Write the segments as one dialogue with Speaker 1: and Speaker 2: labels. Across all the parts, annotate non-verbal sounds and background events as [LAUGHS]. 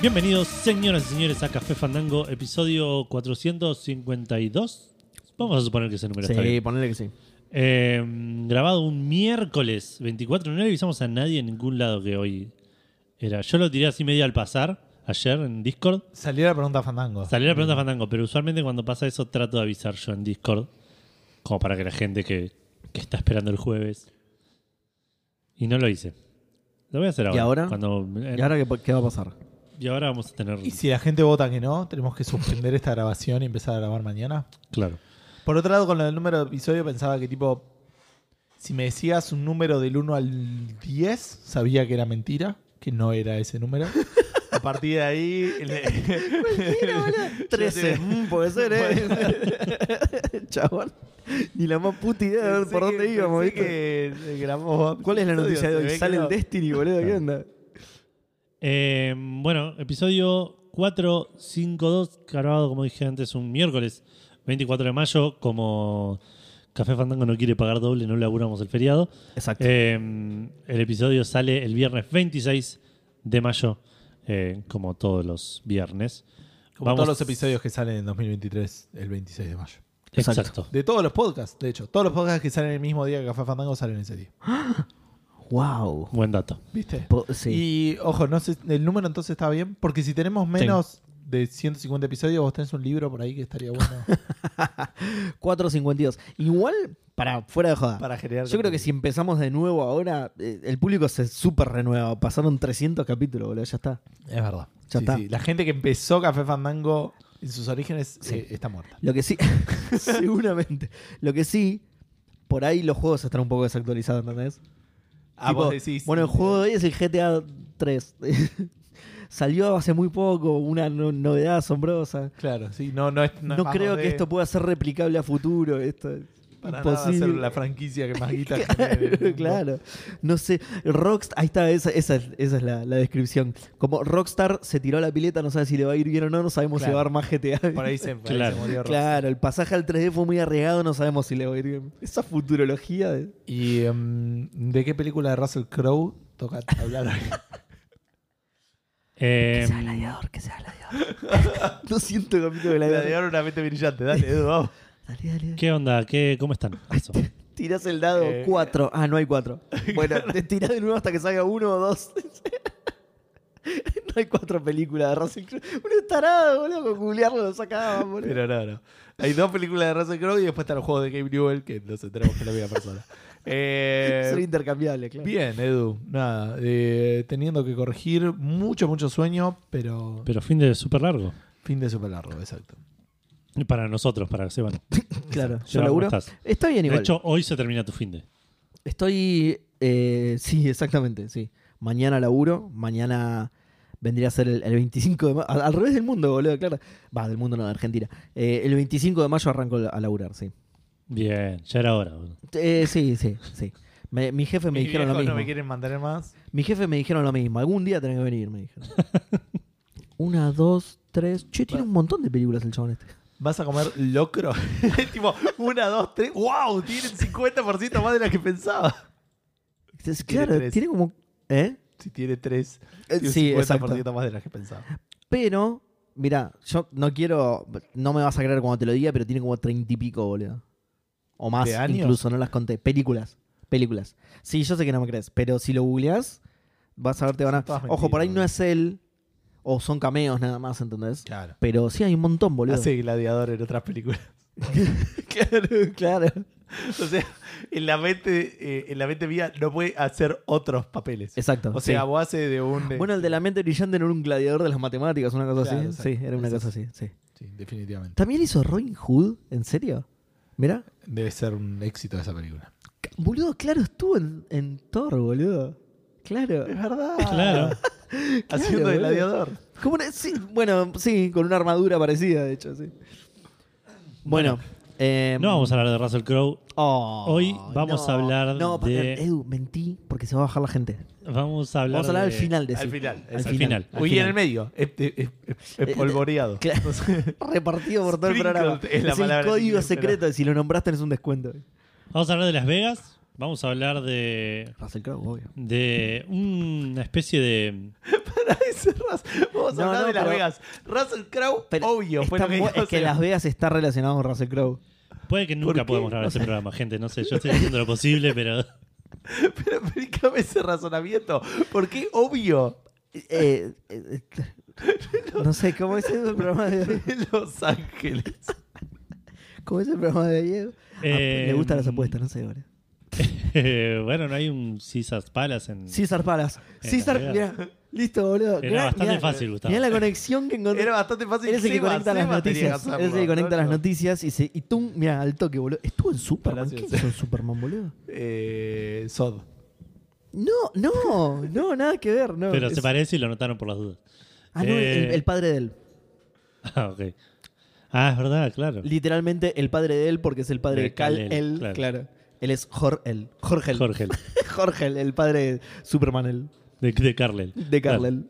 Speaker 1: Bienvenidos, señoras y señores, a Café Fandango, episodio 452. Vamos a suponer que ese número está
Speaker 2: Sí,
Speaker 1: bien.
Speaker 2: ponele que sí.
Speaker 1: Eh, grabado un miércoles 24 de enero, y avisamos a nadie en ningún lado que hoy era. Yo lo tiré así medio al pasar, ayer en Discord.
Speaker 3: Salió la pregunta Fandango.
Speaker 1: Salió la pregunta Fandango, pero usualmente cuando pasa eso trato de avisar yo en Discord, como para que la gente que, que está esperando el jueves. Y no lo hice. Lo voy a hacer ahora.
Speaker 2: ¿Y ahora?
Speaker 1: Cuando- eh,
Speaker 2: ¿Y ahora qué, qué va a
Speaker 3: [LAUGHS]
Speaker 2: pasar?
Speaker 1: y ahora vamos a tener.
Speaker 3: Y si la gente vota que no, tenemos que suspender esta grabación y empezar a grabar mañana.
Speaker 1: Claro.
Speaker 3: Por otro lado, con lo del número de episodio pensaba que tipo, si me decías un número del 1 al 10, sabía que era mentira, que no era ese
Speaker 1: [LAUGHS]
Speaker 3: número. A partir de ahí... eh, le-
Speaker 2: Trece, mm, puede ser,
Speaker 3: [LAUGHS]
Speaker 2: ¿eh? [LAUGHS] Chabón, ni la más puta idea de ver
Speaker 3: Pensé
Speaker 2: por dónde
Speaker 3: que-
Speaker 2: íbamos,
Speaker 3: pensé
Speaker 2: ¿viste?
Speaker 3: que eh, grabamos
Speaker 2: ¿Cuál es la
Speaker 3: episodios,
Speaker 2: noticia de
Speaker 3: se
Speaker 2: hoy?
Speaker 3: ve
Speaker 2: Sale
Speaker 3: que
Speaker 2: el
Speaker 3: no. Ah.
Speaker 2: Destiny, boludo, ¿qué
Speaker 1: Claro.
Speaker 2: onda?
Speaker 1: Eh, bueno, episodio 452, grabado, como dije antes, un miércoles 24 de mayo. Como Café Fandango no quiere pagar doble, no laburamos el feriado.
Speaker 2: Exacto.
Speaker 1: Eh, el episodio sale el viernes 26 de mayo, eh, como todos los viernes.
Speaker 3: Como
Speaker 1: Vamos-
Speaker 3: todos los episodios que salen en 2023, el 26 de mayo.
Speaker 1: Exacto.
Speaker 2: Exacto.
Speaker 3: De todos los podcasts, de hecho. Todos los podcasts que salen el mismo día que Café Fandango salen ese día.
Speaker 2: Wow.
Speaker 1: Buen dato.
Speaker 3: ¿Viste?
Speaker 2: Po- sí.
Speaker 3: Y ojo, no sé, el número entonces está bien, porque si tenemos menos de 150 episodios, vos tenés un libro por ahí que estaría bueno
Speaker 2: 4.52. Igual, para fuera de joda.
Speaker 3: para generar.
Speaker 2: Yo creo que si empezamos de nuevo ahora, eh, el público se súper renueva. Pasaron 300 capítulos, boludo, ya está.
Speaker 3: Es verdad.
Speaker 2: Ya
Speaker 3: Sí,
Speaker 2: está.
Speaker 3: sí. La gente que empezó Café Fandango en sus orígenes eh, está muerta.
Speaker 2: Lo que sí, [LAUGHS] seguramente. Lo que sí, por ahí los juegos están un poco desactualizados, ¿entendés?
Speaker 3: Ah,
Speaker 2: Tipo, Ah, bueno, el juego de hoy es el GTA 3. [LAUGHS] Salió hace muy poco, una no- novedad asombrosa.
Speaker 3: [LAUGHS] Claro, sí, no, no es.
Speaker 2: No,
Speaker 3: es más
Speaker 2: creo que
Speaker 3: de-
Speaker 2: esto pueda ser replicable a futuro. Esto es
Speaker 3: para nada
Speaker 2: imposible. [LAUGHS]
Speaker 3: ser la franquicia que más guita genere en
Speaker 2: Claro,
Speaker 3: el mundo.
Speaker 2: claro. No sé. Rockstar. Ahí está, esa, esa es- esa es la, la descripción. Como Rockstar se tiró a la pileta, no sabe si le va a ir bien o no, no sabemos si
Speaker 3: Claro.
Speaker 2: va a haber más GTA.
Speaker 3: Por ahí se, por ahí
Speaker 1: Claro.
Speaker 3: se murió Ross.
Speaker 2: claro, el pasaje al 3D fue muy arriesgado, no sabemos si le va a ir bien. Esa futurología de.
Speaker 3: ¿Y em, de qué película de Russell Crowe toca hablar hoy?
Speaker 2: [LAUGHS]
Speaker 1: Eh,
Speaker 2: gladiador, que sea gladiador. [LAUGHS] 200 capítulos de gladiador.
Speaker 3: Gladiador, una mente brillante. Dale, Edu, vamos.
Speaker 2: Dale, dale.
Speaker 1: ¿Qué onda? ¿Qué, ¿Cómo están? Eso.
Speaker 2: [LAUGHS] Tirás el dado,
Speaker 3: Eh,
Speaker 2: 4. Ah, no hay
Speaker 1: [LAUGHS]
Speaker 2: 4. Bueno, te tirás de nuevo hasta que salga uno o dos. [LAUGHS] no hay cuatro películas de Russell Crowe. Uno es tarado, boludo, con googlearlo lo sacaban, boludo.
Speaker 3: [LAUGHS] Pero no, no. Hay dos películas de Russell Crowe y después están los juegos de Gabe Newell, que nos enteramos que es la misma
Speaker 2: [LAUGHS]
Speaker 3: persona. Eh,
Speaker 2: Son intercambiables, claro.
Speaker 3: bien, Edu. Nada, eh, teniendo que corregir mucho, mucho sueño, pero,
Speaker 1: Pero fin de súper largo.
Speaker 3: fin de super largo, exacto.
Speaker 1: Para nosotros, para Seban.
Speaker 2: claro, yo
Speaker 1: Seba, ¿cómo
Speaker 2: laburo.
Speaker 1: estás?
Speaker 2: Estoy bien
Speaker 1: De
Speaker 2: igual.
Speaker 1: hecho, hoy se termina tu fin de.
Speaker 2: Estoy. eh, sí, exactamente, sí. Mañana laburo, mañana vendría a ser el, el 25 de mayo. Al, al revés del mundo, boludo, claro. Va, del mundo no, de Argentina. Eh, el 25 de mayo arranco a laburar, sí.
Speaker 1: Bien, ya era hora. boludo.
Speaker 2: Eh, sí, sí, sí. Me- mi jefe me
Speaker 3: Mis
Speaker 2: dijeron lo
Speaker 3: viejos
Speaker 2: mismo.
Speaker 3: No me quieren mantener más.
Speaker 2: Mi jefe me dijeron lo mismo. Algún día tenés que venir, me
Speaker 3: [LAUGHS]
Speaker 2: dijeron. Una, dos, tres. Che, tiene un montón de películas el chabón este.
Speaker 3: ¿Vas a comer locro? [LAUGHS] tipo, una, dos, tres. ¡Wow! Tienen 50% más de la que pensaba.
Speaker 2: Es-
Speaker 3: Tiene
Speaker 2: claro,
Speaker 3: tres.
Speaker 2: tiene como. ¿Eh?
Speaker 3: Si tiene tres,
Speaker 2: Eh,
Speaker 3: tiene
Speaker 2: sí,
Speaker 3: 50%
Speaker 2: exacto.
Speaker 3: más de la que pensaba.
Speaker 2: Pero, mirá, yo no quiero. No me vas a creer cuando te lo diga, pero tiene como treinta y pico, boludo. O más,
Speaker 3: ¿De años?
Speaker 2: incluso, no las conté. Películas. Películas. Sí, yo sé que no me crees, pero si lo googleás, vas a ver, te van a.
Speaker 3: Son todas
Speaker 2: Ojo, por ahí
Speaker 3: mentiras,
Speaker 2: no es él. O son cameos nada más, ¿entendés?
Speaker 3: Claro.
Speaker 2: Pero sí hay un montón, boludo.
Speaker 3: Hace gladiador en otras [LAUGHS] películas.
Speaker 2: claro, claro.
Speaker 3: O sea, en la mente, eh, en la mente mía no puede hacer otros papeles.
Speaker 2: Exacto.
Speaker 3: O sea,
Speaker 2: sí.
Speaker 3: vos hace de un. eh,
Speaker 2: Bueno, el de la mente brillante no era un gladiador de las matemáticas, una cosa así.
Speaker 3: Claro, exacto.
Speaker 2: Sí, era una cosa así, sí.
Speaker 3: Sí, definitivamente.
Speaker 2: También hizo Robin Hood, ¿en serio? Mira,
Speaker 3: Debe ser un éxito esa película.
Speaker 2: boludo, claro, estuvo en, en Thor, boludo. Claro.
Speaker 3: Es verdad.
Speaker 1: Claro.
Speaker 3: [LAUGHS] Haciendo de
Speaker 2: boludo.
Speaker 3: gladiador.
Speaker 2: ¿Cómo no? Sí, bueno, sí, con una armadura parecida, de hecho, sí. Bueno, eh,
Speaker 1: No vamos a hablar de Russell Crowe.
Speaker 2: oh,
Speaker 1: Hoy vamos
Speaker 2: no,
Speaker 1: a hablar
Speaker 2: no, pa-
Speaker 1: de-
Speaker 2: Edu, mentí porque se va a bajar la gente.
Speaker 1: Vamos a hablar,
Speaker 2: Vamos a hablar
Speaker 1: de-
Speaker 2: al final de
Speaker 3: al
Speaker 2: sí.
Speaker 3: final,
Speaker 2: Al
Speaker 3: exacto.
Speaker 2: final. al
Speaker 3: Uy, en
Speaker 2: final.
Speaker 3: el medio. Es, es- es- es- es
Speaker 2: Eh,
Speaker 3: polvoreado. [LAUGHS]
Speaker 2: Claro, [LAUGHS] repartido por todo el
Speaker 3: Sprinkled
Speaker 2: programa.
Speaker 3: es la
Speaker 2: el
Speaker 3: palabra que
Speaker 2: código
Speaker 3: quiero, pero-
Speaker 2: secreto, y si lo nombraste tenés un descuento.
Speaker 1: Vamos a hablar de Las Vegas. Vamos a hablar de,
Speaker 2: Russell Crowe, obvio.
Speaker 1: de una especie de.
Speaker 3: Para ese Russell. Vamos a
Speaker 2: No,
Speaker 3: hablar
Speaker 2: no,
Speaker 3: de Las
Speaker 2: pero-
Speaker 3: Vegas. Russell Crowe,
Speaker 2: Pero
Speaker 3: obvio. Fue
Speaker 2: está
Speaker 3: lo que
Speaker 2: mu-
Speaker 3: dijo
Speaker 2: es que
Speaker 3: Seba.
Speaker 2: Las Vegas está relacionado con Russell Crowe.
Speaker 1: Puede que
Speaker 3: ¿Por
Speaker 1: nunca
Speaker 3: qué?
Speaker 1: podamos grabar ese programa, gente. No sé, yo estoy haciendo lo posible, pero. [LAUGHS]
Speaker 3: [LAUGHS] Pero explícame ese razonamiento. ¿Por qué obvio? [LAUGHS]
Speaker 2: Eh, eh, no sé, ¿cómo es el programa de hoy?
Speaker 3: En Los Ángeles.
Speaker 2: ¿Cómo es el programa de ayer? Ah,
Speaker 1: Eh,
Speaker 2: le gustan las apuestas, no sé, ahora.
Speaker 1: bueno, no hay un Caesar's Palace en.
Speaker 2: César Palas.
Speaker 1: Eh,
Speaker 2: César,
Speaker 1: Las Vegas.
Speaker 2: mira, listo, boludo.
Speaker 1: Era
Speaker 2: Mirá-
Speaker 1: bastante
Speaker 2: mirá-
Speaker 1: fácil, Gustavo.
Speaker 2: Mirá la conexión que encontré.
Speaker 3: Era bastante fácil.
Speaker 2: Él es el que
Speaker 3: Seba,
Speaker 2: conecta las
Speaker 3: Seba tenía
Speaker 2: noticias.
Speaker 3: que
Speaker 2: Él
Speaker 3: hacerlo,
Speaker 2: es el que conecta
Speaker 3: ¿no?
Speaker 2: las noticias y, se, y tú, mira, al toque, boludo. Estuvo en Superman.
Speaker 3: Palacio
Speaker 2: ¿Qué
Speaker 3: de
Speaker 2: hizo en Superman, boludo?
Speaker 3: Eh, Sod.
Speaker 2: No, no, no, nada que ver. No.
Speaker 1: Pero
Speaker 2: Es-
Speaker 1: se parece y lo notaron por las dudas.
Speaker 2: Ah, no, el,
Speaker 1: Eh. [LAUGHS]
Speaker 2: el padre de él.
Speaker 1: Ah, ok. Ah, es verdad, claro.
Speaker 2: Literalmente el padre de él, porque es el padre
Speaker 1: De
Speaker 2: de Cal
Speaker 1: Kal-El,
Speaker 2: El,
Speaker 1: claro.
Speaker 2: claro. Él es Jorgel. Jorgel. [LAUGHS]
Speaker 1: Jorge,
Speaker 2: Jorgel, el padre de Superman, el
Speaker 1: de, de Carlel.
Speaker 2: [LAUGHS] de Carlel.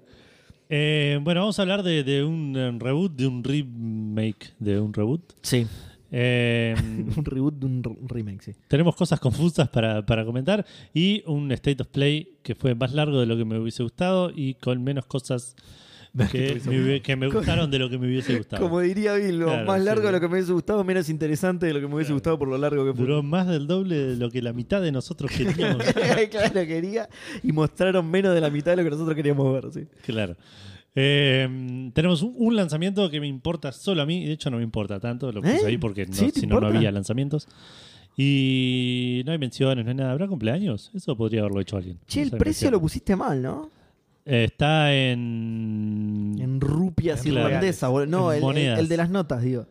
Speaker 1: Eh, bueno, vamos a hablar de, de un eh, reboot, de un remake, de un reboot.
Speaker 2: Sí. [LAUGHS]
Speaker 1: Eh,
Speaker 2: Un reboot de un r- un remake, sí.
Speaker 1: tenemos cosas confusas para, para comentar y un State of Play que fue más largo de lo que me hubiese gustado y con menos
Speaker 2: [LAUGHS]
Speaker 1: cosas que, me, hubie- que me gustaron de lo que me hubiese
Speaker 2: Como
Speaker 1: gustado.
Speaker 2: diría Bilbo,
Speaker 1: Claro,
Speaker 2: más largo
Speaker 1: sí.
Speaker 2: de lo que me hubiese gustado, menos interesante de lo que me hubiese gustado por lo largo que fue. [LAUGHS]
Speaker 1: Duró más del doble de lo que la mitad de nosotros queríamos.
Speaker 2: claro, quería. Y mostraron menos de la mitad de lo que nosotros queríamos ver, sí.
Speaker 1: Claro. Eh, tenemos un, un lanzamiento que me importa solo a mí, y de hecho no me importa tanto, lo puse
Speaker 2: ¿Eh?
Speaker 1: ahí porque no-
Speaker 2: ¿Sí? ¿Te
Speaker 1: si no, no
Speaker 2: importa?
Speaker 1: había lanzamientos. Y no hay menciones, no hay nada. ¿Habrá cumpleaños? Eso podría haberlo hecho alguien.
Speaker 2: Che,
Speaker 1: No
Speaker 2: el
Speaker 1: sé,
Speaker 2: precio lo
Speaker 1: menciones.
Speaker 2: pusiste mal, ¿no?
Speaker 1: Eh, Está en.
Speaker 2: En rupias
Speaker 1: Claro.
Speaker 2: irlandesas, boludo. No,
Speaker 1: En
Speaker 2: el- el,
Speaker 1: monedas.
Speaker 2: el de las notas, digo.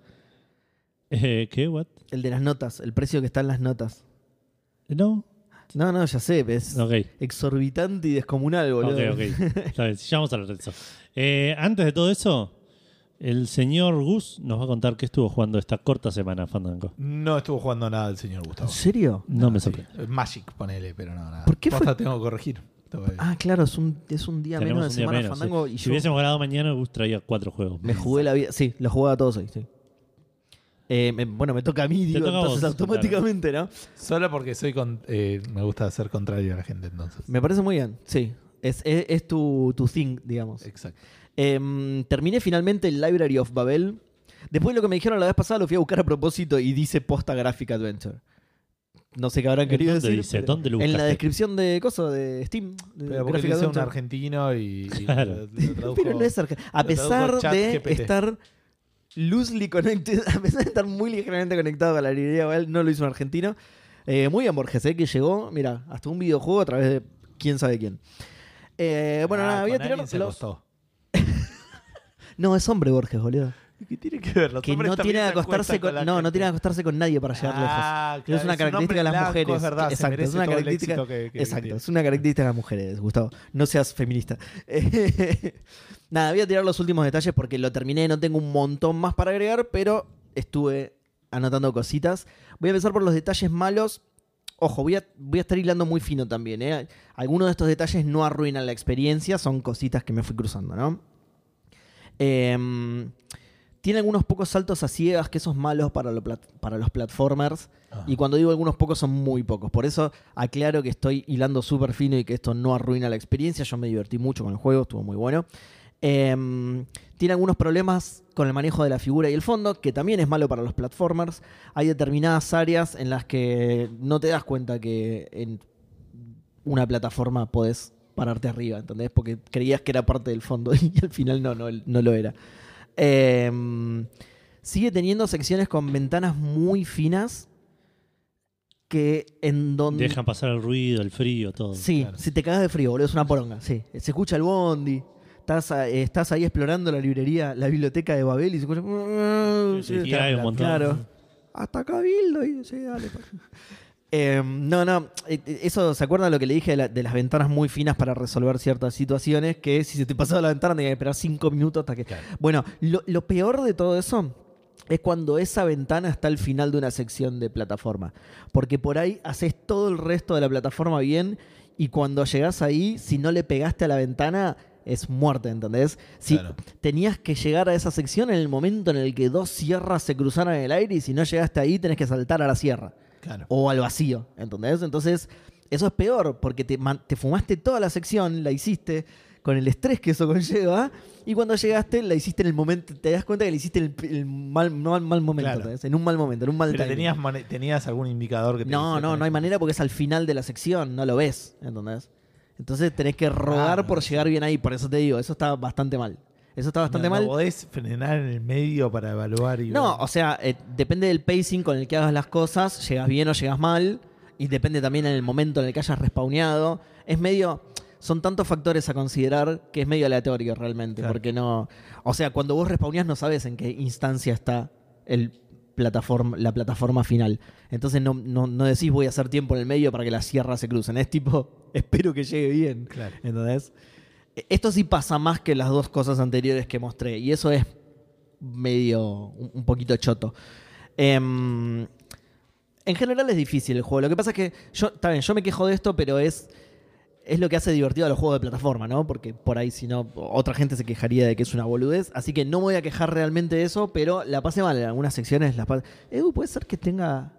Speaker 1: Eh, ¿Qué? ¿What?
Speaker 2: El de las notas, el precio que está en las notas.
Speaker 1: No.
Speaker 2: No, no, ya sé, es
Speaker 1: Ok.
Speaker 2: exorbitante y descomunal, boludo.
Speaker 1: Ok, ok. Está bien, ya vamos a hablar de eso. Eh, antes de todo eso, el señor Gus nos va a contar qué estuvo jugando esta corta semana, Fandango.
Speaker 3: No estuvo jugando nada el
Speaker 2: ¿En
Speaker 3: señor Gustavo.
Speaker 2: serio?
Speaker 1: No me
Speaker 3: Sí.
Speaker 1: sorprende.
Speaker 3: Magic, ponele, pero no, nada.
Speaker 2: ¿Por qué
Speaker 3: Posta
Speaker 2: fue-
Speaker 3: tengo que corregir. Todavía.
Speaker 2: Ah, claro, es un, es un día
Speaker 1: Tenemos
Speaker 2: menos de
Speaker 1: un día
Speaker 2: semana
Speaker 1: menos,
Speaker 2: fandango
Speaker 1: sí.
Speaker 2: y
Speaker 1: Si
Speaker 2: yo
Speaker 1: hubiésemos grabado mañana, Gus traía cuatro juegos.
Speaker 2: me jugué la vida. Sí, lo jugaba a todos hoy, sí. Eh, me- bueno, me toca a mí, digo,
Speaker 1: toca a
Speaker 2: entonces
Speaker 1: vos,
Speaker 2: automáticamente, ¿no?
Speaker 3: Solo porque soy con, eh, me gusta ser contrario a la gente entonces.
Speaker 2: Me parece muy bien, sí. Es, es, es tu, tu thing, digamos.
Speaker 3: Exacto.
Speaker 2: Em, terminé finalmente el Library of Babel. Después de lo que me dijeron la vez pasada, lo fui a buscar a propósito y dice Posta Graphic Adventure. No sé qué habrán
Speaker 1: ¿En
Speaker 2: querido
Speaker 1: dónde
Speaker 2: decir.
Speaker 1: dice?
Speaker 2: pero-
Speaker 1: ¿Dónde lo
Speaker 2: en la
Speaker 1: buscaste?
Speaker 2: descripción de coso de Steam. de
Speaker 3: Pero porque
Speaker 2: Graphic
Speaker 3: dice un
Speaker 2: Adventure. [LAUGHS]
Speaker 3: argentino y, y
Speaker 1: Claro.
Speaker 3: lo- lo tradujo-
Speaker 2: Pero no es argentino. A
Speaker 3: lo
Speaker 2: pesar
Speaker 3: tradujo chat
Speaker 2: de
Speaker 3: GPT.
Speaker 2: estar loosely connected, [LAUGHS] a pesar de estar muy ligeramente conectado con la librería Babel, no lo hizo un argentino. Eh, muy bien, Borges, eh, que llegó, mira, hasta un videojuego a través de quién sabe quién. Eh, bueno,
Speaker 3: Ah,
Speaker 2: nada, voy a
Speaker 3: con
Speaker 2: tirar
Speaker 3: alguien se
Speaker 2: los-
Speaker 3: acostó.
Speaker 2: No, es hombre Borges, boludo.
Speaker 3: ¿Qué tiene que ver? Los
Speaker 2: que
Speaker 3: hombres
Speaker 2: no
Speaker 3: también
Speaker 2: tiene que
Speaker 3: se
Speaker 2: acostarse
Speaker 3: acuestan
Speaker 2: con,
Speaker 3: la
Speaker 2: no,
Speaker 3: gente.
Speaker 2: no tiene que acostarse con nadie para llegar lejos.
Speaker 3: Ah,
Speaker 2: Es una
Speaker 3: un
Speaker 2: característica
Speaker 3: hombre
Speaker 2: de las
Speaker 3: blanco,
Speaker 2: mujeres.
Speaker 3: Es verdad, se
Speaker 2: Exacto,
Speaker 3: merece
Speaker 2: es una
Speaker 3: todo el
Speaker 2: característica-
Speaker 3: éxito que- que- que
Speaker 2: Exacto,
Speaker 3: tiene.
Speaker 2: es una característica de las mujeres, Gustavo. No seas feminista. [LAUGHS] Eh, Nada, voy a tirar los últimos detalles porque lo terminé, no tengo un montón más para agregar, pero estuve anotando cositas. Voy a empezar por los detalles malos. Ojo, voy a, voy a estar hilando muy fino también. ¿eh? Algunos de estos detalles no arruinan la experiencia, son cositas que me fui cruzando, ¿no? Em, tiene algunos pocos saltos a ciegas, que esos malos para, lo plat- para los platformers.
Speaker 3: Ah.
Speaker 2: Y cuando digo algunos pocos, son muy pocos. Por eso aclaro que estoy hilando súper fino y que esto no arruina la experiencia. Yo me divertí mucho con el juego, estuvo muy bueno. Em, tiene algunos problemas con el manejo de la figura y el fondo, que también es malo para los platformers. Hay determinadas áreas en las que no te das cuenta que en una plataforma podés pararte arriba, ¿entendés? Porque creías que era parte del fondo [LAUGHS] y al final no, no, no lo era. Em, sigue teniendo secciones con ventanas muy finas que en donde...
Speaker 1: Dejan pasar el ruido, el frío, todo.
Speaker 2: Sí,
Speaker 3: Claro.
Speaker 2: si te cagas de frío, boludo, es una poronga, sí. Se escucha el bondi, estás, a- eh, estás ahí explorando la librería, la biblioteca de Babel y se escucha...
Speaker 1: Sí, sí, hay un montón.
Speaker 2: Claro. Hasta Cabildo y sí, dale.
Speaker 1: [LAUGHS]
Speaker 2: pa. Eh, no, no, eh, eh, eso, ¿se acuerdan lo que le dije de, la- de las ventanas muy finas para resolver ciertas situaciones? Que si se te pasaba la ventana tenías que esperar cinco minutos hasta que...
Speaker 3: Claro.
Speaker 2: Bueno, lo, lo peor de todo eso es cuando esa ventana está al final de una sección de plataforma. Porque por ahí haces todo el resto de la plataforma bien y cuando llegás ahí, si no le pegaste a la ventana, es muerte, ¿entendés? Si
Speaker 3: Claro.
Speaker 2: tenías que llegar a esa sección en el momento en el que dos sierras se cruzaran en el aire y si no llegaste ahí, tenés que saltar a la sierra.
Speaker 3: Claro.
Speaker 2: o al vacío, ¿entendés? Entonces, eso es peor, porque te, man- te fumaste toda la sección, la hiciste con el estrés que eso conlleva, y cuando llegaste la hiciste en el momento, te das cuenta que la hiciste en el, el mal, no, al mal momento,
Speaker 3: Claro.
Speaker 2: ¿entendés? en un mal momento, en un mal
Speaker 3: Pero
Speaker 2: timing.
Speaker 3: tenías, mane- tenías algún indicador que te
Speaker 2: No,
Speaker 3: dijera-
Speaker 2: no, no hay manera porque es al final de la sección, no lo ves, ¿entendés? Entonces tenés que rogar
Speaker 3: Claro,
Speaker 2: por llegar bien ahí, por eso te digo, eso está bastante mal. Eso está bastante
Speaker 3: no,
Speaker 2: mal.
Speaker 3: No podés frenar en el medio para evaluar y
Speaker 2: No,
Speaker 3: ver.
Speaker 2: o sea, eh, depende del pacing con el que hagas las cosas, llegas bien o llegas mal, y depende también en el momento en el que hayas respawneado. Es medio. Son tantos factores a considerar que es medio aleatorio realmente,
Speaker 3: Claro.
Speaker 2: porque no. O sea, cuando vos respawneás no sabes en qué instancia está el plataforma, la plataforma final. Entonces no, no, no decís voy a hacer tiempo en el medio para que las sierras se crucen. Es tipo, [LAUGHS] espero que llegue bien.
Speaker 3: Claro.
Speaker 2: ¿Entendés? Esto sí pasa más que las dos cosas anteriores que mostré. Y eso es medio. un un poquito choto. Em, en general es difícil el juego. Lo que pasa es que. Yo, está bien, yo me quejo de esto, pero es. Es lo que hace divertido a los juegos de plataforma, ¿no? Porque por ahí, si no, otra gente se quejaría de que es una boludez. Así que no me voy a quejar realmente de eso, pero la pasé mal. En algunas secciones la pasé. Edu, puede ser que tenga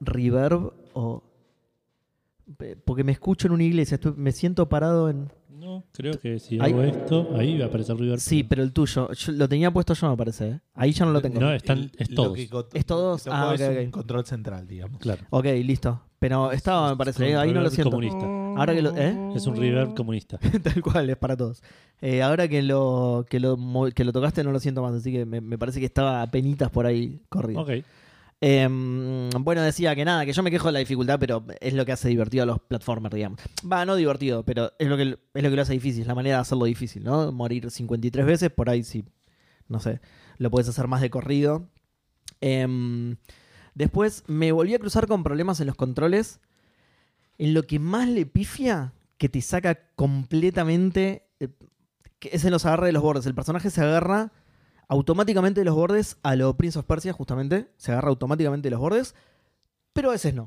Speaker 2: reverb o. pe- Porque me escucho en una iglesia, estoy- me siento parado en.
Speaker 1: No, creo que si
Speaker 2: Ahí-
Speaker 1: hago esto, ahí va a aparecer River.
Speaker 2: Sí, pero el tuyo. Yo- lo tenía puesto yo, me parece. ¿eh? Ahí ya no lo tengo.
Speaker 1: No, están, es
Speaker 3: Lo
Speaker 1: todos.
Speaker 3: que co-
Speaker 2: Es todos.
Speaker 3: tocó
Speaker 2: Ah,
Speaker 3: es
Speaker 2: ok,
Speaker 3: un
Speaker 2: ok.
Speaker 3: control central, digamos.
Speaker 1: Claro.
Speaker 2: Ok, listo. Pero estaba, me parece. ¿eh? Ahí no lo
Speaker 1: River
Speaker 2: siento.
Speaker 1: Comunista.
Speaker 2: Ahora que lo. ¿eh? [LAUGHS]
Speaker 1: Es un River comunista.
Speaker 2: Tal cual, es para todos. Eh, ahora que lo, que, lo, mo- que lo tocaste no lo siento más, así que me, me parece que estaba a penitas por ahí corrido.
Speaker 1: Ok.
Speaker 2: Eh, bueno, decía que nada, que yo me quejo de la dificultad, pero es lo que hace divertido a los platformers, digamos. Va, no divertido, pero es lo que es lo, que lo hace difícil, es la manera de hacerlo difícil, ¿no? Morir 53 veces, por ahí sí, no sé, lo puedes hacer más de corrido. Em, después me volví a cruzar con problemas en los controles. En lo que más le pifia, que te saca completamente, eh, que es en los agarres de los bordes. El personaje se agarra automáticamente de los bordes a lo Prince of Persia, justamente. Se agarra automáticamente de los bordes, pero a veces no.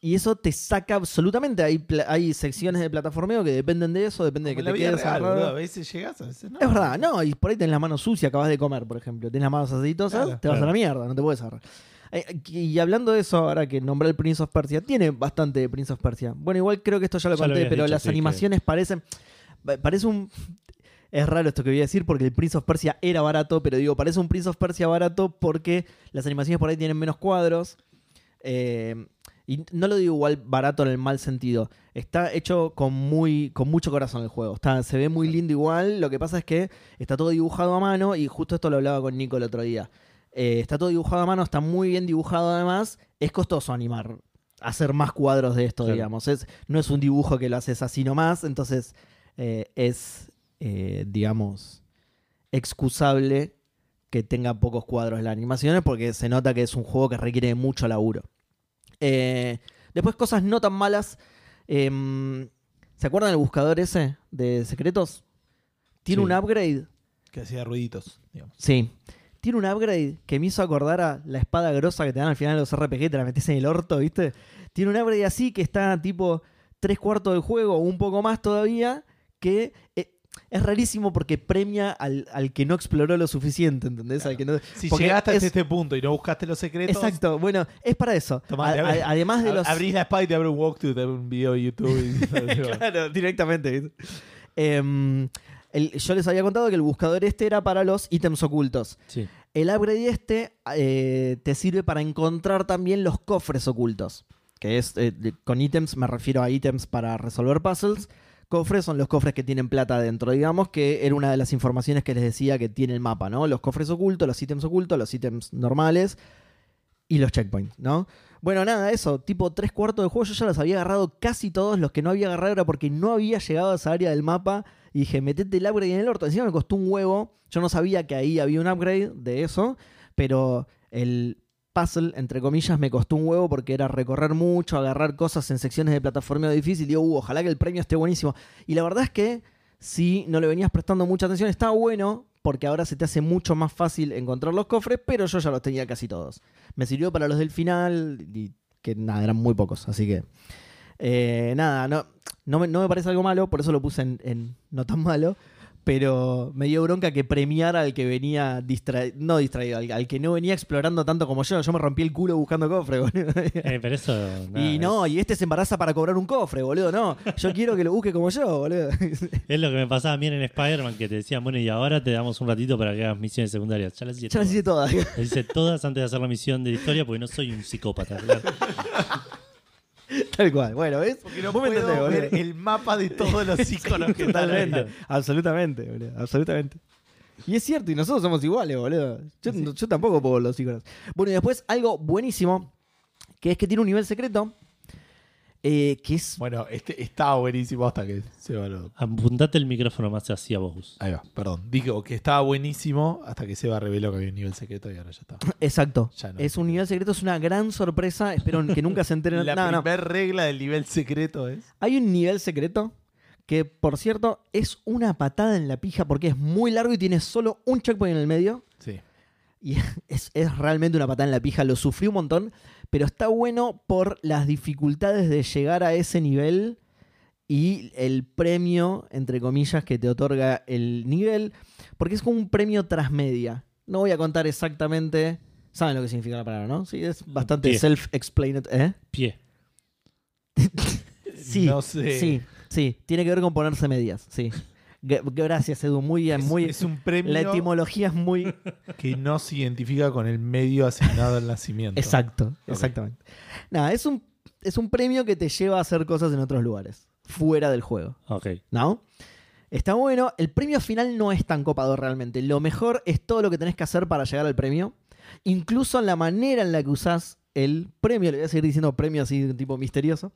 Speaker 2: Y eso te saca absolutamente. Hay, pla- hay secciones de plataformeo que dependen de eso, depende de
Speaker 3: Como
Speaker 2: que
Speaker 3: la
Speaker 2: te
Speaker 3: vida
Speaker 2: quedes
Speaker 3: real,
Speaker 2: agarrado.
Speaker 3: boludo, A veces llegas, a veces no.
Speaker 2: Es verdad, no, y por ahí tenés la mano sucia, acabas de comer, por ejemplo. Tenés las manos aceitosas,
Speaker 3: Claro,
Speaker 2: te vas
Speaker 1: claro.
Speaker 2: a la mierda, no te puedes agarrar. Eh, Y hablando de eso, ahora que nombré el Prince of Persia, tiene bastante de Prince of Persia. Bueno, igual creo que esto ya lo
Speaker 1: Ya lo
Speaker 2: conté,
Speaker 1: habías
Speaker 2: pero
Speaker 1: dicho,
Speaker 2: las
Speaker 1: sí, que-
Speaker 2: animaciones parecen. pa- Parece un. Es raro esto que voy a decir porque el Prince of Persia era barato, pero digo, parece un Prince of Persia barato porque las animaciones por ahí tienen menos cuadros. Eh, y no lo digo igual barato en el mal sentido. Está hecho con, muy, con mucho corazón el juego. Está, se ve muy lindo igual. Lo que pasa es que está todo dibujado a mano. Y justo esto lo hablaba con Nico el otro día. Eh, está todo dibujado a mano, está muy bien dibujado además. Es costoso animar, hacer más cuadros de esto,
Speaker 1: Claro.
Speaker 2: digamos. Es, no es un dibujo que lo haces así nomás. Entonces eh, es, eh, digamos, excusable que tenga pocos cuadros las animaciones porque se nota que es un juego que requiere de mucho laburo. Eh, después cosas no tan malas. Em, ¿Se acuerdan del buscador ese de secretos? Tiene
Speaker 1: Sí.
Speaker 2: un upgrade.
Speaker 3: Que hacía ruiditos, digamos.
Speaker 2: Sí. Tiene un upgrade que me hizo acordar a la espada grosa que te dan al final de los RPG, te la metes en el orto, ¿viste? Tiene un upgrade así que está tipo tres cuartos del juego o un poco más todavía, que eh, es rarísimo porque premia al, al que no exploró lo suficiente, ¿entendés? Al que no-
Speaker 3: Si
Speaker 2: porque
Speaker 3: llegaste
Speaker 2: es-
Speaker 3: hasta este punto y no buscaste los secretos,
Speaker 2: Exacto, bueno, es para eso.
Speaker 3: Tomá,
Speaker 2: A-
Speaker 3: le abrí-
Speaker 2: a- además de
Speaker 3: ab-
Speaker 2: los...
Speaker 3: abrís la espada y te abre un walkthrough, te abre un video de YouTube.
Speaker 2: [LAUGHS]
Speaker 3: Y, [LAUGHS]
Speaker 2: claro, directamente. ¿viste? Em, el- yo les había contado que el buscador este era para los ítems ocultos.
Speaker 1: Sí.
Speaker 2: El upgrade este eh, te sirve para encontrar también los cofres ocultos. Que es, eh, de- con ítems me refiero a ítems para resolver puzzles. Cofres son los cofres que tienen plata dentro, digamos, que era una de las informaciones que les decía que tiene el mapa, ¿no? Los cofres ocultos, los ítems ocultos, los ítems normales y los checkpoints, ¿no? Bueno, nada, eso, tipo tres cuartos de juego, yo ya los había agarrado casi todos, los que no había agarrado era porque no había llegado a esa área del mapa y dije, metete el upgrade en el orto, encima me costó un huevo, yo no sabía que ahí había un upgrade de eso, pero el puzzle, entre comillas, me costó un huevo porque era recorrer mucho, agarrar cosas en secciones de plataformeo difícil, digo, "Uh, ojalá que el premio esté buenísimo, y la verdad es que si no le venías prestando mucha atención, está bueno porque ahora se te hace mucho más fácil encontrar los cofres, pero yo ya los tenía casi todos me sirvió para los del final y que nada, eran muy pocos, así que eh, nada, no, no, me, no me parece algo malo, por eso lo puse en, en no tan malo, Pero me dio bronca que premiara al que venía distraído, no distraído, al, al que no venía explorando tanto como yo. Yo me rompí el culo buscando cofre, [LAUGHS] boludo.
Speaker 1: Eh, pero eso. nada,
Speaker 2: [LAUGHS] y no, y este se embaraza para cobrar un cofre, boludo. No, yo quiero que lo busque como yo, boludo. [LAUGHS]
Speaker 1: Es, es lo que me pasaba a mí en Spider-Man, que te decían, bueno, y ahora te damos un ratito para que hagas misiones secundarias. Ya las hice
Speaker 2: ya las
Speaker 1: todas.
Speaker 2: hice todas.
Speaker 1: Las hice todas antes de hacer la misión de historia porque no soy un psicópata. claro.
Speaker 2: [LAUGHS] Tal cual. Bueno, ¿ves?
Speaker 3: Porque no
Speaker 2: Vos me
Speaker 3: puedo
Speaker 2: entendés,
Speaker 3: ver
Speaker 2: boludo.
Speaker 3: el mapa de
Speaker 2: [LAUGHS]
Speaker 3: todos [LAUGHS] los iconos que están
Speaker 2: Totalmente,
Speaker 3: ahí.
Speaker 2: absolutamente, boludo, absolutamente. Y es cierto, y nosotros somos iguales, boludo. Yo, yo tampoco puedo los iconos. Bueno, y después algo buenísimo, que es que tiene un nivel secreto, eh, que es...
Speaker 3: Bueno, este estaba buenísimo hasta que se valoró.
Speaker 1: Apuntate el micrófono más hacia vos.
Speaker 3: Ahí va, perdón. Digo que estaba buenísimo hasta que Seba reveló que había un nivel secreto y ahora ya está.
Speaker 2: Exacto.
Speaker 3: Ya no.
Speaker 2: Es un nivel secreto, es una gran sorpresa. Espero que nunca se enteren.
Speaker 3: [LAUGHS] La
Speaker 2: No, no.
Speaker 3: primera regla del nivel secreto es.
Speaker 2: Hay un nivel secreto que, por cierto, es una patada en la pija porque es muy largo y tiene solo un checkpoint en el medio.
Speaker 3: Sí.
Speaker 2: Y [LAUGHS] es, es realmente una patada en la pija, lo sufrí un montón, pero está bueno por las dificultades de llegar a ese nivel y el premio, entre comillas, que te otorga el nivel, porque es como un premio transmedia. No voy a contar exactamente, saben lo que significa la palabra, ¿no? Sí, es bastante
Speaker 1: Bien.
Speaker 2: self-explanatory. ¿eh?
Speaker 1: Pie.
Speaker 2: Sí,
Speaker 3: No sé.
Speaker 2: sí, sí, tiene que ver con ponerse medias, sí. G- Gracias, Edu, muy bien,
Speaker 3: Es,
Speaker 2: muy...
Speaker 3: es un premio
Speaker 2: la etimología es muy
Speaker 3: que no se identifica con el medio asignado al nacimiento.
Speaker 2: Exacto,
Speaker 3: Ok.
Speaker 2: exactamente. Nada, es un, es un premio que te lleva a hacer cosas en otros lugares, fuera del juego,
Speaker 1: Ok.
Speaker 2: ¿no? Está bueno, el premio final no es tan copado realmente. Lo mejor es todo lo que tenés que hacer para llegar al premio, incluso la manera en la que usás el premio, le voy a seguir diciendo premio así, tipo misterioso.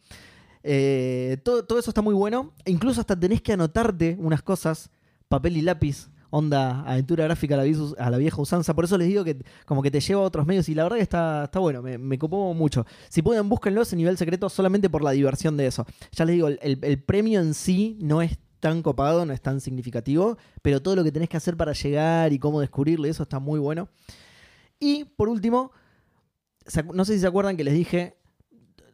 Speaker 2: Eh, todo, todo eso está muy bueno, E incluso hasta tenés que anotarte unas cosas, papel y lápiz. Onda, aventura gráfica a la, vis- a la vieja usanza. Por eso les digo que como que te lleva a otros medios y la verdad que está, está bueno, me, me copó mucho. Si pueden, búsquenlo ese nivel secreto solamente por la diversión de eso. Ya les digo, el, el- el premio en sí no es tan copado, no es tan significativo, pero todo lo que tenés que hacer para llegar y cómo descubrirlo, y eso está muy bueno. Y por último, se acu- no sé si se acuerdan que les dije,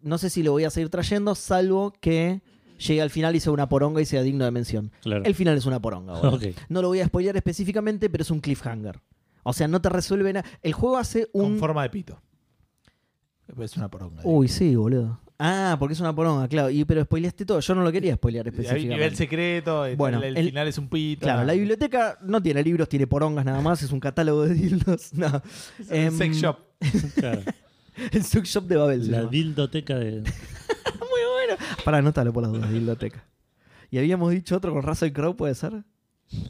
Speaker 2: no sé si lo voy a seguir trayendo, salvo que llegue al final y sea una poronga y sea digno de mención.
Speaker 1: Claro.
Speaker 2: El final es una poronga.
Speaker 1: [LAUGHS]
Speaker 2: boludo.
Speaker 1: Ok.
Speaker 2: No lo voy a spoilear específicamente, pero es un cliffhanger. O sea, no te resuelve nada. El juego hace
Speaker 3: Con
Speaker 2: un.
Speaker 3: forma de pito. Es una poronga.
Speaker 2: Uy, sí, boludo. Ah, porque es una poronga, claro. Y, pero spoileaste todo. Yo no lo quería spoilear
Speaker 3: Hay un
Speaker 2: específicamente.
Speaker 3: nivel secreto, el-
Speaker 2: Bueno,
Speaker 3: el,
Speaker 2: el-
Speaker 3: final es un pito.
Speaker 2: Claro,
Speaker 3: nada.
Speaker 2: la biblioteca no tiene libros, tiene porongas nada más. Es un catálogo de [LAUGHS] dildos. No.
Speaker 3: Es un
Speaker 2: Em,
Speaker 3: sex shop.
Speaker 1: Claro.
Speaker 2: El sex shop de Babel. se
Speaker 1: La
Speaker 2: llama.
Speaker 1: dildoteca de. [LAUGHS]
Speaker 2: Para, anótalo por las dudas, dildoteca. Y habíamos dicho otro con Russell Crowe, ¿puede ser?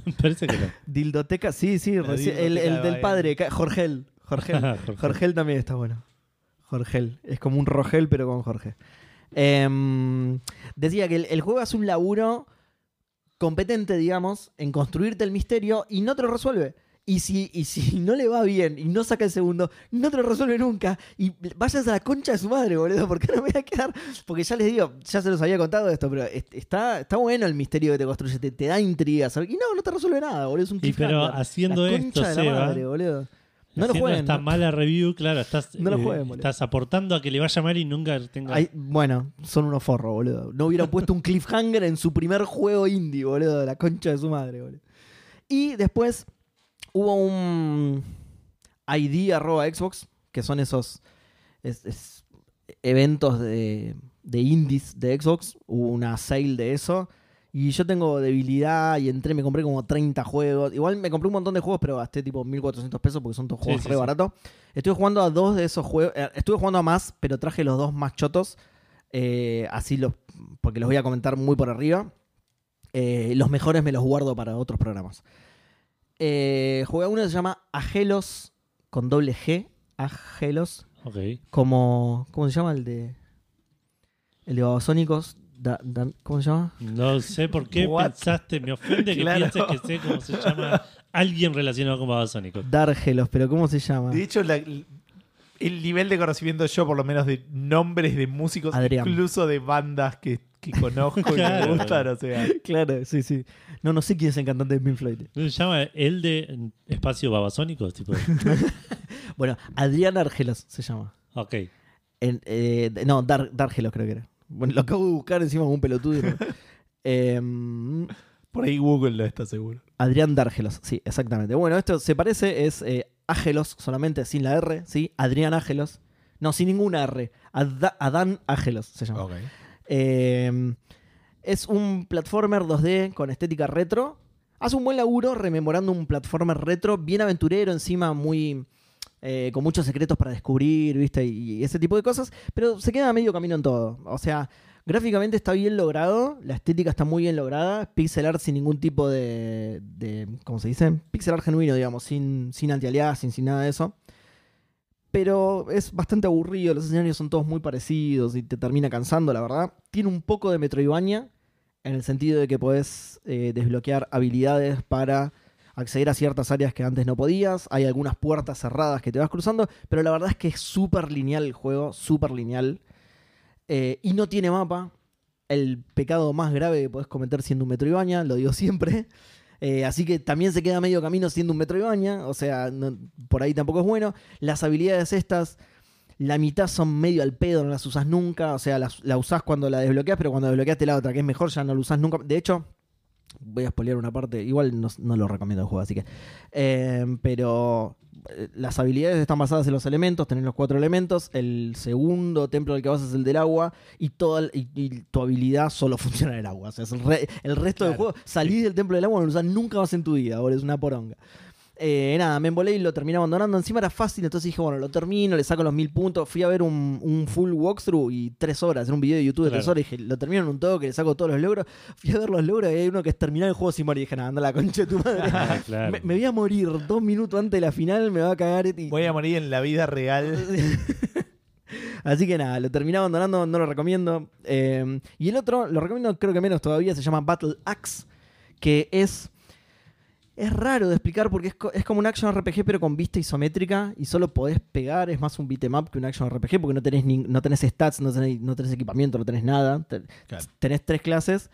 Speaker 1: Me parece que no.
Speaker 2: Dildoteca, sí, sí,
Speaker 3: La
Speaker 2: reci- el,
Speaker 3: dildoteca
Speaker 2: el
Speaker 3: de
Speaker 2: del
Speaker 3: Babel.
Speaker 2: padre, ca- Jorgel.
Speaker 3: [LAUGHS]
Speaker 2: Jorgel.
Speaker 1: Ah, Jorge.
Speaker 2: Jorgel también está bueno. Jorgel. Es como un Rogel, pero con Jorge. Em, decía que el, el juego hace un laburo competente, digamos, en construirte el misterio y no te lo resuelve. Y si, y si [LAUGHS] no le va bien y no saca el segundo, no te lo resuelve nunca. Y vayas a la concha de su madre, boludo, porque no me voy a quedar. Porque ya les digo, ya se los había contado esto, pero es- está, está bueno el misterio que te construye, te, te da intriga. ¿sabes? Y no, no te resuelve nada, boludo. Es un
Speaker 1: Y pero
Speaker 2: cliffhanger.
Speaker 1: haciendo
Speaker 2: La
Speaker 1: esto,
Speaker 2: concha de la
Speaker 1: Seba,
Speaker 2: madre, boludo. No lo
Speaker 1: haciendo
Speaker 2: jueguen,
Speaker 1: esta
Speaker 2: no-
Speaker 1: mala review, claro, estás,
Speaker 2: No lo
Speaker 1: eh,
Speaker 2: jueguen, boludo.
Speaker 1: estás aportando a que le vaya mal y nunca tenga.
Speaker 2: Ay, bueno, son unos forros, boludo. No hubieran puesto un cliffhanger en su primer juego indie, boludo. de La concha de su madre, boludo. Y después hubo un ID arroba Xbox, que son esos es- es- eventos de, de indies de Xbox. Hubo una sale de eso. Y yo tengo debilidad y entré, me compré como 30 juegos. Igual me compré un montón de juegos, pero gasté tipo 1400 pesos porque son todos
Speaker 1: Sí,
Speaker 2: juegos
Speaker 1: sí,
Speaker 2: re
Speaker 1: sí.
Speaker 2: baratos. Estuve jugando a dos de esos juegos. eh, estuve jugando a más, pero traje los dos más chotos. eh, así los. Porque los voy a comentar muy por arriba. Eh, los mejores me los guardo para otros programas. Eh, jugué a uno que se llama Agelos con doble G. Agelos.
Speaker 1: Ok.
Speaker 2: Como. ¿Cómo se llama el de. El de Babasónicos? Da- da- ¿Cómo se llama?
Speaker 1: No sé por qué
Speaker 3: What?
Speaker 1: pensaste, me ofende que
Speaker 3: Claro.
Speaker 1: pienses que sé cómo se llama alguien relacionado con Babasónico.
Speaker 2: Dargelos, pero ¿cómo se llama?
Speaker 3: De hecho, la- el nivel de conocimiento yo, por lo menos, de nombres de músicos,
Speaker 2: Adrián.
Speaker 3: incluso de bandas que, que conozco y
Speaker 1: Claro.
Speaker 3: me gustan, o sea.
Speaker 2: Claro, sí, sí. No, no sé quién es el cantante de Pink Floyd.
Speaker 1: ¿No se llama el de espacio Babasónico? Tipo,
Speaker 2: Bueno, Adrián Argelos se llama.
Speaker 1: ok.
Speaker 2: En- eh, no, Dar, Dargelos creo que era. Bueno, lo acabo de buscar encima como un pelotudo. Eh,
Speaker 3: Por ahí Google lo está seguro.
Speaker 2: Adrián D'Argelos, sí, exactamente. Bueno, esto se parece, es eh, Ágelos solamente, sin la R, ¿sí? Adrián Ágelos. No, sin ninguna R. Adda- Adán Ágelos se llama.
Speaker 3: Ok.
Speaker 2: Eh, es un platformer 2D con estética retro. Hace un buen laburo rememorando un platformer retro, bien aventurero encima, muy eh, con muchos secretos para descubrir, ¿viste? Y, y ese tipo de cosas. Pero se queda a medio camino en todo. O sea, gráficamente está bien logrado, la estética está muy bien lograda, pixel art sin ningún tipo de, de ¿cómo se dice? Pixel art genuino, digamos, sin, sin anti sin, sin nada de eso pero es bastante aburrido, los escenarios son todos muy parecidos y te termina cansando, la verdad. Tiene un poco de Metroidvania, en el sentido de que podés eh, desbloquear habilidades para acceder a ciertas áreas que antes no podías, hay algunas puertas cerradas que te vas cruzando, pero la verdad es que es súper lineal el juego, súper lineal, Eh, y no tiene mapa. El pecado más grave que podés cometer siendo un Metroidvania, lo digo siempre. [LAUGHS] Eh, así que también se queda medio camino siendo un Metroidvania, o sea, no- por ahí tampoco es bueno. Las habilidades estas, la mitad son medio al pedo, no las usas nunca. O sea, las- la usás cuando la desbloqueas, pero cuando desbloqueaste la otra, que es mejor, ya no la usás nunca. De hecho, voy a spoilear una parte. Igual no, no lo recomiendo el juego, así que. Eh, pero eh, las habilidades están basadas en los elementos, tenés los cuatro elementos. El segundo templo del que vas es el del agua. Y, toda, el- y, y tu habilidad solo [LAUGHS] funciona en el agua. O sea, es el, re- el resto del
Speaker 3: Claro.
Speaker 2: juego, salís del templo del agua, no lo usás nunca más en tu vida, boludo, Es una poronga. Eh, nada, me embolé y lo terminé abandonando. Encima era fácil, entonces dije, bueno, lo termino, le saco los mil puntos. Fui a ver un, un full walkthrough y tres horas, era un video de YouTube de tres
Speaker 1: Claro.
Speaker 2: horas. Dije, lo termino en un toque, le saco todos los logros. Fui a ver los logros y hay uno que es terminar el juego sin morir. Dije, nada, anda a la concha de tu madre.
Speaker 3: [LAUGHS]
Speaker 1: Ah, claro.
Speaker 2: me, me voy a morir dos minutos antes de la final, me va a cagar. Y,
Speaker 3: Voy
Speaker 2: [LAUGHS]
Speaker 3: a morir en la vida [LAUGHS] real.
Speaker 2: Así que nada, lo terminé abandonando, no lo recomiendo. Eh, y el otro, lo recomiendo creo que menos todavía, se llama Battle Axe, que es... Es raro de explicar porque es, co- es como un action RPG pero con vista isométrica y solo podés pegar, es más un beat'em up que un action RPG porque no tenés, nin- no tenés stats, no tenés, no tenés equipamiento, no tenés nada. Te-
Speaker 3: Claro.
Speaker 2: Tenés tres clases.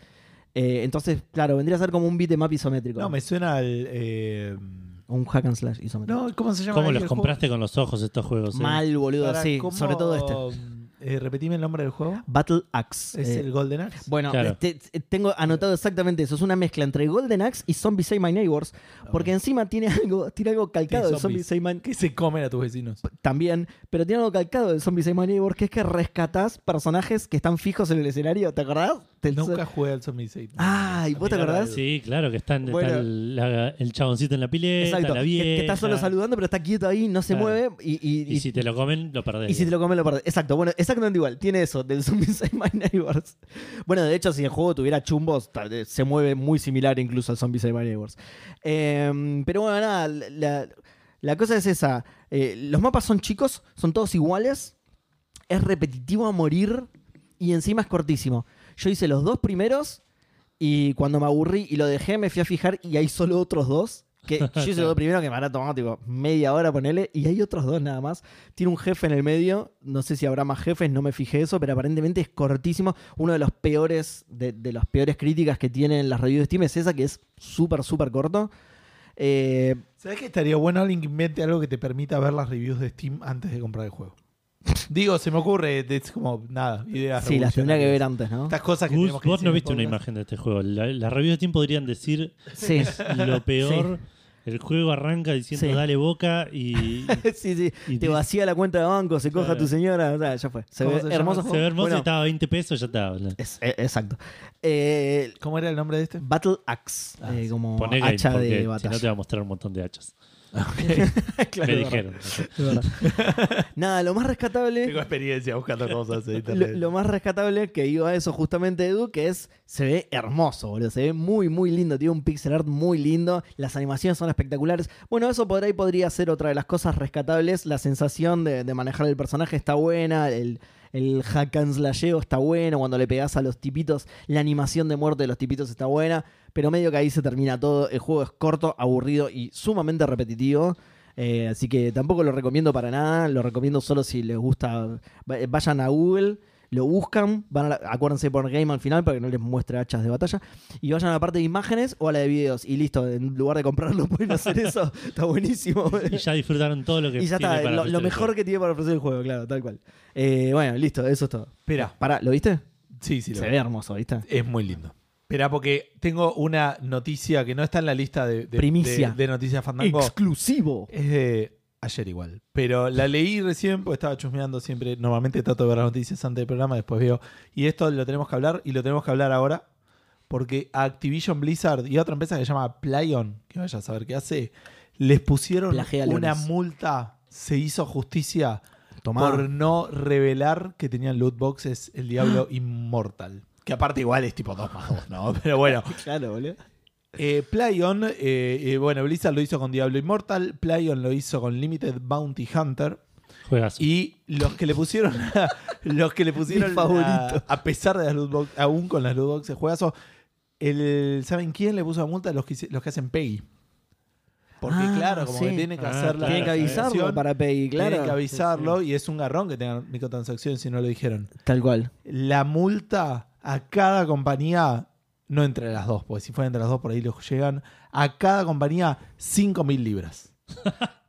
Speaker 2: Eh, entonces, claro, vendría a ser como un beat'em up isométrico.
Speaker 3: No, me suena al. eh,
Speaker 2: O un hack and slash isométrico.
Speaker 3: no, ¿cómo se llama?
Speaker 1: ¿Cómo
Speaker 3: el
Speaker 1: los
Speaker 3: juego?
Speaker 1: compraste con los ojos estos juegos? eh?
Speaker 2: Mal, boludo,
Speaker 3: Para,
Speaker 2: sí.
Speaker 3: ¿cómo,
Speaker 2: Sobre todo este.
Speaker 3: eh, repetime el nombre del juego.
Speaker 2: Battle Axe.
Speaker 3: Es
Speaker 2: eh,
Speaker 3: el Golden Axe.
Speaker 2: Bueno,
Speaker 1: Claro.
Speaker 2: te- te- tengo anotado exactamente eso. Es una mezcla entre Golden Axe y Zombies Save My Neighbors. Porque encima tiene algo, tiene algo calcado
Speaker 3: Tiene
Speaker 2: de Zombies
Speaker 3: zombies.
Speaker 2: Save My
Speaker 3: ¿Qué se comen a tus vecinos?
Speaker 2: también, pero tiene algo calcado de Zombies Save My Neighbors, que es que rescatás personajes que están fijos en el escenario. ¿Te acordás? Te-
Speaker 3: Nunca jugué al Zombie Satan.
Speaker 2: Ay, ¿vos te
Speaker 3: Mirá,
Speaker 2: acordás?
Speaker 1: Sí, claro, que están, está
Speaker 2: Bueno.
Speaker 1: el, la- el chaboncito en la pileta,
Speaker 2: Exacto.
Speaker 1: la
Speaker 2: Que,
Speaker 1: vieja.
Speaker 2: que está solo saludando, pero está quieto ahí, no se
Speaker 1: Claro.
Speaker 2: mueve. Y, y-
Speaker 1: Y si te lo comen, lo perdés.
Speaker 2: Y si te lo comes, lo perdés. Exacto, bueno, exactamente igual. Tiene eso, del Zombie [LAUGHS] Save My Neighbors. Bueno, de hecho, si el juego tuviera chumbos, tal vez se mueve muy similar incluso al Zombie Save My Neighbors. Eh, pero bueno, nada, la, la cosa es esa. Eh, los mapas son chicos, son todos iguales. Es repetitivo a morir y encima es cortísimo. Yo hice los dos primeros y cuando me aburrí y lo dejé, me fui a fijar y hay solo otros dos. Que yo hice los dos primeros que me habrá tomado tipo media hora ponele y hay otros dos nada más. Tiene un jefe en el medio, no sé si habrá más jefes, no me fijé eso, pero aparentemente es cortísimo. Uno de los peores, de, de las peores críticas que tienen las reviews de Steam es esa que es súper, súper corto. Eh,
Speaker 3: ¿Sabes que estaría bueno alguien que invente algo que te permita ver las reviews de Steam antes de comprar el juego? Digo, se me ocurre, es como nada, ideas.
Speaker 2: sí, las tendría que ver
Speaker 3: revolucionarias.
Speaker 2: antes, ¿no?
Speaker 3: Estas cosas que
Speaker 1: Gus,
Speaker 3: tenemos que
Speaker 1: vos
Speaker 3: decir
Speaker 1: no
Speaker 3: en el
Speaker 1: viste una
Speaker 3: podcast.
Speaker 1: imagen de este juego. La- Las reviews de Steam podrían decir
Speaker 2: [LAUGHS] Sí.
Speaker 1: lo peor. El juego arranca diciendo
Speaker 2: Sí.
Speaker 1: dale boca y,
Speaker 2: [LAUGHS] sí, sí.
Speaker 1: y
Speaker 2: Te vacía la cuenta de banco, se coja
Speaker 1: Claro.
Speaker 2: tu señora, o sea, ya fue. Se
Speaker 3: ¿Cómo
Speaker 2: ve
Speaker 3: se
Speaker 2: [LAUGHS]
Speaker 3: llama?
Speaker 2: hermoso.
Speaker 1: se ve hermoso
Speaker 2: Bueno,
Speaker 1: y estaba a 20 pesos, ya está. bla.
Speaker 2: es- eh, exacto. Eh,
Speaker 3: ¿Cómo era el nombre de este?
Speaker 2: Battle Axe,
Speaker 3: Ah,
Speaker 2: eh,
Speaker 3: sí.
Speaker 2: como
Speaker 1: Poné game,
Speaker 2: hacha
Speaker 1: porque
Speaker 2: de
Speaker 1: si
Speaker 2: batalla.
Speaker 1: no te va a mostrar un montón de
Speaker 2: [LAUGHS]
Speaker 1: hachas.
Speaker 2: Claro,
Speaker 1: [LAUGHS] Me
Speaker 2: es verdad,
Speaker 1: dijeron.
Speaker 2: es verdad. [LAUGHS] Nada, lo más rescatable.
Speaker 3: Tengo experiencia buscando cosas en
Speaker 2: Lo,
Speaker 3: internet.
Speaker 2: lo más rescatable que iba a eso justamente Edu, que es, se ve hermoso, boludo, se ve muy, muy lindo, tiene un pixel art muy lindo, las animaciones son espectaculares. Bueno, eso por ahí podría ser otra de las cosas rescatables, la sensación de, de manejar el personaje está buena, el, el hack and slasheo está bueno, cuando le pegas a los tipitos, la animación de muerte de los tipitos está buena, pero medio que ahí se termina todo, el juego es corto, aburrido y sumamente repetitivo. Eh, así que tampoco lo recomiendo para nada, lo recomiendo solo si les gusta. Va- eh, Vayan a Google, lo buscan, van a la- acuérdense por game al final para que no les muestre hachas de batalla, y vayan a la parte de imágenes o a la de videos, y listo, en lugar de comprarlo [LAUGHS] pueden hacer eso, está buenísimo.
Speaker 1: Y ya disfrutaron todo lo que
Speaker 2: [LAUGHS] Y ya
Speaker 1: tiene
Speaker 2: está,
Speaker 1: para
Speaker 2: lo, lo
Speaker 1: ofrecer el
Speaker 2: mejor
Speaker 1: juego.
Speaker 2: que tiene para ofrecer el juego, claro, tal cual. Eh, bueno, listo, eso es todo.
Speaker 3: Espera,
Speaker 2: Pará, ¿lo viste?
Speaker 3: sí, sí, lo
Speaker 2: Se
Speaker 3: veo.
Speaker 2: ve hermoso, ¿viste?
Speaker 3: es muy lindo. Espera, porque tengo una noticia que no está en la lista de, de-
Speaker 2: Primicia.
Speaker 3: de- de noticias Fandango.
Speaker 2: Exclusivo.
Speaker 3: Es de ayer igual. Pero la leí recién porque estaba chusmeando siempre. Normalmente trato de ver las noticias antes del programa, después veo. Y esto lo tenemos que hablar y lo tenemos que hablar ahora. Porque a Activision Blizzard y a otra empresa que se llama Playon, que vaya a saber qué hace, les pusieron
Speaker 2: Plagea
Speaker 3: una
Speaker 2: leones.
Speaker 3: multa. Se hizo justicia
Speaker 2: Tomá.
Speaker 3: por no revelar que tenían loot boxes
Speaker 2: [GASPS]
Speaker 3: el Diablo Inmortal. Que aparte igual es tipo 2 más 2, ¿no? [LAUGHS] Pero bueno.
Speaker 2: Claro, boludo.
Speaker 3: Eh, Playon, eh, eh, bueno, Blizzard lo hizo con Diablo Immortal, Playon lo hizo con Limited Bounty Hunter
Speaker 1: Juegazo.
Speaker 3: y los que le pusieron, la- [LAUGHS] los que le pusieron,
Speaker 2: Mi
Speaker 3: la-
Speaker 2: favorito.
Speaker 3: a pesar de las loot box- aún con las loot boxes juegazo, el, ¿saben quién le puso la multa? Los que, hice- los que hacen Peggy. Porque
Speaker 2: Ah,
Speaker 3: claro, como
Speaker 2: sí.
Speaker 3: que tienen que
Speaker 1: Ah,
Speaker 3: hacer la
Speaker 2: Tienen que avisarlo
Speaker 3: transacción,
Speaker 2: para Peggy, claro.
Speaker 3: Tienen que avisarlo y es un garrón que tengan microtransacciones si no lo dijeron
Speaker 2: Tal cual.
Speaker 3: la multa a cada compañía, no entre las dos, porque si fuera entre las dos por ahí los llegan, a cada compañía 5.000 [LAUGHS] libras.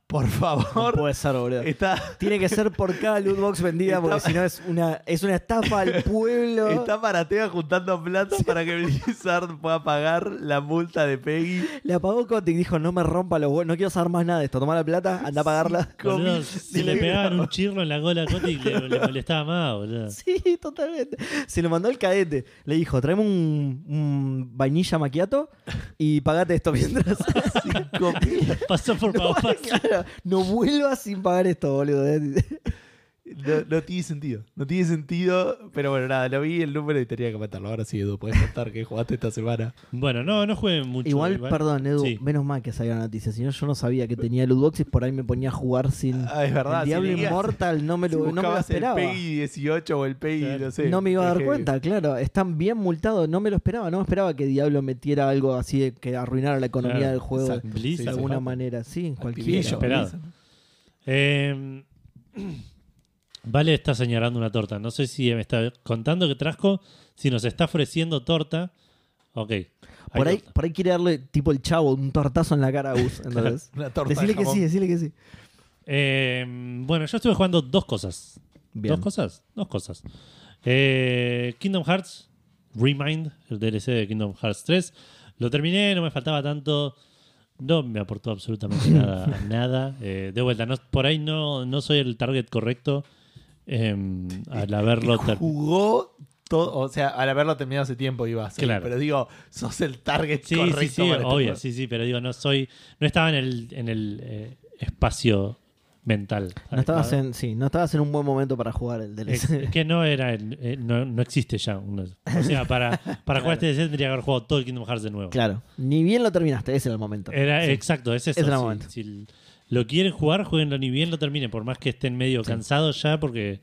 Speaker 3: Por favor,
Speaker 2: puede ser, boludo.
Speaker 3: está,
Speaker 2: Tiene que ser por cada loot box vendida, porque
Speaker 3: Está-
Speaker 2: si no es una, es una estafa [LAUGHS] al pueblo.
Speaker 3: está Maratea juntando plata para [LAUGHS] que Blizzard pueda pagar la multa de Peggy.
Speaker 2: Le apagó Kotick, dijo, no me rompa los huevos, no quiero saber más nada de esto. Tomá la plata, anda a pagarla.
Speaker 1: Boludo,
Speaker 3: 5.000
Speaker 1: si le pegaban un chirro en la cola a Coti, le, le molestaba más, boludo.
Speaker 2: [LAUGHS] Sí, totalmente. Se lo mandó el cadete. Le dijo, traeme un, un vainilla maquiato y pagate esto [LAUGHS] mientras.
Speaker 1: [LAUGHS]
Speaker 3: 5.000.
Speaker 1: Pasó por
Speaker 2: [LAUGHS] no,
Speaker 1: pago fácil.
Speaker 2: claro, no vuelvas sin pagar esto, boludo. eh.
Speaker 3: No, no tiene sentido. No tiene sentido. Pero bueno, nada, lo vi el número y tenía que matarlo. Ahora sí, Edu, puedes contar que jugaste esta semana.
Speaker 1: Bueno, no, no jueguen mucho.
Speaker 2: Igual, perdón, Edu,
Speaker 1: Sí.
Speaker 2: menos mal que salió la noticia. Si no, yo no sabía que tenía loot boxes, por ahí me ponía a jugar sin...
Speaker 3: Ah, es verdad.
Speaker 2: el Diablo
Speaker 3: si leías-
Speaker 2: Inmortal no me
Speaker 3: si
Speaker 2: lo, no me lo
Speaker 3: buscabas
Speaker 2: esperaba.
Speaker 3: el eh. Peggy 18 o el Peggy,
Speaker 1: Claro.
Speaker 3: no sé.
Speaker 2: no me iba a
Speaker 3: es
Speaker 2: dar
Speaker 3: heavy.
Speaker 2: cuenta, claro. Están bien multados. No me lo esperaba. No me esperaba que Diablo metiera algo así de que arruinara la economía
Speaker 1: Claro,
Speaker 2: del juego
Speaker 3: exacto.
Speaker 1: Blizzard.
Speaker 2: de
Speaker 3: sí,
Speaker 2: alguna
Speaker 3: sí.
Speaker 2: manera. Sí, en
Speaker 3: Activision,
Speaker 2: cualquiera.
Speaker 1: Esperá.
Speaker 3: Blizzard.
Speaker 1: Eh, [CLEARS THROAT] vale está señalando una torta. No sé si me está contando que trasco, si nos está ofreciendo torta. Ok. Hay
Speaker 2: Por ahí,
Speaker 1: torta.
Speaker 2: por ahí quiere darle tipo el chavo un tortazo en la cara a
Speaker 3: [LAUGHS]
Speaker 2: Gus. ¿entendés?
Speaker 3: Una torta de
Speaker 2: decile que
Speaker 3: jamón.
Speaker 2: sí, decile que sí.
Speaker 1: Eh, bueno, yo estuve jugando dos cosas.
Speaker 2: Bien.
Speaker 1: Dos cosas. Dos cosas. Eh, Kingdom Hearts Remind, el DLC de Kingdom Hearts 3. Lo terminé, no me faltaba tanto. No me aportó
Speaker 2: [LAUGHS]
Speaker 1: absolutamente nada. nada. Eh, de vuelta, no- por ahí no, no soy el target correcto em, al haberlo ter-
Speaker 3: Jugó todo, o sea, al haberlo terminado hace tiempo iba a ser,
Speaker 1: Claro.
Speaker 3: Pero digo, sos el target
Speaker 1: Sí,
Speaker 3: correcto.
Speaker 1: sí, sí,
Speaker 3: para este
Speaker 1: obvio,
Speaker 3: juego.
Speaker 1: sí, sí, pero digo, no soy, no estaba en el, en el eh, espacio mental.
Speaker 2: No estabas, en, sí, no estabas en un buen momento para jugar el
Speaker 1: Es,
Speaker 2: DLC.
Speaker 1: es que no era, el- eh, no, no existe ya. uno- o sea, para, para jugar este DLC tendría que haber jugado todo el Kingdom Hearts de nuevo.
Speaker 2: [LAUGHS] claro. Ni bien lo terminaste, ese era el momento.
Speaker 1: Era,
Speaker 2: Sí.
Speaker 1: Exacto, es eso.
Speaker 2: Ese era el
Speaker 1: si-
Speaker 2: momento.
Speaker 1: si, lo quieren jugar, jueguenlo ni bien lo terminen, por más que estén medio cansados ya, porque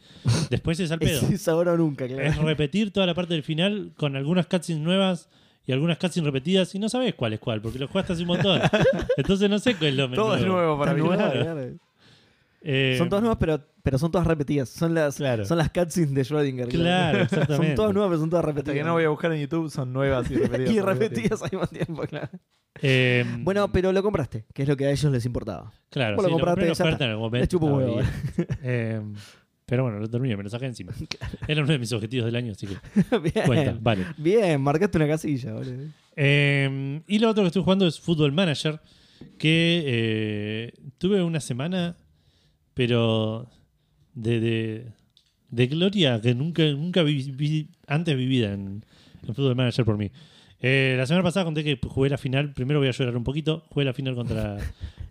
Speaker 1: después es al pedo.
Speaker 2: Es, es ahora o nunca, [LAUGHS]
Speaker 1: es
Speaker 2: claro.
Speaker 1: repetir toda la parte del final con algunas cutscenes nuevas y algunas cutscenes repetidas y no sabes cuál es cuál, porque lo jugaste hace un montón. Entonces no sé cuál es lo
Speaker 3: Todo es
Speaker 1: nuevo.
Speaker 3: nuevo para mí.
Speaker 1: Está nuevo.
Speaker 2: Claro, claro.
Speaker 1: Eh,
Speaker 2: Son todas nuevas, pero, pero son todas repetidas. Son las,
Speaker 1: Claro.
Speaker 2: son las cutscenes de Schrödinger.
Speaker 1: Claro, exactamente.
Speaker 2: [LAUGHS] Son todas nuevas, pero son todas
Speaker 3: Hasta
Speaker 2: repetidas.
Speaker 3: que no voy a buscar en YouTube, son nuevas y
Speaker 2: [LAUGHS]
Speaker 3: repetidas.
Speaker 2: y repetidas al mismo tiempo, claro.
Speaker 1: Eh,
Speaker 2: Bueno, pero lo compraste, que es lo que a ellos les importaba. [LAUGHS]
Speaker 1: claro,
Speaker 2: vos lo
Speaker 1: sí, lo
Speaker 2: compraste,
Speaker 1: compré en
Speaker 2: ya está.
Speaker 1: oferta en algún momento,
Speaker 2: Les chupo un
Speaker 1: estaba
Speaker 2: huevo.
Speaker 1: bien.
Speaker 2: [LAUGHS]
Speaker 1: Eh, pero bueno, lo terminé, me lo saqué encima. Era uno de mis objetivos del año, así
Speaker 2: [LAUGHS]
Speaker 1: que
Speaker 2: Bien.
Speaker 1: cuenta, vale.
Speaker 2: Bien, marcaste una casilla, boludo.
Speaker 1: Eh, y lo otro que estoy jugando es Football Manager, que eh, tuve una semana, pero de, de, de gloria que nunca, nunca vi- vi- antes vivida en, en Football Manager por mí. Eh, la semana pasada conté que jugué la final, primero voy a llorar un poquito, jugué la final contra,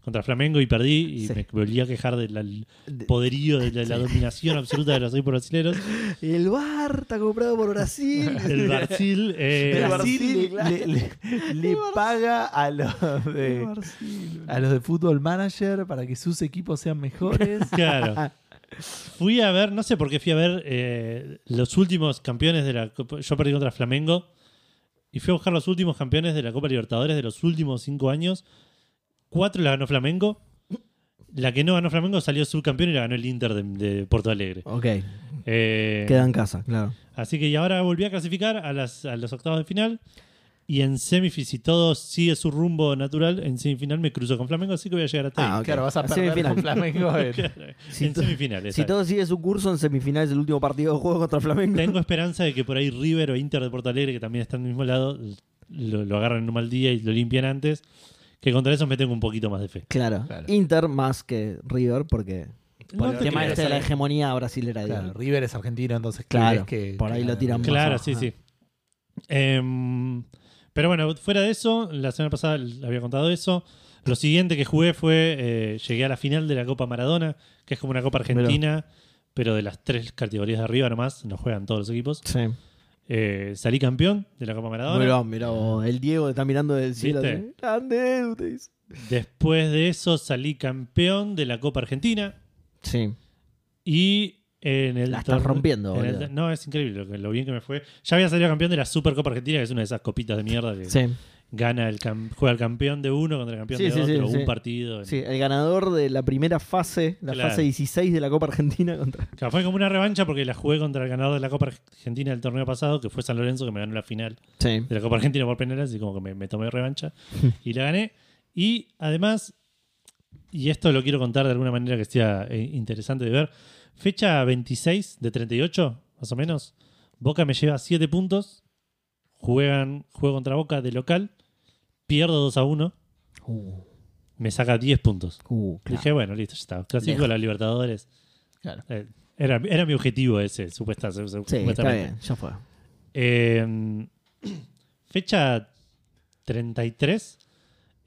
Speaker 1: contra Flamengo y perdí y
Speaker 2: Sí.
Speaker 1: me volví a quejar del al- poderío, de la, la dominación absoluta de los equipos brasileños.
Speaker 2: El bar está comprado por Brasil.
Speaker 1: [LAUGHS] El Brasil... eh,
Speaker 3: El
Speaker 2: Brasil,
Speaker 3: Brasil
Speaker 2: claro.
Speaker 3: le, le- le paga a los
Speaker 2: El
Speaker 3: de,
Speaker 2: Brasil.
Speaker 3: a los de Football Manager para que sus equipos sean mejores.
Speaker 1: Claro. Fui a ver, no sé por qué fui a ver eh, los últimos campeones de la Copa. Yo perdí contra Flamengo. Y fui a buscar los últimos campeones de la Copa Libertadores de los últimos cinco años. Cuatro la ganó Flamengo. La que no ganó Flamengo salió subcampeón y la ganó el Inter de, de Porto Alegre.
Speaker 2: Ok,
Speaker 1: Eh,
Speaker 2: queda en casa, claro.
Speaker 1: así que y ahora volví a clasificar a, las, a los octavos de final. Y en semifis, si todo sigue su rumbo natural, en semifinal me cruzo con Flamengo, así que voy a llegar hasta [LAUGHS]
Speaker 2: Ah, [LAUGHS] ok.
Speaker 3: Claro, vas a
Speaker 2: La
Speaker 3: perder
Speaker 2: semifinal.
Speaker 3: con Flamengo. en-
Speaker 2: [LAUGHS]
Speaker 1: ahí.
Speaker 2: Si
Speaker 1: en
Speaker 2: to-
Speaker 1: semifinales.
Speaker 2: Si
Speaker 1: ahí.
Speaker 2: todo sigue su curso en semifinales del último partido de juego contra Flamengo.
Speaker 1: Tengo esperanza de que por ahí River o Inter de Porto Alegre, que también están del mismo lado, lo, lo agarren en un mal día y lo limpian antes. Que contra eso me tengo un poquito más de fe.
Speaker 2: Claro.
Speaker 3: Claro.
Speaker 2: Inter más que River porque por
Speaker 1: No
Speaker 2: el
Speaker 1: te
Speaker 2: tema
Speaker 1: creas.
Speaker 2: este de la hegemonía brasilera.
Speaker 3: Claro,
Speaker 2: digamos.
Speaker 3: River es argentino, entonces
Speaker 2: Claro,
Speaker 3: claro, que
Speaker 2: por ahí lo tiran más.
Speaker 1: Claro,
Speaker 2: Ajá.
Speaker 1: sí, sí. Em, pero bueno, fuera de eso, la semana pasada le había contado eso. Lo siguiente que jugué fue, eh, llegué a la final de la Copa Maradona, que es como una Copa Argentina, pero de las tres categorías de arriba nomás, no juegan todos los equipos.
Speaker 2: Sí.
Speaker 1: Eh, salí campeón de la Copa Maradona.
Speaker 2: Mirá, mirá vos, el Diego está mirando del cielo.
Speaker 1: ¿Viste?
Speaker 2: así, Grande, usted dice.
Speaker 1: Después de eso salí campeón de la Copa Argentina,
Speaker 2: Sí.
Speaker 1: Y en el
Speaker 2: La estás
Speaker 1: torne-
Speaker 2: rompiendo,
Speaker 1: en el-
Speaker 2: boludo.
Speaker 1: no, es increíble lo, que- lo bien que me fue. Ya había salido campeón de la Supercopa Argentina, que es una de esas copitas de mierda que
Speaker 2: Sí.
Speaker 1: gana el cam- juega el campeón de uno contra el campeón
Speaker 2: Sí,
Speaker 1: de
Speaker 2: sí, sí,
Speaker 1: otro, un
Speaker 2: sí.
Speaker 1: partido.
Speaker 2: Sí, el ganador de la primera fase, la
Speaker 1: Claro.
Speaker 2: fase 16 de la Copa Argentina contra.
Speaker 1: O sea, fue como una revancha porque la jugué contra el ganador de la Copa Argentina del torneo pasado, que fue San Lorenzo, que me ganó la final
Speaker 2: Sí.
Speaker 1: de la Copa Argentina por penales, y como que me, me tomé revancha y la gané. Y además, y esto lo quiero contar de alguna manera que sea eh, interesante de ver, fecha 26 de 38, más o menos, Boca me lleva 7 puntos, juegan, juego contra Boca de local, pierdo 2 a 1,
Speaker 2: Uh,
Speaker 1: me saca 10 puntos.
Speaker 2: uh, claro.
Speaker 1: Dije, bueno, listo, ya está. Clasifico a la Libertadores.
Speaker 3: Claro.
Speaker 1: Eh, Era, era mi objetivo ese, supuesta-
Speaker 2: Sí, está
Speaker 1: supuestamente.
Speaker 2: bien, ya fue.
Speaker 1: Eh, fecha 33.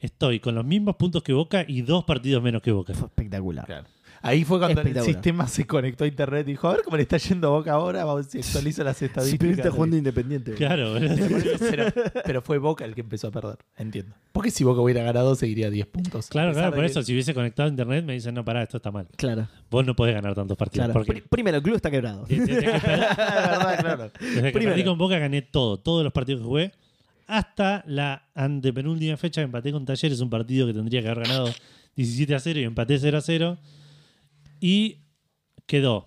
Speaker 1: Estoy con los mismos puntos que Boca y dos partidos menos que Boca.
Speaker 2: Fue espectacular.
Speaker 3: Claro. Ahí fue cuando el
Speaker 2: Espectacular.
Speaker 3: sistema se conectó a internet y dijo, a ver cómo le está yendo a Boca ahora, vamos si actualiza las
Speaker 2: [LAUGHS] Si
Speaker 3: estadísticas.
Speaker 2: Perú está jugando independiente.
Speaker 1: Claro,
Speaker 3: Pero
Speaker 1: boludo.
Speaker 3: por eso- [LAUGHS] pero, pero fue Boca el que empezó a perder, entiendo. Porque si Boca hubiera ganado, seguiría 10 puntos.
Speaker 1: claro,
Speaker 3: A pesar
Speaker 1: claro,
Speaker 3: de
Speaker 1: por
Speaker 3: que-
Speaker 1: eso. Si hubiese conectado a internet, me dicen, no, pará, esto está mal.
Speaker 2: Claro.
Speaker 1: Vos no podés ganar tantos partidos.
Speaker 2: claro.
Speaker 1: Porque
Speaker 2: [LAUGHS] Pri- Primero, el club está quebrado.
Speaker 1: desde, desde que, perdí-
Speaker 3: [LAUGHS] Ah, es
Speaker 2: [LAUGHS]
Speaker 3: verdad, claro.
Speaker 1: desde que
Speaker 3: Primero.
Speaker 1: perdí con Boca gané todo, todos los partidos que jugué. Hasta la antepenúltima fecha que empaté con Talleres, un partido que tendría que haber ganado 17 a 0 y empaté 0 a 0. Y quedó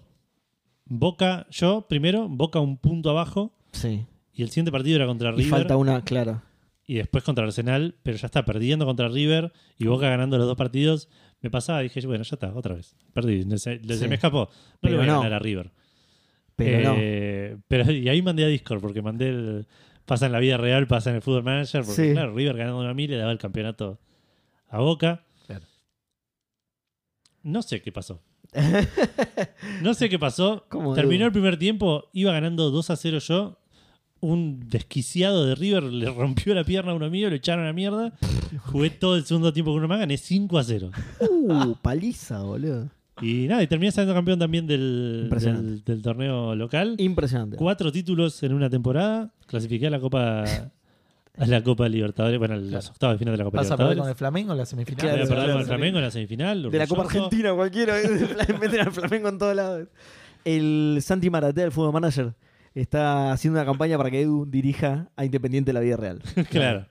Speaker 1: Boca, yo primero, Boca un punto abajo,
Speaker 2: Sí.
Speaker 1: Y el siguiente partido era contra
Speaker 2: Y
Speaker 1: River.
Speaker 2: falta una, claro.
Speaker 1: Y después contra Arsenal, pero ya está perdiendo contra River y Boca ganando los dos partidos. Me pasaba y dije, bueno, ya está, otra vez. Perdí, no sé, le- se,
Speaker 2: Sí.
Speaker 1: me escapó. No
Speaker 2: Pero
Speaker 1: le voy a
Speaker 2: no.
Speaker 1: ganar a River.
Speaker 2: Pero
Speaker 1: Eh, pero- [LAUGHS] y ahí mandé a Discord, porque mandé el. Pasa en la vida real, pasa en el fútbol manager. Porque
Speaker 2: Sí.
Speaker 1: claro, River ganando una mil le daba el campeonato a Boca.
Speaker 3: Claro.
Speaker 1: No sé qué
Speaker 2: [LAUGHS]
Speaker 1: pasó.
Speaker 2: no.
Speaker 1: No sé qué pasó.
Speaker 2: ¿Cómo,
Speaker 1: Terminó
Speaker 2: Edu?
Speaker 1: el primer tiempo, iba ganando 2 a 0 yo. Un desquiciado de River le rompió la pierna a uno mío, lo echaron a la
Speaker 2: [LAUGHS]
Speaker 1: mierda. Jugué todo el segundo tiempo con uno más, gané 5 a 0.
Speaker 2: Uh, paliza, boludo.
Speaker 1: Y nada, y terminé siendo campeón también del,
Speaker 2: Impresionante.
Speaker 1: del- del torneo local.
Speaker 2: Impresionante.
Speaker 1: Cuatro títulos en una temporada. Clasifiqué a la Copa a la Copa Libertadores, bueno, a las octavas de final de la Copa
Speaker 3: Vas a perder con el
Speaker 1: Libertadores.
Speaker 3: Flamengo en la
Speaker 1: Voy a
Speaker 3: semifinal.
Speaker 2: Claro,
Speaker 1: perder
Speaker 2: claro,
Speaker 1: con el
Speaker 2: sí.
Speaker 1: Flamengo en la semifinal.
Speaker 2: De la Copa
Speaker 1: orgulloso.
Speaker 2: Argentina, cualquiera. [LAUGHS] Meten al Flamengo en todos lados. El Santi Maratea, el fútbol manager, está haciendo una campaña para que Edu dirija a Independiente la
Speaker 1: [LAUGHS]
Speaker 2: vida real.
Speaker 1: [LAUGHS] Claro.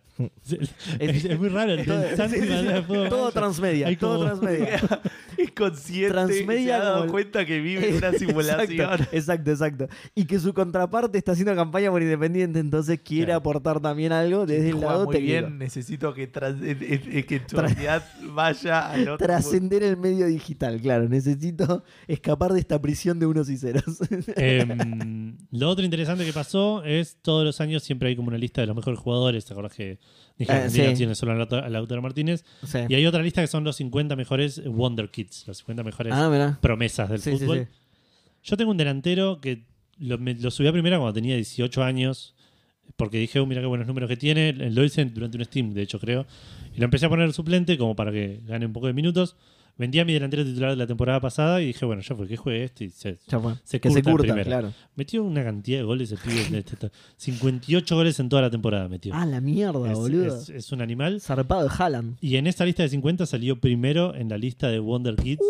Speaker 1: Es, es muy raro. El, el Santi Madera de Fútbol
Speaker 2: todo
Speaker 1: Manager. Hay
Speaker 2: transmedia, todo
Speaker 1: como-
Speaker 2: transmedia.
Speaker 1: [LAUGHS]
Speaker 2: [LAUGHS]
Speaker 3: Es consciente.
Speaker 2: Transmedia
Speaker 3: se ha dado
Speaker 2: como-
Speaker 3: cuenta que
Speaker 2: [LAUGHS]
Speaker 3: vive en una simulación.
Speaker 2: Exacto, exacto, exacto. Y que su contraparte está haciendo campaña por Independiente, entonces quiere
Speaker 1: Claro.
Speaker 2: aportar también algo desde el
Speaker 3: Juega
Speaker 2: lado
Speaker 3: muy
Speaker 2: técnico.
Speaker 3: bien, necesito que, trans- eh, eh, eh, que tu
Speaker 2: Tras-
Speaker 3: unidad vaya al otro.
Speaker 2: Trascender el medio digital, claro. Necesito escapar de esta prisión de unos
Speaker 1: [LAUGHS]
Speaker 2: y ceros.
Speaker 1: Em, lo otro interesante que pasó es todos los años siempre hay como una lista de los mejores jugadores. ¿Te acordás que dije
Speaker 2: Ah,
Speaker 1: Argentina
Speaker 2: sí. Eh.
Speaker 1: tiene solo a Laut- a Lautaro Martínez?
Speaker 2: Sí.
Speaker 1: Y hay otra lista que son los 50 mejores Wonder Kids, los 50 mejores
Speaker 2: Ah, mirá.
Speaker 1: promesas del
Speaker 2: Sí, sí,
Speaker 1: fútbol.
Speaker 2: sí.
Speaker 1: Yo tengo un delantero que lo, me- lo subí a primera cuando tenía 18 años, porque dije, mira qué buenos números que tiene. Lo hice durante un Steam, de hecho, creo. Y lo empecé a poner suplente como para que gane un poco de minutos. Vendí a mi delantero titular de la temporada pasada y dije, bueno, ya fue, que juegue este y se,
Speaker 2: Ya fue.
Speaker 1: se
Speaker 2: que se
Speaker 1: curta en
Speaker 2: curta,
Speaker 1: primera.
Speaker 2: claro.
Speaker 1: Metió una cantidad de goles el pibe. de este- 58 goles en toda la temporada metió.
Speaker 2: Ah, la mierda,
Speaker 1: es,
Speaker 2: boludo.
Speaker 1: es- es un animal.
Speaker 2: Zarpado de Haaland.
Speaker 1: Y en esta lista de 50 salió primero en la lista de Wonder Kids.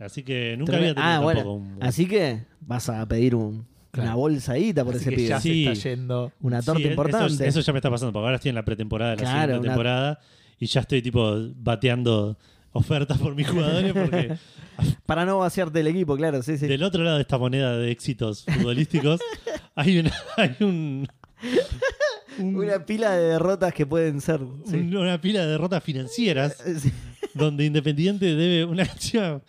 Speaker 1: Así que nunca había
Speaker 2: Tremendo.
Speaker 1: tenido
Speaker 2: ah,
Speaker 1: tampoco
Speaker 2: bueno.
Speaker 1: un-
Speaker 2: Así que vas a pedir un-
Speaker 3: Claro.
Speaker 2: una bolsadita por
Speaker 3: Así
Speaker 2: ese
Speaker 3: que
Speaker 2: pibe.
Speaker 3: ya
Speaker 1: Sí.
Speaker 3: se está yendo.
Speaker 2: Una
Speaker 1: Sí,
Speaker 2: torta
Speaker 1: eso-
Speaker 2: importante.
Speaker 1: Eso, ya me está pasando, porque ahora estoy en la pretemporada de la
Speaker 2: Claro,
Speaker 1: segunda
Speaker 2: una-
Speaker 1: temporada y ya estoy tipo bateando ofertas por mis jugadores porque
Speaker 2: Para no vaciarte el equipo, claro, [LAUGHS] sí, sí.
Speaker 1: del otro
Speaker 2: [LAUGHS]
Speaker 1: lado de esta moneda de éxitos futbolísticos hay, una- hay un un-
Speaker 2: Una pila de derrotas que pueden ser.
Speaker 1: [LAUGHS]
Speaker 2: sí.
Speaker 1: un- una pila de derrotas financieras
Speaker 2: Sí.
Speaker 1: donde Independiente debe una cantidad.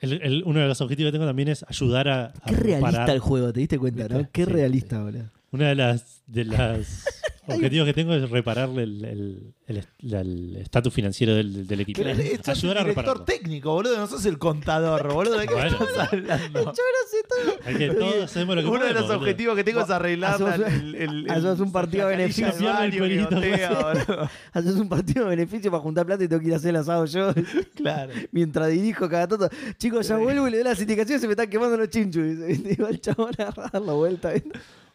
Speaker 1: el- el- uno de los objetivos que tengo también es ayudar a, a
Speaker 2: Qué realista
Speaker 1: reparar.
Speaker 2: el juego, ¿te diste cuenta, no? Qué
Speaker 1: Sí,
Speaker 2: realista, boludo.
Speaker 1: Una de las de
Speaker 2: [LAUGHS]
Speaker 1: las objetivos que tengo es reparar el el- el est- la- el estatus financiero del, del equipo.
Speaker 3: Pero esto es el
Speaker 1: Ayudar a
Speaker 3: director
Speaker 1: repararlo.
Speaker 3: técnico, boludo. No sos el contador, boludo. ¿De qué
Speaker 1: Bueno.
Speaker 3: estás hablando?
Speaker 1: Hay que todos hacemos lo que
Speaker 3: Uno de los
Speaker 1: podemos, boludo.
Speaker 3: objetivos que tengo es arreglar
Speaker 2: hacemos-
Speaker 3: el, el,
Speaker 2: hacemos un partido a
Speaker 3: sacanilla
Speaker 2: beneficio.
Speaker 3: del baño
Speaker 1: Pierde el
Speaker 3: que
Speaker 1: pelito.
Speaker 3: gotea, boludo.
Speaker 2: Haces un partido de beneficio para juntar plata y tengo que ir a hacer el
Speaker 1: [LAUGHS]
Speaker 2: asado yo.
Speaker 3: Claro.
Speaker 2: Mientras dirijo cada tanto. Chicos, ya vuelvo y le doy las indicaciones y se me están quemando los chinchus. [LAUGHS] Y va el chabón a dar la vuelta. ¿viste?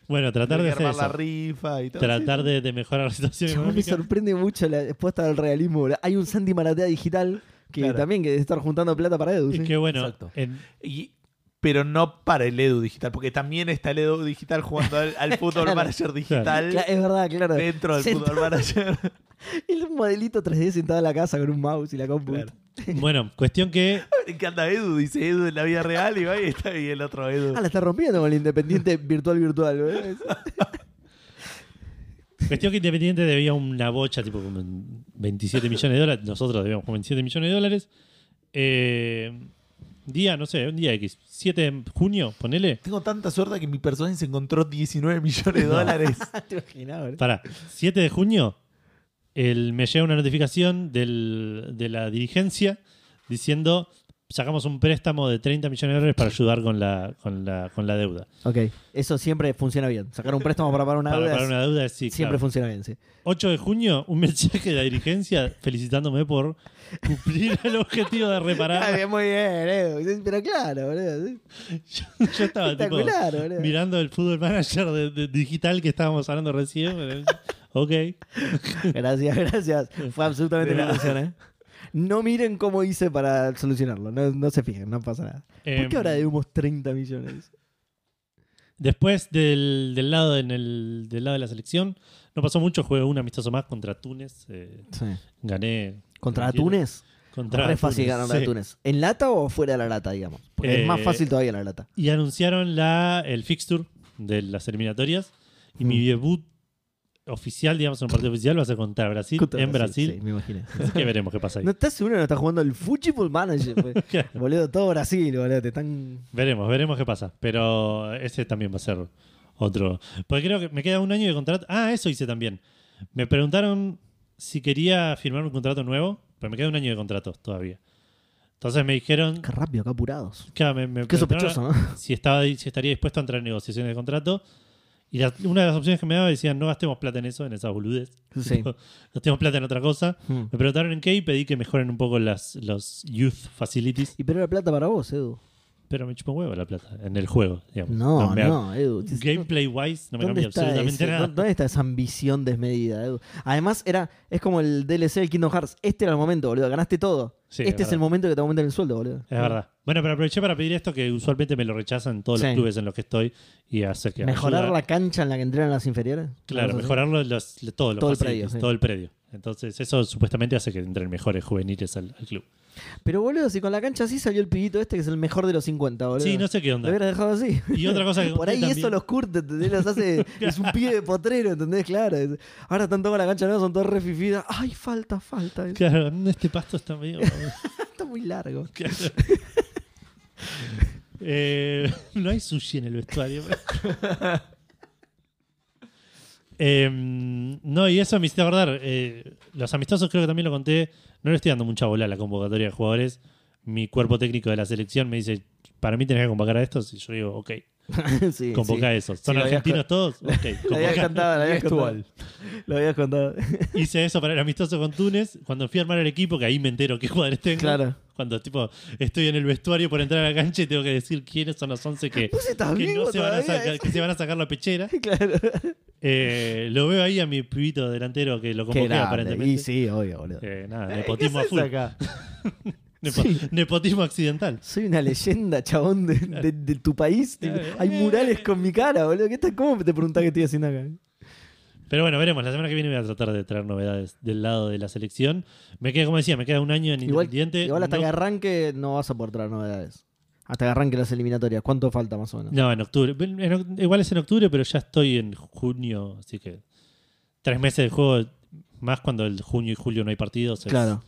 Speaker 1: Bueno, tratar
Speaker 3: Hay
Speaker 1: de
Speaker 3: que
Speaker 1: hacer
Speaker 3: armar la
Speaker 1: eso.
Speaker 3: rifa y todo.
Speaker 1: Tratar de, de mejorar la situación
Speaker 2: Chabón, me
Speaker 1: económica.
Speaker 2: sorprende mucho la respuesta del realismo. boludo. Hay un Sandy Maratea digital que
Speaker 3: Claro.
Speaker 2: también que debe estar juntando plata para Edu.
Speaker 1: Y
Speaker 2: ¿sí?
Speaker 1: que bueno,
Speaker 3: Exacto.
Speaker 1: en-
Speaker 3: Y- pero no para el Edu digital, porque también está el Edu digital jugando al, al fútbol
Speaker 2: Claro.
Speaker 3: manager digital
Speaker 2: Cla- es verdad, claro.
Speaker 3: dentro del
Speaker 2: Sentado-
Speaker 3: fútbol manager.
Speaker 2: [LAUGHS]
Speaker 3: [LAUGHS]
Speaker 2: El modelito 3D sentado en la casa con un mouse y la compu.
Speaker 3: Claro.
Speaker 1: bueno, cuestión que
Speaker 3: Me encanta Edu, dice Edu en la vida real y va y está ahí el otro Edu.
Speaker 2: Ah, la está rompiendo con el independiente virtual virtual. ¿eh?
Speaker 1: Cuestión que Independiente debía una bocha, tipo como en 27 millones de dólares. Nosotros debíamos como 27 millones de dólares. Eh, día, no sé, un día X. 7 de junio, ponele.
Speaker 3: Tengo tanta suerte que mi personaje se encontró 19 millones de [LAUGHS] dólares.
Speaker 2: Te imaginaba, ¿eh?
Speaker 1: [LAUGHS] Pará, 7 de junio el- me llega una notificación del- de la dirigencia diciendo sacamos un préstamo de 30 millones de dólares para ayudar con la, con la, con la deuda.
Speaker 2: Ok, eso siempre funciona bien. Sacar un préstamo para pagar una
Speaker 1: Para,
Speaker 2: deuda
Speaker 1: para una deuda, sí.
Speaker 2: siempre
Speaker 1: claro.
Speaker 2: funciona bien, sí.
Speaker 1: 8 de junio, un mensaje de la dirigencia felicitándome por cumplir el objetivo de reparar.
Speaker 2: Ah, bien, muy bien, eh. pero claro, boludo. sí.
Speaker 1: [LAUGHS] Yo, yo estaba tipo,
Speaker 2: Espectacular, boludo.
Speaker 1: mirando el fútbol manager de- de digital que estábamos hablando recién.
Speaker 2: [LAUGHS]
Speaker 1: pero- ok.
Speaker 2: Gracias, gracias. Fue absolutamente
Speaker 3: De
Speaker 2: una
Speaker 3: nada.
Speaker 2: ilusión, ¿eh? No miren cómo hice para solucionarlo. No, no se fijen, no pasa nada. ¿Por
Speaker 1: Em,
Speaker 2: qué ahora debemos 30 millones?
Speaker 1: Después del, del lado, en el, del lado de la selección, no pasó mucho. Jugué un amistoso más contra Túnez. eh,
Speaker 2: Sí.
Speaker 1: gané.
Speaker 2: ¿Contra
Speaker 1: ¿entiendes?
Speaker 2: Túnez?
Speaker 1: Contra
Speaker 2: Es fácil
Speaker 1: Túnez,
Speaker 2: ganar a
Speaker 1: sí.
Speaker 2: Túnez. ¿En lata o fuera de la lata, digamos? Porque es más
Speaker 1: Eh,
Speaker 2: fácil todavía la lata.
Speaker 1: Y anunciaron la, el fixture de las eliminatorias. Y
Speaker 2: Mm.
Speaker 1: mi debut oficial, digamos, en un partido oficial, va a ser contra Brasil
Speaker 2: Contra
Speaker 1: en Brasil.
Speaker 2: Sí, me imagino.
Speaker 1: Así que veremos qué pasa ahí.
Speaker 2: ¿No estás seguro que no estás jugando el Football Manager? pues?
Speaker 1: [LAUGHS] Claro.
Speaker 2: boludo, todo Brasil, boludo. Te están
Speaker 1: Veremos, veremos qué pasa. Pero ese también va a ser otro. Porque creo que me queda un año de contrato. Ah, eso hice también. Me preguntaron si quería firmar un contrato nuevo, pero me queda un año de contrato todavía. Entonces me dijeron.
Speaker 2: Qué rápido, qué apurados.
Speaker 1: claro, me- me
Speaker 2: Qué
Speaker 1: preguntaron
Speaker 2: sospechoso, ¿no?
Speaker 1: Si, estaba, si estaría dispuesto a entrar en negociaciones de contrato. Y la- una de las opciones que me daba decían: no gastemos plata en eso, en esas boludes. [LAUGHS]
Speaker 2: Sí.
Speaker 1: Tipo, Gastemos plata en otra cosa.
Speaker 2: Hmm.
Speaker 1: Me preguntaron en qué y pedí que mejoren un poco las, los youth facilities.
Speaker 2: [LAUGHS] Y pero era plata para vos, Edu.
Speaker 1: Pero me chupó un huevo la plata en el juego. Digamos.
Speaker 2: No,
Speaker 1: me ha-
Speaker 2: no, Edu.
Speaker 1: Gameplay wise no me
Speaker 2: ¿Dónde
Speaker 1: cambia
Speaker 2: está,
Speaker 1: absolutamente
Speaker 2: ese-
Speaker 1: nada.
Speaker 2: dó- ¿Dónde está esa ambición desmedida, Edu? Además, era, es como el DLC del Kingdom Hearts. Este era el momento, boludo. Ganaste todo.
Speaker 1: Sí, es
Speaker 2: este es,
Speaker 1: verdad.
Speaker 2: el momento que te aumentan el sueldo, boludo.
Speaker 1: Es verdad. Bueno, pero aproveché para pedir esto que usualmente me lo rechazan todos los
Speaker 2: Sí.
Speaker 1: clubes en los que estoy y hace que
Speaker 2: Mejorar
Speaker 1: ayuda-
Speaker 2: la cancha en la que entrenan las inferiores.
Speaker 1: claro,
Speaker 2: Cosas así.
Speaker 1: mejorarlo los, todos los
Speaker 2: Todo el
Speaker 1: facilities,
Speaker 2: predio, sí.
Speaker 1: todo el predio. Entonces eso supuestamente hace que entren mejores juveniles al, al club.
Speaker 2: Pero, boludo, si con la cancha así salió el pibito este que es el mejor de los 50, boludo.
Speaker 1: Sí, no sé qué
Speaker 2: Lo
Speaker 1: onda.
Speaker 2: hubieras dejado
Speaker 1: [LAUGHS]
Speaker 2: así.
Speaker 1: Y otra
Speaker 2: [LAUGHS]
Speaker 1: cosa que
Speaker 2: Por ahí
Speaker 1: conté
Speaker 2: eso
Speaker 1: también-
Speaker 2: los curte, ¿entendés? Los
Speaker 1: [LAUGHS]
Speaker 2: hace. es un pibe de potrero, ¿entendés? Claro. es- Ahora están todos con la cancha nueva, son todos refifidas. Ay, falta, falta. es-
Speaker 1: Claro, [LAUGHS] mm, este pasto está medio...
Speaker 2: Está muy largo.
Speaker 1: Claro. Eh, [LAUGHS] no hay sushi en el vestuario. [LAUGHS] Em, no, y eso me hiciste acordar. eh, los amistosos creo que también lo conté. No le estoy dando mucha bola a la convocatoria de jugadores. Mi cuerpo técnico de la selección me dice, para mí tenés que convocar a estos. Y yo digo, ok,
Speaker 2: [LAUGHS] sí,
Speaker 1: convoca a esos. ¿Son
Speaker 3: Sí, lo
Speaker 2: [LAUGHS]
Speaker 3: habías
Speaker 1: argentinos todos? Ok,
Speaker 2: Lo habías
Speaker 1: convoca.
Speaker 2: contado, lo
Speaker 3: Y
Speaker 2: habías
Speaker 3: es tu
Speaker 2: contado.
Speaker 3: gol.
Speaker 2: Lo
Speaker 1: [LAUGHS]
Speaker 2: habías contado.
Speaker 1: Hice eso para el amistoso con Túnez. Cuando fui a armar el equipo, que ahí me entero qué jugadores tengo.
Speaker 2: Claro.
Speaker 1: Cuando tipo estoy en el vestuario por entrar a la cancha y tengo que decir quiénes son los 11 que,
Speaker 2: ¿Vos estás
Speaker 1: que
Speaker 2: vivo
Speaker 1: no se van, a
Speaker 2: todavía?
Speaker 1: sacar, que se van a sacar la pechera.
Speaker 2: [LAUGHS] claro.
Speaker 1: Eh, lo veo ahí a mi pibito delantero que lo convoqué aparentemente.
Speaker 2: Y sí, obvio, boludo.
Speaker 1: Eh, nada,
Speaker 3: Eh,
Speaker 1: nepotismo a
Speaker 3: ¿qué haces
Speaker 1: full.
Speaker 3: acá?
Speaker 1: Nepo-
Speaker 2: Sí.
Speaker 1: Nepotismo accidental.
Speaker 2: Soy una leyenda, chabón, de, de- de tu
Speaker 1: Eh,
Speaker 2: país. tipo, Hay murales con mi cara, boludo. ¿Qué tal? ¿Cómo te preguntás qué estoy haciendo acá?
Speaker 1: Pero bueno, veremos. La semana que viene voy a tratar de traer novedades del lado de la selección. Me queda, como decía, me queda un año en
Speaker 2: Igual,
Speaker 1: Independiente.
Speaker 2: igual hasta
Speaker 1: no,
Speaker 2: que arranque no vas a poder traer novedades. Hasta que arranque las eliminatorias. ¿Cuánto falta más o menos?
Speaker 1: No, en octubre. En oc- igual es en octubre, pero ya estoy en junio, así que tres meses de juego, más cuando el junio y julio no hay partidos. es-
Speaker 2: Claro.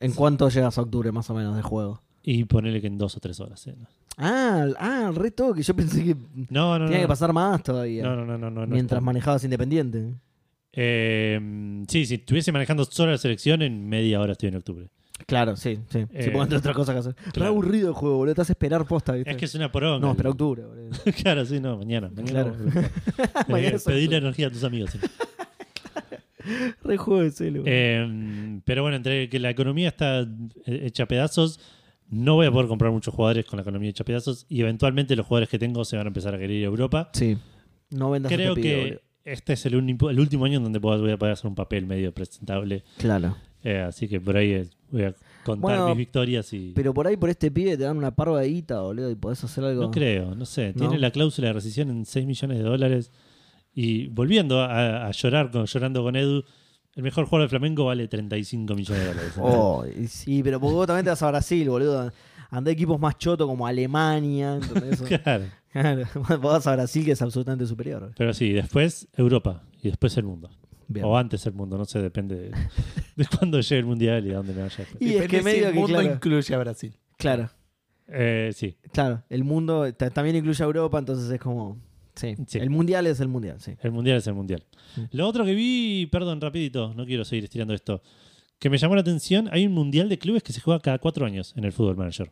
Speaker 2: ¿En cuánto llegas a octubre más o menos de juego?
Speaker 1: Y ponele que en dos o tres horas. eh, no.
Speaker 2: Ah, ah, re toque. Yo pensé que
Speaker 1: No, no, no.
Speaker 2: tenía que
Speaker 1: no.
Speaker 2: pasar más todavía.
Speaker 1: No, no, no, no, no, no
Speaker 2: mientras
Speaker 1: está.
Speaker 2: manejabas independiente.
Speaker 1: Eh, sí, si estuviese manejando solo la selección, en media hora estoy en octubre.
Speaker 2: Claro, sí, sí.
Speaker 1: Eh,
Speaker 2: sí, porque no tenés otra cosa que hacer. Re
Speaker 1: claro.
Speaker 2: aburrido el juego, boludo. Te hace esperar posta, ¿viste?
Speaker 1: Es que es una poronga.
Speaker 2: no, espera octubre, boludo.
Speaker 1: [LAUGHS]
Speaker 2: [LAUGHS]
Speaker 1: claro, sí, no, mañana. mañana
Speaker 2: Claro.
Speaker 1: vamos a [LAUGHS] buscar.
Speaker 2: Mañana
Speaker 1: Eh,
Speaker 2: es
Speaker 1: pedirle
Speaker 2: octubre.
Speaker 1: energía a tus amigos.
Speaker 2: [LAUGHS]
Speaker 1: sí.
Speaker 2: Re juego de celu.
Speaker 1: Eh, pero bueno, entre que la economía está eh, hecha pedazos, no voy a poder comprar muchos jugadores con la economía hecha pedazos y eventualmente los jugadores que tengo se van a empezar a querer ir a Europa.
Speaker 2: sí. No vendas a
Speaker 1: Creo
Speaker 2: este pibe,
Speaker 1: que
Speaker 2: boludo.
Speaker 1: este es el, único- el último año en donde puedo- voy a poder hacer un papel medio presentable.
Speaker 2: Claro.
Speaker 1: Eh, así que por ahí eh, voy a contar
Speaker 2: Bueno,
Speaker 1: mis victorias y...
Speaker 2: Pero por ahí por este pibe te dan una parva de guita, boludo, y podés hacer algo.
Speaker 1: No creo, no sé. Tiene
Speaker 2: ¿No?
Speaker 1: la cláusula de rescisión en 6 millones de dólares. Y volviendo a, a llorar, con, llorando con Edu, el mejor jugador de Flamengo vale 35 millones de dólares.
Speaker 2: Oh, y sí, pero porque vos también te vas a Brasil, boludo. Andá a equipos más chotos como Alemania, ¿entendés?
Speaker 1: [LAUGHS] [LAUGHS] Claro.
Speaker 2: Claro, [LAUGHS] vos vas a Brasil que es absolutamente superior.
Speaker 1: Pero sí, después Europa y después el mundo.
Speaker 2: Bien.
Speaker 1: O antes el mundo, no sé, depende de, [LAUGHS] de cuándo llegue el mundial y a dónde me vaya.
Speaker 2: Y es
Speaker 3: Depende
Speaker 2: que
Speaker 3: si
Speaker 2: medio
Speaker 3: el
Speaker 2: que,
Speaker 3: mundo
Speaker 2: claro.
Speaker 3: incluye a Brasil.
Speaker 2: Claro,
Speaker 1: Eh, sí,
Speaker 2: claro. El mundo ta- también incluye a Europa, entonces es como. Sí.
Speaker 1: Sí.
Speaker 2: El mundial es el mundial, sí.
Speaker 1: el mundial es el mundial. Lo otro que vi, perdón, rapidito, no quiero seguir estirando esto, que me llamó la atención, hay un mundial de clubes que se juega cada cuatro años en el fútbol manager.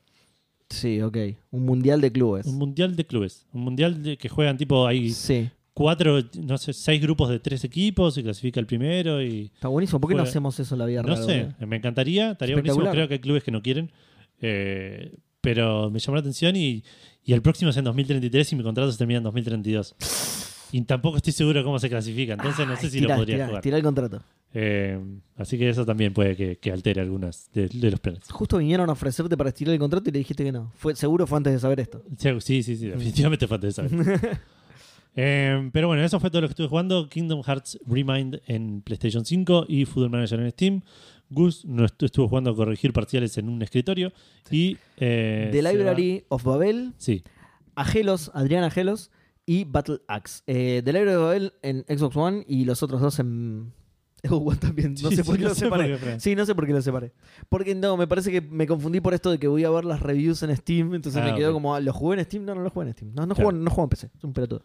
Speaker 2: Sí, ok. Un mundial de clubes.
Speaker 1: Un mundial de clubes. Un mundial de que juegan tipo, hay
Speaker 2: Sí.
Speaker 1: cuatro, no sé, seis grupos de tres equipos y clasifica el primero y...
Speaker 2: Está buenísimo. ¿Por qué no
Speaker 1: Juega.
Speaker 2: hacemos eso en la vida
Speaker 1: No
Speaker 2: real,
Speaker 1: sé,
Speaker 2: boludo?
Speaker 1: me encantaría, estaría buenísimo,
Speaker 2: Espectacular.
Speaker 1: creo que hay clubes que no quieren, eh, pero me llamó la atención y, y el próximo es en 2033 y mi contrato se termina en 2032. Y tampoco estoy seguro cómo se clasifica, entonces no sé
Speaker 2: Ay,
Speaker 1: si
Speaker 2: tirá,
Speaker 1: lo podría
Speaker 2: tirá,
Speaker 1: jugar.
Speaker 2: tirá el contrato.
Speaker 1: Eh, así que eso también puede que, que altere algunas de, de los planes.
Speaker 2: Justo vinieron a ofrecerte para estirar el contrato y le dijiste que no. Fue, seguro fue antes de saber esto.
Speaker 1: Sí, sí, sí, sí, definitivamente falta de saber.
Speaker 2: [LAUGHS]
Speaker 1: Eh, pero bueno, eso fue todo lo que estuve jugando. Kingdom Hearts Remind en PlayStation 5 y Football Manager en Steam. Gus no estu- estuvo jugando a corregir parciales en un escritorio. Y, eh,
Speaker 2: The
Speaker 1: se va-
Speaker 2: Library of Babel,
Speaker 1: Sí,
Speaker 2: Agelos, Adrián Agelos y Battle Axe. Eh, The Library of Babel en Xbox One y los otros dos en Xbox One también. No
Speaker 1: [LAUGHS] Sí, sí,
Speaker 2: sé por qué
Speaker 1: no
Speaker 2: los
Speaker 1: sé por
Speaker 2: separé.
Speaker 1: qué, Fran.
Speaker 2: sí, no sé por qué los separé. Porque no, me parece que me confundí por esto de que voy a ver las reviews en Steam. Entonces
Speaker 1: Ah,
Speaker 2: me quedó
Speaker 1: ok.
Speaker 2: como, ah, ¿lo jugué en Steam? No, no lo jugué en Steam. No, no,
Speaker 1: Claro.
Speaker 2: juego, no juego en PC. Es un pelotudo.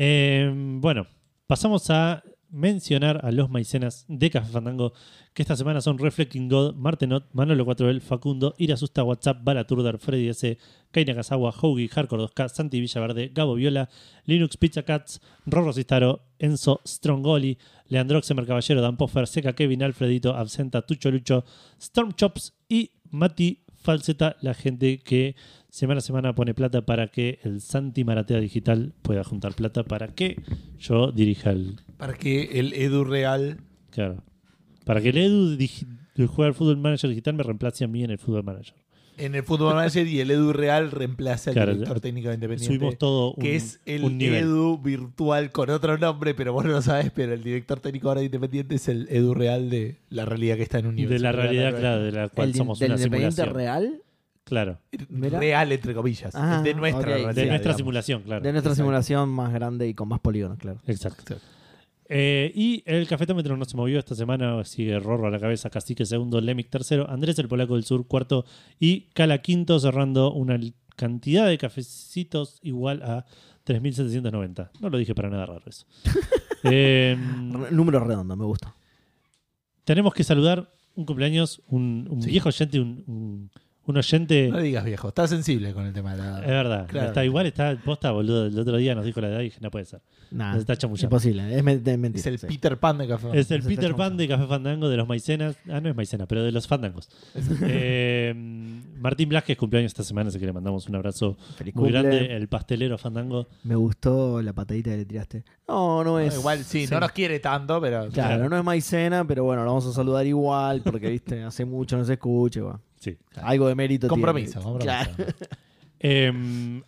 Speaker 1: Eh, bueno, pasamos a mencionar a los maicenas de Café Fandango, que esta semana son Reflecting God, Martenot, Manolo 4L, Facundo, Irasusta, WhatsApp, Balaturdar, Freddy S, Kaina Kazawa, Hoagie, Hardcore 2K, Santi Villaverde, Gabo Viola, Linux Pizza Cats, Rorro Cistaro, Enzo Strongoli, Leandro Xemer Caballero, Dan Poffer, Seca Kevin, Alfredito, Absenta, Tucho Lucho, Storm Chops y Mati Falseta, la gente que semana a semana pone plata para que el Santi Maratea Digital pueda juntar plata para que yo dirija el.
Speaker 3: Para que el Edu Real
Speaker 1: Claro. Para que el Edu digi- que juega al Fútbol Manager Digital me reemplace a mí en el Fútbol Manager.
Speaker 3: en el fútbol manager y el Edu Real reemplaza al
Speaker 1: Claro,
Speaker 3: director técnico de independiente.
Speaker 1: Subimos todo un,
Speaker 3: que es el
Speaker 1: un nivel.
Speaker 3: Edu virtual con otro nombre, pero vos no lo sabes, pero el director técnico ahora de Independiente es el Edu Real de la realidad que está en un nivel.
Speaker 1: de la realidad, claro, de la cual
Speaker 2: El de-
Speaker 1: somos
Speaker 2: del
Speaker 1: una
Speaker 2: Independiente
Speaker 1: simulación.
Speaker 2: Real
Speaker 1: Claro.
Speaker 2: Mira.
Speaker 3: Real, entre comillas.
Speaker 2: Ah,
Speaker 3: de nuestra
Speaker 2: ok.
Speaker 1: De
Speaker 3: realidad.
Speaker 1: nuestra
Speaker 3: digamos.
Speaker 1: simulación, claro.
Speaker 2: de nuestra
Speaker 3: Exacto.
Speaker 2: simulación más grande y con más polígonos, claro.
Speaker 1: Exacto.
Speaker 3: Exacto.
Speaker 1: Eh, y el cafetómetro no se movió esta semana, sigue Rorro a la cabeza, Cacique segundo, Lemic tercero, Andrés el Polaco del Sur cuarto y Cala quinto cerrando una l- cantidad de cafecitos igual a 3.790. No lo dije para nada raro
Speaker 3: [LAUGHS]
Speaker 1: eso. Eh,
Speaker 2: R- Número redondo, me gusta.
Speaker 1: tenemos que saludar un cumpleaños, un, un
Speaker 3: Sí.
Speaker 1: viejo oyente, un, un- un oyente...
Speaker 3: No digas viejo, estás sensible con el tema de la
Speaker 1: Es verdad,
Speaker 3: Claro.
Speaker 1: está igual, está posta, boludo. El otro día nos dijo la edad y dije, no puede ser.
Speaker 2: Nah,
Speaker 1: Nos está chamullando.
Speaker 2: imposible, es, men- es mentira.
Speaker 3: Es el
Speaker 2: sí.
Speaker 3: Peter Pan de Café.
Speaker 1: Es el
Speaker 2: Ese
Speaker 1: Peter
Speaker 2: está
Speaker 1: Pan de Café Fandango de los Maicenas. Ah, no es Maicena, pero de los
Speaker 2: [LAUGHS]
Speaker 1: Fandangos. Eh, Martín Blasquez cumpleaños esta semana, así que le mandamos un abrazo
Speaker 2: Feliz
Speaker 1: muy
Speaker 2: cumple.
Speaker 1: grande. El pastelero Fandango.
Speaker 2: Me gustó la patadita que le tiraste. No, no
Speaker 3: No,
Speaker 2: es.
Speaker 3: Igual sí,
Speaker 2: sí.
Speaker 3: no nos quiere tanto, pero.
Speaker 2: Claro,
Speaker 1: Claro.
Speaker 2: no es maicena, pero bueno, lo vamos a saludar igual porque, viste, hace mucho no se escucha. va.
Speaker 1: Sí.
Speaker 2: Algo de mérito tiene.
Speaker 3: Compromiso, compromiso.
Speaker 2: Claro.
Speaker 1: Eh,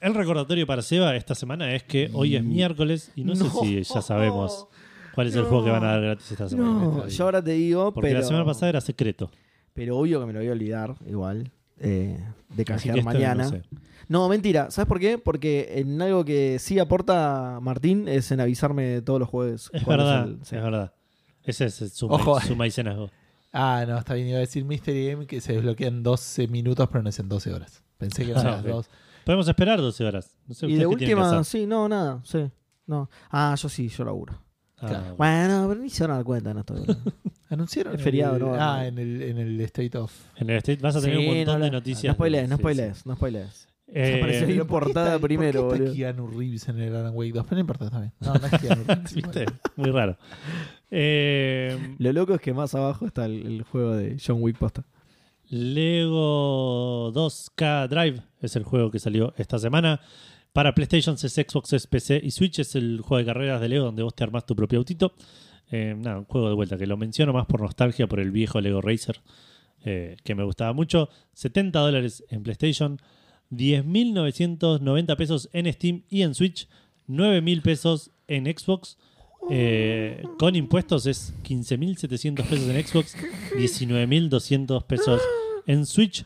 Speaker 1: el recordatorio para Seba esta semana es que hoy es miércoles y no, sé
Speaker 2: Mm. No.
Speaker 1: si ya sabemos cuál es el juego que van a dar gratis esta semana. Este,
Speaker 2: No, yo ahora te digo,
Speaker 1: Porque
Speaker 2: pero.
Speaker 1: la semana pasada era secreto.
Speaker 2: Pero obvio que me lo voy a olvidar, igual. eh, de
Speaker 1: Así que
Speaker 2: canjear
Speaker 1: esto no
Speaker 2: mañana.
Speaker 1: sé.
Speaker 2: No, mentira. ¿Sabes por qué? Porque en algo que sí aporta Martín es en avisarme todos los jueves.
Speaker 1: Es
Speaker 2: cuándo
Speaker 1: verdad,
Speaker 2: el- eh. sí.
Speaker 1: es verdad. Ese es su,
Speaker 3: Ojo.
Speaker 1: su maicenazgo.
Speaker 3: Ah, no, está bien. Iba a decir Mystery Game que se desbloquean 12 minutos, pero no es en 12 horas. Pensé que eran
Speaker 1: Ah,
Speaker 3: las
Speaker 1: ok.
Speaker 3: dos.
Speaker 1: Podemos esperar 12 horas. No sé
Speaker 2: Y
Speaker 1: ustedes
Speaker 2: de
Speaker 1: qué tienen que
Speaker 2: última,
Speaker 1: hacer.
Speaker 2: sí, no, nada, sí. No. Ah, yo sí, yo laburo.
Speaker 1: Ah, bueno.
Speaker 3: claro.
Speaker 2: Bueno, pero ni se van a dar cuenta,
Speaker 1: [LAUGHS]
Speaker 2: no estoy.
Speaker 3: Anunciaron.
Speaker 2: Es
Speaker 3: en
Speaker 2: feriado,
Speaker 3: el-
Speaker 2: ¿no?
Speaker 3: Ah, en el, en el State of.
Speaker 1: En el State vas a tener
Speaker 2: Sí,
Speaker 1: un montón
Speaker 2: no
Speaker 1: de
Speaker 2: la-
Speaker 1: noticias.
Speaker 2: No spoilees, no
Speaker 1: Sí, sí.
Speaker 2: spoilees, no spoilees.
Speaker 1: Eh,
Speaker 2: Apareció ahí.
Speaker 3: Pero ¿por qué
Speaker 2: portada
Speaker 3: está-
Speaker 2: primero,
Speaker 3: ¿por qué
Speaker 2: boludo.
Speaker 3: está Keanu Reeves en el Alan Wake 2? Pero no importa, está bien. No,
Speaker 2: [LAUGHS]
Speaker 3: no es Keanu
Speaker 1: [LAUGHS]
Speaker 3: Reeves.
Speaker 1: ¿Viste? Muy raro. Eh,
Speaker 2: Lo loco es que más abajo está el, el juego de John Wick posta.
Speaker 1: Lego 2K Drive es el juego que salió esta semana. Para PlayStation, es Xbox, es PC y Switch. Es el juego de carreras de Lego donde vos te armás tu propio autito. Eh, nada, un juego de vuelta que lo menciono más por nostalgia, por el viejo Lego Racer, eh, que me gustaba mucho. 70 dólares en PlayStation, 10.990 pesos en Steam y en Switch, 9.000 pesos en Xbox. Eh, con impuestos es 15.700 pesos en Xbox, 19.200
Speaker 2: [LAUGHS]
Speaker 1: pesos en Switch.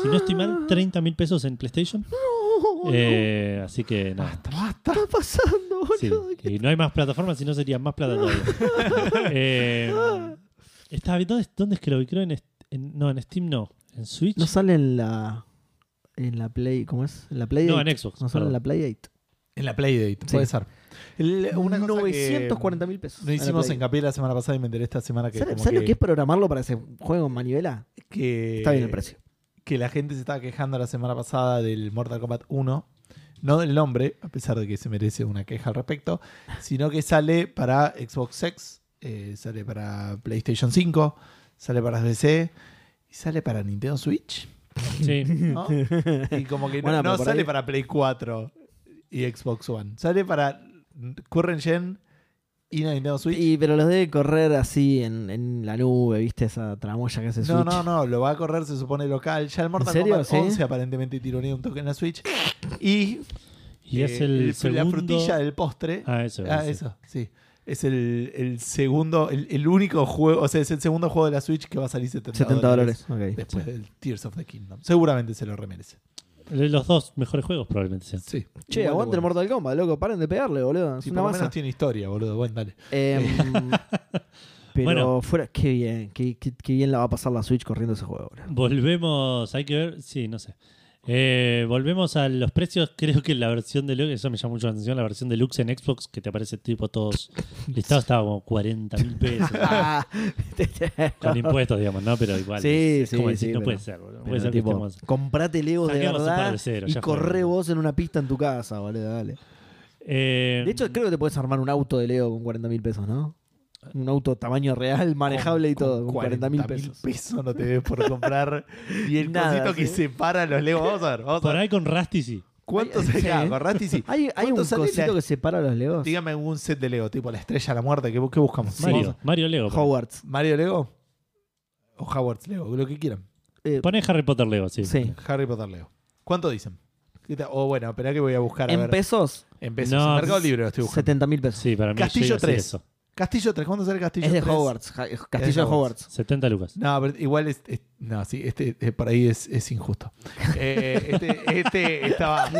Speaker 1: Si no estoy
Speaker 2: Ah.
Speaker 1: mal, 30.000 pesos en PlayStation.
Speaker 2: Oh,
Speaker 1: Eh, así que nada.
Speaker 3: Basta, basta.
Speaker 2: está pasando,
Speaker 1: Sí,
Speaker 2: Ah, boludo? ¿Qué
Speaker 1: Y no hay más plataformas, si no sería más plata
Speaker 2: [LAUGHS]
Speaker 1: todavía. Eh, estaba- ¿dónde, dónde es que lo vi? Creo en, est- en- No, en Steam no. ¿En Switch?
Speaker 2: No sale en la. En la Play. ¿Cómo es? En la Play
Speaker 1: No,
Speaker 2: 8.
Speaker 1: en Xbox,
Speaker 2: No sale
Speaker 1: perdón.
Speaker 2: en la Play 8.
Speaker 3: En la Playdate,
Speaker 2: Sí.
Speaker 3: puede ser. El- una cosa que
Speaker 2: 940 mil pesos.
Speaker 3: No hicimos hincapié la semana pasada y me enteré esta semana que.
Speaker 2: ¿Sabes
Speaker 3: como
Speaker 2: lo que es programarlo para ese juego en manivela?
Speaker 3: que-
Speaker 2: Está bien el precio.
Speaker 3: Que la gente se estaba quejando la semana pasada del Mortal Kombat 1. No del nombre, a pesar de que se merece una queja al respecto, sino que sale para Xbox X, eh, sale para PlayStation 5, sale para PC y sale para Nintendo Switch.
Speaker 1: Sí.
Speaker 2: [LAUGHS]
Speaker 3: ¿no? Y como que no-
Speaker 2: Bueno,
Speaker 3: no,
Speaker 2: pero por
Speaker 3: sale
Speaker 2: ahí-
Speaker 3: para Play 4 y Xbox One. Sale para Current Gen y Nintendo Switch.
Speaker 2: Y, pero los debe correr así en, en la nube, ¿viste? Esa tramoya que hace
Speaker 3: No,
Speaker 2: Switch.
Speaker 3: no, no, lo va a correr, se supone local. Ya el Mortal
Speaker 2: ¿En serio?
Speaker 3: Kombat
Speaker 2: ¿Sí?
Speaker 3: 11 aparentemente tironea un toque en la Switch. Y,
Speaker 1: Y
Speaker 3: eh,
Speaker 1: es el,
Speaker 3: la
Speaker 1: segundo.
Speaker 3: frutilla del postre. Ah,
Speaker 1: Ah, eso. ese.
Speaker 3: eso, sí. Es el, el segundo, el, el único juego, o sea, es el segundo juego de la Switch que va a salir 70,
Speaker 2: 70 dólares. Ok.
Speaker 3: Después del Tears of the Kingdom. Seguramente se lo remerece.
Speaker 1: De Los dos mejores juegos probablemente sean.
Speaker 3: Sí.
Speaker 2: Che,
Speaker 3: Igual de
Speaker 2: aguante el
Speaker 3: bueno.
Speaker 2: Mortal Kombat, loco. Paren de pegarle, boludo. Es
Speaker 3: Si
Speaker 2: una
Speaker 3: por lo menos
Speaker 2: masa.
Speaker 3: tiene historia, boludo. Bueno, dale.
Speaker 2: Em, pero
Speaker 1: Bueno.
Speaker 2: fuera, qué bien, qué, qué- qué bien la va a pasar la Switch corriendo ese juego, boludo.
Speaker 1: Volvemos, hay que ver, sí, no sé. Eh, volvemos a los precios. [LAUGHS] Creo que la versión de Lux, eso me llama mucho la atención, la versión de Lux en Xbox, que te aparece tipo todos listados, estaba como 40 mil pesos.
Speaker 2: [LAUGHS] Ah,
Speaker 1: con impuestos, digamos, ¿no? Pero igual.
Speaker 2: Sí,
Speaker 1: es, es
Speaker 2: sí,
Speaker 1: como decir,
Speaker 2: sí,
Speaker 1: no
Speaker 2: pero-
Speaker 1: puede ser, boludo. No puede
Speaker 2: Pero
Speaker 1: ser que
Speaker 2: tipo,
Speaker 1: estemos.
Speaker 2: comprate Legos de
Speaker 1: Saquemos un par
Speaker 2: verdad
Speaker 1: de cero,
Speaker 2: y
Speaker 1: ya fue.
Speaker 2: corre vos en una pista en tu casa, boludo, dale.
Speaker 1: Eh,
Speaker 2: De hecho, creo que te puedes armar un auto de Lego con 40 mil pesos, ¿no? Un auto tamaño real, manejable y todo, con 40 mil pesos.
Speaker 3: no te debes por
Speaker 2: [LAUGHS]
Speaker 3: comprar. y el
Speaker 2: Nada,
Speaker 3: cosito que
Speaker 2: sí.
Speaker 3: separa los Legos. Vamos a ver, vamos a
Speaker 1: por
Speaker 3: ver.
Speaker 1: ahí con Rusty sí.
Speaker 3: ¿Cuánto
Speaker 2: Ahí-
Speaker 3: se
Speaker 2: sí.
Speaker 3: acá? Agarraste
Speaker 2: [LAUGHS]
Speaker 3: y sí.
Speaker 2: ¿Hay, hay un
Speaker 3: ¿Cuánto sale
Speaker 2: cosito
Speaker 3: la-
Speaker 2: que separa los Legos?
Speaker 3: Dígame un set de Lego, tipo la estrella de la muerte. ¿Qué, bu- qué buscamos?
Speaker 1: Mario,
Speaker 3: Vamos
Speaker 1: Mario Lego. pone.
Speaker 2: Hogwarts.
Speaker 3: a- ¿Mario Lego? O Howard's Lego, lo que quieran.
Speaker 2: Eh,
Speaker 1: Poné Harry Potter Lego, sí.
Speaker 2: sí.
Speaker 3: Harry Potter Lego. ¿cuánto dicen? ¿Qué tal? O bueno, espera que voy a buscar a
Speaker 2: En
Speaker 3: ver.
Speaker 2: pesos,
Speaker 3: en pesos.
Speaker 1: No,
Speaker 3: en Mercado Libre lo estoy buscando.
Speaker 2: 70 mil pesos.
Speaker 1: Sí, para mí yo
Speaker 3: Castillo
Speaker 1: iba a decir
Speaker 3: 3.
Speaker 1: eso.
Speaker 3: Castillo 3, ¿cuánto sale Castillo
Speaker 2: Es de
Speaker 3: 3?
Speaker 2: Hogwarts, ja- Castillo de Hogwarts.
Speaker 1: 70 lucas.
Speaker 3: No, pero igual es, es- no, sí, este, eh, por ahí es, es injusto. Eh, este, este estaba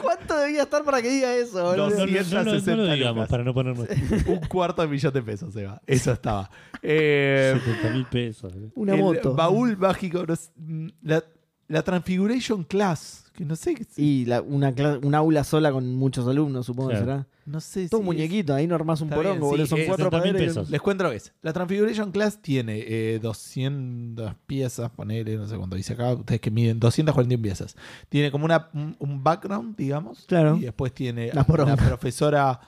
Speaker 2: ¿Cuánto debía estar para que diga eso,
Speaker 1: No,
Speaker 2: boludo?
Speaker 1: no, no, no, no, no
Speaker 3: 260
Speaker 1: lo digamos
Speaker 3: lucas.
Speaker 1: para no ponernos
Speaker 3: un cuarto de millón de pesos, Eva. Eso estaba. Eh,
Speaker 1: 70 mil pesos. boludo.
Speaker 2: Una
Speaker 3: el
Speaker 2: moto.
Speaker 3: baúl mágico. no sé, mm, la, la Transfiguration Class. Que no sé. qué-
Speaker 2: Y la- una, cla- un aula sola con muchos alumnos, supongo que
Speaker 1: Claro.
Speaker 2: será.
Speaker 3: No sé.
Speaker 2: Todo
Speaker 3: si es-
Speaker 2: muñequito, ahí no armás un
Speaker 3: Está
Speaker 2: porongo,
Speaker 3: bien,
Speaker 2: boludo.
Speaker 3: sí,
Speaker 2: Son
Speaker 3: eh,
Speaker 2: cuatro
Speaker 1: 70.000
Speaker 2: papeles.
Speaker 1: pesos.
Speaker 3: Les cuento lo que es. La Transfiguration Class tiene eh, 200 piezas, ponele, no sé cuánto dice acá, ustedes que miden, 241 piezas. Tiene como una, un, un background, digamos.
Speaker 2: Claro.
Speaker 3: Y después tiene
Speaker 2: La
Speaker 3: a la,
Speaker 2: poronga.
Speaker 3: profesora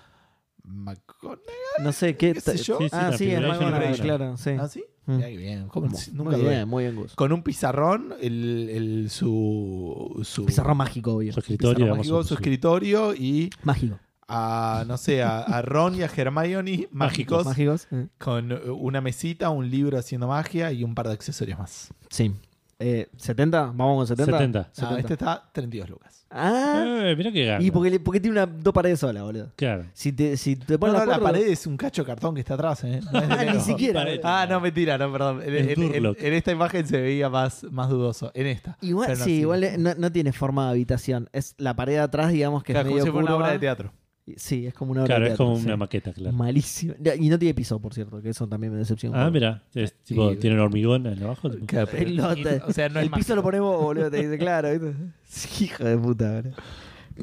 Speaker 3: McConaughey.
Speaker 2: No sé qué.
Speaker 3: ¿Qué sé yo?
Speaker 1: Sí, sí,
Speaker 2: ah,
Speaker 1: la
Speaker 2: sí, es
Speaker 1: figura de Helen
Speaker 2: McGonagall,
Speaker 1: Mirren.
Speaker 2: claro, sí.
Speaker 3: ¿Ah, sí?
Speaker 2: Mm.
Speaker 3: Mirá qué bien. ¿cómo? Nunca
Speaker 2: muy
Speaker 3: dudé.
Speaker 2: bien, muy bien, Gus.
Speaker 3: Con un pizarrón, el, el- su, su.
Speaker 2: Pizarrón mágico, obvio.
Speaker 1: Su escritorio,
Speaker 3: pizarrón
Speaker 1: digamos,
Speaker 3: mágico,
Speaker 1: su-
Speaker 3: su escritorio y
Speaker 2: Mágico.
Speaker 3: a, no sé, a, a Ron y a
Speaker 2: [LAUGHS]
Speaker 3: Hermione mágicos,
Speaker 2: Mágicos. eh.
Speaker 3: con eh, una mesita, un libro haciendo magia y un par de accesorios más.
Speaker 2: Sí. Eh, ¿70? Vamos con 70.
Speaker 1: 70.
Speaker 3: Ah, este está 32 lucas.
Speaker 2: Ah,
Speaker 1: Eh, mirá que gana.
Speaker 2: y porque, le- porque tiene una, dos paredes solas, boludo.
Speaker 1: Claro.
Speaker 2: Si te, si te
Speaker 3: No,
Speaker 2: pones
Speaker 3: no,
Speaker 2: las
Speaker 3: la
Speaker 2: cuatro-
Speaker 3: pared es un cacho de cartón que está atrás, ¿eh? No es de
Speaker 2: Ah, ni
Speaker 3: Lego.
Speaker 2: siquiera.
Speaker 1: Pared.
Speaker 2: boludo.
Speaker 3: Ah, no, mentira, no, perdón. En,
Speaker 1: Es
Speaker 3: en- en-
Speaker 1: Durlock.
Speaker 3: en esta imagen se veía más, más dudoso. En esta.
Speaker 2: Igual, eh,
Speaker 3: Pero no,
Speaker 2: sí,
Speaker 3: sí.
Speaker 2: igual no, no tiene forma de habitación. Es la pared de atrás, digamos que
Speaker 3: Claro,
Speaker 2: es
Speaker 3: como
Speaker 2: medio ¿eh?
Speaker 3: si fuera una
Speaker 2: curva.
Speaker 3: obra de teatro.
Speaker 2: Sí, es como una obra
Speaker 1: Claro,
Speaker 2: de
Speaker 1: es
Speaker 2: teatro,
Speaker 1: como
Speaker 2: sí.
Speaker 1: una maqueta, claro.
Speaker 2: Malísimo. Y no tiene piso, por cierto, que eso también me decepciona.
Speaker 1: Ah, mira, es tipo,
Speaker 2: Sí.
Speaker 1: tienen hormigón en abajo. tipo.
Speaker 3: Claro,
Speaker 2: [LAUGHS]
Speaker 3: pero-
Speaker 2: El, lote.
Speaker 3: y- o sea, no es
Speaker 2: el piso
Speaker 3: mágico.
Speaker 2: lo ponemos, boludo, te dice, claro. ¿viste? Sí, hijo de puta, boludo.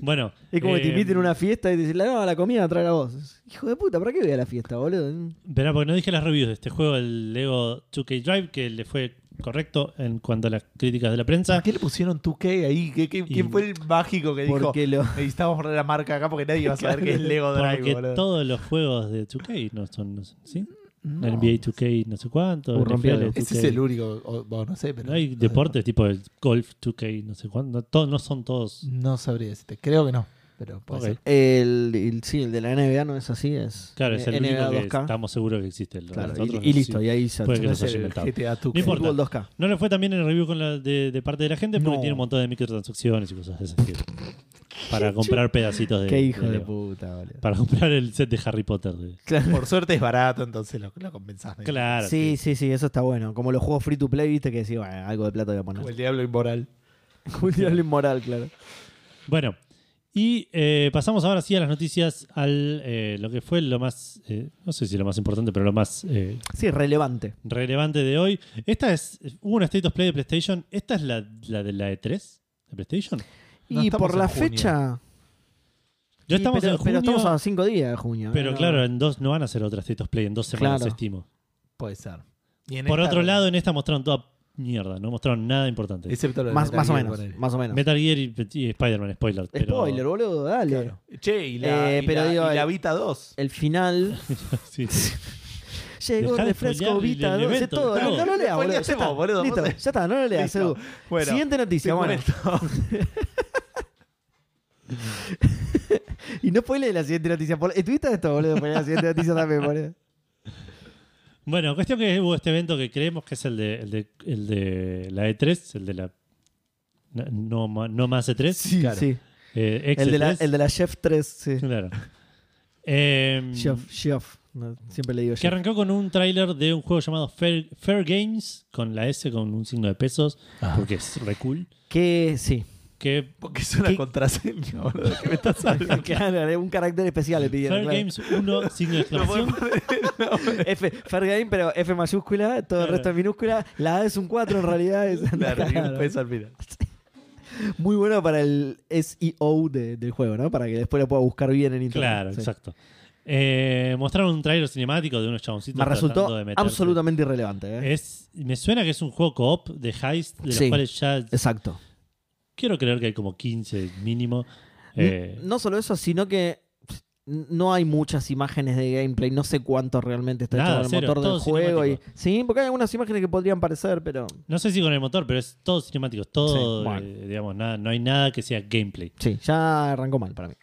Speaker 1: Bueno.
Speaker 2: Es como que te
Speaker 1: eh,
Speaker 2: inviten a una fiesta y te dicen, no, la comida trae a vos. Hijo de puta, ¿para qué voy a la fiesta, boludo?
Speaker 1: Verá, porque no dije las reviews de este juego, el Lego 2K Drive, que le fue correcto en cuanto a las críticas de la prensa.
Speaker 3: ¿Por qué le pusieron 2K ahí? ¿Qué, qué-
Speaker 1: Y-
Speaker 3: ¿Quién fue el mágico que dijo?
Speaker 2: Porque lo-
Speaker 3: Necesitamos poner la marca acá porque nadie va a saber que es Lego Drive,
Speaker 1: Porque
Speaker 3: boludo.
Speaker 1: todos los juegos de 2K no son, no son- ¿sí?
Speaker 3: No.
Speaker 1: NBA 2K no sé cuánto,
Speaker 2: Uh, rompió
Speaker 1: NFL
Speaker 2: algo.
Speaker 1: 2K.
Speaker 3: Ese es el único, o- bueno, no sé, pero...
Speaker 1: No hay deportes tipo el golf 2K, no sé cuánto, no, to- no son todos.
Speaker 3: No sabría decirte, creo que no, pero puede
Speaker 1: Ok.
Speaker 3: ser.
Speaker 2: El, el- sí, el de la NBA no es así, es
Speaker 1: Claro, es el único
Speaker 2: NBA
Speaker 1: que
Speaker 2: 2K.
Speaker 1: estamos seguros que existe. Los
Speaker 2: Claro,
Speaker 1: otros
Speaker 2: y, y
Speaker 1: no
Speaker 2: listo,
Speaker 1: sé.
Speaker 2: y ahí se
Speaker 1: Puede que
Speaker 2: se-
Speaker 1: los
Speaker 3: Puede
Speaker 1: haya
Speaker 3: ser
Speaker 1: inventado.
Speaker 3: el GTA 2K.
Speaker 1: No importa.
Speaker 2: Fútbol 2K.
Speaker 1: No le fue también en el review con la de, de parte de la gente porque
Speaker 3: No.
Speaker 1: tiene un montón de microtransacciones y cosas de ese estilo. Para comprar pedacitos de.
Speaker 2: Qué hijo de
Speaker 1: Lego.
Speaker 2: puta, boludo.
Speaker 1: Para comprar el set de Harry Potter. de-
Speaker 2: Claro.
Speaker 3: Por suerte es barato, entonces lo, lo compensás. ¿no?
Speaker 1: Claro.
Speaker 2: Sí, sí, sí, eso está bueno. Como los juegos free to play, viste que decís, bueno, algo de plata voy a
Speaker 3: Como el
Speaker 2: poner.
Speaker 3: diablo inmoral.
Speaker 2: [LAUGHS] Como el diablo inmoral, claro.
Speaker 1: Bueno, y eh, pasamos ahora sí a las noticias, al eh, lo que fue lo más, eh, no sé si lo más importante, pero lo más eh,
Speaker 2: Sí, relevante.
Speaker 1: relevante de hoy. Esta es, hubo una State of Play de PlayStation, esta es la, la de la E3 de PlayStation.
Speaker 3: No
Speaker 2: y
Speaker 3: estamos
Speaker 2: por la
Speaker 3: en junio.
Speaker 2: fecha.
Speaker 1: Ya
Speaker 2: y
Speaker 1: estamos
Speaker 2: pero,
Speaker 1: en junio,
Speaker 2: pero estamos a cinco días de junio.
Speaker 1: pero
Speaker 2: ¿no?
Speaker 1: claro, en dos no van a hacer otra State of Play, en dos semanas
Speaker 2: Claro.
Speaker 1: estimo.
Speaker 3: Puede ser. Y en
Speaker 1: Por
Speaker 3: esta-
Speaker 1: otro lado, en esta mostraron toda mierda, no mostraron nada importante.
Speaker 3: Excepto lo de
Speaker 2: Más,
Speaker 3: Metal
Speaker 2: más o
Speaker 3: Gear,
Speaker 2: menos.
Speaker 3: ponele.
Speaker 2: Más o menos.
Speaker 1: Metal Gear y, y Spider-Man, spoiler. pero- [LAUGHS]
Speaker 2: Spoiler, boludo, dale.
Speaker 3: Claro. Che, y la,
Speaker 2: Eh,
Speaker 3: y
Speaker 2: pero
Speaker 3: la-
Speaker 2: digo,
Speaker 3: y la
Speaker 2: el-
Speaker 3: Vita 2.
Speaker 2: El final.
Speaker 1: Sí.
Speaker 2: Llegó
Speaker 1: Dejá
Speaker 2: el
Speaker 1: de
Speaker 2: refresco
Speaker 1: spoilear el
Speaker 2: Vita, no sé
Speaker 1: evento,
Speaker 2: todo.
Speaker 1: todo.
Speaker 2: No, no lo leas, boludo. Ya
Speaker 3: Spoileaste
Speaker 2: está,
Speaker 3: vos, boludo,
Speaker 2: listo,
Speaker 3: vos
Speaker 2: ya
Speaker 3: te-
Speaker 2: está, no lo leas,
Speaker 3: Listo.
Speaker 2: Edu.
Speaker 3: Bueno,
Speaker 2: Siguiente noticia,
Speaker 3: te
Speaker 2: bueno.
Speaker 3: cuento.
Speaker 2: Y no spoilees la siguiente noticia. por- Estuviste de esto, boludo, poner la siguiente noticia también, boludo.
Speaker 1: Bueno, cuestión que hubo este evento que creemos que es el de, el de, el de la E3, el de la. No, no ma- no más E3.
Speaker 3: claro.
Speaker 2: sí.
Speaker 1: Eh, ex
Speaker 2: El de, la,
Speaker 1: E3.
Speaker 2: el de la Chef 3, sí.
Speaker 1: Claro.
Speaker 2: [LAUGHS]
Speaker 1: Eh,
Speaker 2: Chef, chef. No, siempre le digo
Speaker 1: que
Speaker 2: chef.
Speaker 1: arrancó con un tráiler de un juego llamado Fair, Fair Games, con la S con un signo de pesos,
Speaker 2: Ah.
Speaker 3: Ah.
Speaker 1: porque es re cool.
Speaker 2: Que sí. [LAUGHS]
Speaker 1: Que
Speaker 3: Porque es una
Speaker 2: ¿Qué?
Speaker 3: contraseña, [LAUGHS] boludo. ¿Qué me estás hablando?
Speaker 2: Claro, es un carácter especial le pidieron.
Speaker 1: Fair
Speaker 2: claro.
Speaker 1: Games 1, signo de
Speaker 3: [LAUGHS] No puedo
Speaker 1: exclamación.
Speaker 3: poner-
Speaker 2: [LAUGHS] F, Fair Game, pero F mayúscula, todo el
Speaker 1: Claro.
Speaker 2: resto es minúscula. La A es un 4 en realidad.
Speaker 1: [LAUGHS]
Speaker 2: es- [LAUGHS]
Speaker 3: Claro, y
Speaker 1: pues.
Speaker 3: un
Speaker 2: Claro.
Speaker 3: peso al final.
Speaker 2: Muy bueno para el SEO de- del juego, ¿no? Para que después lo pueda buscar bien en internet.
Speaker 1: Claro,
Speaker 2: Sí.
Speaker 1: exacto. Eh, mostraron un tráiler cinemático de unos chaboncitos.
Speaker 2: Me resultó
Speaker 1: tratando de meterse.
Speaker 2: absolutamente irrelevante. ¿eh?
Speaker 1: Es, me suena que es un juego co-op de heist, de los
Speaker 2: Sí.
Speaker 1: cuales ya
Speaker 2: Exacto.
Speaker 1: Quiero creer que hay como 15 mínimo. Eh,
Speaker 2: No solo eso, sino que no hay muchas imágenes de gameplay. No sé cuánto realmente está
Speaker 1: Nada,
Speaker 2: hecho con
Speaker 1: cero,
Speaker 2: el motor
Speaker 1: todo
Speaker 2: del juego. Y... Sí, porque hay algunas imágenes que podrían parecer, pero
Speaker 1: no sé si con el motor, pero es todo cinemático, todo,
Speaker 2: Sí, bueno.
Speaker 1: eh, digamos, nada, no hay nada que sea gameplay.
Speaker 2: sí, ya arrancó mal para mí.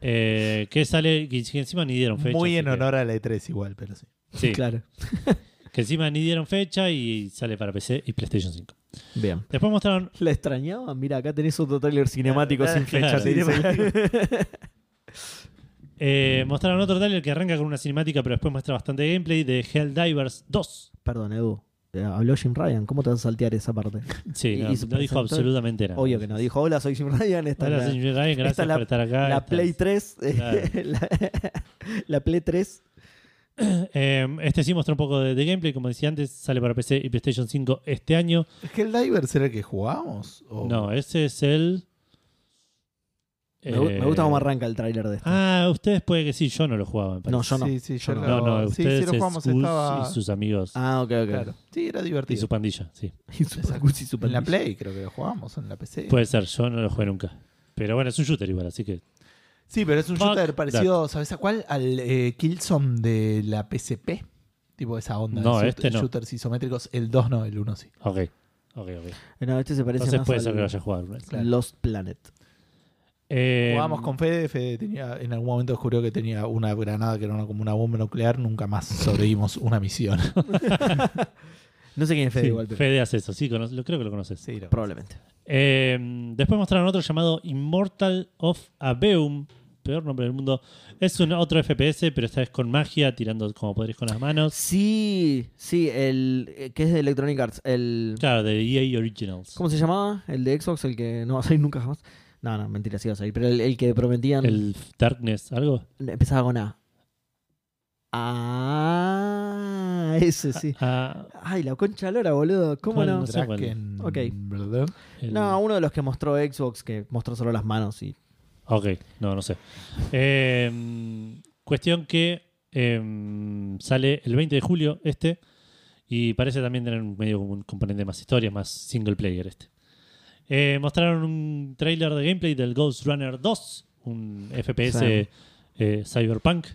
Speaker 1: Eh, que sale, que encima ni dieron fecha.
Speaker 3: Muy
Speaker 1: así
Speaker 3: en
Speaker 1: que-
Speaker 3: honor a la E3 igual, pero sí.
Speaker 1: sí,
Speaker 2: [LAUGHS] Claro.
Speaker 1: que encima ni dieron fecha y sale para PC y PlayStation 5.
Speaker 2: Bien.
Speaker 1: Después mostraron
Speaker 2: ¿La extrañaba? Mira, acá tenés otro trailer cinemático sin fecha.
Speaker 1: Claro.
Speaker 2: te dice.
Speaker 1: eh, mostraron otro trailer que arranca con una cinemática, pero después muestra bastante gameplay de Helldivers 2.
Speaker 2: [LAUGHS] Perdón, Edu. Eh, Habló Jim Ryan. ¿Cómo te vas a saltear esa parte?
Speaker 1: Sí,
Speaker 2: Y-
Speaker 1: no,
Speaker 2: y se
Speaker 1: no dijo
Speaker 2: presentó-
Speaker 1: absolutamente nada.
Speaker 2: Obvio que no. Dijo, hola, soy Jim Ryan. Esta es
Speaker 1: Hola,
Speaker 2: la-
Speaker 1: señor Ryan, gracias
Speaker 2: esta es la-
Speaker 1: por estar acá.
Speaker 2: la
Speaker 1: Esta
Speaker 2: Play
Speaker 1: es-
Speaker 2: 3. eh,
Speaker 1: Claro.
Speaker 2: [LAUGHS] la, la Play 3.
Speaker 1: Eh, este sí mostró un poco de, de gameplay, como decía antes, sale para PC y PlayStation 5 este año.
Speaker 3: ¿Es que el Diver será el que jugamos? ¿O-
Speaker 2: Oh.
Speaker 1: No, ese es el.
Speaker 2: Me, gu- me
Speaker 1: eh,
Speaker 2: gusta cómo arranca el tráiler de esto.
Speaker 1: Ah, ustedes puede que sí, yo no lo jugaba, me parece.
Speaker 2: no, yo no.
Speaker 3: Sí, sí, yo
Speaker 2: no.
Speaker 1: no, no,
Speaker 3: sí,
Speaker 1: ustedes
Speaker 3: sí, lo
Speaker 1: es
Speaker 3: jugamos,
Speaker 1: Gus
Speaker 3: estaba...
Speaker 1: y sus amigos
Speaker 2: Ah, Eh. ok, ok.
Speaker 3: Claro. Sí, era
Speaker 1: y su
Speaker 3: divertido.
Speaker 1: pandilla, sí.
Speaker 2: Y su jacuzzi, su
Speaker 3: En la
Speaker 2: pandilla.
Speaker 3: Play creo que lo jugamos, en la PC.
Speaker 1: Puede ser, yo no lo jugué nunca. Pero bueno, es un shooter igual, así que.
Speaker 3: sí, pero es un
Speaker 1: Fuck
Speaker 3: shooter parecido, ¿sabes a cuál? Al eh, Killzone de la PSP. Tipo esa onda.
Speaker 1: No,
Speaker 3: de shoot-
Speaker 1: este no.
Speaker 3: Shooters isométricos. El 2 no, el 1 sí.
Speaker 1: Ok, ok, ok.
Speaker 2: No, este se parece
Speaker 1: Entonces
Speaker 2: más
Speaker 1: puede
Speaker 2: al
Speaker 1: ser que lo haya jugado alguna vez.
Speaker 3: claro.
Speaker 2: Lost Planet.
Speaker 1: Eh,
Speaker 3: Jugamos con Fede, Fede tenía, en algún momento descubrió que tenía una granada que era una- como una bomba nuclear, nunca más sobrevivimos
Speaker 1: [LAUGHS]
Speaker 3: una misión.
Speaker 2: No sé quién es Fede
Speaker 1: sí,
Speaker 2: igual, pero
Speaker 1: Fede hace eso, sí, cono- lo, creo que lo conoces.
Speaker 3: Sí, lo-
Speaker 2: probablemente.
Speaker 1: Eh, después mostraron otro llamado Immortal of Abeum. Peor nombre del mundo. Es un otro FPS, pero esta vez con magia, tirando como podréis con las manos.
Speaker 2: Sí, sí, el eh, que es de Electronic Arts, el
Speaker 1: Claro, de EA Originals.
Speaker 2: ¿Cómo se llamaba? El de Xbox, el que no va a salir nunca jamás. No, no, mentira, sí iba a salir. Pero el, el que prometían
Speaker 1: El Darkness, algo.
Speaker 2: empezaba con A. Ah,
Speaker 1: [LAUGHS]
Speaker 2: ese sí.
Speaker 1: Ah,
Speaker 2: Ay, la concha lora, boludo. ¿Cómo
Speaker 1: ¿Cuál?
Speaker 2: no?
Speaker 1: No sé cuál.
Speaker 3: Draken,
Speaker 2: Ok.
Speaker 3: ¿Verdad?
Speaker 1: el-
Speaker 2: No, uno de los que mostró Xbox, que mostró solo las manos y
Speaker 1: Ok, no, no sé. Eh, cuestión que eh, sale el 20 de julio este y parece también tener un medio como un componente más historia, más single player este. Eh, mostraron un trailer de gameplay del Ghost Runner 2, un FPS
Speaker 2: Sí.
Speaker 1: eh, cyberpunk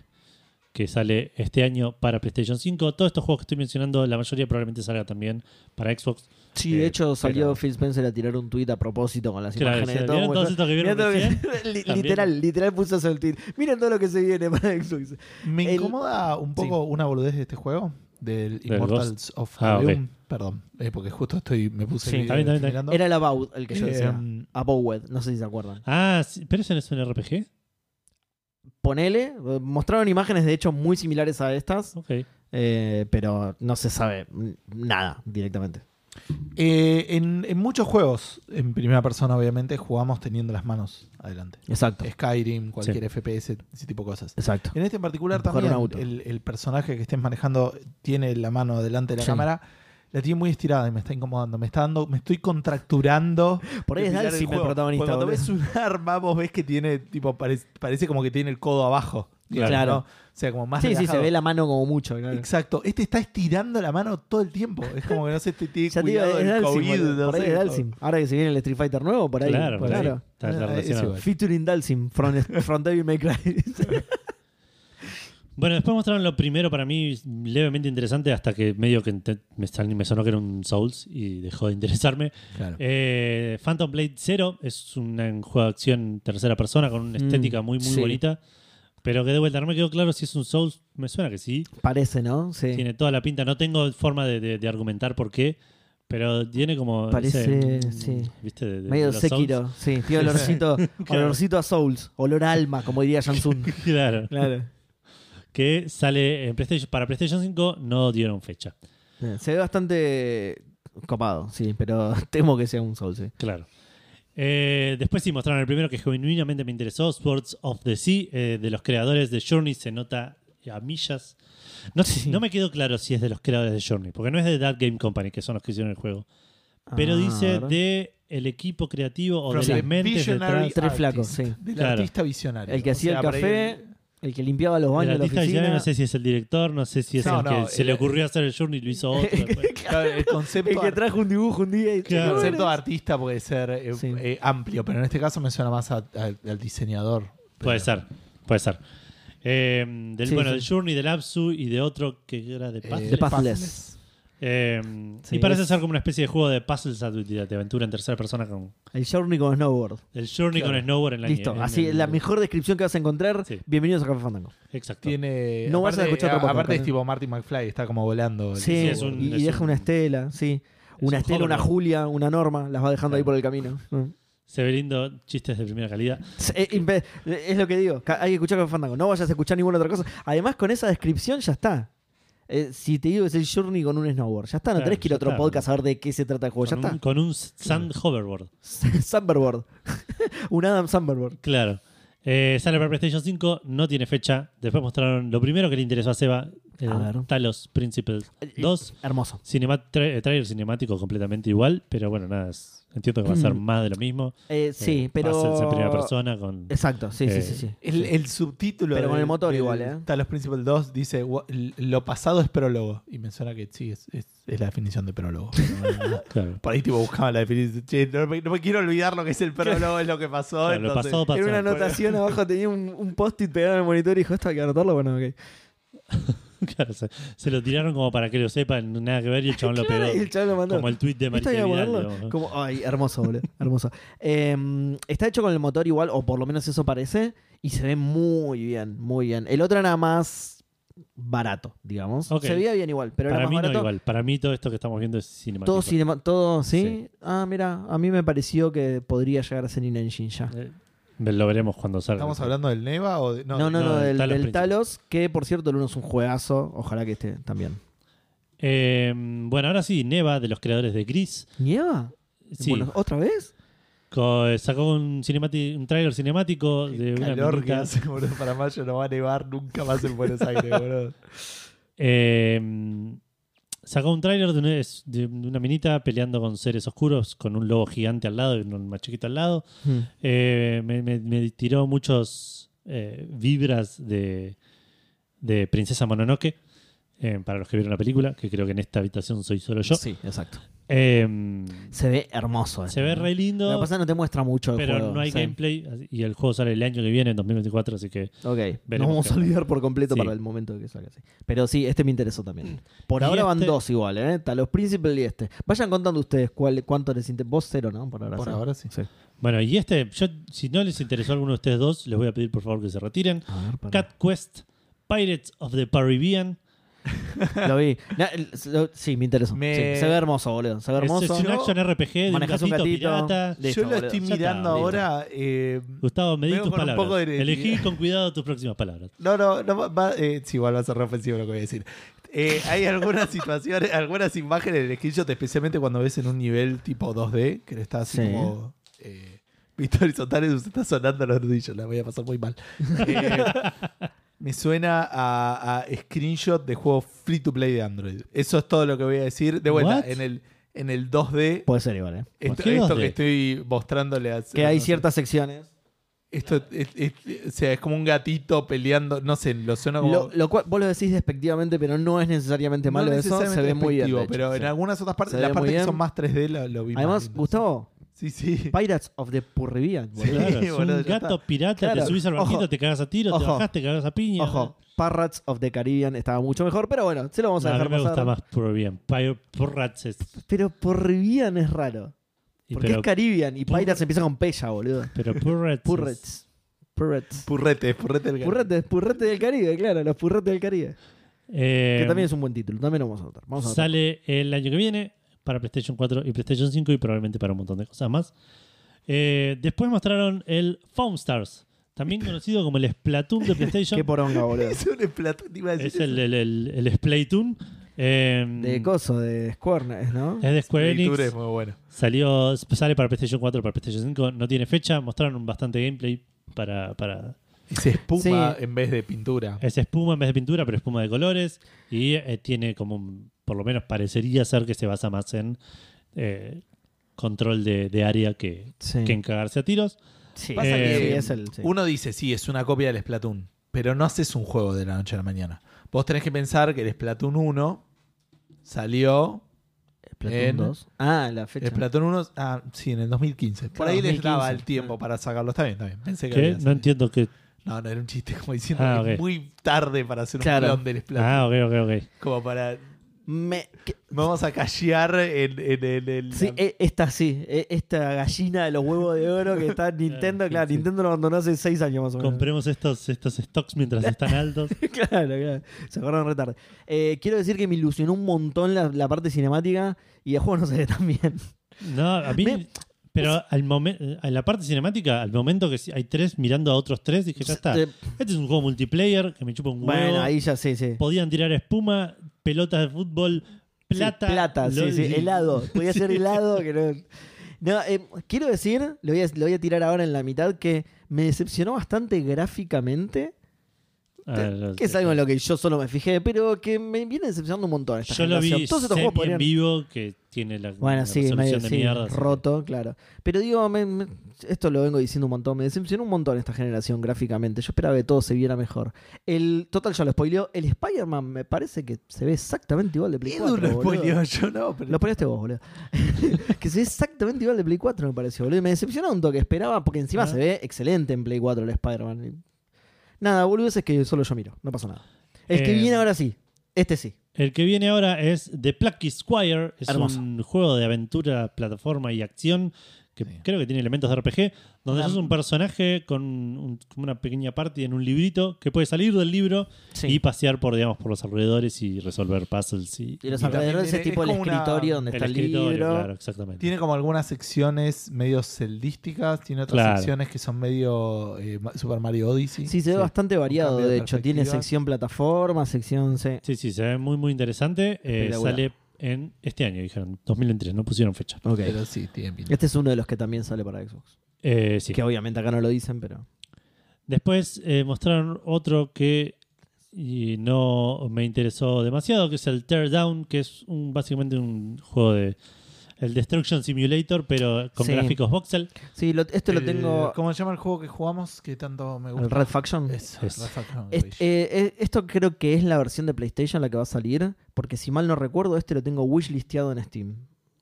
Speaker 1: que sale este año para PlayStation 5. Todos estos juegos que estoy mencionando, la mayoría probablemente salga también para Xbox.
Speaker 2: Sí,
Speaker 1: Eh,
Speaker 2: de hecho salió
Speaker 1: pero-
Speaker 2: Phil Spencer a tirar un tuit a propósito con las
Speaker 1: Claro,
Speaker 2: imágenes
Speaker 1: se
Speaker 2: de todo.
Speaker 1: vieron
Speaker 2: como
Speaker 1: todos
Speaker 2: yo-
Speaker 1: estos que vieron
Speaker 2: mirá todo lo que- [LAUGHS] li-
Speaker 1: También.
Speaker 2: literal, literal puso eso el tuit. Miren todo lo que se viene para Xbox.
Speaker 3: Me
Speaker 2: El-
Speaker 3: incomoda un poco una boludez de este juego, del
Speaker 1: Del
Speaker 3: Immortals of
Speaker 1: Ah, ok.
Speaker 3: Helium. Perdón, eh, porque justo estoy, me puse
Speaker 2: Sí,
Speaker 3: el
Speaker 1: está
Speaker 3: video
Speaker 1: bien, está bien,
Speaker 3: mirando.
Speaker 2: Era el About el que yo
Speaker 3: Eh,
Speaker 2: decía.
Speaker 3: um,
Speaker 2: Abowed, no sé si se acuerdan.
Speaker 1: Ah, sí, pero ese no es un RPG.
Speaker 2: Ponele, eh, mostraron imágenes de hecho muy similares a estas,
Speaker 1: Ok.
Speaker 2: eh, pero no se sabe n- nada directamente.
Speaker 3: eh, en, en muchos juegos, en primera persona obviamente, jugamos teniendo las manos adelante.
Speaker 2: Exacto,
Speaker 3: Skyrim, cualquier FPS, ese tipo de cosas.
Speaker 2: exacto.
Speaker 3: En este en particular
Speaker 2: Empujar
Speaker 3: también
Speaker 2: un auto.
Speaker 3: el, el personaje que estés manejando tiene la mano delante de la
Speaker 2: Sí.
Speaker 3: cámara. La tiene muy estirada y me está incomodando. Me está dando, me estoy contracturando.
Speaker 2: Por ahí
Speaker 3: de
Speaker 2: es
Speaker 3: mirar el
Speaker 2: Dalsim el
Speaker 3: juego.
Speaker 2: protagonista.
Speaker 3: Cuando
Speaker 2: boludo.
Speaker 3: ves un [LAUGHS] arma, vos ves que tiene, tipo, parece, parece como que tiene el codo abajo. digamos,
Speaker 2: Claro.
Speaker 3: ¿no? O sea, como más
Speaker 2: Sí, sí, se
Speaker 3: relajado.
Speaker 2: ve la mano como mucho.
Speaker 1: Eh.
Speaker 2: claro.
Speaker 3: Exacto. Este está estirando la mano todo el tiempo. Es como que no sé, te
Speaker 2: [LAUGHS]
Speaker 3: tiene
Speaker 2: Ya te digo,
Speaker 3: cuidado
Speaker 2: es
Speaker 3: del
Speaker 2: Dalsim.
Speaker 3: COVID,
Speaker 2: boludo.
Speaker 3: no
Speaker 2: Por ahí
Speaker 3: sé,
Speaker 2: es Dalsim. Ahora que se viene el Street Fighter nuevo, por ahí.
Speaker 1: Claro, por ahí.
Speaker 2: claro.
Speaker 1: Está- está
Speaker 3: Ah, es
Speaker 1: relacionado.
Speaker 3: igual.
Speaker 2: Featuring Dalsim from, from Devil May Cry. [LAUGHS]
Speaker 1: Bueno, después mostraron lo primero para mí levemente interesante hasta que medio que ente- me, sal- me sonó que era un Souls y dejó de interesarme.
Speaker 3: Claro.
Speaker 1: Eh, Phantom Blade Zero es una- un juego de acción tercera persona con una
Speaker 2: Mm,
Speaker 1: estética muy muy
Speaker 2: sí.
Speaker 1: bonita, pero que de vuelta no me quedó claro si es un Souls, me suena que sí,
Speaker 2: Parece, ¿no? Sí.
Speaker 1: tiene toda la pinta, no tengo forma de, de- de argumentar por qué, pero tiene como...
Speaker 2: Parece,
Speaker 1: ese, mm,
Speaker 2: sí.
Speaker 1: ¿Viste? De- de-
Speaker 2: Medio
Speaker 1: de los Souls.
Speaker 2: Sekiro. Sí, tiene
Speaker 3: [LAUGHS]
Speaker 2: olorcito, olorcito a Souls. Olor a alma, como diría Jansun.
Speaker 1: [LAUGHS] Claro.
Speaker 2: claro.
Speaker 1: Que sale en PlayStation, para PlayStation 5 no dieron fecha.
Speaker 2: Se ve bastante copado, sí, pero temo que sea un Souls. sí.
Speaker 1: Claro. Eh, después sí mostraron el primero que genuinamente me interesó, Swords of the Sea, eh, de los creadores de Journey, se nota a millas. No, sé-
Speaker 2: Sí.
Speaker 1: no me quedó claro si es de los creadores de Journey, porque no es de That Game Company, que son los que hicieron el juego. Pero
Speaker 2: Ah, a
Speaker 1: dice
Speaker 2: ver.
Speaker 1: de el equipo creativo o
Speaker 3: From
Speaker 1: de
Speaker 3: the
Speaker 1: las mentes
Speaker 3: visionary
Speaker 1: detrás
Speaker 2: Tres
Speaker 3: artist,
Speaker 2: flacos, sí.
Speaker 3: Del
Speaker 1: Claro.
Speaker 3: artista visionario.
Speaker 2: El que
Speaker 3: O
Speaker 2: hacía
Speaker 3: sea,
Speaker 2: el
Speaker 3: por ahí
Speaker 2: café, el que limpiaba los
Speaker 1: del
Speaker 2: baños de la
Speaker 1: artista
Speaker 2: oficina.
Speaker 1: visionario, no sé si es el director, no sé si es
Speaker 3: No,
Speaker 1: el
Speaker 3: no,
Speaker 1: que se
Speaker 3: el-
Speaker 1: le ocurrió hacer el Journey y lo hizo
Speaker 3: [LAUGHS]
Speaker 1: otro. después.
Speaker 3: Claro,
Speaker 2: [LAUGHS]
Speaker 3: el
Speaker 2: El
Speaker 3: concepto,
Speaker 2: que
Speaker 3: ar-
Speaker 2: trajo un dibujo un día y
Speaker 3: el
Speaker 1: Claro.
Speaker 2: Bueno,
Speaker 3: concepto de artista puede ser eh,
Speaker 2: Sí.
Speaker 3: eh, amplio, pero en este caso me suena más a- a- al diseñador.
Speaker 1: Puede
Speaker 3: Pero-
Speaker 1: ser, puede ser. Eh, del,
Speaker 2: Sí,
Speaker 1: bueno,
Speaker 2: sí.
Speaker 1: del Journey, del Absu y de otro que era de
Speaker 3: Eh,
Speaker 1: Puzzle.
Speaker 2: The Pathless.
Speaker 3: Pathless.
Speaker 1: Eh,
Speaker 2: Sí,
Speaker 1: y parece
Speaker 2: es-
Speaker 1: ser como una especie de juego de puzzles de de aventura en tercera persona con
Speaker 2: El Journey con Snowboard.
Speaker 1: el Journey
Speaker 3: Claro.
Speaker 1: con Snowboard en la
Speaker 2: Listo.
Speaker 1: en
Speaker 2: Así,
Speaker 1: el-
Speaker 2: la mejor descripción que vas a encontrar.
Speaker 1: Sí.
Speaker 2: Bienvenidos a Café Fandango.
Speaker 1: Exacto.
Speaker 3: Tiene.
Speaker 2: No vas a
Speaker 3: aparte-
Speaker 2: escuchar otro podcast,
Speaker 3: Aparte es
Speaker 2: ¿no?
Speaker 3: tipo Marty McFly, está como volando. el-
Speaker 2: Sí,
Speaker 1: Sí, es un-
Speaker 2: y, y
Speaker 1: es
Speaker 2: deja
Speaker 1: un-
Speaker 2: una estela, sí. Una
Speaker 1: un
Speaker 2: estela, una
Speaker 1: hologram.
Speaker 2: Julia, una Norma, las va dejando ahí por el camino. Mm.
Speaker 1: Se ve lindo, chistes de primera calidad.
Speaker 2: Es, es eh, impe- es lo que digo, ca- hay que escuchar con Fandango, no vayas a escuchar ninguna otra cosa. Además, con esa descripción ya está. Eh, si te digo que es el Journey con un snowboard, ya está, no
Speaker 1: Claro,
Speaker 2: tenés que ir a
Speaker 1: ya
Speaker 2: otro
Speaker 1: está.
Speaker 2: podcast a ver de qué se trata el juego, Pues ya
Speaker 1: con, un,
Speaker 2: está.
Speaker 1: con un Sand Hoverboard.
Speaker 2: [LAUGHS] Summerboard. un Adam Summerboard.
Speaker 1: Claro. Eh, sale para PlayStation 5, no tiene fecha. Después mostraron lo primero que le interesó a Seba, eh,
Speaker 2: A ver. Eh,
Speaker 1: Talos Principles 2.
Speaker 2: Hermoso.
Speaker 1: Cinema, tra- eh, trailer cinemático completamente igual, pero bueno, nada, es- entiendo que va a ser
Speaker 2: Mm.
Speaker 1: más de lo mismo.
Speaker 2: Eh, sí,
Speaker 1: Eh,
Speaker 2: pero.
Speaker 1: Puzzles en primera persona
Speaker 2: [LAUGHS]
Speaker 1: con...
Speaker 2: Exacto, sí, sí,
Speaker 1: Eh,
Speaker 2: sí. sí.
Speaker 3: El, el subtítulo.
Speaker 2: Pero con
Speaker 3: del-
Speaker 2: el motor
Speaker 3: del
Speaker 2: igual, ¿eh?
Speaker 3: Talos Principle 2 dice: "Gua- Lo pasado es prólogo. Y me suena que sí, es, es- es la definición
Speaker 2: [LAUGHS]
Speaker 3: de prólogo.
Speaker 1: Claro.
Speaker 3: Por ahí, tipo, buscaba la definición. Che, no, me, no me quiero olvidar lo que es el prólogo, es lo que pasó.
Speaker 1: Claro, lo
Speaker 3: entonces-
Speaker 1: pasado pasó.
Speaker 2: En una anotación abajo tenía un, un post-it pegado en el monitor y dijo: Esto hay que anotarlo. Bueno, ok.
Speaker 1: [LAUGHS] Claro, se, se lo tiraron como para que lo sepan, nada que ver, y el chabón lo
Speaker 2: Claro,
Speaker 1: pegó.
Speaker 2: y el chaval lo mandó.
Speaker 1: Como el tweet de
Speaker 2: ¿Esto
Speaker 1: Maricel
Speaker 2: hay que
Speaker 1: Vidal,
Speaker 2: ponerlo?
Speaker 1: digamos.
Speaker 2: Como- ay, hermoso, boludo. [LAUGHS] hermoso. Eh, está hecho con el motor igual, o por lo menos eso parece, y se ve muy bien, muy bien. El otro era más barato, digamos.
Speaker 1: Ok.
Speaker 2: Se veía bien igual, pero
Speaker 1: Para
Speaker 2: era
Speaker 1: mí
Speaker 2: más
Speaker 1: no
Speaker 2: barato.
Speaker 1: igual. Para mí todo esto que estamos viendo es cinemático.
Speaker 2: todo cinema, todo, ¿sí?
Speaker 1: Sí.
Speaker 2: Ah, mira, a mí me pareció que podría llegar a ser in engine ya.
Speaker 1: Eh, Lo veremos cuando salga.
Speaker 3: ¿Estamos hablando del Neva o de.? No,
Speaker 2: No, no, no,
Speaker 1: no, del
Speaker 2: del,
Speaker 1: Talos
Speaker 2: del
Speaker 1: Principle.
Speaker 2: Talos, que por cierto el uno es un juegazo, ojalá que esté también.
Speaker 1: Eh, bueno, ahora sí, Neva, de los creadores de Gris.
Speaker 2: ¿Nieva?
Speaker 1: Sí,
Speaker 2: Bueno, ¿Otra vez?
Speaker 1: Co- eh, Sacó un, cinemati- un trailer cinemático de
Speaker 3: El
Speaker 1: una
Speaker 3: calor que
Speaker 1: minita.
Speaker 3: hace, boludo. Para mayo no va a nevar nunca más en Buenos
Speaker 2: [LAUGHS]
Speaker 3: Aires, boludo.
Speaker 1: Eh, sacó un tráiler de, una- es- de una minita peleando con seres oscuros, con un lobo gigante al lado y un más chiquito al lado. Eh, me, me- me tiró muchos eh, vibras de, de Princesa Mononoke, eh, para los que vieron la película, que creo que en esta habitación soy solo yo.
Speaker 2: Sí, exacto.
Speaker 1: Eh,
Speaker 2: Se ve hermoso. eh.
Speaker 1: se ve re
Speaker 2: Lo que
Speaker 1: lindo,
Speaker 2: pasa es que no te muestra mucho el
Speaker 1: pero
Speaker 2: juego,
Speaker 1: no hay
Speaker 2: sí.
Speaker 1: gameplay así- y el juego sale el año que viene, en 2024, así que...
Speaker 2: Ok, nos
Speaker 1: Veremos
Speaker 2: vamos a
Speaker 1: qué
Speaker 2: olvidar por completo
Speaker 1: Sí. Mm.
Speaker 2: para el momento que salga así. Pero sí, este me interesó también. Por
Speaker 1: Y
Speaker 2: ahora van
Speaker 1: este-
Speaker 2: dos igual, ¿eh? Talos Principal y este. Vayan contando ustedes cuál, cuánto les interesa. Vos cero, ¿no? Por ahora,
Speaker 3: Por
Speaker 2: cero.
Speaker 3: ahora sí.
Speaker 1: Bueno, y este, yo, si no les interesó a alguno de ustedes dos, les voy a pedir por favor que se retiren.
Speaker 2: A ver, pará.
Speaker 1: Cat Quest, Pirates of the Caribbean.
Speaker 2: Lo vi. Na- el- lo- sí, me interesó.
Speaker 3: Me-
Speaker 2: Sí, se ve hermoso, boludo. Se ve
Speaker 1: Es,
Speaker 2: hermoso.
Speaker 1: es un action RPG de un
Speaker 2: Manejas
Speaker 1: gatito,
Speaker 2: un gatito.
Speaker 1: pirata.
Speaker 2: Listo,
Speaker 3: Yo lo
Speaker 2: boludo.
Speaker 3: estoy
Speaker 1: Ya está,
Speaker 3: mirando
Speaker 1: listo.
Speaker 3: ahora. eh,
Speaker 1: Gustavo, medí
Speaker 3: Veo
Speaker 1: tus
Speaker 3: con un
Speaker 1: palabras.
Speaker 3: poco de
Speaker 1: Elegí
Speaker 3: creatividad.
Speaker 1: con cuidado tus próximas
Speaker 2: [LAUGHS]
Speaker 1: palabras.
Speaker 3: No, no, no va- va- eh, sí, igual va a ser re ofensivo lo que voy a decir. Eh, hay algunas [LAUGHS] situaciones, algunas imágenes del esquillo, especialmente cuando ves en un nivel tipo 2D, que está así
Speaker 2: Sí.
Speaker 3: como. Eh, Vista horizontal y se está sonando los nudillos, la voy a pasar
Speaker 2: [LAUGHS]
Speaker 3: muy mal. Eh, me suena a, a screenshot de juego free to play de Android. Eso es todo lo que voy a decir. De vuelta,
Speaker 1: What?
Speaker 3: en el, en el 2D,
Speaker 2: Puede ser igual, ¿eh?
Speaker 3: esto,
Speaker 1: qué
Speaker 3: esto
Speaker 1: 2D?
Speaker 3: que estoy mostrándole a.
Speaker 2: Que hay
Speaker 3: a-
Speaker 2: ciertas secciones.
Speaker 3: Esto es, es- o sea, es como un gatito peleando, no sé, lo suena como.
Speaker 2: Lo, lo cual vos lo decís despectivamente, pero no es necesariamente malo
Speaker 3: No
Speaker 2: eso. Se
Speaker 3: necesariamente
Speaker 2: ve muy bien.
Speaker 3: despectivo,
Speaker 2: de hecho.
Speaker 3: Pero en
Speaker 2: Sí.
Speaker 3: algunas otras partes,
Speaker 2: Se
Speaker 3: las
Speaker 2: ve
Speaker 3: partes
Speaker 2: muy
Speaker 3: que son
Speaker 2: bien.
Speaker 3: más 3D lo, lo vi más
Speaker 2: Además,
Speaker 3: lindo.
Speaker 2: Gustavo,
Speaker 3: Sí, sí.
Speaker 2: Pirates of the Purribian, boludo.
Speaker 1: Claro, es
Speaker 3: boludo,
Speaker 1: un
Speaker 3: ya
Speaker 1: gato
Speaker 3: está.
Speaker 1: pirata,
Speaker 2: Claro.
Speaker 1: te subís al banquito,
Speaker 2: Ojo.
Speaker 1: te cagas a tiro, te
Speaker 2: Ojo.
Speaker 1: bajás, te cagas a piña.
Speaker 2: Ojo, Pirates of the Caribbean estaba mucho mejor, pero bueno, se lo vamos a
Speaker 1: No, a
Speaker 2: dejar
Speaker 1: mí me
Speaker 2: pasar.
Speaker 1: gusta más por bien. Pir- Pirates es-
Speaker 2: Pero Purribian es raro.
Speaker 1: y
Speaker 2: Porque
Speaker 1: pero,
Speaker 2: es Caribbean y
Speaker 1: Pur-
Speaker 2: Pirates empieza con Pella, boludo.
Speaker 1: pero Pirates es-
Speaker 2: Purrets. Purrets.
Speaker 3: Purrete, purrete el gato. [LAUGHS]
Speaker 2: Purretes, purretes del Caribe, claro, los purretes del Caribe.
Speaker 1: eh,
Speaker 2: que también es un buen título, también lo vamos a votar. Vamos a votar.
Speaker 1: Sale el año que viene para PlayStation 4 y PlayStation 5 y probablemente para un montón de cosas más. Eh, después mostraron el Foam Stars,
Speaker 2: [COUGHS]
Speaker 1: también conocido como el Splatoon
Speaker 2: [LAUGHS]
Speaker 1: de PlayStation.
Speaker 2: Qué poronga, boludo.
Speaker 3: Es un plato, te iba a decir
Speaker 1: es el, el, el, el Splatoon. Eh,
Speaker 2: De coso, de Square, ¿no?
Speaker 1: es de
Speaker 3: La
Speaker 1: Square Enix.
Speaker 3: lectura es muy bueno.
Speaker 1: Salió, sale para PlayStation 4, para PlayStation 5. No tiene fecha. Mostraron bastante gameplay para, para...
Speaker 3: Es espuma
Speaker 2: Sí.
Speaker 3: en vez de pintura.
Speaker 1: Es espuma en vez de pintura, pero espuma de colores. Y eh, tiene como, un- por lo menos parecería ser que se basa más en eh, control de, de área que,
Speaker 2: Sí.
Speaker 1: que en cagarse a tiros.
Speaker 2: Sí,
Speaker 3: Pasa
Speaker 2: sí,
Speaker 1: Eh,
Speaker 3: que
Speaker 2: es el. sí.
Speaker 3: Uno dice, sí, es una copia del Splatoon, pero no haces un juego de la noche a la mañana. Vos tenés que pensar que el Splatoon 1 salió.
Speaker 2: Splatoon
Speaker 3: en-
Speaker 2: 2. Ah, la fecha.
Speaker 3: El Splatoon 1, ah, sí, en el 2015. Por
Speaker 2: Claro,
Speaker 3: ahí les
Speaker 2: 2015,
Speaker 3: daba el
Speaker 2: ah.
Speaker 3: tiempo para sacarlo. Está bien, está bien. Pensé que
Speaker 1: ¿Qué?
Speaker 3: había
Speaker 1: No
Speaker 3: salido.
Speaker 1: entiendo que...
Speaker 3: No, no, era un chiste, como diciendo
Speaker 1: Ah,
Speaker 3: que
Speaker 1: ok.
Speaker 3: es muy tarde para hacer
Speaker 2: Claro.
Speaker 3: un clon del Splatoon.
Speaker 1: Ah, ok, ok, ok.
Speaker 3: Como para.
Speaker 2: Me- que-
Speaker 3: Vamos a callear en, en- en el.
Speaker 2: Sí,
Speaker 3: la-
Speaker 2: e- esta sí, e- esta gallina de los huevos de oro que
Speaker 1: [LAUGHS]
Speaker 2: está en Nintendo,
Speaker 1: Sí,
Speaker 2: claro,
Speaker 1: sí.
Speaker 2: Nintendo lo abandonó hace 6 años más o menos.
Speaker 1: Compremos estos, estos stocks mientras están altos.
Speaker 2: [LAUGHS] Claro, claro. Se acordaron retardo. Eh, quiero decir que me ilusionó un montón la, la parte cinemática y el juego no se ve tan bien.
Speaker 1: No, a mí.
Speaker 2: Me-
Speaker 1: pero al momento, en la parte cinemática, al momento que hay tres mirando a otros tres, dije, ya está.
Speaker 2: [LAUGHS] Eh,
Speaker 1: Este es un juego multiplayer que me chupa un huevo.
Speaker 2: bueno, ahí ya sí, sí.
Speaker 1: Podían tirar espuma, pelotas de fútbol,
Speaker 2: Sí,
Speaker 1: plata.
Speaker 2: plata, sí,
Speaker 1: lo-
Speaker 2: sí. Helado.
Speaker 1: [LAUGHS]
Speaker 2: Podía ser helado que no. No, eh, quiero decir, lo voy, a, lo voy a tirar ahora en la mitad, que me decepcionó bastante gráficamente,
Speaker 1: A ver, no
Speaker 2: que es
Speaker 1: sé.
Speaker 2: algo en lo que yo solo me fijé, pero que me viene decepcionando un montón. Esta
Speaker 1: Yo lo vi
Speaker 2: generación. Todos estos
Speaker 1: semi
Speaker 2: juegos podrían-
Speaker 1: en vivo que tiene la
Speaker 2: Bueno,
Speaker 1: la
Speaker 2: sí,
Speaker 1: resolución
Speaker 2: medio,
Speaker 1: de
Speaker 2: sí,
Speaker 1: mierda. así que-
Speaker 2: roto, claro. Pero digo, me- me- esto lo vengo diciendo un montón, me decepcionó un montón esta generación gráficamente. Yo esperaba que todo se viera mejor. El Total ya lo spoileó. El Spider-Man me parece que se ve exactamente igual de Play 4.
Speaker 3: Edu lo
Speaker 2: boludo.
Speaker 3: spoileó, yo no, pero.
Speaker 2: Lo spoileaste vos, boludo. [LAUGHS] que se ve exactamente igual de Play 4, me pareció, boludo. Y me decepcionó un toque. Esperaba, porque encima
Speaker 1: Ah.
Speaker 2: se ve excelente en Play 4 el Spider-Man. Y- Nada, boludo, es que solo yo miro. No pasa nada. El que
Speaker 1: Eh,
Speaker 2: viene ahora sí. Este sí.
Speaker 1: El que viene ahora es The Plucky Squire. Es
Speaker 2: Hermoso.
Speaker 1: un juego de aventura, plataforma y acción que
Speaker 3: Sí.
Speaker 1: creo que tiene elementos de RPG, donde
Speaker 3: Una-
Speaker 1: sos un personaje con un- como una pequeña party en un librito que puede salir del libro
Speaker 2: Sí.
Speaker 1: y pasear por, digamos, por los alrededores y resolver puzzles y,
Speaker 2: Y los
Speaker 3: Y también
Speaker 2: alrededores es
Speaker 3: tiene-
Speaker 2: tipo
Speaker 3: es
Speaker 2: el
Speaker 3: como una-
Speaker 2: escritorio donde
Speaker 1: el
Speaker 2: está el
Speaker 1: escritorio,
Speaker 2: libro.
Speaker 1: claro, exactamente.
Speaker 3: Tiene como algunas secciones medio celdísticas, tiene otras
Speaker 1: Claro.
Speaker 3: secciones que son medio eh, ma- Super Mario Odyssey.
Speaker 2: Sí, se ve bastante variado.
Speaker 3: cambio de
Speaker 2: De hecho, tiene
Speaker 3: perspectivas.
Speaker 2: sección plataforma, sección. sí.
Speaker 1: Sí, sí, se ve muy, muy interesante. Eh,
Speaker 2: Espectacular.
Speaker 1: sale en este año, dijeron, 2023, no pusieron fecha.
Speaker 2: Ok.
Speaker 3: Pero sí, tiene pinta.
Speaker 2: Este es uno de los que también sale para Xbox.
Speaker 1: Eh, sí.
Speaker 2: Que obviamente acá no lo dicen, pero.
Speaker 1: Después eh, mostraron otro que y no me interesó demasiado, que es el Teardown, que es un, básicamente un juego de... El Destruction Simulator, pero con
Speaker 2: Sí.
Speaker 1: gráficos voxel.
Speaker 2: Sí, lo- esto lo
Speaker 3: El-
Speaker 2: tengo.
Speaker 3: ¿Cómo se llama el juego que jugamos que tanto me gusta?
Speaker 2: El Red Faction.
Speaker 3: Eso,
Speaker 1: Es-
Speaker 3: Red Faction.
Speaker 2: Es- eh, eh, esto creo que es la versión de PlayStation la que va a salir. Porque si mal no recuerdo, este lo tengo wishlisteado en Steam.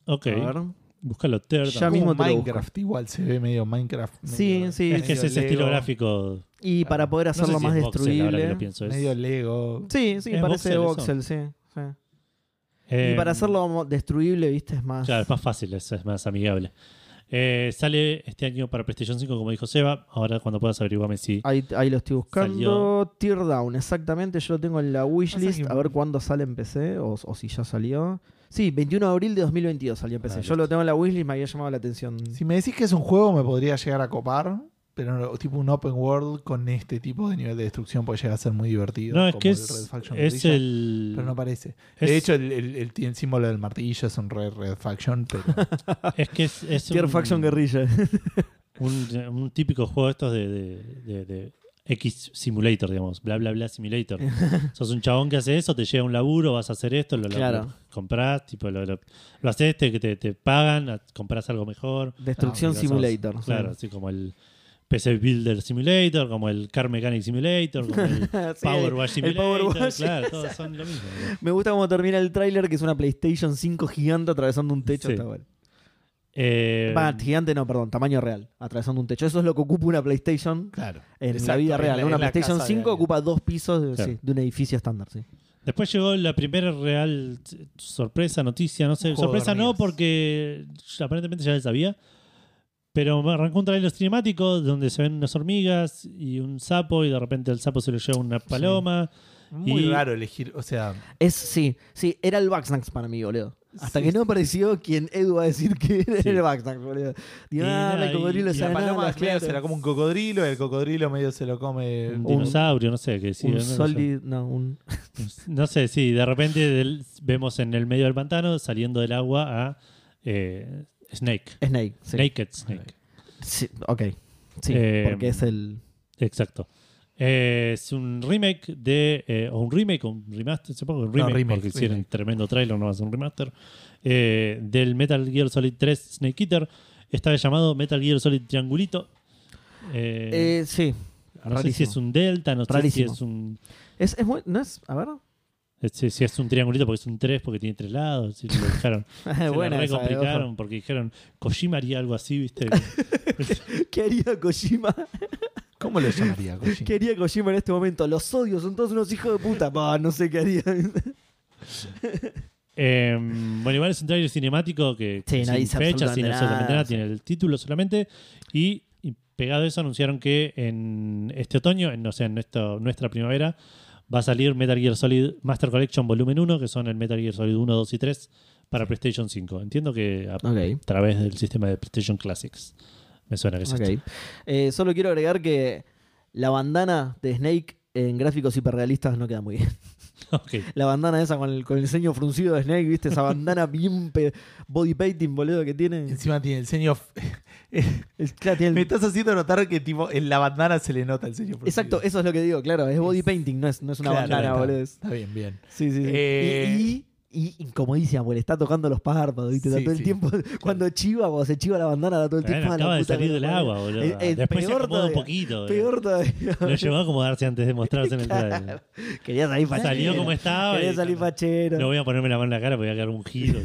Speaker 1: Ok,
Speaker 2: A ver.
Speaker 1: búscalo, Teardown.
Speaker 2: ya
Speaker 3: Como
Speaker 2: mismo te lo
Speaker 3: Minecraft igual se ve medio Minecraft.
Speaker 2: Sí,
Speaker 3: medio-
Speaker 2: sí,
Speaker 1: Es que es
Speaker 3: medio
Speaker 1: ese estilo
Speaker 3: Lego,
Speaker 1: gráfico.
Speaker 2: Y para poder
Speaker 1: No sé
Speaker 2: hacerlo
Speaker 1: si
Speaker 2: más
Speaker 1: es voxel, ahora que
Speaker 2: destruible.
Speaker 1: lo pienso, es-
Speaker 3: Medio Lego.
Speaker 2: sí, sí,
Speaker 1: Es
Speaker 2: parece
Speaker 1: voxel
Speaker 2: voxel, sí. sí.
Speaker 1: Eh,
Speaker 2: y para hacerlo mo- destruible, viste, es más.
Speaker 1: Claro, es más fácil, es, es más amigable. Eh, sale este año para PlayStation 5, como dijo Seba. Ahora, cuando puedas averiguarme si.
Speaker 2: Ahí, ahí lo estoy
Speaker 1: Salió.
Speaker 2: buscando. Teardown, exactamente. Yo lo tengo en la wishlist.
Speaker 3: Pasa que-
Speaker 2: A ver cuándo sale en PC o, o si ya salió. Sí, 21 de abril de 2022 salió en PC.
Speaker 1: Ah,
Speaker 2: Yo lo tengo en la wishlist, me había llamado la atención.
Speaker 3: Si me decís que es un juego, me podría llegar a copar. Pero no- tipo un open world con este tipo de nivel de destrucción puede llegar a ser muy divertido.
Speaker 1: No, es
Speaker 3: como
Speaker 1: que
Speaker 3: el
Speaker 1: es,
Speaker 3: Red Faction
Speaker 1: es
Speaker 3: Guerrilla,
Speaker 1: el.
Speaker 3: Pero no parece.
Speaker 1: es-
Speaker 3: De hecho, el, el- el- tiene el símbolo del martillo, es un Red, Red Faction,
Speaker 1: [LAUGHS]
Speaker 3: pero
Speaker 1: es que es, es
Speaker 2: Tier
Speaker 1: un,
Speaker 2: Faction Guerrilla.
Speaker 1: Ah, un, un típico juego estos de, de- de- de X Simulator, digamos. Bla, bla, bla,
Speaker 3: [LAUGHS]
Speaker 1: Simulator. Sos un chabón que hace eso, te llega a un laburo, vas a hacer esto, lo, lo-
Speaker 2: Claro.
Speaker 1: lo compras, tipo, lo, lo, lo haces, te, te, te pagan, a- compras algo mejor.
Speaker 2: Destrucción
Speaker 1: Digamos,
Speaker 2: Simulator. sí.
Speaker 1: Claro, así como el PC Builder Simulator, como el Car Mechanic Simulator, como
Speaker 2: [LAUGHS]
Speaker 1: el.
Speaker 2: Sí,
Speaker 1: Power Wash
Speaker 2: el
Speaker 1: Simulator,
Speaker 2: Power Wash. [LAUGHS]
Speaker 1: claro, todos son lo mismo. ¿no?
Speaker 2: Me gusta cómo termina el tráiler, que es una PlayStation 5 gigante atravesando un techo.
Speaker 1: Sí.
Speaker 2: Está bueno.
Speaker 1: Eh,
Speaker 2: Va, gigante no, perdón, tamaño real, atravesando un techo. Eso es lo que ocupa una PlayStation
Speaker 3: claro.
Speaker 2: en la
Speaker 3: Exacto,
Speaker 2: vida
Speaker 3: en
Speaker 2: real.
Speaker 3: la-
Speaker 2: una
Speaker 3: en la
Speaker 2: PlayStation
Speaker 3: casa de
Speaker 2: 5
Speaker 3: alguien.
Speaker 2: ocupa dos pisos de,
Speaker 1: Claro.
Speaker 2: sí, de un edificio estándar, sí.
Speaker 1: después llegó la primera real eh, sorpresa, noticia, no sé.
Speaker 3: Juego
Speaker 1: Sorpresa
Speaker 3: de
Speaker 1: no,
Speaker 3: hormigas.
Speaker 1: porque aparentemente ya la sabía. Pero me arrancó un trailer cinemático donde se ven unas hormigas y un sapo, y de repente el sapo se lo lleva una paloma.
Speaker 3: Muy
Speaker 1: Y-
Speaker 3: raro elegir, o sea,
Speaker 2: Es, sí, sí, era el Vaxnax para mí, boludo. Hasta que no apareció quien Edu va a decir que era
Speaker 1: Sí.
Speaker 2: el Vaxnax, boludo. Digo,
Speaker 1: Y
Speaker 2: ah,
Speaker 1: nada,
Speaker 2: el cocodrilo
Speaker 1: y- y
Speaker 2: se
Speaker 3: la
Speaker 2: da
Speaker 3: paloma
Speaker 2: nada,
Speaker 3: medio
Speaker 2: claro.
Speaker 3: se la come un cocodrilo, el cocodrilo medio se lo come
Speaker 1: Un
Speaker 2: Eh, Un-
Speaker 1: dinosaurio, no sé qué decía,
Speaker 2: Un
Speaker 1: no, sé.
Speaker 2: solid, no, un...
Speaker 1: No sé, sí, de repente del- vemos en el medio del pantano saliendo del agua a eh, Snake.
Speaker 2: Snake, sí.
Speaker 1: Naked Snake.
Speaker 2: Sí, ok, sí,
Speaker 1: Eh,
Speaker 2: porque es el...
Speaker 1: Exacto. Eh, es un remake de. eh, o un remake, un remaster, supongo, un remake,
Speaker 3: remake,
Speaker 1: porque hicieron
Speaker 3: remake.
Speaker 1: tremendo trailer, no va a ser un remaster. eh, del Metal Gear Solid 3 Snake Eater. Estaba llamado Metal Gear Solid Triangulito. Eh,
Speaker 2: Eh, sí,
Speaker 1: no sé si
Speaker 2: rarísimo.
Speaker 1: es un Delta, no
Speaker 2: Rarísimo.
Speaker 1: sé si es un.
Speaker 2: Es, es muy... ¿No es? A ver... [LAUGHS]
Speaker 1: es- Si, si es un triangulito porque es un 3 porque tiene tres lados. Si lo dejaron. se la
Speaker 2: Buena esa,
Speaker 1: recomplicaron
Speaker 2: ojo.
Speaker 1: porque dijeron Kojima haría algo así,
Speaker 2: [LAUGHS]
Speaker 1: ¿viste?
Speaker 2: ¿Qué haría Kojima?
Speaker 3: ¿Cómo lo
Speaker 1: [LAUGHS]
Speaker 3: llamaría? Kojima?
Speaker 2: ¿Qué haría Kojima en este momento? Los odios son todos unos hijos de puta. Bah, no sé qué haría. [LAUGHS]
Speaker 1: Eh, bueno, igual es un trailer cinemático que
Speaker 2: Sí,
Speaker 1: que
Speaker 2: no
Speaker 1: sin
Speaker 2: dice
Speaker 1: fecha, sin
Speaker 2: absolutamente
Speaker 1: absolutamente
Speaker 2: nada,
Speaker 1: nada,
Speaker 2: sí.
Speaker 1: tiene el título solamente. Y, y pegado a eso anunciaron que en este otoño, en, o sea, en nuestro- nuestra primavera, va a salir Metal Gear Solid Master Collection Volumen 1, que son el Metal Gear Solid 1, 2 y 3 para PlayStation 5. Entiendo que a
Speaker 2: Ok.
Speaker 1: través del sistema de PlayStation Classics. Me suena que es esto. [LAUGHS]
Speaker 2: Ok. Eh, solo quiero agregar que la bandana de Snake en gráficos hiperrealistas no queda muy bien. [LAUGHS]
Speaker 1: Ok.
Speaker 2: La bandana esa con el, con el ceño fruncido de Snake, ¿viste? Esa [LAUGHS] bandana bien pe- body painting, boludo, que tiene.
Speaker 3: Encima tiene el ceño.
Speaker 2: Es- claro, tiene el-
Speaker 3: [LAUGHS] Me estás haciendo notar que tipo en la bandana se le nota el ceño. fruncido.
Speaker 2: Exacto, eso es lo que digo, claro. Es body painting, no es, no es una
Speaker 3: Claro,
Speaker 2: bandana,
Speaker 3: está-
Speaker 2: boludo. es-
Speaker 3: Está bien, bien.
Speaker 2: Sí, sí. sí.
Speaker 3: Eh,
Speaker 2: Y, y, y incomodísima, porque está tocando los párpados, ¿viste? Está
Speaker 3: Sí,
Speaker 2: todo el
Speaker 3: sí.
Speaker 2: tiempo. Cuando chiva, cuando se chiva la bandana, está todo el
Speaker 1: Bueno,
Speaker 2: tiempo. "Ah, la
Speaker 1: acaba de
Speaker 2: puta
Speaker 1: salir
Speaker 2: que
Speaker 1: del
Speaker 2: me parió".
Speaker 1: agua, boludo.
Speaker 2: Eh, eh,
Speaker 1: Después se
Speaker 2: peor
Speaker 1: acomoda un
Speaker 2: todavía,
Speaker 1: poquito. eh.
Speaker 2: Peor
Speaker 1: [LAUGHS]
Speaker 2: todavía.
Speaker 1: Lo llevó a acomodarse antes de mostrarse en el trailer.
Speaker 2: Quería salir fachero.
Speaker 1: Salió como estaba.
Speaker 2: Quería
Speaker 1: y-
Speaker 2: salir fachero.
Speaker 1: No voy a ponerme la mano en la cara porque voy a quedar ungido.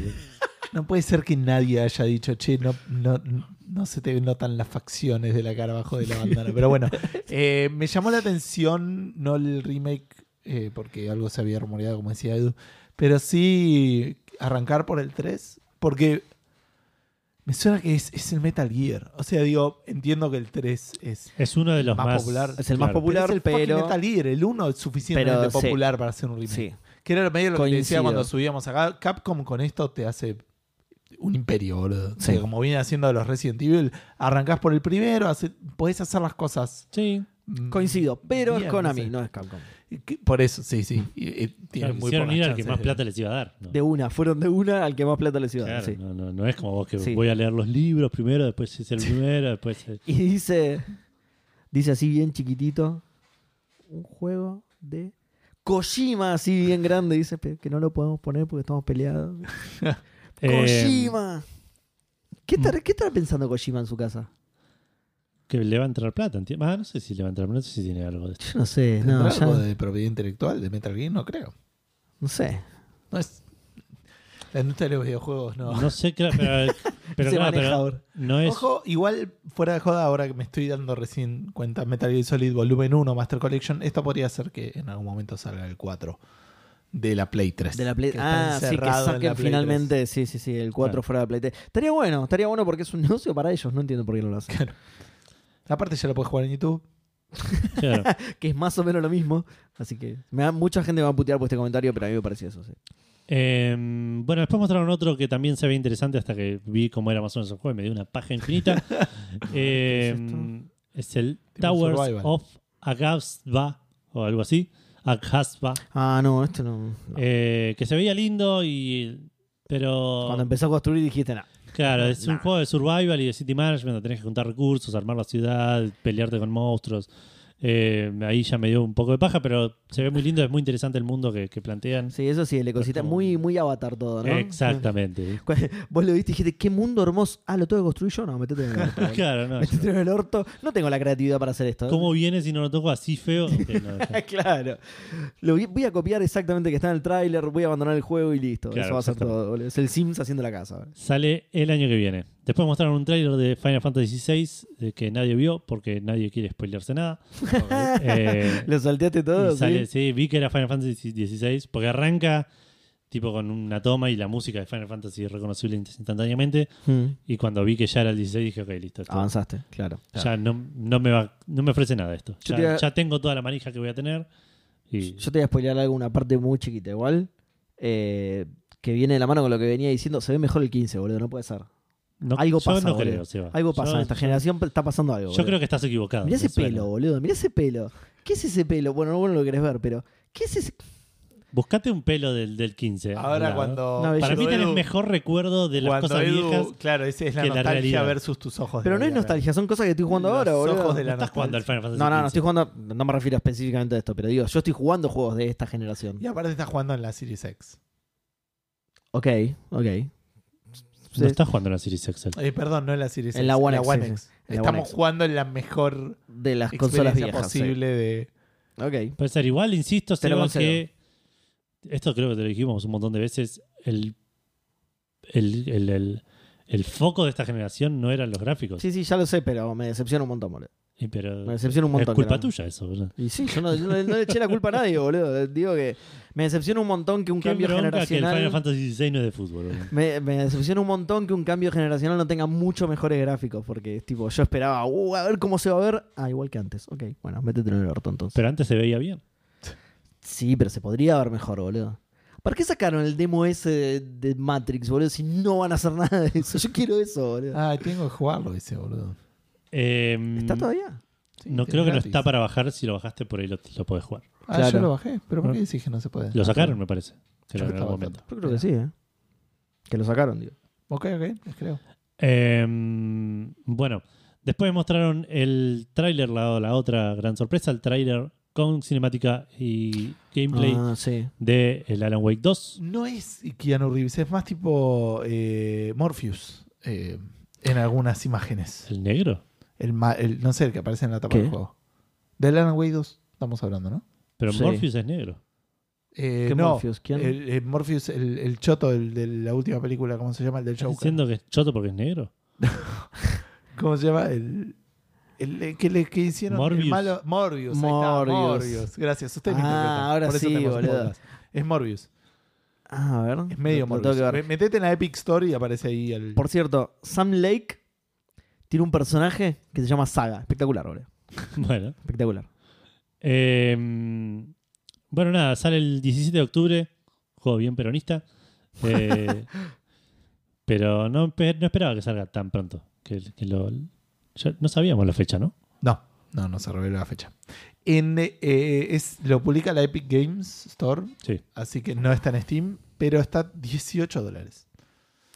Speaker 3: No puede ser que nadie haya dicho, che, no, no, no se te notan las facciones de la cara abajo
Speaker 2: [LAUGHS]
Speaker 3: de la bandana. Pero bueno, eh, me llamó la atención, no el remake, eh, porque algo se había rumoreado, como decía Edu, pero sí arrancar por el 3, porque me suena que es, es el Metal Gear. O sea, digo, entiendo que el 3 es...
Speaker 1: Es uno de los más,
Speaker 3: Más popular.
Speaker 2: Es el más
Speaker 1: claro.
Speaker 2: Popular,
Speaker 3: es el fucking
Speaker 2: pero-
Speaker 3: Metal Gear, el 1 es suficientemente
Speaker 2: Pero sí.
Speaker 3: popular para hacer un remake.
Speaker 2: Sí.
Speaker 3: Que era medio lo que te decía
Speaker 2: Coincido.
Speaker 3: cuando subíamos acá. Capcom con esto te hace un imperio, boludo. O
Speaker 2: Sí.
Speaker 3: sea, como viene haciendo los Resident Evil, arrancás por el primero, hace- podés hacer las cosas
Speaker 1: Sí,
Speaker 3: mm,
Speaker 2: Coincido, pero
Speaker 3: Bien,
Speaker 2: es Konami,
Speaker 3: no sé.
Speaker 2: no es Capcom.
Speaker 3: que- Por eso, sí, sí. y- y tiene
Speaker 1: Claro,
Speaker 3: muy
Speaker 1: quisieron
Speaker 3: pocas
Speaker 1: ir al que
Speaker 3: chances
Speaker 1: más
Speaker 3: de-
Speaker 1: plata les iba a dar. ¿no?
Speaker 2: De una, fueron de una al que más plata les iba a dar,
Speaker 1: Claro,
Speaker 2: sí.
Speaker 1: no, no, no es como vos que
Speaker 2: Sí.
Speaker 1: voy a leer los libros primero, después es el primero, después... es-
Speaker 2: Y dice, dice así bien chiquitito, un juego de Kojima así bien grande, dice pe- que no lo podemos poner porque estamos peleados.
Speaker 1: Eh,
Speaker 2: [LAUGHS] Kojima. ¿Qué
Speaker 3: mm.
Speaker 2: estará, ¿Qué estará pensando Kojima en su casa?
Speaker 1: que le va a entrar plata. enti- Ah, no sé si le va a entrar plata, no sé si tiene algo de esto.
Speaker 2: Yo no sé,
Speaker 3: ¿Tendrá
Speaker 2: no,
Speaker 3: algo
Speaker 2: ya-
Speaker 3: de propiedad intelectual de Metal Gear? No creo.
Speaker 2: no sé.
Speaker 3: No es... La industria de los videojuegos no...
Speaker 1: No sé, claro,
Speaker 2: [LAUGHS]
Speaker 1: pero, pero
Speaker 2: Se
Speaker 1: claro,
Speaker 2: maneja
Speaker 1: pero
Speaker 2: ahora.
Speaker 1: no es...
Speaker 3: Ojo, igual fuera de joda, ahora que me estoy dando recién cuenta, Metal Gear Solid Volumen 1, Master Collection, esto podría ser que en algún momento salga el 4 de la Play 3.
Speaker 2: De la Play-
Speaker 3: que está
Speaker 2: ah, sí, que
Speaker 3: encerrado en la
Speaker 2: saquen
Speaker 3: Play
Speaker 2: finalmente, sí, sí, sí, el 4
Speaker 1: Claro.
Speaker 2: fuera de Play 3. Estaría bueno, estaría bueno porque es un [LAUGHS] negocio para ellos, no entiendo por qué no lo
Speaker 3: [LAUGHS]
Speaker 2: hacen.
Speaker 3: Aparte ya lo puedes jugar en YouTube.
Speaker 1: claro.
Speaker 2: que es más o menos lo mismo, así que me da- mucha gente me va a putear por este comentario, pero a mí me pareció eso, sí.
Speaker 1: Eh, bueno, después mostraron otro que también se ve interesante hasta que vi cómo era más o menos el juego y me dio una paja
Speaker 2: [LAUGHS]
Speaker 1: infinita. Eh, es el
Speaker 3: Tipo
Speaker 1: Towers
Speaker 3: survival.
Speaker 1: of Agazba o algo así. Agazba.
Speaker 2: Ah, no, esto no. no.
Speaker 1: Eh, que se veía lindo y... Pero...
Speaker 2: Cuando empezó a construir dijiste, no.
Speaker 1: Claro, es un
Speaker 2: Nah.
Speaker 1: juego de survival y de city management donde tenés que juntar recursos, armar la ciudad, pelearte con monstruos. Eh, ahí ya me dio un poco de paja, pero se ve muy lindo, es muy interesante el mundo que, que plantean.
Speaker 2: Sí, eso sí, el ecosistema.
Speaker 1: como-
Speaker 2: Muy, muy avatar todo, ¿no?
Speaker 1: Exactamente.
Speaker 2: Cu- [LAUGHS] Vos lo viste y dijiste, qué mundo hermoso. Ah, lo tengo que construir yo. No, metete en
Speaker 3: [LAUGHS]
Speaker 2: el orto. boludo.
Speaker 1: [LAUGHS] claro, no.
Speaker 2: metete en el orto. No tengo la creatividad para hacer esto.
Speaker 1: Ah,
Speaker 2: ¿eh?
Speaker 1: ¿Cómo viene si no lo toco así feo? Ok, no, ya.
Speaker 2: [LAUGHS] claro. Lo vi- voy a copiar exactamente que está en el tráiler, voy a abandonar el juego y listo.
Speaker 1: Claro,
Speaker 2: eso va a ser
Speaker 1: exactamente.
Speaker 2: todo. boludo. Es el Sims haciendo la casa. boludo.
Speaker 1: Sale el año que viene. Después mostraron un tráiler de Final Fantasy XVI de que nadie vio porque nadie quiere spoilearse
Speaker 2: [LAUGHS]
Speaker 1: nada. Eh,
Speaker 2: Lo salteaste todo,
Speaker 1: Y sale-
Speaker 2: ¿sí?
Speaker 1: sí, vi que era Final Fantasy XVI, porque arranca tipo con una toma y la música de Final Fantasy es reconocible inst- instantáneamente.
Speaker 2: Mm.
Speaker 1: Y cuando vi que ya era el 16 dije, ok, listo. esto-
Speaker 2: Avanzaste, claro.
Speaker 1: ya no, no me va, no me ofrece nada esto.
Speaker 2: Ah. Yo
Speaker 1: Ya,
Speaker 2: te iba-
Speaker 1: ya tengo toda la manija que voy a tener. Y,
Speaker 2: Yo te voy a spoilear algo, una parte muy chiquita igual. eh, que viene de la mano con lo que venía diciendo. Se ve mejor el 15, boludo. No puede ser.
Speaker 1: no,
Speaker 2: algo
Speaker 1: yo
Speaker 2: pasa,
Speaker 1: no
Speaker 2: boludo.
Speaker 1: creo, Seba.
Speaker 2: Algo pasa
Speaker 1: Yo-
Speaker 2: en esta generación, está pasando algo.
Speaker 1: Yo creo que estás equivocado.
Speaker 2: Mirá
Speaker 1: me
Speaker 2: ese
Speaker 1: suena.
Speaker 2: pelo, boludo. Mirá ese pelo. ¿Qué es ese pelo? Bueno, no, vos no lo querés ver, pero. ¿Qué es ese.?
Speaker 1: Buscate un pelo del, del 15.
Speaker 3: Ahora
Speaker 1: ¿verdad?
Speaker 3: cuando...
Speaker 2: Una belleza.
Speaker 1: Para mí
Speaker 3: cuando
Speaker 1: tenés
Speaker 3: Edu-
Speaker 1: mejor recuerdo de las
Speaker 3: cuando
Speaker 1: cosas
Speaker 3: Edu-
Speaker 1: viejas.
Speaker 3: Claro, esa es la
Speaker 1: que la
Speaker 3: nostalgia
Speaker 1: realidad.
Speaker 3: versus tus ojos. de
Speaker 2: Pero no
Speaker 3: hoy,
Speaker 2: es
Speaker 3: a ver.
Speaker 2: nostalgia, son cosas que estoy jugando ahora,
Speaker 3: Los
Speaker 2: boludo.
Speaker 3: ojos de la
Speaker 1: No estás jugando al
Speaker 3: nostalgia.
Speaker 1: Final Fantasy
Speaker 2: No, no, no
Speaker 1: 15.
Speaker 2: estoy jugando. No me refiero específicamente a esto, pero digo, yo estoy jugando juegos de esta generación.
Speaker 3: Y aparte estás jugando en la Series X.
Speaker 2: Ok, ok.
Speaker 1: No estás jugando a la Series Excel.
Speaker 3: Eh, perdón, no en la Series
Speaker 2: En
Speaker 3: X.
Speaker 2: la One
Speaker 3: en
Speaker 2: X,
Speaker 3: la One
Speaker 2: sí,
Speaker 3: X.
Speaker 2: sí. En la
Speaker 3: Estamos
Speaker 2: One X.
Speaker 3: jugando en la mejor
Speaker 2: De las
Speaker 3: experiencia
Speaker 2: consolas viejas. sí.
Speaker 3: posible de...
Speaker 2: Ok.
Speaker 1: Puede ser igual, insisto,
Speaker 2: Te lo
Speaker 1: Seba,
Speaker 2: concedo.
Speaker 1: que esto creo que te lo dijimos un montón de veces, el, el, el, el- el foco de esta generación no eran los gráficos.
Speaker 2: Sí, sí, ya lo sé, pero me decepciona un montón, boludo.
Speaker 1: Y pero
Speaker 2: Me decepciona un montón.
Speaker 1: es culpa
Speaker 2: que no-
Speaker 1: tuya eso. ¿verdad?
Speaker 2: Y sí, yo no, yo no- no le eché la culpa a nadie, boludo. Digo que me decepciona un montón que un
Speaker 1: Qué
Speaker 2: cambio
Speaker 1: bronca que el
Speaker 2: generacional.
Speaker 1: Final Fantasy XVI no es de fútbol. boludo.
Speaker 2: Me, me decepciona un montón que un cambio generacional no tenga mucho mejores gráficos, porque es tipo, yo esperaba, uh, a ver cómo se va a ver. Ah, igual que antes. Ok, bueno, métete en el orto entonces.
Speaker 1: Pero antes se veía bien.
Speaker 2: sí, pero se podría ver mejor, boludo. ¿Para qué sacaron el demo ese de, de Matrix, boludo? Si no van a hacer nada de eso. Yo quiero eso, boludo.
Speaker 3: Ah, mm. tengo que jugarlo ese, boludo.
Speaker 1: Eh,
Speaker 2: ¿Está todavía?
Speaker 3: Sí,
Speaker 1: No
Speaker 3: es
Speaker 1: creo que no
Speaker 3: gratis.
Speaker 1: está para bajar. Si lo bajaste por ahí lo, lo podés jugar.
Speaker 3: Ah,
Speaker 2: Claro.
Speaker 3: yo lo bajé. ¿Pero por qué decís que no se puede?
Speaker 1: Lo sacaron, me parece. Creo
Speaker 3: Yo
Speaker 1: en algún
Speaker 3: estaba
Speaker 1: momento.
Speaker 2: Yo creo que sí, ¿eh? Que lo sacaron, digo.
Speaker 3: Ok, ok, les creo.
Speaker 1: Eh, bueno, después mostraron el tráiler, la, la otra gran sorpresa, el tráiler con cinemática y gameplay
Speaker 2: Ah, sí.
Speaker 1: de el Alan Wake 2.
Speaker 3: No es Keanu Reeves, es más tipo eh, Morpheus eh, en algunas imágenes.
Speaker 1: ¿El negro?
Speaker 3: El, ma- el- no sé, el que aparece en la tapa
Speaker 2: ¿Qué?
Speaker 3: del juego. De Alan Wake 2 estamos hablando, ¿no?
Speaker 1: Pero
Speaker 2: Sí.
Speaker 1: Morpheus es negro.
Speaker 3: Eh,
Speaker 2: ¿Qué
Speaker 3: no,
Speaker 2: Morpheus? ¿Quién?
Speaker 3: El, el Morpheus, el, el choto el de la última película, ¿cómo se llama? El del
Speaker 1: ¿Estás
Speaker 3: Joker.
Speaker 1: diciendo que es choto porque es negro? [LAUGHS]
Speaker 3: ¿Cómo se llama? El, el, el que, le, que hicieron
Speaker 1: Morbius.
Speaker 3: el malo. Morbius. ahí está,
Speaker 2: Morbius.
Speaker 3: Morbius. Gracias. Usted me
Speaker 2: Ah,
Speaker 3: interpreta.
Speaker 2: ahora
Speaker 3: Por eso
Speaker 2: sí,
Speaker 3: tenemos un
Speaker 2: boludo.
Speaker 3: podcast. Es Morbius.
Speaker 2: Ah, a ver.
Speaker 3: Es medio
Speaker 2: Lo- lo tengo
Speaker 3: Morbius.
Speaker 2: que ver.
Speaker 3: Me- Metete en la Epic Store y aparece ahí el.
Speaker 2: Por cierto, Sam Lake tiene un personaje que se llama Saga. Espectacular, boludo.
Speaker 1: Bueno.
Speaker 2: Espectacular.
Speaker 1: Eh, bueno, nada, sale el 17 de octubre. Juego bien peronista. Eh, pero no, no esperaba que salga tan pronto. Que, que lo, ya no sabíamos la fecha, ¿no?
Speaker 3: No. No, no se reveló la fecha. En, eh, eh, es, lo publica la Epic Games Store,
Speaker 1: Sí.
Speaker 3: así que no está en Steam, pero está 18 dólares.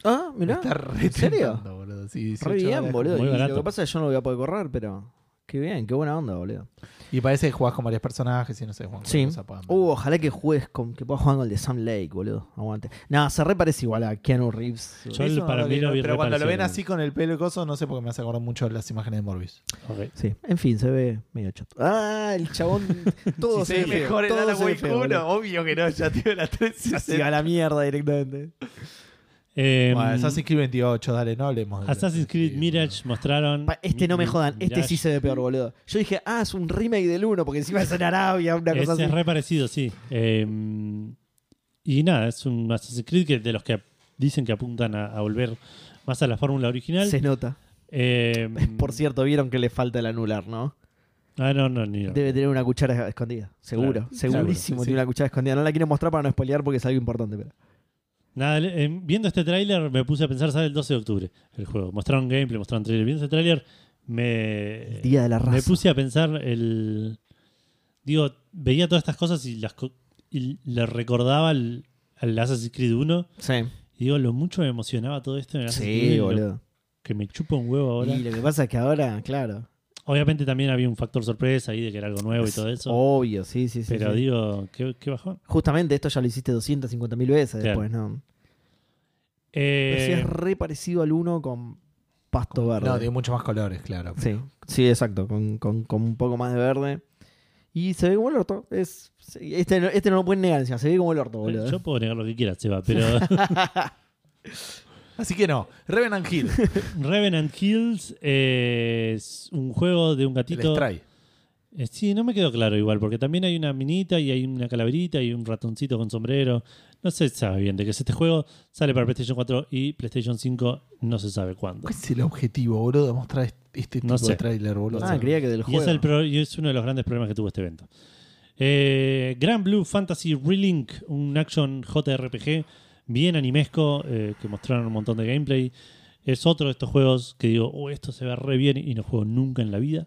Speaker 2: Ah, mirá.
Speaker 3: Está re
Speaker 2: ¿En serio?
Speaker 3: tentando, boludo. Sí, 18
Speaker 2: Re bien,
Speaker 3: dólares.
Speaker 2: boludo.
Speaker 1: muy
Speaker 2: Y
Speaker 1: barato.
Speaker 2: lo que pasa es que yo no lo voy a poder correr, pero. Qué bien, qué buena onda, boludo.
Speaker 3: Y parece que jugás con varios personajes y no sé, Juan.
Speaker 2: Sí. Uh, ojalá que juegues con. Que puedas jugar con el de Sam Lake, boludo. Aguante. Nada, se re parece igual a Keanu Reeves.
Speaker 1: Yo el- para mí lo vi
Speaker 3: Pero cuando lo ven
Speaker 1: reparecido.
Speaker 3: así con el pelo y coso, no sé por qué me hace acordar mucho de las imágenes de Morbius.
Speaker 1: Ok.
Speaker 2: Sí, en fin, se ve medio chato. Ah, el [LAUGHS] chabón. Todo se ve feo, todo se ve
Speaker 1: [LAUGHS]
Speaker 2: feo, boludo.
Speaker 3: obvio que no, ya tiene la 3.
Speaker 2: Así a la mierda directamente.
Speaker 1: Eh,
Speaker 3: Bueno, Assassin's Creed 28, dale, no hablemos. de-
Speaker 1: Assassin's Creed Mirage mostraron.
Speaker 2: Pa- Este no me jodan, este sí
Speaker 1: Mirage.
Speaker 2: se ve peor, boludo. Yo dije, ah, es un remake del 1, porque encima es en Arabia, una cosa
Speaker 1: Ese
Speaker 2: así.
Speaker 1: Este es re parecido, sí. Eh, y nada, es un Assassin's Creed que de los que dicen que apuntan a, a volver más a la fórmula original.
Speaker 2: Se nota.
Speaker 1: Eh,
Speaker 2: [LAUGHS] Por cierto, vieron que le falta el anular, ¿no?
Speaker 1: Ah, no, no, ni.
Speaker 2: Debe tener una cuchara escondida, seguro.
Speaker 1: Claro,
Speaker 2: Segurísimo
Speaker 3: seguro, sí.
Speaker 2: tiene una cuchara escondida. No la quiero mostrar para no spoilear porque es algo importante, pero.
Speaker 1: Nada, le- eh, viendo este tráiler me puse a pensar, sale el 12 de octubre el juego. Mostraron gameplay, mostraron trailer. Viendo este tráiler me,
Speaker 2: El día de la raza.
Speaker 1: me puse a pensar el... Digo, veía todas estas cosas y las co- y le recordaba al, al Assassin's Creed 1.
Speaker 2: Sí,
Speaker 1: Y digo, lo mucho me emocionaba todo esto en el Assassin's Creed. y
Speaker 2: sí,
Speaker 1: lo
Speaker 2: boludo.
Speaker 1: Que me chupa un huevo ahora.
Speaker 2: Y lo que pasa es que ahora, claro.
Speaker 1: Obviamente también había un factor sorpresa ahí de que era algo nuevo y todo eso.
Speaker 2: Obvio, sí, sí, sí.
Speaker 1: pero
Speaker 2: sí.
Speaker 1: digo, qué, qué bajón.
Speaker 2: Justamente esto ya lo hiciste 250.000 veces
Speaker 1: Claro.
Speaker 2: después, ¿no?
Speaker 1: Eh,
Speaker 2: Pero sí es re parecido al 1 con pasto verde.
Speaker 3: No, tiene muchos más colores, claro.
Speaker 2: Sí, sí, exacto, con, con- con un poco más de verde. Y se ve como el orto. Es, sí, este, no- este no lo pueden negar, encima, se ve como el orto, boludo.
Speaker 1: yo puedo negar lo que quiera, Seba,
Speaker 2: [LAUGHS]
Speaker 1: pero...
Speaker 3: Así que no, Revenant Hill,
Speaker 1: Revenant Hills eh, es un juego de un
Speaker 3: el
Speaker 1: gatito.
Speaker 3: Stray.
Speaker 1: Eh, sí, no me quedó claro igual, porque también hay una minita y hay una calaverita y un ratoncito con sombrero. No se sabe bien de qué es este juego. Sale para PlayStation 4 y PlayStation 5, no se sabe cuándo.
Speaker 3: ¿Cuál es el objetivo, boludo, de mostrar este- este tipo
Speaker 1: No sé.
Speaker 3: de tráiler, boludo?
Speaker 2: ah, creía que del
Speaker 1: Y
Speaker 2: juego.
Speaker 1: es, el pro- y es uno de los grandes problemas que tuvo este evento. Eh, Grand Blue Fantasy Relink, un action JRPG bien animesco eh, que mostraron un montón de gameplay. Es otro de estos juegos que digo, oh, esto se ve re bien y no juego nunca en la
Speaker 2: [LAUGHS]
Speaker 1: vida.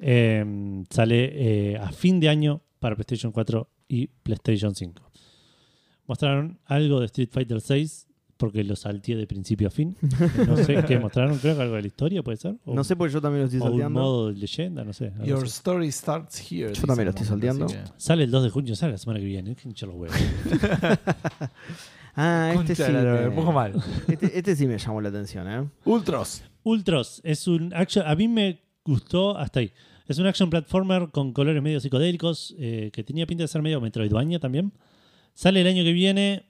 Speaker 1: Eh, sale eh, a fin de año para PlayStation 4 y PlayStation 5. Mostraron algo de Street Fighter 6 porque lo salteé de principio a
Speaker 2: [LAUGHS]
Speaker 1: fin. No sé qué mostraron, creo que algo de la historia puede ser. O-
Speaker 2: No sé porque yo también lo estoy
Speaker 1: o un
Speaker 2: salteando.
Speaker 1: modo de leyenda, no sé. algo
Speaker 3: Your
Speaker 1: así.
Speaker 3: story starts here.
Speaker 2: Yo también lo estoy salteando.
Speaker 1: Sale el 2 de junio, sale la semana que viene. qué hincha los huevos.
Speaker 2: Ah, este sí. me-
Speaker 3: Un poco mal.
Speaker 2: Este, este sí me llamó la atención, ¿eh?
Speaker 3: Ultros.
Speaker 1: Ultros es un action. A mí me gustó hasta ahí. Es un action platformer con colores medio psicodélicos eh, que tenía pinta de ser medio Metroidvania también. Sale el año que viene.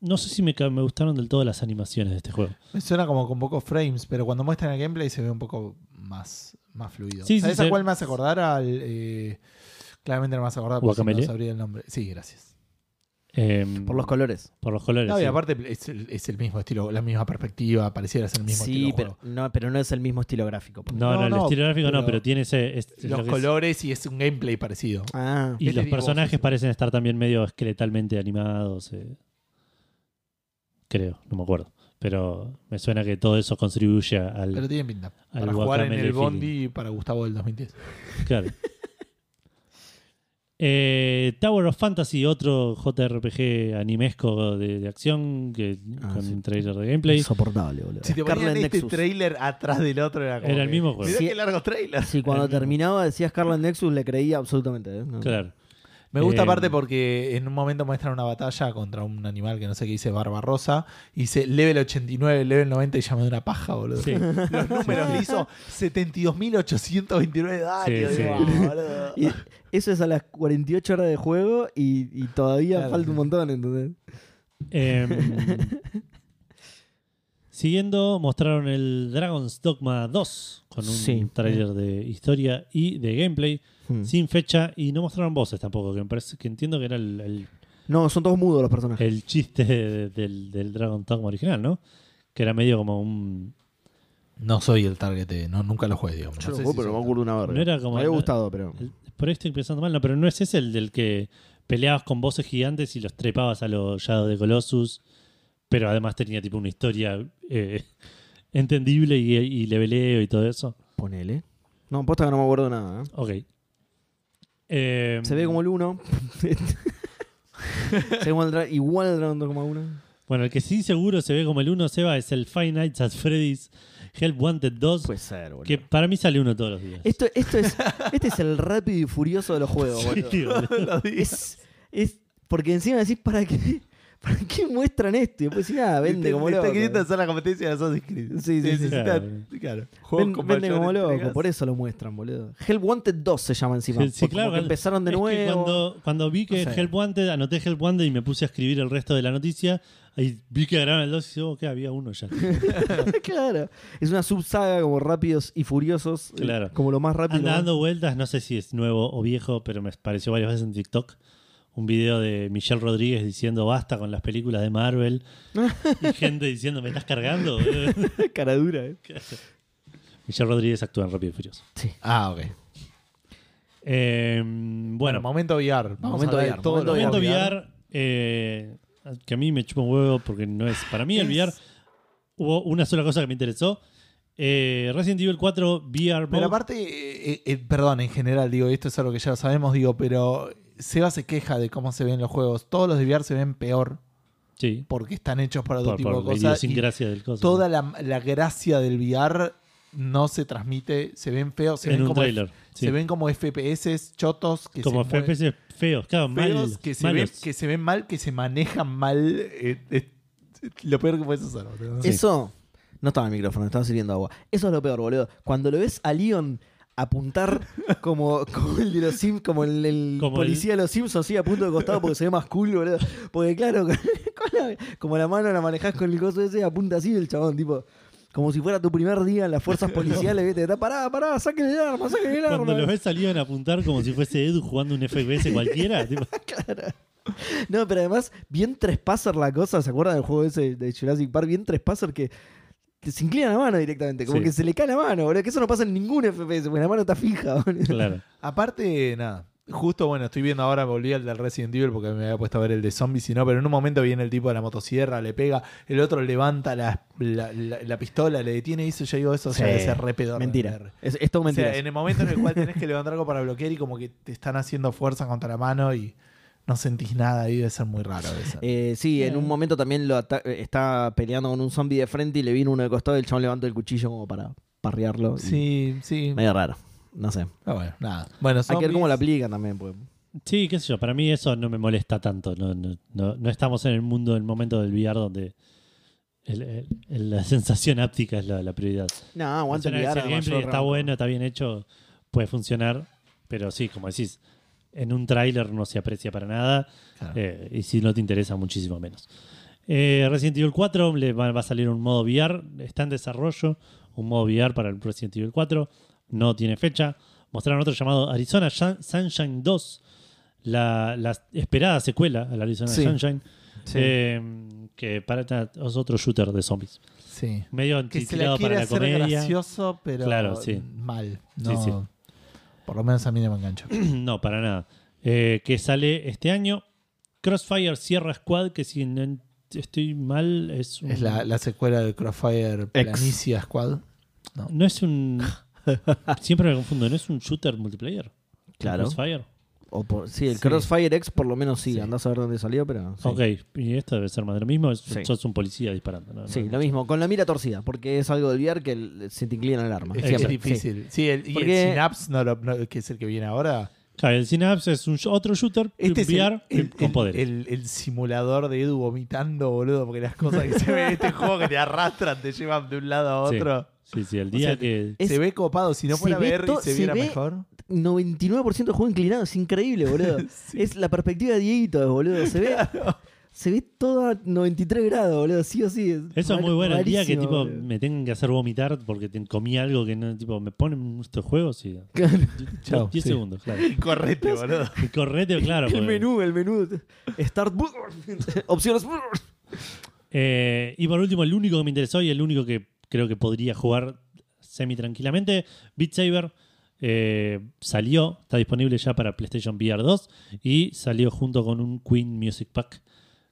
Speaker 1: No sé si me, ca- me gustaron del todo las animaciones de este juego.
Speaker 3: Me suena como con pocos frames, pero cuando muestran el gameplay se ve un poco más, más fluido.
Speaker 1: Sí, sí,
Speaker 3: ¿Sabes
Speaker 1: se-
Speaker 3: a cuál me hace acordar? Al, eh, claramente no me hace acordar porque si
Speaker 1: Guacamele.
Speaker 3: no sabría el nombre. Sí, gracias.
Speaker 1: Eh,
Speaker 2: Por los colores.
Speaker 1: por los colores.
Speaker 3: No, y
Speaker 1: sí.
Speaker 3: aparte es el, es el mismo estilo, la misma perspectiva, pareciera ser el mismo estilo
Speaker 2: Sí,
Speaker 3: de
Speaker 2: pero
Speaker 3: juego.
Speaker 2: no, pero no es el mismo estilo gráfico. porque-
Speaker 1: no, no,
Speaker 3: no,
Speaker 1: el
Speaker 3: no,
Speaker 1: estilo gráfico no,
Speaker 3: pero-
Speaker 1: pero tiene ese. es- es lo
Speaker 3: Los
Speaker 1: que es.
Speaker 3: colores y es un gameplay parecido.
Speaker 2: Ah,
Speaker 1: Y
Speaker 3: este
Speaker 1: los
Speaker 3: tipo,
Speaker 1: personajes
Speaker 3: sí, sí.
Speaker 1: parecen estar también medio esqueletalmente animados. eh. Creo, no me acuerdo. Pero me suena que todo eso contribuye al.
Speaker 3: Pero tienen pinta.
Speaker 1: Al
Speaker 3: Para jugar en
Speaker 1: Guacamele
Speaker 3: el
Speaker 1: feeling.
Speaker 3: Bondi para Gustavo del 2010.
Speaker 1: [LAUGHS] Claro. Eh, Tower of Fantasy, otro JRPG animesco de, de acción que,
Speaker 2: Ah,
Speaker 1: con
Speaker 2: sí.
Speaker 1: un trailer de gameplay.
Speaker 2: insoportable, boludo.
Speaker 3: Si te
Speaker 2: Scarlet
Speaker 3: ponían este
Speaker 2: Nexus.
Speaker 3: trailer atrás del otro era como
Speaker 1: Era el
Speaker 3: que,
Speaker 1: mismo juego.
Speaker 3: Mirá
Speaker 2: Sí.
Speaker 3: qué largos trailers.
Speaker 2: Sí, cuando
Speaker 1: Era el mismo.
Speaker 2: terminaba decía Scarlet Nexus, le creía absolutamente. ¿eh? No.
Speaker 1: Claro.
Speaker 3: Me gusta
Speaker 1: Eh,
Speaker 3: aparte porque en un momento muestran una batalla contra un animal que no sé qué dice Barbarosa y dice level 89, level 90 y llama de una paja, boludo. [LAUGHS]
Speaker 1: Sí.
Speaker 3: Los números le hizo 72.829 daños.
Speaker 1: Sí, sí.
Speaker 3: digo,
Speaker 2: [LAUGHS]
Speaker 3: boludo.
Speaker 2: Y eso es a las 48 horas de juego y, y todavía
Speaker 3: Claro.
Speaker 2: falta un montón, entonces.
Speaker 1: Em, siguiendo, mostraron el Dragon's Dogma 2 con un
Speaker 2: Sí.
Speaker 1: trailer de historia y de gameplay
Speaker 2: Hmm. Mm.
Speaker 1: sin fecha y no mostraron voces tampoco, que, me parece, que entiendo que era el- el
Speaker 2: No, son todos mudos los personajes.
Speaker 1: el chiste de- del, del Dragon Dogma original, ¿no? Que era medio como un.
Speaker 3: No soy el target, de- no, nunca lo jugué, digamos.
Speaker 2: Yo
Speaker 3: Eh, No
Speaker 2: lo
Speaker 3: sé
Speaker 2: juego,
Speaker 3: si
Speaker 2: pero no
Speaker 3: soy
Speaker 2: me
Speaker 3: el
Speaker 2: acuerdo una verga.
Speaker 1: No era como-
Speaker 2: me había gustado, pero.
Speaker 1: el- por ahí estoy pensando mal, no, pero no es ese el del que peleabas con voces gigantes y los trepabas a los Shadow de Colossus, pero además tenía tipo una [LAUGHS] historia eh, entendible y, y leveleo y todo eso.
Speaker 2: Ponele. No, posta que no me acuerdo de nada. ¿eh?
Speaker 1: Ok. Eh,
Speaker 2: Se ve como el 1. [LAUGHS] Se ve como el dra- igual al Dragon 2,1.
Speaker 1: Bueno, el que sí seguro se ve como el 1, Seba, es el Five Nights at Freddy's Help Wanted 2,
Speaker 2: Puede ser, Pues, boludo.
Speaker 1: que para mí sale uno todos los días.
Speaker 2: Esto, esto es, este es el rápido y furioso de los juegos, boludo.
Speaker 1: Sí, boludo.
Speaker 3: Lo digo.
Speaker 2: Es, es- porque encima decís, ¿para qué, [LAUGHS] ¿para qué muestran esto? Y después decís, ah, vende
Speaker 3: Te-
Speaker 2: como
Speaker 3: te
Speaker 2: loco.
Speaker 3: Está queriendo hacer la competencia de Assassin's Creed.
Speaker 2: Sí, sí, sí.
Speaker 3: Necesita,
Speaker 1: Claro.
Speaker 3: claro. juegos
Speaker 2: Ven-
Speaker 3: con
Speaker 2: vende
Speaker 3: mayores
Speaker 2: como loco,
Speaker 3: entregas.
Speaker 2: por eso lo muestran, boludo. Hell Wanted 2 se llama encima.
Speaker 1: Sí,
Speaker 2: porque como
Speaker 1: claro,
Speaker 2: que empezaron de
Speaker 1: es que
Speaker 2: nuevo.
Speaker 1: cuando, cuando vi que
Speaker 2: No sé.
Speaker 1: Help Wanted, anoté Help Wanted y me puse a escribir el resto de la noticia. Y vi que agarraron el 2 y dije, oh, que había uno
Speaker 2: [LAUGHS]
Speaker 1: ya.
Speaker 2: [LAUGHS] claro. Es una subsaga como rápidos y furiosos. eh,
Speaker 1: Claro.
Speaker 2: Como lo más rápido.
Speaker 1: Anda dando vueltas, no sé si es nuevo o viejo, pero me apareció varias veces en TikTok un video de Michelle Rodríguez diciendo basta con las películas de
Speaker 2: [LAUGHS]
Speaker 1: Marvel y gente diciendo me estás cargando. boludo?". [LAUGHS]
Speaker 2: [LAUGHS] Cara dura, eh.
Speaker 1: Michelle Rodríguez actúa en Rápido y Furioso.
Speaker 2: Sí.
Speaker 3: Ah, ok.
Speaker 1: Eh,
Speaker 3: Bueno,
Speaker 1: bueno,
Speaker 3: momento VR. Vamos
Speaker 2: Momento
Speaker 3: a hablar de
Speaker 2: VR,
Speaker 3: todo
Speaker 2: momento
Speaker 3: lo que
Speaker 1: momento
Speaker 3: es
Speaker 1: VR, eh, que a mí me chupa un huevo porque no es. Para mí, el VR hubo una sola cosa que me interesó. Eh, Resident Evil 4 VR
Speaker 3: Pero
Speaker 1: Mode.
Speaker 3: aparte, eh, eh, perdón, en general, digo, esto es algo que ya sabemos, digo, pero Seba se queja de cómo se ven los juegos. Todos los de VR se ven peor
Speaker 1: Sí,
Speaker 3: porque están hechos para otro
Speaker 1: por,
Speaker 3: tipo
Speaker 1: por la
Speaker 3: de cosas. y
Speaker 1: idiosincrasia del coso.
Speaker 3: Toda la, la gracia del VR no se transmite, se ven feos, se,
Speaker 1: en
Speaker 3: ven,
Speaker 1: un
Speaker 3: como,
Speaker 1: trailer.
Speaker 3: se ven como FPS chotos que
Speaker 1: como
Speaker 3: se mueven-
Speaker 1: FPS feos, claro,
Speaker 3: feos
Speaker 1: mal,
Speaker 3: que, se ven,
Speaker 1: malos.
Speaker 3: que se ven mal, que se manejan mal. eh, es lo peor que puedes hacer. boludo.
Speaker 2: Eso. No estaba en el micrófono, estaba sirviendo agua. Eso es lo peor, boludo. Cuando lo ves a Leon apuntar [LAUGHS] como, como el de los Sim- como el, el
Speaker 1: Como
Speaker 2: policía de los Simpsons, así a punto de costado porque se ve más cool, boludo. Porque claro, [LAUGHS] con- con la- como la mano la manejás con el coso ese, apunta así el chabón, tipo. Como si fuera tu primer día en las fuerzas policiales, vete, está pará, pará, saquen el arma, saquen el
Speaker 1: Cuando
Speaker 2: arma.
Speaker 1: los ves salían a apuntar como si fuese Edu jugando un FPS cualquiera. [LAUGHS] tipo,
Speaker 2: No, pero además, bien trespasser la cosa. ¿Se acuerdan del juego ese de Jurassic Park? Bien trespasser que, que se inclina la mano directamente. Como
Speaker 1: Sí.
Speaker 2: que se le cae la mano, boludo. Que eso no pasa en ningún FPS, porque la mano está fija, boludo.
Speaker 1: claro.
Speaker 3: Aparte, nada. Justo, bueno, estoy viendo ahora, me volví al del Resident Evil porque me había puesto a ver el de zombies y no, pero en un momento viene el tipo de la motosierra, le pega, el otro levanta la, la- la- la pistola, le detiene y eso, yo digo, eso ya
Speaker 2: Sí.
Speaker 3: debe ser re pedorro.
Speaker 2: Mentira. Es, es todo
Speaker 3: O
Speaker 2: mentira.
Speaker 3: sea, en el momento en el
Speaker 2: [LAUGHS]
Speaker 3: cual tenés que levantar algo para bloquear y como que te están haciendo fuerza contra la mano y no sentís nada ahí, debe ser muy raro. debe ser.
Speaker 2: Eh, sí, en un momento también lo ata- eh, está peleando con un zombie de frente y le vino uno de costado y el chabón levanta el cuchillo como para parrearlo. y-
Speaker 3: sí, sí.
Speaker 2: Medio raro. No sé.
Speaker 3: Ah, bueno, nada. Bueno,
Speaker 2: Hay que ver cómo la
Speaker 3: zombies.
Speaker 2: aplican también. pues. porque-
Speaker 1: Sí, qué sé yo, para mí eso no me molesta tanto. No, no, no, no estamos en el mundo del momento del VR donde el- el- el- la [LAUGHS] sensación áptica es la, la prioridad.
Speaker 2: No, aguanta
Speaker 1: Funciona,
Speaker 2: el
Speaker 1: si
Speaker 2: VR
Speaker 1: el
Speaker 2: a
Speaker 1: gameplay
Speaker 2: mayor
Speaker 1: está
Speaker 2: rango.
Speaker 1: bueno, está bien hecho, puede funcionar, pero sí, como decís, en un tráiler no se aprecia para nada
Speaker 3: Claro.
Speaker 1: eh, y si no te interesa muchísimo menos. Eh, Resident Evil 4 le va, va a salir un modo VR, está en desarrollo un modo VR para el Resident Evil 4, no tiene fecha. Mostraron otro llamado Arizona Sun- Sunshine 2, la, la esperada secuela al Arizona
Speaker 2: Sí.
Speaker 1: Sunshine,
Speaker 3: Sí.
Speaker 1: eh, que para, es otro shooter de zombies.
Speaker 3: Sí.
Speaker 1: Medio
Speaker 3: que se
Speaker 1: tirado
Speaker 3: la quiere
Speaker 1: para la
Speaker 3: hacer
Speaker 1: comedia.
Speaker 3: gracioso, pero
Speaker 1: Claro, sí.
Speaker 3: mal.
Speaker 1: Sí,
Speaker 3: No,
Speaker 1: sí.
Speaker 3: Por lo menos a mí no me engancho.
Speaker 1: [CLEARS THROAT] No, para nada. Eh, que sale este año. Crossfire Sierra Squad, que si no en- estoy mal, es un.
Speaker 3: Es la, la secuela de Crossfire Planicia Squad.
Speaker 1: No es un. [LAUGHS] Siempre me confundo, ¿no es un shooter multiplayer?
Speaker 2: Claro.
Speaker 1: Crossfire.
Speaker 2: O por- sí, el
Speaker 3: Sí.
Speaker 2: Crossfire X por lo menos sí.
Speaker 3: Sí.
Speaker 2: Andás a ver dónde salió, pero. sí.
Speaker 1: Ok, y esto debe ser más de lo mismo. es-
Speaker 2: Sí.
Speaker 1: Sos un policía disparando. ¿no?
Speaker 2: Sí,
Speaker 1: No.
Speaker 2: lo mismo, con la mira torcida, porque es algo del VR que el- se te inclina el arma.
Speaker 3: Es, que es
Speaker 2: siempre. Sí.
Speaker 3: difícil. Sí, el, y
Speaker 2: Porque-
Speaker 3: el Synapse, no lo- no- que es el que viene ahora.
Speaker 1: Claro, el Synapse es un sh- otro shooter
Speaker 3: Este es el-
Speaker 1: VR
Speaker 3: el,
Speaker 1: con
Speaker 3: el-
Speaker 1: poderes.
Speaker 3: el- el simulador de Edu vomitando, boludo, porque las cosas que se ven
Speaker 2: [LAUGHS]
Speaker 3: en este juego que te arrastran, te llevan de un lado a
Speaker 1: Sí.
Speaker 3: otro.
Speaker 1: Sí, sí, el día
Speaker 3: sea,
Speaker 1: que.
Speaker 2: Es-
Speaker 3: se ve copado. Si no
Speaker 2: se
Speaker 3: fuera
Speaker 2: ve
Speaker 3: VR
Speaker 2: to-
Speaker 3: y se
Speaker 2: se
Speaker 3: viera
Speaker 2: ve-
Speaker 3: mejor.
Speaker 2: 99% de juego inclinado, es increíble,
Speaker 1: [LAUGHS]
Speaker 2: boludo. Es la perspectiva de Dieguito, boludo. Se ve, se ve todo a 93 grados, boludo, sí o sí.
Speaker 1: Eso es muy bueno. El día que
Speaker 2: rarísimo,
Speaker 1: tipo
Speaker 2: boludo.
Speaker 1: me tengan que hacer vomitar porque te- comí algo que no. Tipo, me ponen estos juegos y.
Speaker 2: Claro.
Speaker 1: 10
Speaker 3: sí.
Speaker 1: segundos, claro.
Speaker 3: Correte, boludo.
Speaker 1: Y correte, claro.
Speaker 2: [LAUGHS] El
Speaker 1: porque-
Speaker 2: menú, el menú. Start. [LAUGHS] Opciones.
Speaker 1: Eh, y por último, el único que me interesó y el único que creo que podría jugar semi tranquilamente, Beat Saber eh, salió, está disponible ya para PlayStation VR 2 y salió junto con un Queen Music Pack.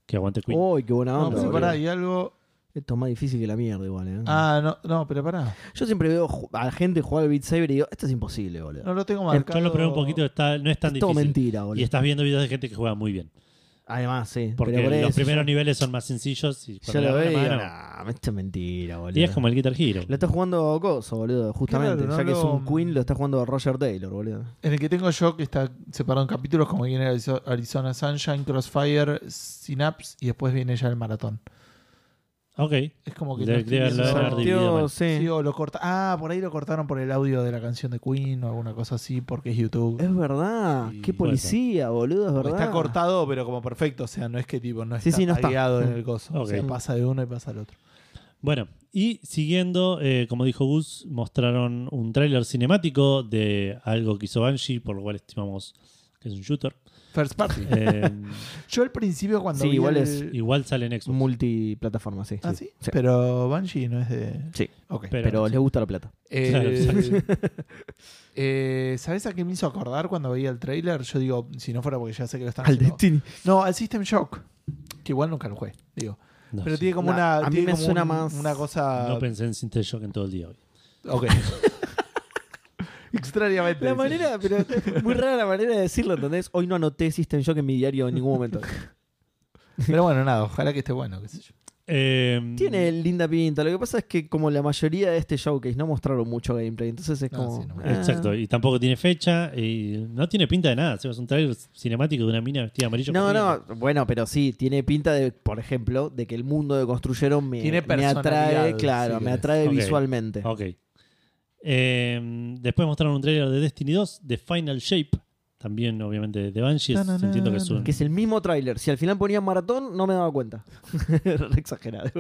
Speaker 1: Que aguante Queen.
Speaker 2: Uy, qué buena
Speaker 3: No,
Speaker 2: onda.
Speaker 3: pero
Speaker 2: boludo.
Speaker 3: pará, y algo
Speaker 2: Esto es más difícil que la mierda, igual, ¿eh?
Speaker 3: Ah, no, no, pero pará.
Speaker 2: Yo siempre veo ju- a gente jugar al Beat Saber y digo, esto es imposible, boludo.
Speaker 3: No lo tengo
Speaker 2: Yo
Speaker 1: Yo
Speaker 3: marcado.
Speaker 1: lo probé un poquito, está, no es tan
Speaker 2: es todo
Speaker 1: difícil.
Speaker 2: mentira,
Speaker 1: Y
Speaker 2: boludo.
Speaker 1: estás viendo videos de gente que juega muy bien.
Speaker 2: Además, sí.
Speaker 1: Porque
Speaker 2: pero por
Speaker 1: los
Speaker 2: eso
Speaker 1: primeros niveles son más sencillos. Y
Speaker 2: yo, yo
Speaker 1: cuando
Speaker 2: lo
Speaker 1: le
Speaker 2: veo
Speaker 1: das
Speaker 2: y
Speaker 1: la
Speaker 2: digo,
Speaker 1: mano-
Speaker 2: nah, esto es mentira, boludo.
Speaker 1: y es como el Guitar Hero.
Speaker 2: Lo está jugando Coso, boludo, justamente.
Speaker 3: Claro, no
Speaker 2: ya que es
Speaker 3: lo-
Speaker 2: un Queen, lo está jugando Roger Taylor, boludo.
Speaker 3: En el que tengo yo, que está separado en capítulos, como viene Arizo- Arizona Sunshine, Crossfire, Synapse, y después viene ya el maratón.
Speaker 1: Ok.
Speaker 3: Es como que...
Speaker 1: De-
Speaker 3: no estoy
Speaker 1: debe haber
Speaker 3: pensando-
Speaker 1: dividido
Speaker 2: Tío,
Speaker 1: mal.
Speaker 2: sí.
Speaker 3: Sí, o lo corta. Ah, por ahí lo cortaron por el audio de la canción de Queen o alguna cosa así, porque es YouTube.
Speaker 2: Es verdad.
Speaker 3: Sí,
Speaker 2: Qué
Speaker 1: puede ser.
Speaker 2: policía, boludo, es
Speaker 3: Porque
Speaker 2: verdad.
Speaker 3: Está cortado, pero como perfecto. O sea, no es que tipo, no
Speaker 2: Sí,
Speaker 3: está
Speaker 2: sí, no está.
Speaker 3: tagueado en el coso. O
Speaker 1: Ok.
Speaker 3: sea, pasa de uno y pasa al otro.
Speaker 1: Bueno, y siguiendo, eh, como dijo Gus, mostraron un tráiler cinemático de algo que hizo Banshee, por lo cual estimamos que es un shooter.
Speaker 3: First party.
Speaker 1: Eh,
Speaker 3: Yo al principio cuando
Speaker 2: Sí,
Speaker 3: vi
Speaker 2: igual
Speaker 3: el-
Speaker 2: es-
Speaker 1: igual sale en Xbox.
Speaker 2: Multiplataforma, sí.
Speaker 3: Ah, ¿sí?
Speaker 2: Sí.
Speaker 3: Pero Banshee no es de...
Speaker 2: Sí,
Speaker 3: Ok.
Speaker 1: Pero-
Speaker 2: Pero le gusta la plata.
Speaker 3: Eh,
Speaker 1: Claro,
Speaker 3: eh, ¿Sabes a qué me hizo acordar cuando veía el trailer? Yo digo, si Ah, no fuera porque ya sé que lo están
Speaker 2: Al
Speaker 3: haciendo.
Speaker 2: Destiny.
Speaker 3: No, al System Shock. Que igual nunca lo jugué, digo.
Speaker 1: No,
Speaker 3: Pero
Speaker 1: sí.
Speaker 3: tiene como
Speaker 2: No,
Speaker 3: una.
Speaker 2: a mí
Speaker 3: tiene
Speaker 2: me
Speaker 3: como
Speaker 2: suena
Speaker 3: un-
Speaker 2: más-
Speaker 3: Una cosa.
Speaker 1: No pensé en Synth Shock en todo el día hoy.
Speaker 2: [LAUGHS]
Speaker 3: ok. Extrañamente.
Speaker 2: La
Speaker 3: sí.
Speaker 2: manera, pero
Speaker 3: [LAUGHS]
Speaker 2: muy rara la manera de decirlo, ¿entendés? Hoy no anoté System Shock en mi diario en
Speaker 1: [LAUGHS]
Speaker 2: ningún momento.
Speaker 3: Pero bueno, nada, ojalá que esté bueno, qué sé yo.
Speaker 1: Eh,
Speaker 2: Tiene linda pinta. Lo que pasa es que, como la mayoría de este showcase, no mostraron mucho gameplay. Entonces es
Speaker 3: Ah,
Speaker 2: como.
Speaker 3: sí, no.
Speaker 2: ah,
Speaker 1: Exacto, y tampoco tiene fecha y no tiene pinta de nada. O sea, Es un trailer cinemático de una mina vestida de amarillo.
Speaker 2: No,
Speaker 1: corriendo.
Speaker 2: no, bueno, pero sí, tiene pinta de, por ejemplo, de que el mundo que construyeron me,
Speaker 3: Tiene
Speaker 2: me
Speaker 3: personalidad,
Speaker 2: atrae, claro,
Speaker 3: sí,
Speaker 2: me
Speaker 3: es.
Speaker 2: atrae
Speaker 1: Ok.
Speaker 2: visualmente.
Speaker 1: Ok. Eh, después mostraron un trailer de Destiny 2, de Final Shape, también obviamente de Banshee. es-
Speaker 3: Tanana.
Speaker 1: entiendo que es un-
Speaker 2: Que es el mismo tráiler. Si al final ponían maratón, no me daba cuenta. [LAUGHS] Era re exagerado.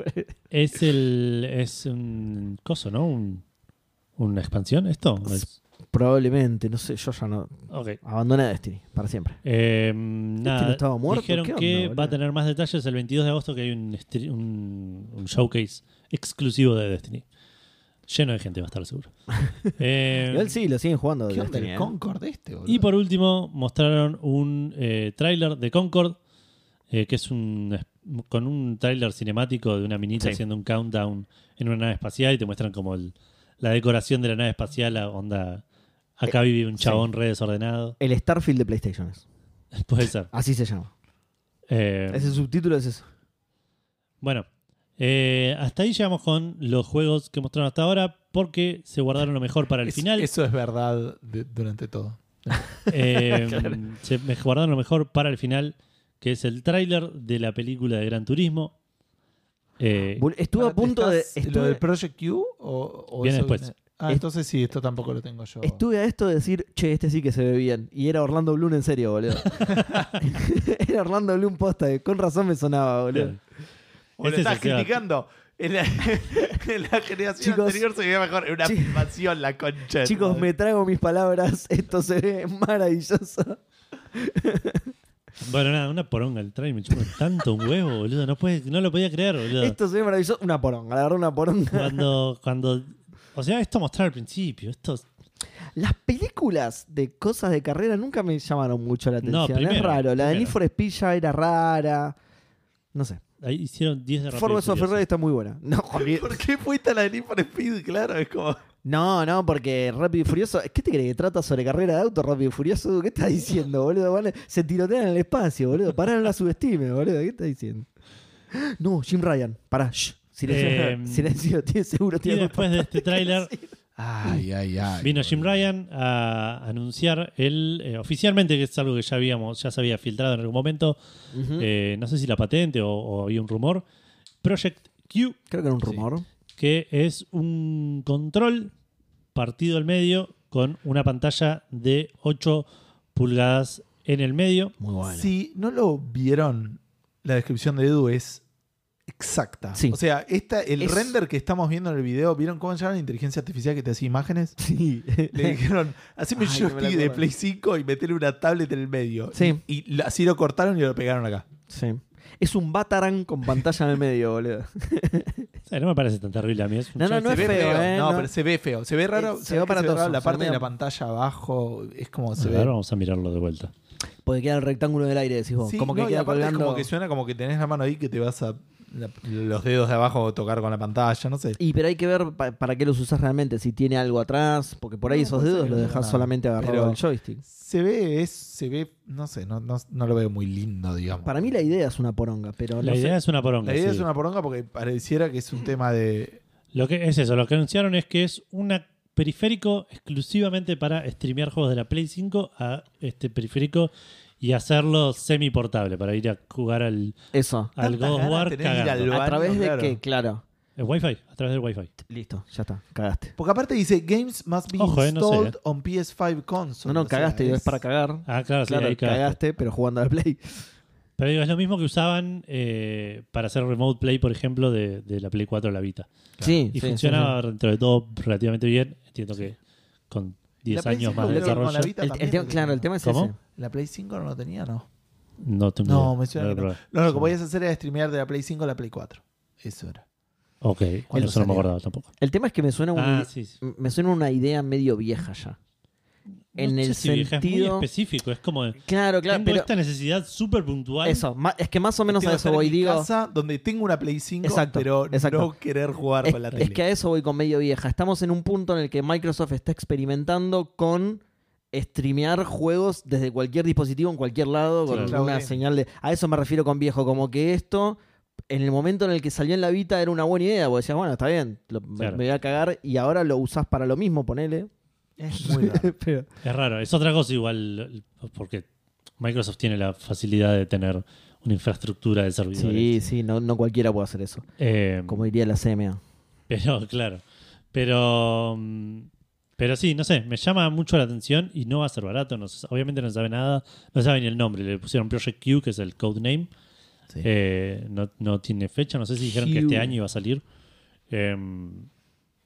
Speaker 1: Es el. Es un. Coso, ¿no? Un- una expansión, esto. Es-
Speaker 2: Probablemente, no sé, yo ya no.
Speaker 1: ok.
Speaker 2: Abandoné Destiny para siempre.
Speaker 1: Eh, nada,
Speaker 2: Este no estaba muerto?
Speaker 1: Dijeron
Speaker 2: ¿Qué onda,
Speaker 1: que
Speaker 2: boludo?
Speaker 1: va a tener más detalles el 22 de agosto, que hay un, stre- un, un showcase exclusivo de Destiny. Lleno de gente, va a estar
Speaker 2: [LAUGHS]
Speaker 1: seguro. Eh,
Speaker 2: Igual sí, lo siguen jugando.
Speaker 3: ¿Qué onda
Speaker 2: Destiny,
Speaker 3: el
Speaker 2: ¿eh?
Speaker 3: Concord este, boludo?
Speaker 1: Y por último, mostraron un eh, tráiler de Concord, eh, que es un con un tráiler cinemático de una minita
Speaker 2: Sí.
Speaker 1: haciendo un countdown en una nave espacial y te muestran como el- la decoración de la nave espacial, la onda. Acá vive un
Speaker 2: Eh, sí.
Speaker 1: chabón re desordenado.
Speaker 2: El Starfield de PlayStation. es.
Speaker 1: [LAUGHS] Puede ser.
Speaker 2: Así se llama.
Speaker 1: Eh,
Speaker 2: Ese subtítulo es eso.
Speaker 1: Bueno, eh, hasta ahí llegamos con los juegos que mostraron hasta ahora, porque se guardaron lo mejor para el
Speaker 3: Es-
Speaker 1: final.
Speaker 3: Eso es verdad de- durante todo.
Speaker 1: Eh,
Speaker 2: [LAUGHS]
Speaker 1: Se me guardaron lo mejor para el final, que es el tráiler de la película de Gran Turismo. Eh,
Speaker 2: Bol- Estuve a
Speaker 3: Pará, ¿te
Speaker 2: punto de.
Speaker 3: estás- ¿Lo
Speaker 2: Estuve,
Speaker 3: del Project Q o, o
Speaker 1: Viene
Speaker 3: eso
Speaker 1: después.
Speaker 3: Ah, entonces sí, esto tampoco lo tengo yo.
Speaker 2: estuve a esto de decir, che, este sí que se ve bien. Y era Orlando Bloom en
Speaker 1: [LAUGHS]
Speaker 2: serio, boludo. [LAUGHS] era Orlando Bloom posta. que Con razón me sonaba, boludo.
Speaker 1: claro.
Speaker 3: O lo
Speaker 1: Ese es
Speaker 3: estás
Speaker 1: el que va-
Speaker 3: criticando. En la, [LAUGHS] en la generación
Speaker 2: Chicos,
Speaker 3: anterior se veía mejor. Era Una
Speaker 2: chi-
Speaker 3: filmación, la concha. de tu
Speaker 2: Chicos,
Speaker 3: madre.
Speaker 2: me trago mis palabras. [LAUGHS] Esto se ve maravilloso.
Speaker 1: Bueno, nada, una poronga el trailer. Me chupó tanto un huevo, boludo. No, puede- no lo podía creer, boludo.
Speaker 2: Esto se ve maravilloso. Una poronga, la verdad,
Speaker 1: [LAUGHS]
Speaker 2: una poronga.
Speaker 1: Cuando, cuando. O sea, esto mostrar al principio. Esto.
Speaker 2: Las películas de cosas de carrera nunca me llamaron mucho la
Speaker 1: No,
Speaker 2: atención. es
Speaker 1: primero,
Speaker 2: raro. La de
Speaker 1: primero.
Speaker 2: Need for Speed ya era rara. No sé.
Speaker 1: Ahí hicieron 10 de
Speaker 2: Forma of Ferrari está muy buena. [LAUGHS] No, porque-
Speaker 3: ¿Por qué fuiste a la de Need for Speed? Claro, es como.
Speaker 2: no, no, porque Rápido y Furioso. ¿Qué te crees que trata sobre carrera de auto, Rápido y Furioso? ¿Qué estás diciendo, boludo? Van a- se tirotean en el espacio, boludo. Pará, no la subestime, boludo. ¿Qué estás diciendo? No, Jim Ryan. Pará, shh. Silencio,
Speaker 1: Eh,
Speaker 2: [LAUGHS] silencio, tiene seguro,
Speaker 1: Y
Speaker 2: tiene
Speaker 1: después de este
Speaker 2: [LAUGHS]
Speaker 1: tráiler
Speaker 3: Ay, ay, ay.
Speaker 1: Vino Jim Ryan a anunciar el eh, oficialmente, que es algo que ya habíamos, ya se había filtrado en algún momento,
Speaker 2: Ujú.
Speaker 1: eh, no sé si la patente o, o había un rumor. Project Q,
Speaker 2: Creo que era un rumor.
Speaker 1: que es un control partido al medio con una pantalla de 8 pulgadas en el medio.
Speaker 2: Muy bueno.
Speaker 3: Si no lo vieron, la descripción de Edu es exacta.
Speaker 2: Sí.
Speaker 3: O sea, esta, el
Speaker 2: Es-
Speaker 3: render que estamos viendo en el video, ¿vieron cómo se llama la inteligencia artificial que te hacía imágenes?
Speaker 2: Sí. [LAUGHS]
Speaker 3: Le dijeron, haceme un
Speaker 2: Ay, no me la
Speaker 3: joystick de
Speaker 2: acuerdo.
Speaker 3: Play 5 y meterle una tablet en el medio.
Speaker 2: Sí.
Speaker 3: Y lo- así lo cortaron y lo pegaron acá.
Speaker 2: Sí. Es un Batarang con pantalla en el medio, [LAUGHS] boludo.
Speaker 1: O sea, no me parece tan terrible a mí. es un
Speaker 2: No, no,
Speaker 1: joystick.
Speaker 2: no es
Speaker 3: Se ve
Speaker 2: feo, ¿eh?
Speaker 3: No,
Speaker 2: No.
Speaker 3: pero se ve feo. Se ve raro.
Speaker 2: Eh, se
Speaker 3: ¿sabés
Speaker 2: ve
Speaker 3: que
Speaker 2: aparatoso,
Speaker 3: raro La
Speaker 2: se
Speaker 3: parte
Speaker 2: ve
Speaker 3: de la
Speaker 2: medio-
Speaker 3: pantalla abajo es como
Speaker 1: A
Speaker 3: se
Speaker 1: ver,
Speaker 3: ve.
Speaker 1: vamos a mirarlo de vuelta.
Speaker 2: Porque queda el rectángulo del aire, decís vos.
Speaker 3: Sí,
Speaker 2: como que
Speaker 3: no, y
Speaker 2: queda
Speaker 3: aparte es
Speaker 2: colgando.
Speaker 3: como que suena como que tenés la mano ahí que te vas a la- los dedos de abajo tocar con la pantalla, no sé.
Speaker 2: Y pero hay que ver pa- para qué los usas realmente, si tiene algo atrás, porque por ahí
Speaker 3: No,
Speaker 2: esos
Speaker 3: puede ser
Speaker 2: dedos
Speaker 3: que
Speaker 2: los
Speaker 3: no tenga
Speaker 2: dejas
Speaker 3: nada.
Speaker 2: solamente agarrado
Speaker 3: Pero-
Speaker 2: al joystick.
Speaker 3: Se ve, es, se ve, no sé, no, no, no lo veo muy lindo, digamos.
Speaker 2: Para mí la idea es una poronga, pero
Speaker 1: La
Speaker 2: no
Speaker 1: idea
Speaker 2: sé.
Speaker 1: es una poronga.
Speaker 3: La idea
Speaker 1: sí.
Speaker 3: es una poronga porque pareciera que es un tema de.
Speaker 1: Lo que es eso, lo que anunciaron es que es un periférico exclusivamente para streamear juegos de la Play 5 a este periférico y hacerlo semi portable para ir a jugar al,
Speaker 2: Eso.
Speaker 1: al
Speaker 3: Tantas
Speaker 1: God of
Speaker 3: ganas
Speaker 1: War
Speaker 3: tenés de ir al
Speaker 1: cagando.
Speaker 3: baño,
Speaker 2: a través
Speaker 3: claro.
Speaker 2: de que, claro.
Speaker 1: El Wi-Fi, a través del Wi-Fi.
Speaker 2: Listo, ya está, cagaste.
Speaker 3: Porque aparte dice games must be
Speaker 1: Ojo, eh, no sé,
Speaker 3: installed
Speaker 1: eh.
Speaker 3: on PS5
Speaker 2: No,
Speaker 3: console.
Speaker 2: no,
Speaker 3: O sea,
Speaker 2: cagaste, digo, es para cagar.
Speaker 1: Ah, claro, sí,
Speaker 2: claro,
Speaker 1: ahí
Speaker 2: cagaste,
Speaker 1: cagaste.
Speaker 2: pero jugando al Play.
Speaker 1: Pero digo, es lo mismo que usaban eh, para hacer remote play, por ejemplo, de, de la Play 4 a la Vita.
Speaker 2: Sí,
Speaker 1: Y
Speaker 2: sí,
Speaker 1: funcionaba dentro de todo relativamente bien. Entiendo que con
Speaker 3: La
Speaker 1: 10
Speaker 3: Play
Speaker 1: años
Speaker 3: 5
Speaker 1: más de
Speaker 3: creo que con la
Speaker 1: desarrollo.
Speaker 2: sí,
Speaker 3: Vita
Speaker 2: sí. El- el
Speaker 3: también
Speaker 2: tema-
Speaker 3: lo
Speaker 2: claro, el
Speaker 3: tenía.
Speaker 2: tema es
Speaker 1: ¿Cómo?
Speaker 2: ese.
Speaker 3: La Play 5 no lo tenía, no.
Speaker 1: No tengo
Speaker 3: No,
Speaker 1: idea.
Speaker 3: me suena
Speaker 1: No
Speaker 3: que
Speaker 1: lo
Speaker 3: no.
Speaker 1: probé.
Speaker 3: No, lo que
Speaker 1: Sí.
Speaker 3: podías hacer era streamear de la Play 5 a la Play 4. Eso era.
Speaker 1: Ok, bueno, eso no me
Speaker 3: salió?
Speaker 1: acordaba tampoco.
Speaker 2: El tema es que me suena, un-
Speaker 1: Ah, sí, sí.
Speaker 2: me suena una idea medio vieja ya. En
Speaker 1: No
Speaker 2: el
Speaker 1: sé si vieja, es
Speaker 2: sentido-
Speaker 1: muy específico, es como
Speaker 2: Claro, claro,
Speaker 1: tengo
Speaker 2: pero
Speaker 1: esta necesidad súper puntual.
Speaker 2: eso, ma- es que más o menos
Speaker 3: Tengo
Speaker 2: a
Speaker 3: que
Speaker 2: eso
Speaker 3: estar
Speaker 2: voy,
Speaker 3: en mi
Speaker 2: digo.
Speaker 3: casa donde tengo una Play 5,
Speaker 2: Exacto,
Speaker 3: pero
Speaker 2: exacto.
Speaker 3: no querer jugar
Speaker 2: Es,
Speaker 3: con la
Speaker 2: es
Speaker 3: tele.
Speaker 2: que a eso voy con medio vieja. Estamos en un punto en el que Microsoft está experimentando con streamear juegos desde cualquier dispositivo en cualquier lado con
Speaker 1: Claro.
Speaker 2: una señal de a eso me refiero con viejo como que esto en el momento en el que salió en la Vita era una buena idea porque decías bueno está bien lo- me-
Speaker 1: Claro.
Speaker 2: me voy a cagar y ahora lo usás para lo mismo ponele
Speaker 3: Es
Speaker 2: [LAUGHS]
Speaker 3: muy raro.
Speaker 2: Pero-
Speaker 1: Es raro, es otra cosa igual, porque Microsoft tiene la facilidad de tener una infraestructura de
Speaker 2: sí
Speaker 1: servidores.
Speaker 2: sí no, no cualquiera puede hacer eso
Speaker 1: Eh,
Speaker 2: como diría la CMA
Speaker 1: Pero, claro. Pero. mm, Pero sí, no sé, me llama mucho la atención y no va a ser barato. no se- obviamente no se sabe nada, no se sabe ni el nombre. Le pusieron Project Q, que es el codename.
Speaker 3: Sí.
Speaker 1: Eh, no, no tiene fecha, no sé si dijeron que
Speaker 3: Q.
Speaker 1: este año iba a salir. Em,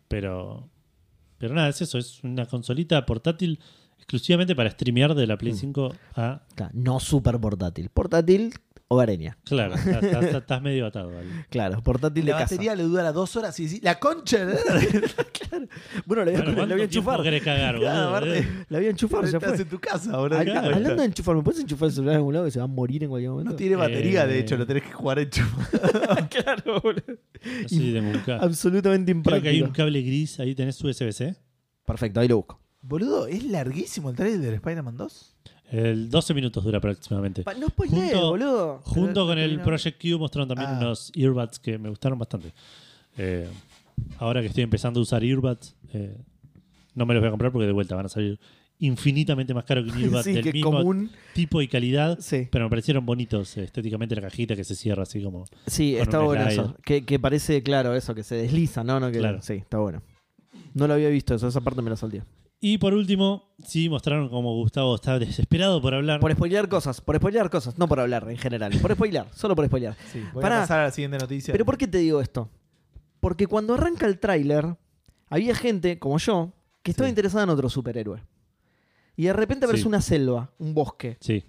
Speaker 1: pero. Pero nada, es eso, es una consolita portátil exclusivamente para streamear de la
Speaker 2: Mm.
Speaker 1: Play 5 a.
Speaker 2: Claro, no super portátil portátil hogareña
Speaker 1: Claro, está- está- está- estás medio atado ahí.
Speaker 2: claro portátil de
Speaker 3: la
Speaker 2: casa
Speaker 3: batería le dura dos horas y decís, la concha. de-
Speaker 2: [LAUGHS] bueno le voy
Speaker 1: Bueno,
Speaker 2: a- le
Speaker 1: ¿cuánto
Speaker 2: voy a
Speaker 1: tiempo
Speaker 2: enchufar
Speaker 1: querés
Speaker 2: [LAUGHS]
Speaker 1: cagar,
Speaker 2: Claro,
Speaker 1: boludo?
Speaker 2: aparte, eh, la voy a enchufar, ya
Speaker 3: Estás
Speaker 2: fue.
Speaker 3: en tu casa, bro.
Speaker 1: Al-
Speaker 2: Habla-
Speaker 1: claro.
Speaker 2: Hablando de enchufar, ¿me puedes enchufar el celular en algún lado que se va a morir en cualquier momento?
Speaker 3: No tiene batería, de
Speaker 1: Eh.
Speaker 3: hecho, [LAUGHS] lo tenés que jugar enchufado.
Speaker 2: [LAUGHS] claro, boludo.
Speaker 1: No sé si tengo un ca-
Speaker 2: Absolutamente
Speaker 1: Creo que hay un
Speaker 2: impráctico.
Speaker 1: cable gris, ahí tenés USB-C.
Speaker 2: Perfecto, ahí lo busco.
Speaker 3: Boludo, es larguísimo el trailer de Spider-Man 2.
Speaker 1: El 12 minutos dura aproximadamente.
Speaker 2: no
Speaker 1: spoilees, Junto-
Speaker 2: boludo.
Speaker 1: Junto con el Project Q mostraron también
Speaker 3: Ah.
Speaker 1: unos earbuds que me gustaron bastante. Eh, ahora que estoy empezando a usar earbuds, eh, no me los voy a comprar porque de vuelta van a salir infinitamente más caro que un
Speaker 2: [LAUGHS]
Speaker 1: earbud
Speaker 2: Sí,
Speaker 1: del
Speaker 2: que
Speaker 1: mismo
Speaker 2: común.
Speaker 1: tipo y calidad.
Speaker 2: Sí.
Speaker 1: Pero me parecieron bonitos eh, estéticamente la cajita que se cierra así como.
Speaker 2: Sí,
Speaker 1: con
Speaker 2: está
Speaker 1: un
Speaker 2: bueno
Speaker 1: slider.
Speaker 2: eso. Que, que parece, claro, eso, que se desliza, ¿no? no que,
Speaker 1: Claro.
Speaker 2: Sí, está bueno. No lo había visto eso, esa parte me la salté.
Speaker 1: Y por último, sí mostraron como Gustavo está desesperado por hablar.
Speaker 2: Por spoilear cosas, por spoilear cosas, no por hablar en general. Por spoilear, solo por spoilear.
Speaker 3: Sí, voy
Speaker 2: Pará.
Speaker 3: a pasar a la siguiente noticia.
Speaker 2: ¿Pero por qué te digo esto? Porque cuando arranca el tráiler, había gente, como yo, que estaba
Speaker 3: Sí.
Speaker 2: interesada en otro superhéroe. Y de repente aparece
Speaker 1: Sí.
Speaker 2: una selva, un bosque,
Speaker 1: Sí.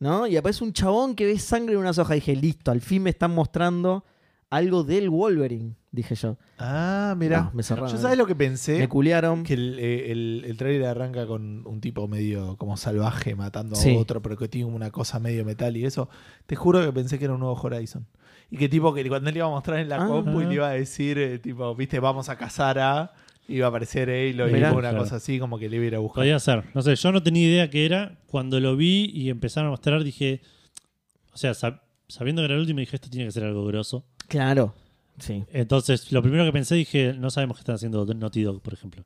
Speaker 2: ¿no? Y aparece un chabón que ve sangre en una hojas. Y dije, listo, al fin me están mostrando algo del Wolverine, dije yo.
Speaker 3: Ah, mirá.
Speaker 2: No, me cerraron. ¿eh?
Speaker 3: Yo sabes lo que
Speaker 2: Me
Speaker 3: pensé.
Speaker 2: culiaron.
Speaker 3: Que el, eh, el, el trailer arranca con un tipo medio como salvaje matando
Speaker 2: Sí.
Speaker 3: a otro, pero que tiene una cosa medio metal y eso. Te juro que pensé que era un nuevo Horizon. Y que tipo que cuando él le iba a mostrar en la
Speaker 2: Ah.
Speaker 3: compu y le iba a decir, eh, tipo, viste, vamos a cazar a. Iba a aparecer Halo y
Speaker 2: Mirá.
Speaker 3: tipo una
Speaker 1: Claro.
Speaker 3: cosa así, como que le iba a ir a buscar.
Speaker 1: Podía ser. No sé, yo no tenía idea qué era. Cuando lo vi y empezaron a mostrar, dije. O sea, sab- sabiendo que era el último, dije, esto tiene que ser algo grosso.
Speaker 2: Claro. Sí.
Speaker 1: Entonces, lo primero que pensé, dije, no sabemos qué están haciendo Naughty Dog, por ejemplo.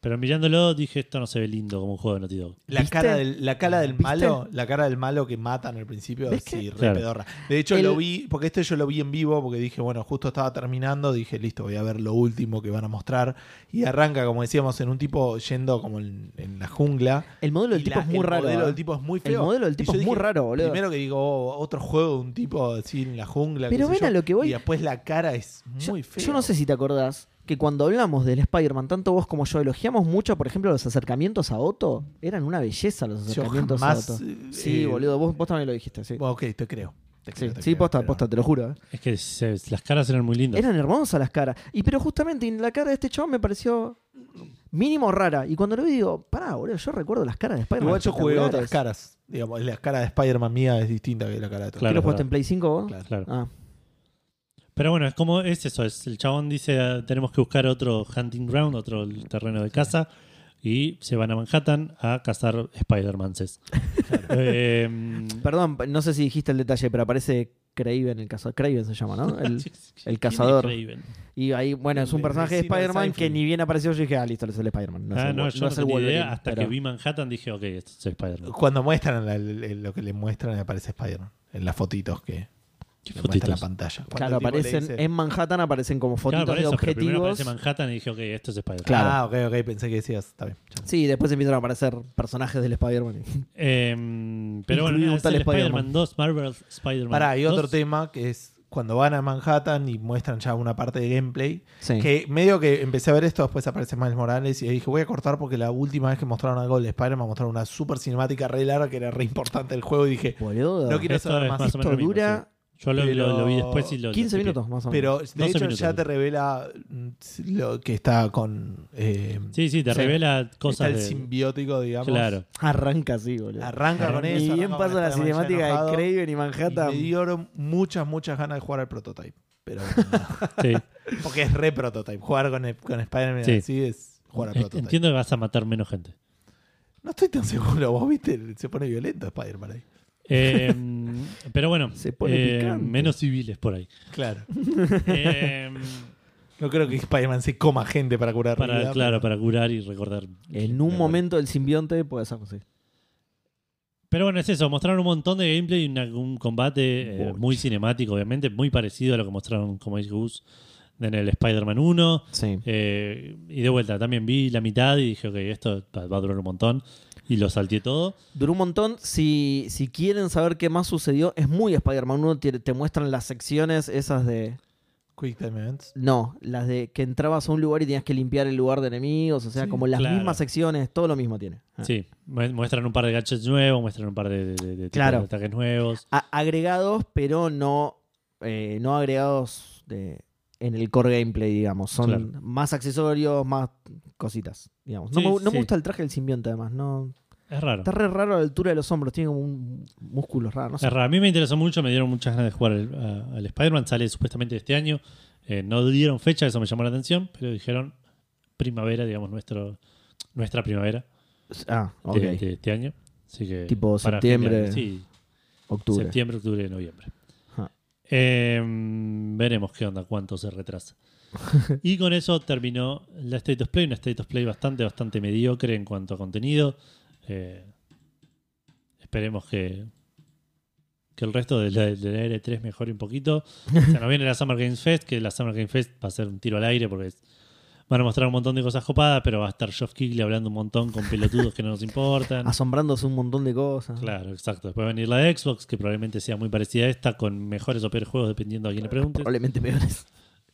Speaker 1: Pero mirándolo, dije, esto no se ve lindo como un juego de Naughty Dog.
Speaker 3: La
Speaker 2: ¿Viste?
Speaker 3: cara del, la cara del
Speaker 2: ¿Viste?
Speaker 3: malo, la cara del malo que matan al principio,
Speaker 2: ¿Ves
Speaker 3: sí,
Speaker 2: que?
Speaker 3: re
Speaker 1: Claro.
Speaker 3: pedorra. De hecho,
Speaker 2: El-
Speaker 3: lo vi, porque este yo lo vi en vivo, porque dije, bueno, justo estaba terminando, dije, listo, voy a ver lo último que van a mostrar. Y arranca, como decíamos, en un tipo yendo como en, en la jungla.
Speaker 2: El modelo del
Speaker 3: Y
Speaker 2: tipo
Speaker 3: la-
Speaker 2: es muy
Speaker 3: el
Speaker 2: raro.
Speaker 3: modelo
Speaker 2: ¿eh?
Speaker 3: del tipo es muy
Speaker 2: El
Speaker 3: feo.
Speaker 2: modelo del
Speaker 3: Y
Speaker 2: tipo
Speaker 3: yo
Speaker 2: es muy
Speaker 3: dije,
Speaker 2: raro, boludo.
Speaker 3: Primero que digo, oh, otro juego de un tipo así en la jungla. qué
Speaker 2: Pero
Speaker 3: sé
Speaker 2: ven
Speaker 3: yo.
Speaker 2: a lo que voy.
Speaker 3: Y después la cara es
Speaker 2: Yo-
Speaker 3: muy
Speaker 2: yo,
Speaker 3: fea.
Speaker 2: no sé si te acordás que cuando hablamos del Spider-Man, tanto vos como yo elogiamos mucho, por ejemplo, los acercamientos a Otto. Eran una belleza los
Speaker 3: Yo
Speaker 2: acercamientos
Speaker 3: jamás,
Speaker 2: a Otto.
Speaker 3: eh,
Speaker 2: Sí,
Speaker 3: eh,
Speaker 2: boludo, vos, vos también lo dijiste, sí.
Speaker 3: Bueno, ok, te creo. Te
Speaker 2: Sí,
Speaker 3: creo, te
Speaker 2: sí,
Speaker 3: creo,
Speaker 2: posta,
Speaker 3: pero-
Speaker 2: posta, te lo juro. ¿eh?
Speaker 1: Es que se- las caras eran muy lindas.
Speaker 2: Eran hermosas las caras. Y pero justamente en la cara de este chabón me pareció mínimo rara. Y cuando lo vi digo, pará, boludo, yo recuerdo las caras de Spider-Man.
Speaker 3: Igual yo jugué
Speaker 2: espectaculares.
Speaker 3: otras caras. Digamos, la cara de Spider-Man mía es distinta que la cara de otro.
Speaker 2: ¿Qué
Speaker 1: Claro.
Speaker 2: lo jugaste en Play 5 vos?
Speaker 3: Claro.
Speaker 1: Claro.
Speaker 2: Ah,
Speaker 1: Pero bueno, es como es eso, es el chabón dice "Ah, tenemos que buscar otro hunting ground, otro terreno de caza, y se van a Manhattan a cazar Spider-Mances. Em,
Speaker 2: Perdón, no sé si dijiste el detalle, pero aparece Craven, el cazador. Craven se llama, ¿no?
Speaker 3: [LAUGHS]
Speaker 2: El, el cazador. Y ahí, bueno, es un
Speaker 3: El
Speaker 2: personaje de
Speaker 3: vecino de
Speaker 2: Spider-Man que
Speaker 3: Seinfeld.
Speaker 2: ni bien apareció. Yo dije, ah, listo, es el Spider-Man. No, es
Speaker 1: ah,
Speaker 2: el-
Speaker 1: no, yo no,
Speaker 2: es el
Speaker 1: tenía
Speaker 2: Wolverine.
Speaker 1: idea. Hasta
Speaker 2: pero-
Speaker 1: que vi Manhattan dije, ok, esto es Spider-Man.
Speaker 3: Cuando muestran la- el- el- lo que le muestran, aparece Spider-Man. En las fotitos que
Speaker 1: ¿Qué
Speaker 3: le muestra la
Speaker 1: fotitos?
Speaker 3: pantalla. Cuando
Speaker 2: Claro,
Speaker 3: el tipo le
Speaker 2: aparecen
Speaker 3: dice-
Speaker 2: en Manhattan, aparecen como fotitos
Speaker 1: Claro, por
Speaker 2: de
Speaker 1: eso, pero primero
Speaker 2: objetivos.
Speaker 1: aparece Manhattan y dije, ok, esto es Spider-Man.
Speaker 2: Claro.
Speaker 3: Ah, ok, ok, pensé que decías. Está bien. ya.
Speaker 2: Sí, después empiezan a aparecer personajes del
Speaker 3: [LAUGHS]
Speaker 2: Spider-Man.
Speaker 1: Em, pero bueno,
Speaker 2: Incluido
Speaker 1: nada,
Speaker 2: un
Speaker 1: es
Speaker 2: tal
Speaker 1: el
Speaker 2: Spider-Man.
Speaker 1: Spider-Man 2, Marvel's Spider-Man
Speaker 3: Pará, y otro
Speaker 1: 2.
Speaker 3: tema que es cuando van a Manhattan y muestran ya una parte de gameplay.
Speaker 2: Sí.
Speaker 3: Que medio que empecé a ver esto, después aparece Miles Morales y dije, voy a cortar porque la última vez que mostraron algo de Spider-Man mostraron una super cinemática re larga que era re importante el juego y dije,
Speaker 2: Boludo.
Speaker 3: No quiero
Speaker 1: Esto
Speaker 3: saber
Speaker 1: es
Speaker 3: más.
Speaker 1: más o menos
Speaker 2: Esto
Speaker 1: lo mismo,
Speaker 2: dura
Speaker 1: sí. Yo lo, lo-
Speaker 3: pero
Speaker 1: lo vi después y lo... lo
Speaker 2: 15
Speaker 1: skipeé.
Speaker 2: minutos más o menos.
Speaker 3: Pero de
Speaker 1: 12
Speaker 3: hecho
Speaker 1: minutos.
Speaker 3: ya te revela mm, lo que está con eh,
Speaker 1: Sí, sí, te
Speaker 3: Sí.
Speaker 1: revela
Speaker 3: está
Speaker 1: cosas
Speaker 3: el
Speaker 1: de...
Speaker 3: simbiótico, digamos. [LAUGHS]
Speaker 1: Claro.
Speaker 2: Arranca así, boludo.
Speaker 3: Arranca con eso.
Speaker 2: y
Speaker 3: arranca
Speaker 2: bien
Speaker 3: con
Speaker 2: pasa la
Speaker 3: Spider-Man ya
Speaker 2: cinemática
Speaker 3: enojado,
Speaker 2: de Craven y Manhattan.
Speaker 3: y me dieron muchas, muchas ganas de jugar al prototype.
Speaker 1: [LAUGHS]
Speaker 3: Pero no.
Speaker 1: Sí.
Speaker 3: porque es re prototype. Jugar con, el- con Spider-Man
Speaker 1: Sí.
Speaker 3: así es jugar al
Speaker 1: Ent-
Speaker 3: prototype.
Speaker 1: Eh, Entiendo que vas a matar menos gente.
Speaker 3: No estoy tan seguro. Vos viste, se pone violento Spider-Man ahí.
Speaker 1: Eh,
Speaker 3: [LAUGHS]
Speaker 1: pero bueno,
Speaker 2: Se pone
Speaker 1: eh,
Speaker 2: picante.
Speaker 1: menos civiles por ahí.
Speaker 3: Claro.
Speaker 1: Eh,
Speaker 3: No creo que Spider-Man se coma gente para curar
Speaker 1: para,
Speaker 3: realidad,
Speaker 1: claro,
Speaker 3: pero-
Speaker 1: para curar y recordar.
Speaker 2: En un momento el simbionte puede ser así.
Speaker 1: Pero bueno, es eso. Mostraron un montón de gameplay y una- un combate eh,
Speaker 2: Bocha.
Speaker 1: muy cinemático, obviamente, muy parecido a lo que mostraron, como dice Gus, en el Spider-Man 1.
Speaker 2: Sí.
Speaker 1: Eh, y de vuelta, también vi la mitad y dije, ok, esto va va a durar un montón. Y lo salteé todo.
Speaker 2: Duró un montón. Si, si quieren saber qué más sucedió, es muy Spider-Man 1. Te, te muestran las secciones esas de.
Speaker 3: Quick Time Events.
Speaker 2: No, las de que entrabas a un lugar y tenías que limpiar el lugar de enemigos. O sea,
Speaker 3: Sí,
Speaker 2: como las
Speaker 1: claro.
Speaker 2: mismas secciones, todo lo mismo tiene. Ah.
Speaker 1: Sí, mu- muestran un par de gadgets nuevos, muestran un par de, de- de- de tipos
Speaker 2: Claro.
Speaker 1: de ataques nuevos.
Speaker 2: A- agregados, pero no, eh, no agregados de- en el core gameplay, digamos. Son
Speaker 1: Claro.
Speaker 2: más accesorios, más cositas, digamos. No,
Speaker 1: Sí,
Speaker 2: me, no me
Speaker 1: sí.
Speaker 2: gusta el traje del simbionte, además. No,
Speaker 1: Es raro.
Speaker 2: está re raro a la altura de los hombros. Tiene como un músculo raro. No sé.
Speaker 1: Es raro. A mí me interesó mucho, me dieron muchas ganas de jugar al, a- al Spider-Man. Sale supuestamente este año. Eh, no dieron fecha, eso me llamó la atención, pero dijeron primavera, digamos, nuestro, nuestra primavera
Speaker 2: Ah,
Speaker 1: de,
Speaker 2: ok.
Speaker 1: de este año. Así que
Speaker 2: Tipo
Speaker 1: para fin de
Speaker 2: septiembre,
Speaker 1: año. Sí,
Speaker 2: Octubre.
Speaker 1: septiembre, octubre, noviembre.
Speaker 2: Ajá.
Speaker 1: Eh, veremos qué onda, cuánto se
Speaker 2: [LAUGHS]
Speaker 1: retrasa. y con eso terminó la State of Play, una State of Play bastante, bastante mediocre en cuanto a contenido. Eh, esperemos que, que el resto de la, de la R3 mejore un
Speaker 2: [LAUGHS]
Speaker 1: poquito. Se nos viene la Summer Games Fest, que la Summer Games Fest va a ser un tiro al aire porque es- van a mostrar un montón de cosas copadas, pero va a estar Geoff Keighley hablando un montón con pelotudos que no nos importan.
Speaker 2: Asombrándose un montón de cosas.
Speaker 1: Claro, exacto. Después va a venir la de Xbox, que probablemente sea muy parecida a esta, con mejores o peores juegos, dependiendo a quién le preguntes.
Speaker 2: Probablemente peores.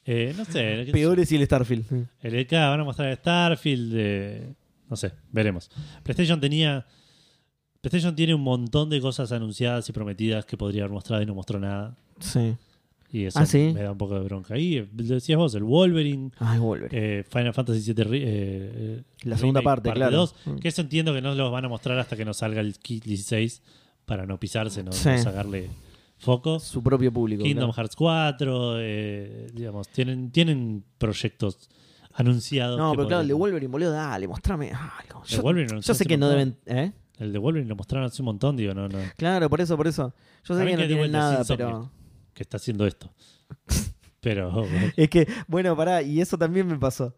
Speaker 1: Eh, no sé. qué sé yo.
Speaker 2: Peores y el Starfield.
Speaker 1: El EK van a mostrar Starfield. eh, no sé, veremos. PlayStation tenía. PlayStation tiene un montón de cosas anunciadas y prometidas que podría haber mostrado y no mostró nada.
Speaker 2: Sí.
Speaker 1: Y eso
Speaker 2: Ah, ¿sí?
Speaker 1: me da un poco de bronca. Y eh, decías vos, el Wolverine,
Speaker 2: Ay, Wolverine.
Speaker 1: eh, Final Fantasy VII. re- eh, eh,
Speaker 2: La segunda
Speaker 1: remake,
Speaker 2: parte, claro.
Speaker 1: 2,
Speaker 2: Mm.
Speaker 1: que eso entiendo que no los van a mostrar hasta que nos salga el kit 16 para no pisarse, no,
Speaker 2: Sí.
Speaker 1: no sacarle foco.
Speaker 2: Su propio público.
Speaker 1: Eh, Kingdom
Speaker 2: claro.
Speaker 1: Hearts 4, eh, digamos, tienen, tienen proyectos anunciados.
Speaker 2: No,
Speaker 1: que
Speaker 2: pero claro, el de
Speaker 1: podrían-
Speaker 2: Wolverine, boludo, dale, mostrame algo.
Speaker 1: El
Speaker 2: Yo,
Speaker 1: Wolverine
Speaker 2: yo sé
Speaker 1: anunciaron
Speaker 2: que no
Speaker 1: hace un
Speaker 2: deben. ¿eh?
Speaker 1: montón. El de Wolverine lo mostraron hace un montón, digo, no, no.
Speaker 2: Claro, por eso, por eso. Yo sé
Speaker 1: También
Speaker 2: que no
Speaker 1: que digo,
Speaker 2: tienen
Speaker 1: el de
Speaker 2: nada,
Speaker 1: Simpsons,
Speaker 2: pero.
Speaker 1: Que está haciendo
Speaker 2: [LAUGHS]
Speaker 1: esto. Pero. [LAUGHS]
Speaker 2: Es que, bueno, pará, y eso también me pasó.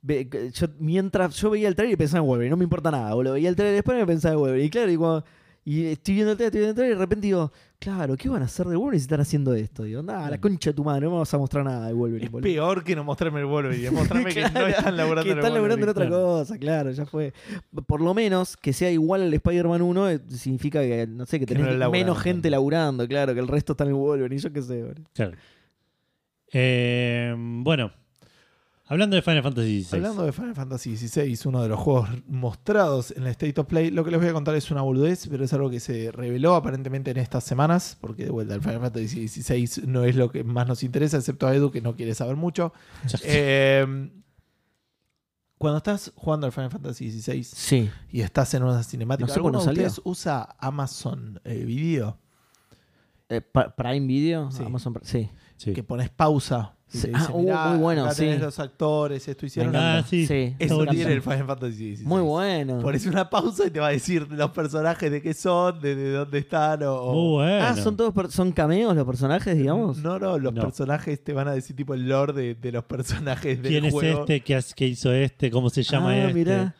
Speaker 2: Ve- que Yo, mientras yo veía el trailer y pensaba en Wolverine, no me importa nada, boludo. Veía el trailer después y me pensaba en Wolverine. Y claro, y, cuando- y estoy viendo el trailer, estoy viendo el trailer y de repente digo, claro, ¿qué van a hacer de Wolverine si están haciendo esto? Digo, nada, la concha de tu madre, no me vas a mostrar nada de Wolverine,
Speaker 3: Es
Speaker 2: boludo.
Speaker 3: peor que no mostrarme el Wolverine.
Speaker 1: [LAUGHS]
Speaker 3: Es mostrarme que no
Speaker 2: Claro,
Speaker 3: están laburando
Speaker 2: que
Speaker 3: en el
Speaker 2: están laburando en
Speaker 3: Wolverine.
Speaker 2: otra cosa, claro, ya fue. Por lo menos que sea igual al Spider-Man 1 eh, significa que, no sé, que
Speaker 3: Que
Speaker 2: tenés
Speaker 3: no lo laburan
Speaker 2: menos gente
Speaker 3: tanto.
Speaker 2: laburando, claro, que el resto está en el Wolverine, yo qué sé. boludo.
Speaker 1: claro. Eh, bueno. Hablando de Final Fantasy XVI.
Speaker 3: Hablando de Final Fantasy XVI, uno de los juegos mostrados en la State of Play, lo que les voy a contar es una boludez, pero es algo que se reveló aparentemente en estas semanas, porque de vuelta el Final Fantasy XVI no es lo que más nos interesa, excepto a Edu que no quiere saber
Speaker 2: [LAUGHS]
Speaker 3: mucho. Eh, cuando estás jugando al Final Fantasy XVI
Speaker 2: Sí.
Speaker 3: y estás en una cinemática,
Speaker 2: No sé cuándo
Speaker 3: ¿alguno de
Speaker 2: salió.
Speaker 3: ustedes usa Amazon eh, Video?
Speaker 2: Eh, Prime Video,
Speaker 3: Sí.
Speaker 2: Amazon Prime, sí.
Speaker 1: Sí.
Speaker 3: que pones pausa. y
Speaker 2: Sí,
Speaker 3: te
Speaker 2: ah,
Speaker 3: dice,
Speaker 2: uh,
Speaker 3: "Mirá,
Speaker 2: muy bueno,
Speaker 3: acá tenés
Speaker 2: sí.
Speaker 3: los actores, esto hicieron.
Speaker 2: encanta.
Speaker 3: acá".
Speaker 1: Ah, sí.
Speaker 2: Sí.
Speaker 1: está
Speaker 3: Eso
Speaker 1: buenísimo.
Speaker 3: tiene el Final Fantasy XVI.
Speaker 2: Muy bueno.
Speaker 3: Pones una pausa y te va a decir los personajes de qué son, de, de dónde están o... o-
Speaker 1: Muy bueno.
Speaker 2: Ah, son todos per- son cameos los personajes, digamos.
Speaker 3: No, no, los
Speaker 1: No.
Speaker 3: personajes te van a decir tipo el lore de, de los personajes del
Speaker 1: ¿Quién es
Speaker 3: juego.
Speaker 1: este? ¿Qué, hace- qué hizo este? ¿Cómo se llama
Speaker 2: ah,
Speaker 1: este?
Speaker 2: mirá.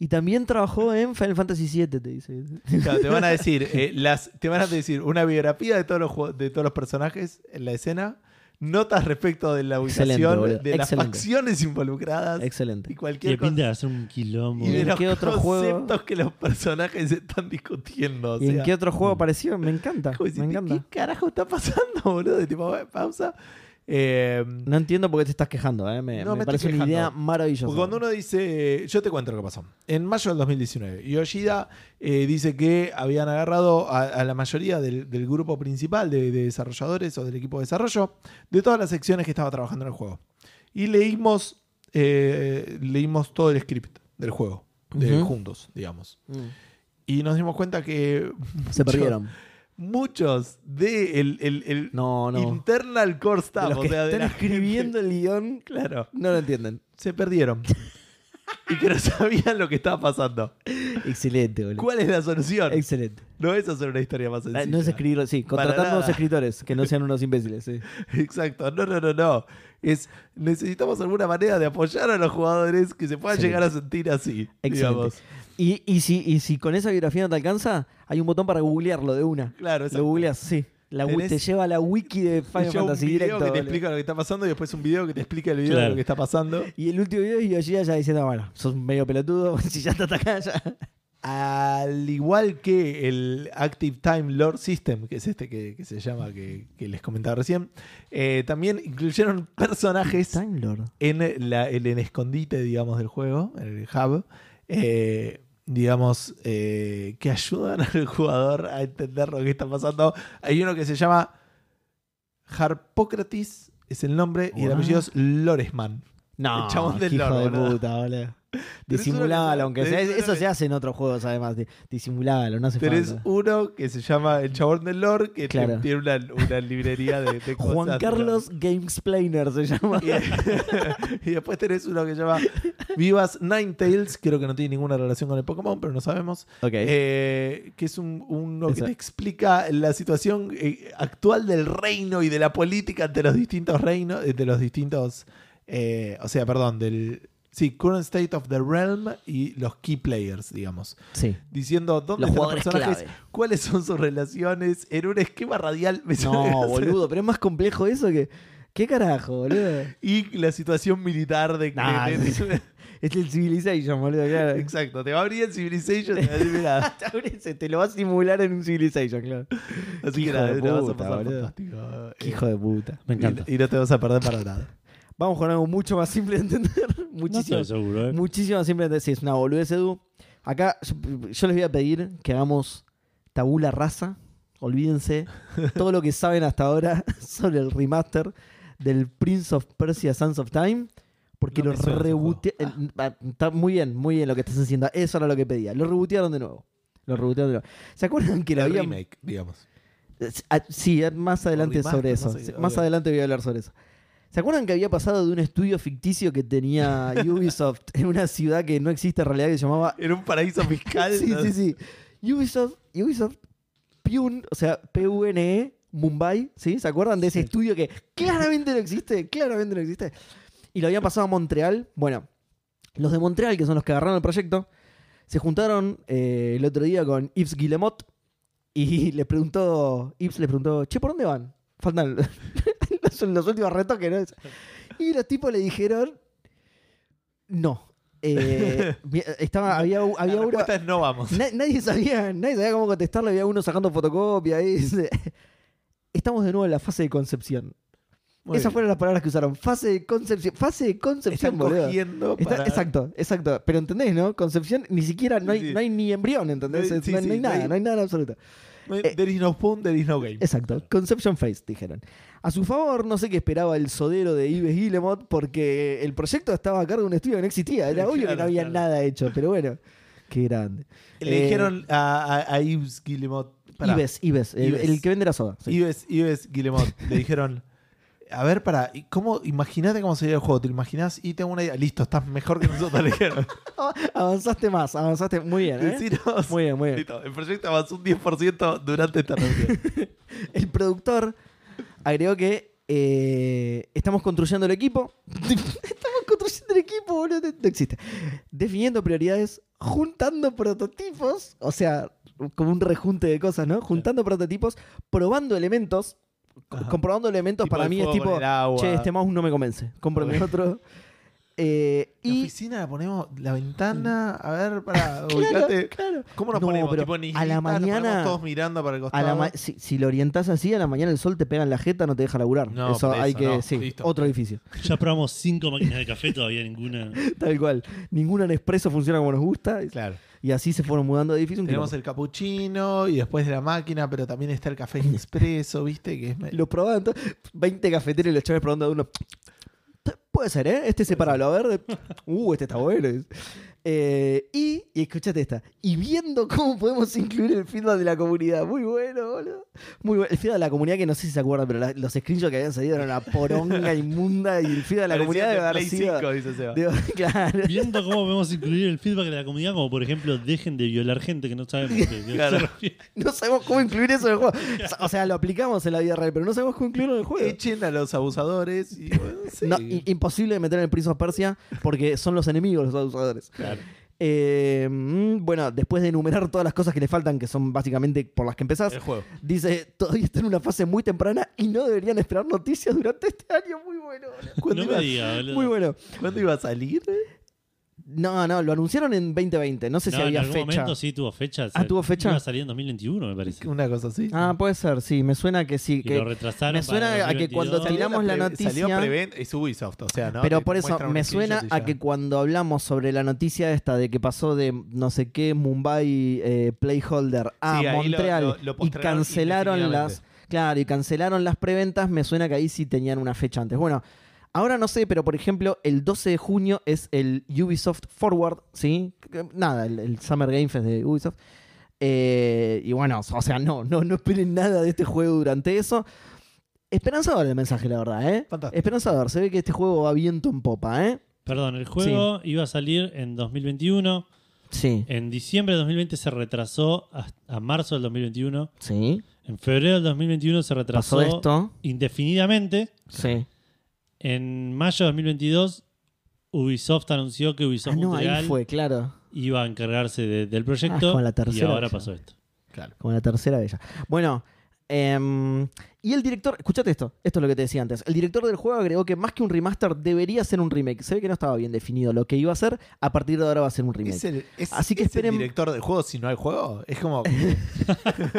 Speaker 2: Y también trabajó en Final Fantasy VII, te dice.
Speaker 3: Claro, te van a decir,
Speaker 1: [LAUGHS]
Speaker 3: eh, las, te van a decir una biografía de todos los juego- de todos los personajes en la escena, notas respecto de la ubicación,
Speaker 2: Excelente, boludo.
Speaker 3: de las
Speaker 2: Excelente.
Speaker 3: facciones involucradas
Speaker 2: Excelente.
Speaker 3: y
Speaker 1: Y le
Speaker 3: cualquier
Speaker 1: pinta
Speaker 3: cosa.
Speaker 1: de hacer un quilombo.
Speaker 3: Y de
Speaker 2: en
Speaker 3: los
Speaker 2: qué otro juego?
Speaker 3: conceptos que los personajes están discutiendo. o
Speaker 2: ¿Y en
Speaker 3: sea. Mm.
Speaker 2: qué otro juego apareció? Me encanta.
Speaker 3: [LAUGHS] Como decís,
Speaker 2: Me
Speaker 3: "¿De
Speaker 2: encanta.
Speaker 3: ¿Qué carajo está pasando, boludo? De tipo, "Bueno, pausa. Eh,
Speaker 2: No entiendo por qué te estás quejando, ¿eh? me,
Speaker 3: No,
Speaker 2: me
Speaker 3: me estoy
Speaker 2: parece una
Speaker 3: quejando.
Speaker 2: idea maravillosa.
Speaker 3: porque cuando uno dice, eh, yo te cuento lo que pasó. En mayo del 2019, Yoshida eh, dice que habían agarrado a, a la mayoría del, del grupo principal de, de desarrolladores o del equipo de desarrollo de todas las secciones que estaba trabajando en el juego. Y leímos, eh, leímos todo el script del juego, de,
Speaker 2: Ujú.
Speaker 3: juntos, digamos.
Speaker 2: Mm.
Speaker 3: Y nos dimos cuenta que [LAUGHS]
Speaker 2: Se perdieron.
Speaker 3: muchos de el, el- el
Speaker 2: No, no.
Speaker 3: internal core staff,
Speaker 2: De los
Speaker 3: o
Speaker 2: que
Speaker 3: sea, de
Speaker 2: están
Speaker 3: la gente- [LAUGHS]
Speaker 2: escribiendo el guión,
Speaker 3: claro,
Speaker 2: no lo entienden.
Speaker 3: se perdieron.
Speaker 2: [LAUGHS]
Speaker 3: y que no sabían lo que estaba pasando.
Speaker 2: Excelente, boludo.
Speaker 3: ¿Cuál es la solución?
Speaker 2: Excelente.
Speaker 3: No es hacer una historia más sencilla.
Speaker 2: Ah, No es escribir, sí, contratar
Speaker 3: Para
Speaker 2: nuevos
Speaker 3: nada.
Speaker 2: escritores que no sean unos imbéciles. sí.
Speaker 3: Exacto, no, no, no, no. Es necesitamos alguna manera de apoyar a los jugadores que se puedan
Speaker 2: Excelente.
Speaker 3: llegar a sentir así,
Speaker 2: Excelente.
Speaker 3: digamos.
Speaker 2: Y, y si, y si con esa biografía no te alcanza, hay un botón para googlearlo de una.
Speaker 3: Claro, exacto.
Speaker 2: Lo googleas, sí. La wi-
Speaker 3: Tenés-
Speaker 2: te lleva a la wiki de Final
Speaker 3: Ya un
Speaker 2: Fantasy
Speaker 3: video
Speaker 2: directo.
Speaker 3: que te
Speaker 2: boludo.
Speaker 3: explica lo que está pasando y después un video que te explica el video de
Speaker 1: Claro.
Speaker 3: lo que está pasando.
Speaker 2: Y el último video es Yoshida ya diciendo, bueno, sos un medio pelotudo, [LAUGHS] si ya estás acá, ya.
Speaker 3: Al igual que el Active Time Lord System, que es este que, que se llama, que, que les comentaba recién, eh, también incluyeron personajes
Speaker 2: Time Lord.
Speaker 3: en la- el, en escondite, digamos, del juego, en el hub, eh, digamos, eh, que ayudan [LAUGHS] al jugador a entender lo que está pasando. Hay uno que se llama Harpócrates, es el nombre, y el
Speaker 2: Guau.
Speaker 3: apellido es Loresman.
Speaker 2: No,
Speaker 3: El chabón
Speaker 2: qué
Speaker 3: del
Speaker 2: hijo
Speaker 3: lore,
Speaker 2: de
Speaker 3: boludo.
Speaker 2: puta, boludo.
Speaker 3: que sea-
Speaker 2: Disimulábalo, aunque sea.
Speaker 3: tenés uno
Speaker 2: Eso
Speaker 3: que-
Speaker 2: se hace en otros juegos, además. de- Disimulábalo, no hace
Speaker 3: Tenés
Speaker 2: falta.
Speaker 3: uno que se llama El Chabón del Lore, que
Speaker 2: Claro.
Speaker 3: tiene una, una librería de, de cosas.
Speaker 2: Juan Carlos Gamesplainer se
Speaker 3: [LAUGHS]
Speaker 2: llama.
Speaker 3: Y, y después tenés uno que se llama Vivas Ninetales, creo que no tiene ninguna relación con el Pokémon, pero no sabemos.
Speaker 2: ok.
Speaker 3: eh, que es un, uno que
Speaker 2: Esa.
Speaker 3: te explica la situación eh, actual del reino y de la política ante los distintos reinos, eh, de los distintos, eh, o sea, perdón, del... Sí, current state of the realm y los key players, digamos. [LAUGHS]
Speaker 2: sí.
Speaker 3: Diciendo dónde
Speaker 2: Los
Speaker 3: están los
Speaker 2: jugadores
Speaker 3: personajes,
Speaker 2: clave.
Speaker 3: cuáles son sus relaciones, en un esquema radial. me sale
Speaker 2: No,
Speaker 3: hacer- [LAUGHS]
Speaker 2: boludo, pero es más complejo eso que. ¿Qué carajo, boludo?
Speaker 3: Y la situación militar de...
Speaker 2: Nah,
Speaker 3: de- de-
Speaker 2: Es el Civilization, boludo, claro.
Speaker 3: [LAUGHS] Exacto, te va a abrir el
Speaker 2: [LAUGHS]
Speaker 3: Civilization y te va a decir, "Mirá,
Speaker 2: Ese Te lo va a simular en un Civilization, claro. Qué
Speaker 3: Así que
Speaker 2: hijo
Speaker 3: nada,
Speaker 2: de
Speaker 3: la vas a
Speaker 2: puta,
Speaker 3: pasar
Speaker 2: boludo.
Speaker 3: fantástico.
Speaker 2: Qué
Speaker 3: Eh,
Speaker 2: hijo de puta.
Speaker 1: Me encanta.
Speaker 3: y, y no te vas a perder para nada.
Speaker 2: Vamos con algo mucho más simple de entender. [LAUGHS]
Speaker 1: No
Speaker 2: Muchísimo.
Speaker 1: estoy seguro, ¿eh?
Speaker 2: Muchísimo siempre decís, es una boludez, Edu. Acá yo, yo les voy a pedir que hagamos tabula rasa.
Speaker 3: [LAUGHS]
Speaker 2: Olvídense todo lo que saben hasta ahora [LAUGHS] sobre el remaster del Prince of Persia Sands of Time. Porque
Speaker 3: No
Speaker 2: lo
Speaker 3: me suena ese
Speaker 2: reboote- el- ah, Está muy bien, muy bien lo que estás haciendo. Eso era lo que pedía. Lo rebotearon de nuevo. Lo rebotearon de nuevo. ¿Se acuerdan que lo
Speaker 3: El
Speaker 2: habían
Speaker 3: remake, digamos.
Speaker 2: eh, ah, Sí, eh, más adelante
Speaker 3: remaster,
Speaker 2: sobre
Speaker 3: no
Speaker 2: eso.
Speaker 3: sé,
Speaker 2: Sí,
Speaker 3: obvio.
Speaker 2: más adelante voy a hablar sobre eso. ¿Se acuerdan que había pasado de un estudio ficticio que tenía [LAUGHS] Ubisoft en una ciudad que no existe en realidad que se llamaba...
Speaker 3: Era un paraíso
Speaker 2: [LAUGHS]
Speaker 3: fiscal.
Speaker 2: Sí,
Speaker 3: ¿no?
Speaker 2: sí, sí. Ubisoft, Ubisoft Pune, o sea, PUNE, E, Mumbai, ¿sí? ¿Se acuerdan de ese
Speaker 1: Sí.
Speaker 2: estudio que claramente no existe? Claramente no existe. Y lo habían pasado a Montreal. Bueno, los de Montreal, que son los que agarraron el proyecto, se juntaron eh, el otro día con Yves Guillemot y [LAUGHS] les preguntó, Yves les preguntó, che, ¿por dónde van? Faltan [LAUGHS] los, los últimos retoques, ¿no? Y los tipos le dijeron, no.
Speaker 3: [LAUGHS]
Speaker 2: Eh, mi- estaba, había, había
Speaker 3: La
Speaker 2: uno-
Speaker 3: respuesta es no vamos.
Speaker 2: [LAUGHS] Na- nadie, sabía, nadie sabía cómo contestarle, había uno sacando fotocopia. y dice, [LAUGHS] Estamos de nuevo en la fase de concepción.
Speaker 3: Muy
Speaker 2: Esas
Speaker 3: bien.
Speaker 2: fueron las palabras que usaron. Fase de concepción. Fase de concepción,
Speaker 3: Están
Speaker 2: boludo.
Speaker 3: cogiendo
Speaker 2: Está-
Speaker 3: para-
Speaker 2: Exacto, exacto. Pero entendés, ¿no? Concepción, ni siquiera, no hay,
Speaker 3: Sí, sí.
Speaker 2: no hay ni embrión, ¿entendés?
Speaker 3: Sí,
Speaker 2: Es- no, hay-
Speaker 3: sí,
Speaker 2: no hay
Speaker 3: sí,
Speaker 2: nada,
Speaker 3: no hay-
Speaker 2: no hay nada en absoluto.
Speaker 3: No hay-
Speaker 2: eh,
Speaker 3: There is no pun, there is no game.
Speaker 2: Exacto, Conception Phase, dijeron. A su favor, no sé qué esperaba el sodero de Ives Guillemot, porque el proyecto estaba a cargo de un estudio que no existía. Era obvio que no
Speaker 3: Claro,
Speaker 2: había
Speaker 3: claro.
Speaker 2: nada hecho, pero bueno, qué grande.
Speaker 3: Le
Speaker 2: Eh,
Speaker 3: dijeron a, a, a Yves Guillemot. pará.
Speaker 2: Ives, Ives, el-
Speaker 3: Ives.
Speaker 2: El, que vende la soda. sí. [LAUGHS]
Speaker 3: Yves, Yves Guillemot. Le dijeron. A ver, para, ¿y ¿cómo? Imagínate cómo sería el juego. ¿Te imaginas? Y tengo una idea. Listo, estás mejor que nosotros. [LAUGHS] le dijeron.
Speaker 2: Avanzaste más, avanzaste muy bien. [LAUGHS] ¿eh?
Speaker 3: Decinos.
Speaker 2: Muy bien, muy bien.
Speaker 3: Listo, el proyecto avanzó un 10% durante
Speaker 2: [LAUGHS]
Speaker 3: esta reunión.
Speaker 2: El productor agregó que eh, estamos construyendo el equipo.
Speaker 3: [LAUGHS]
Speaker 2: estamos construyendo el equipo, boludo. No existe. Definiendo prioridades, juntando prototipos. O sea, como un rejunte de cosas, ¿no? Juntando prototipos, probando elementos. co-
Speaker 3: Ajá.
Speaker 2: Comprobando elementos
Speaker 3: Tipo
Speaker 2: para
Speaker 3: el
Speaker 2: mí es
Speaker 3: fuego
Speaker 2: tipo,
Speaker 3: con el agua.
Speaker 2: che, este mouse no me convence, cómprame otro. Eh,
Speaker 3: La
Speaker 2: y
Speaker 3: oficina la ponemos, la ventana, a ver, para,
Speaker 2: [LAUGHS] claro,
Speaker 3: ubicate.
Speaker 2: claro.
Speaker 3: ¿Cómo nos
Speaker 2: No,
Speaker 3: ponemos?
Speaker 2: pero
Speaker 3: Tipo,
Speaker 2: a la
Speaker 3: nihilista, nos
Speaker 2: mañana-
Speaker 3: ponemos todos mirando para el
Speaker 2: A
Speaker 3: costado.
Speaker 2: la ma- si, si lo orientás así, a la mañana el sol te pega en la jeta, no te deja laburar.
Speaker 3: No,
Speaker 2: eso
Speaker 3: por
Speaker 2: hay
Speaker 3: eso,
Speaker 2: que.
Speaker 3: no,
Speaker 2: sí,
Speaker 3: listo.
Speaker 2: otro edificio. [LAUGHS]
Speaker 1: Ya probamos cinco máquinas de café, todavía ninguna.
Speaker 2: Tal cual. Ninguna Nespresso funciona como nos gusta. y-
Speaker 3: Claro.
Speaker 2: Y así se fueron mudando de edificio. un
Speaker 3: Tenemos el capuchino y después de la máquina, pero también está el café expreso, ¿viste? Que es me-
Speaker 2: quilombo. Los probaban to- 20 cafeteros y los chavales probando de uno. Puede ser, ¿eh? Este separado, a ver. de- Uh, este está bueno. Eh, y, y escúchate esta. Y viendo cómo podemos incluir el feedback de la comunidad. Muy bueno, boludo. Muy bueno. El feedback de la comunidad, que no sé si se acuerdan, pero la- los screenshots que habían salido eran una
Speaker 3: [LAUGHS]
Speaker 2: poronga inmunda. Y el feedback de la
Speaker 3: Parecía
Speaker 2: comunidad debe
Speaker 3: de
Speaker 2: haber
Speaker 3: Play
Speaker 2: sido.
Speaker 3: 5, dice Seba.
Speaker 2: Digo, [LAUGHS] claro.
Speaker 1: Viendo cómo podemos incluir el feedback de la comunidad, como por ejemplo, dejen de violar gente que no sabemos de qué [LAUGHS] se
Speaker 3: Claro.
Speaker 1: refiere.
Speaker 2: No sabemos cómo incluir eso en el juego. O sea, lo aplicamos en la vida real, pero no sabemos cómo incluirlo en el juego.
Speaker 3: Echen a los abusadores y
Speaker 2: [LAUGHS]
Speaker 3: bueno, sí.
Speaker 2: No, i- imposible de meter en el Prince of Persia porque son los enemigos los abusadores.
Speaker 3: Claro.
Speaker 2: Eh, mm, bueno, después de enumerar todas las cosas que le faltan, que son básicamente por las que empezás,
Speaker 1: Eh,
Speaker 3: El juego.
Speaker 2: dice, todavía está en una fase muy temprana y no deberían esperar noticias durante este año. Muy bueno. boludo.
Speaker 1: [LAUGHS]
Speaker 3: ¿Cuándo,
Speaker 1: No
Speaker 3: iba,
Speaker 1: me diga, boludo.
Speaker 2: Muy bueno.
Speaker 3: cuándo iba a salir?
Speaker 2: No, no, lo anunciaron en 2020. No sé
Speaker 1: No,
Speaker 2: si
Speaker 1: en
Speaker 2: había
Speaker 1: algún
Speaker 2: fecha.
Speaker 1: momento sí tuvo fecha.
Speaker 2: Ah, ¿tuvo fecha?
Speaker 1: Iba a salir en 2021, me parece.
Speaker 3: Una cosa así.
Speaker 2: Ah, puede ser, sí. Me suena que sí.
Speaker 1: Y
Speaker 2: que-
Speaker 1: lo retrasaron.
Speaker 2: me suena
Speaker 1: para
Speaker 2: a que cuando
Speaker 1: 2022.
Speaker 2: tiramos la
Speaker 3: pre- Salió
Speaker 2: noticia-
Speaker 3: preventa, es Ubisoft, o sea, ¿no?
Speaker 2: Pero
Speaker 3: Te
Speaker 2: por eso
Speaker 3: muestran un
Speaker 2: me suena
Speaker 3: screenshot
Speaker 2: a
Speaker 3: y ya.
Speaker 2: que cuando hablamos sobre la noticia esta de que pasó de no sé qué Mumbai eh, Playholder a
Speaker 3: Sí, ahí lo-
Speaker 2: Montreal
Speaker 3: lo- lo
Speaker 2: y
Speaker 3: postergaron
Speaker 2: cancelaron las
Speaker 3: indefinidamente.
Speaker 2: claro y cancelaron las preventas, me suena que ahí sí tenían una fecha antes. Bueno, ahora no sé, pero por ejemplo el 12 de junio es el Ubisoft Forward, sí, nada el, el Summer Game Fest de Ubisoft. Eh, y bueno, o sea, no, no, no esperen nada de este juego durante eso. Esperanzador el mensaje, la verdad, ¿eh?
Speaker 3: Fantástico.
Speaker 2: Esperanzador, se ve que este juego va viento en popa, ¿eh?
Speaker 1: Perdón, el juego iba a salir en 2021.
Speaker 2: Sí.
Speaker 1: En diciembre de 2020 se retrasó a, a marzo del 2021.
Speaker 2: Sí.
Speaker 1: En febrero del 2021 se retrasó
Speaker 2: Pasó esto.
Speaker 1: indefinidamente.
Speaker 2: Sí.
Speaker 1: En mayo de 2022, Ubisoft anunció que Ubisoft
Speaker 2: Ah, no, ahí
Speaker 1: Montreal
Speaker 2: fue, claro.
Speaker 1: iba a encargarse de- del
Speaker 2: Ah, es
Speaker 1: proyecto
Speaker 2: como la
Speaker 1: y
Speaker 2: tercera
Speaker 1: ahora
Speaker 2: opción.
Speaker 1: pasó esto.
Speaker 3: Claro.
Speaker 2: Como la tercera de ella. Bueno, em, y el director, escuchate esto, esto es lo que te decía antes. El director del juego agregó que más que un remaster debería ser un remake. Se ve que no estaba bien definido lo que iba a ser, a partir de ahora va a ser un remake.
Speaker 3: Es el, es-
Speaker 2: Así que
Speaker 3: es
Speaker 2: esperen-
Speaker 3: el director del juego, si no hay juego. Es como.
Speaker 2: [LAUGHS]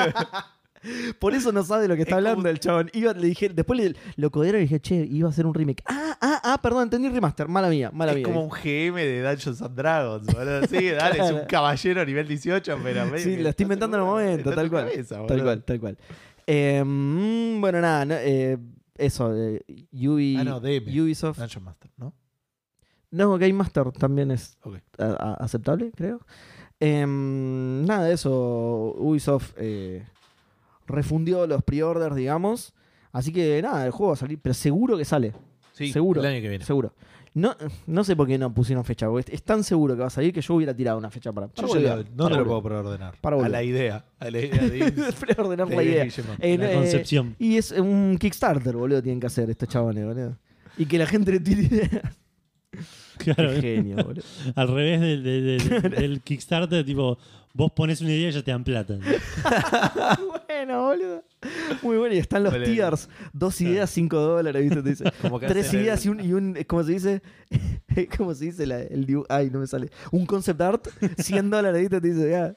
Speaker 2: Por eso no sabe lo que está
Speaker 3: Es como-
Speaker 2: hablando el chabón. Iba, le dije, después le, lo codearon y dije, che, iba a ser un remake. Ah, ah, ah, perdón, entendí remaster. Mala mía, mala
Speaker 3: Es
Speaker 2: mía.
Speaker 3: como un GM de Dungeons and Dragons. boludo.
Speaker 2: [LAUGHS]
Speaker 3: Sí, dale, es un
Speaker 2: Claro.
Speaker 3: caballero nivel 18, pero. medio
Speaker 2: Sí,
Speaker 3: que
Speaker 2: lo estoy inventando en el momento,
Speaker 3: está en
Speaker 2: tal
Speaker 3: tu
Speaker 2: cual.
Speaker 3: cabeza,
Speaker 2: Tal
Speaker 3: boludo.
Speaker 2: cual, tal cual. Eh, mm, bueno, nada, no, eh, eso, eh, Ubi-
Speaker 3: Ah, no, DM.
Speaker 2: Ubisoft.
Speaker 3: Dungeon Master, ¿no?
Speaker 2: No, Game Master también es
Speaker 3: Ok.
Speaker 2: a- a- aceptable, creo. Em, nada de eso, Ubisoft eh, refundió los pre-orders, digamos. Así que nada, el juego va a salir, pero seguro que sale,
Speaker 3: Sí,
Speaker 2: Seguro.
Speaker 3: El año que viene.
Speaker 2: seguro. No, no sé por qué no pusieron fecha, porque es tan seguro que va a salir que yo hubiera tirado una fecha para.
Speaker 3: Yo
Speaker 2: para
Speaker 3: ya
Speaker 2: boludear, para
Speaker 3: no te lo
Speaker 2: boludear.
Speaker 3: puedo preordenar.
Speaker 2: Para
Speaker 3: a la
Speaker 2: boludear.
Speaker 3: idea. A la idea de
Speaker 2: [LAUGHS] Preordenar
Speaker 3: de
Speaker 2: la idea.
Speaker 3: Guillermo.
Speaker 2: Eh,
Speaker 1: La
Speaker 2: eh,
Speaker 1: concepción.
Speaker 2: Y es un Kickstarter, boludo, tienen que hacer estos chabones, boludo. Y que la gente le tire
Speaker 3: [LAUGHS]
Speaker 2: ideas.
Speaker 1: [LAUGHS] Claro,
Speaker 2: Qué genio, boludo.
Speaker 1: al revés del, del-
Speaker 2: [LAUGHS]
Speaker 1: del- del Kickstarter, tipo, vos pones una idea y ya te dan plata.
Speaker 2: bueno, boludo. Muy bueno, y están los
Speaker 3: Vale.
Speaker 2: tiers. Dos ideas, cinco dólares, ¿viste? Te dice.
Speaker 3: [LAUGHS] Como que
Speaker 2: Tres
Speaker 3: hacen el-
Speaker 2: ideas y un, y un- ¿cómo se dice? [LAUGHS] ¿Cómo se dice? la- el dibu- Ay, no me sale. Un concept art,
Speaker 3: [LAUGHS]
Speaker 2: 100 dólares, ¿viste? Te dice, ya.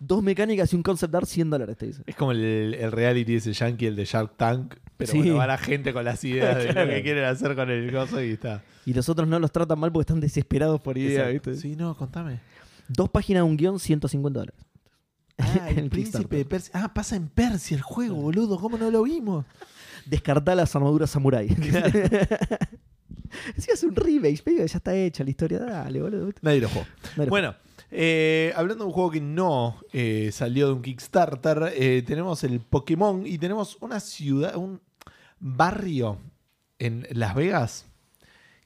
Speaker 2: Dos mecánicas y un concept art, 100 dólares, te dice.
Speaker 3: Es como el, el reality ese yankee, el de Shark Tank. Pero
Speaker 2: Sí.
Speaker 3: bueno, va la gente con las ideas
Speaker 2: [LAUGHS]
Speaker 3: de lo que quieren hacer con el coso y está.
Speaker 2: Y los otros no los tratan mal porque están desesperados por ideas,
Speaker 3: Exacto.
Speaker 2: ¿viste?
Speaker 3: Sí, no,
Speaker 2: [LAUGHS]
Speaker 3: contame.
Speaker 2: Dos páginas, un guión, 150 dólares.
Speaker 3: Ah, el
Speaker 2: En
Speaker 3: príncipe de
Speaker 2: Kickstarter.
Speaker 3: Persia. Ah, pasa en Persia el juego, boludo. ¿Cómo no lo vimos?
Speaker 2: Descartá las armaduras
Speaker 3: [LAUGHS]
Speaker 2: [LAUGHS] samurái. Si hace un remake, medio que ya está hecha la historia, dale, boludo.
Speaker 3: Nadie lo jugó.
Speaker 2: Dale.
Speaker 3: Bueno, eh, hablando de un juego que no eh, salió de un Kickstarter, eh, tenemos el Pokémon y tenemos una ciudad, un barrio en Las Vegas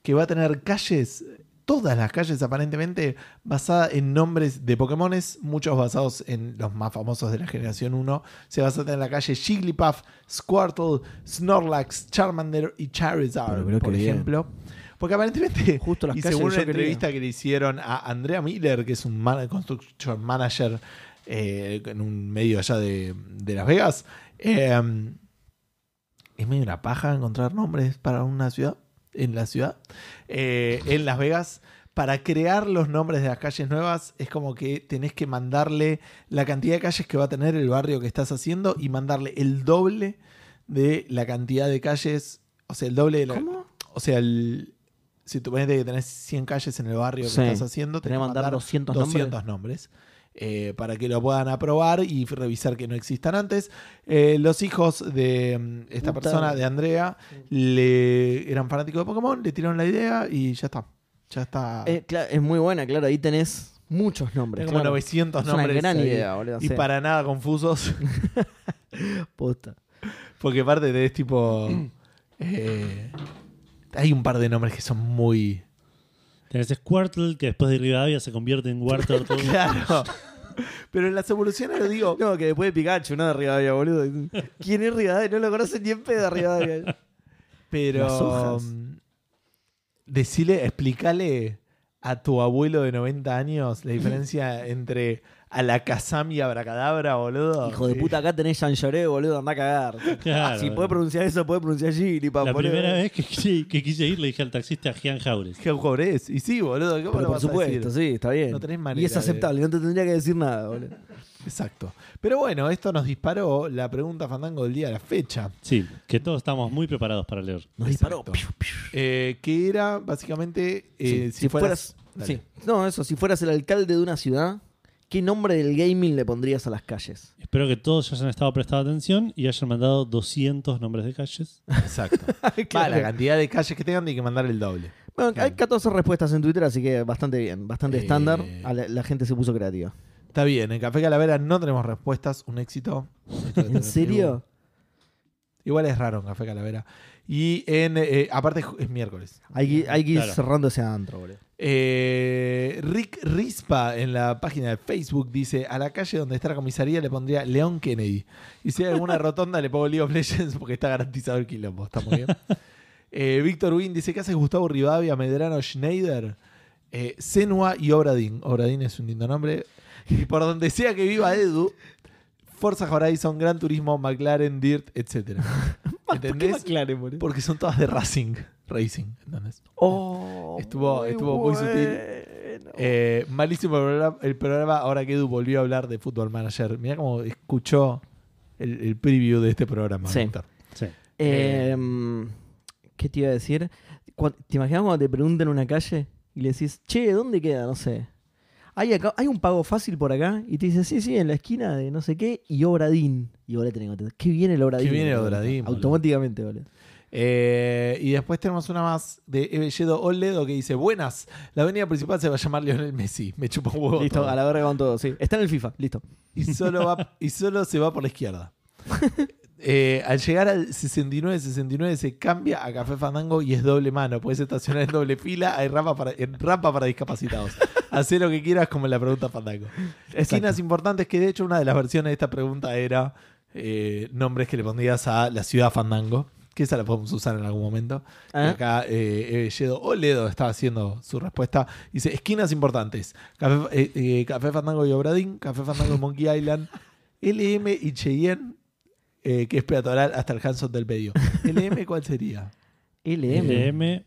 Speaker 3: que va a tener calles, todas las calles aparentemente, basadas en nombres de Pokémones, muchos basados en los más famosos de la generación 1. Se va a tener la calle Jigglypuff, Squirtle, Snorlax, Charmander y Charizard,
Speaker 2: Pero mirá
Speaker 3: por
Speaker 2: qué bien.
Speaker 3: ejemplo.
Speaker 2: [LAUGHS]
Speaker 3: Porque aparentemente,
Speaker 2: Justo las
Speaker 3: y
Speaker 2: calles
Speaker 3: según
Speaker 2: que
Speaker 3: una
Speaker 2: yo quería.
Speaker 3: entrevista que le hicieron a Andrea Miller, que es un man- construction manager eh, en un medio allá de, de Las Vegas, eh, es medio una paja encontrar nombres para una ciudad, en la ciudad, eh, en Las Vegas. Para crear los nombres de las calles nuevas es como que tenés que mandarle la cantidad de calles que va a tener el barrio que estás haciendo y mandarle el doble de la cantidad de calles, o sea, el doble de la...
Speaker 2: ¿Cómo?
Speaker 3: O sea, el, si tú ponete que tenés 100 calles en el barrio que
Speaker 2: Sí.
Speaker 3: estás haciendo,
Speaker 2: Tenés que mandar 200
Speaker 3: nombres, eh, para que lo puedan aprobar y revisar que no existan antes. Eh, los hijos de mm, esta
Speaker 2: Puta.
Speaker 3: persona, de Andrea, le eran fanáticos de Pokémon, le tiraron la idea y ya está. Ya está.
Speaker 2: Eh, cla- es muy buena, claro. Ahí tenés muchos nombres.
Speaker 3: Tenés Ah. como
Speaker 2: claro.
Speaker 3: 900
Speaker 2: es una
Speaker 3: nombres.
Speaker 2: gran
Speaker 3: ahí.
Speaker 2: idea, boludo.
Speaker 3: Y
Speaker 2: sí.
Speaker 3: para
Speaker 2: [LAUGHS]
Speaker 3: nada confusos.
Speaker 2: Posta.
Speaker 3: Porque aparte de tipo. eh, hay un par de nombres que son muy.
Speaker 1: Tenés Squirtle, que después de Rivadavia se convierte en
Speaker 2: [LAUGHS]
Speaker 1: Wartortle.
Speaker 3: Claro. [LAUGHS] Pero en las evoluciones lo digo.
Speaker 2: No, que después de Pikachu, no de Rivadavia, boludo. ¿Quién es Rivadavia? No lo conocen ni en pedo de
Speaker 3: [LAUGHS]
Speaker 2: Rivadavia.
Speaker 3: Pero.
Speaker 2: Las hojas.
Speaker 3: mm, Decile, explícale a tu abuelo de 90 años la
Speaker 2: [LAUGHS]
Speaker 3: diferencia entre Alakazam y Abracadabra, boludo.
Speaker 2: Hijo de
Speaker 3: Sí.
Speaker 2: puta, acá tenés Jean Lloré, boludo. Anda a cagar.
Speaker 1: Claro.
Speaker 2: si puede pronunciar eso, puede pronunciar Gilipap,
Speaker 1: La
Speaker 2: boludo.
Speaker 1: primera vez que quise, que quise ir le dije al taxista Gian Jaures.
Speaker 3: Qué pobre es. Y sí, boludo.
Speaker 2: Pero
Speaker 3: ¿cómo lo
Speaker 2: por
Speaker 3: vas a
Speaker 2: supuesto,
Speaker 3: decir?
Speaker 2: sí, está bien.
Speaker 3: No tenés manera
Speaker 2: y es
Speaker 3: de-
Speaker 2: aceptable, no te tendría que decir nada, boludo.
Speaker 3: Exacto. Pero bueno, esto nos disparó la pregunta fandango del día de la fecha.
Speaker 1: Sí, que todos estamos muy preparados para leer.
Speaker 2: Nos
Speaker 3: Exacto.
Speaker 2: disparó. Piu, piu.
Speaker 3: Eh, que era básicamente eh,
Speaker 2: Sí,
Speaker 3: si, fueras. Dale.
Speaker 2: sí. No, eso, si fueras el alcalde de una ciudad, ¿qué nombre del gaming le pondrías a las calles?
Speaker 3: [LAUGHS]
Speaker 1: Espero que todos hayan estado prestando atención y hayan mandado 200 nombres de calles.
Speaker 2: [LAUGHS]
Speaker 3: Exacto. Va, la
Speaker 2: Claro.
Speaker 3: cantidad de calles que tengan tiene que mandar el doble.
Speaker 2: Bueno,
Speaker 3: Claro.
Speaker 2: hay 14 respuestas en Twitter, así que bastante bien, bastante
Speaker 3: Eh.
Speaker 2: estándar. A la, la gente se puso creativa.
Speaker 3: Está bien, en Café Calavera no tenemos respuestas, un éxito.
Speaker 2: [LAUGHS] ¿En serio?
Speaker 3: Igual es raro en Café Calavera. Y en eh, aparte es ju- es miércoles.
Speaker 2: Hay, que- hay que ir
Speaker 1: Claro.
Speaker 2: cerrando ese antro, boludo.
Speaker 3: Eh, Rick Rispa en la página de Facebook dice: A la calle donde está la comisaría le pondría León Kennedy. Y si hay alguna rotonda le pongo League of Legends porque está garantizado el quilombo. Está muy bien. Eh, Víctor Wynn dice: ¿Qué hace Gustavo Rivadavia, Medrano Schneider? Eh, Senua y Obradín. Obradín es un lindo nombre. Y por donde sea que viva Edu, Forza Horizon, Gran Turismo, McLaren, Dirt, etc. ¿Entendés? [LAUGHS] Porque son todas de Racing. Racing, ¿entendés?
Speaker 2: Oh,
Speaker 3: Estuvo- estuvo muy sutil.
Speaker 2: bueno.
Speaker 3: Eh, malísimo el programa, el programa ahora que Edu volvió a hablar de Football Manager. Mirá cómo escuchó el, el preview de este programa.
Speaker 2: Sí.
Speaker 3: Víctor.
Speaker 1: Sí.
Speaker 2: Eh, ¿Qué te iba a decir? Cuan- ¿Te imaginas cuando te preguntan en una calle y le decís, che, ¿dónde queda? No sé. ¿Hay, acá, hay un pago fácil por acá? Y te dice, sí, sí, en la esquina de no sé qué y Obradín. Y ahora tenés que contestar, ¿qué viene el Obradín?
Speaker 3: ¿Qué viene el
Speaker 2: boludo?
Speaker 3: Obradín, boludo?
Speaker 2: Automáticamente, boludo.
Speaker 3: Eh, y después tenemos una más de Evelledo Oledo que dice: Buenas, la avenida principal se va a llamar Lionel Messi. Me chupa un huevo.
Speaker 2: Listo,
Speaker 3: todo".
Speaker 2: a la verga con todo, sí. Está en el FIFA, listo.
Speaker 3: y, solo va- y solo se va por la izquierda. Eh, al llegar al 69-69 se cambia a Café Fandango y es doble mano. Puedes estacionar en doble fila, hay rampa para, en rampa para discapacitados. Hacé lo que quieras como en la pregunta Fandango. Esquinas importantes que de hecho una de las versiones de esta pregunta era eh, nombres que le pondrías a la ciudad Fandango, que esa la podemos usar en algún momento.
Speaker 2: Ah.
Speaker 3: Acá eh, Evelledo Oledo está haciendo su respuesta. Dice, esquinas importantes. Café, eh, eh, Café Fandango y Obradín, Café Fandango y Monkey Island, LM y Cheyenne, eh, que es peatonal hasta el Hanson del medio. ¿LM cuál sería?
Speaker 2: Ah, LM.
Speaker 1: LM.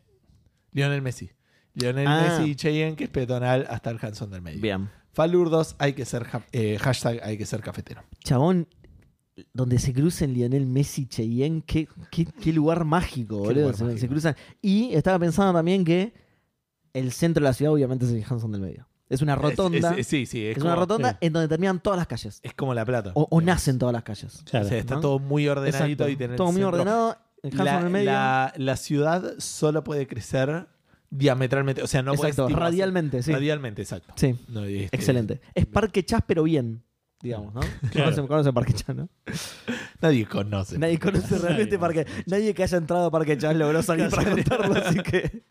Speaker 3: Lionel Messi. Lionel
Speaker 2: Ah.
Speaker 3: Messi y Cheyenne, que es peatonal hasta el Hanson del medio.
Speaker 2: Bien.
Speaker 3: Falurdos, hay que ser, ja- eh, hashtag hay que ser cafetero.
Speaker 2: Chabón, donde se crucen Lionel Messi y Cheyenne, qué, qué- qué lugar mágico, boludo.
Speaker 3: lugar
Speaker 2: se,
Speaker 3: mágico.
Speaker 2: se cruzan. Y estaba pensando también que el centro de la ciudad, obviamente, es el Hanson del Medio. Es una rotonda.
Speaker 3: Es,
Speaker 2: Es,
Speaker 3: es- es- sí, sí. Es,
Speaker 2: una
Speaker 3: como-
Speaker 2: rotonda
Speaker 1: sí.
Speaker 2: en donde terminan todas las calles.
Speaker 3: Es como La Plata.
Speaker 2: O, o nacen todas las calles.
Speaker 3: O
Speaker 1: Claro.
Speaker 3: sea, está
Speaker 2: ¿no?
Speaker 3: todo muy ordenadito
Speaker 2: Exacto.
Speaker 3: y tener el
Speaker 2: Todo muy
Speaker 3: centro.
Speaker 2: ordenado. El Hanson
Speaker 3: la,
Speaker 2: del Medio.
Speaker 3: la- la ciudad solo puede crecer diametralmente. O sea, no puede
Speaker 2: exacto, radialmente, sí.
Speaker 3: Radialmente, exacto.
Speaker 2: sí.
Speaker 3: No, y este-
Speaker 2: Excelente. Es Parque Chas, pero bien. digamos,
Speaker 3: [LAUGHS]
Speaker 2: ¿no?
Speaker 1: Claro.
Speaker 2: Conocen, conocen Parque Chan, ¿no?
Speaker 3: Nadie conoce.
Speaker 2: Nadie conoce realmente Parque Nadie que haya entrado a Parque Chan logró salir para contarlo, así que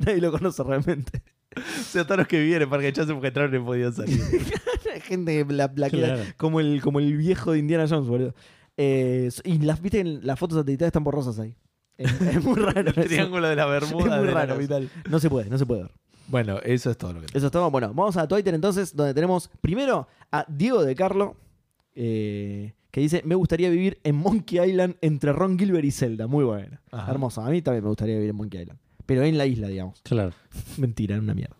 Speaker 2: nadie lo conoce
Speaker 3: [LAUGHS]
Speaker 2: realmente.
Speaker 3: O sea, todos los que vienen para que echarse porque entraron y
Speaker 2: [LAUGHS]
Speaker 3: podían salir.
Speaker 2: Hay Gente, la, la-
Speaker 1: Claro.
Speaker 2: como, el, como el viejo de Indiana Jones, boludo. Eh, y las, viste, las fotos satelitales están borrosas ahí. Es, es muy raro.
Speaker 3: [LAUGHS] El
Speaker 2: eso.
Speaker 3: triángulo de la
Speaker 2: Es
Speaker 3: Bermuda
Speaker 2: muy
Speaker 3: de la
Speaker 2: raro
Speaker 3: capital.
Speaker 2: No se puede, no se puede ver.
Speaker 3: Bueno, eso es todo lo que
Speaker 2: Eso es todo. Bueno, vamos a Twitter entonces, donde tenemos primero a Diego de Carlo, eh, que dice: Me gustaría vivir en Monkey Island entre Ron Gilbert y Zelda. Muy buena.
Speaker 3: Ajá.
Speaker 2: Hermosa. A mí también me gustaría vivir en Monkey Island. Pero en la isla, digamos.
Speaker 1: Claro.
Speaker 2: Mentira, en una mierda.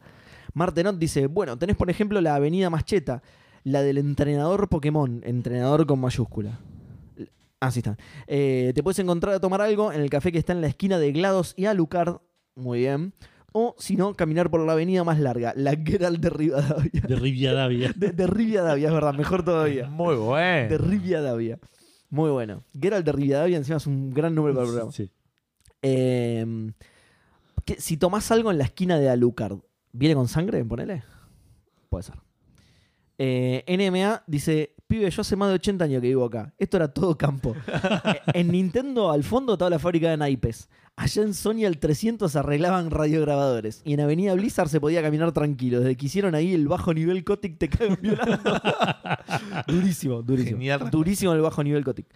Speaker 2: Martenot dice: Bueno, tenés por ejemplo la avenida Macheta, la del entrenador Pokémon, entrenador con mayúscula. L- Así está. Eh, te puedes encontrar a tomar algo en el café que está en la esquina de Glados y Alucard. Muy bien. O si no, caminar por la avenida más larga, la Geralt de Rivadavia. [LAUGHS]
Speaker 1: De Riviadavia.
Speaker 2: De, de Rivadavia, es verdad, mejor todavía.
Speaker 3: Muy
Speaker 2: De
Speaker 3: bueno.
Speaker 2: Rivadavia. Muy bueno. Geralt de Rivadavia encima es un gran nombre para el programa.
Speaker 1: Sí.
Speaker 2: Eh, que si tomás algo en la esquina de Alucard, ¿viene con sangre? Ponele. Puede ser. Eh, NMA dice: Pibe, yo hace más de 80 años que vivo acá. Esto era todo campo. Eh, en Nintendo, al fondo, estaba la fábrica de naipes. Allá en Sony al 300 se arreglaban radiograbadores. Y en Avenida Blizzard se podía caminar tranquilo. Desde que hicieron ahí el bajo nivel Cotic te cagan violando. durísimo, durísimo.
Speaker 3: Genial.
Speaker 2: Durísimo el bajo nivel Cotic.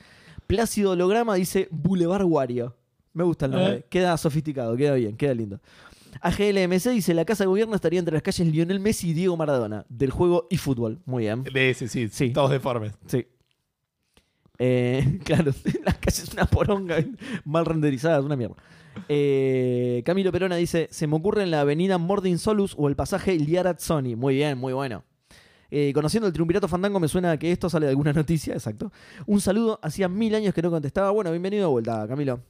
Speaker 2: Plácido Holograma dice Boulevard Wario. Me gusta el nombre.
Speaker 1: Eh.
Speaker 2: Queda sofisticado, queda bien, queda lindo. AGLMC dice: La casa de gobierno estaría entre las calles Lionel Messi y Diego Maradona, del juego y fútbol. Muy bien.
Speaker 3: De ese, sí,
Speaker 2: Sí.
Speaker 3: Todos deformes.
Speaker 2: Sí. Eh, [LAUGHS] claro, la calle es una poronga mal renderizada, es una mierda. Eh, Camilo Perona dice: Se me ocurre en la avenida Mordin Solus o el pasaje Liarat Sony. Muy bien, muy bueno. Eh, conociendo el triunvirato fandango, me suena que esto sale de alguna [LAUGHS] noticia, exacto. Un saludo, hacía mil años que no contestaba. Bueno, bienvenido de vuelta, Camilo.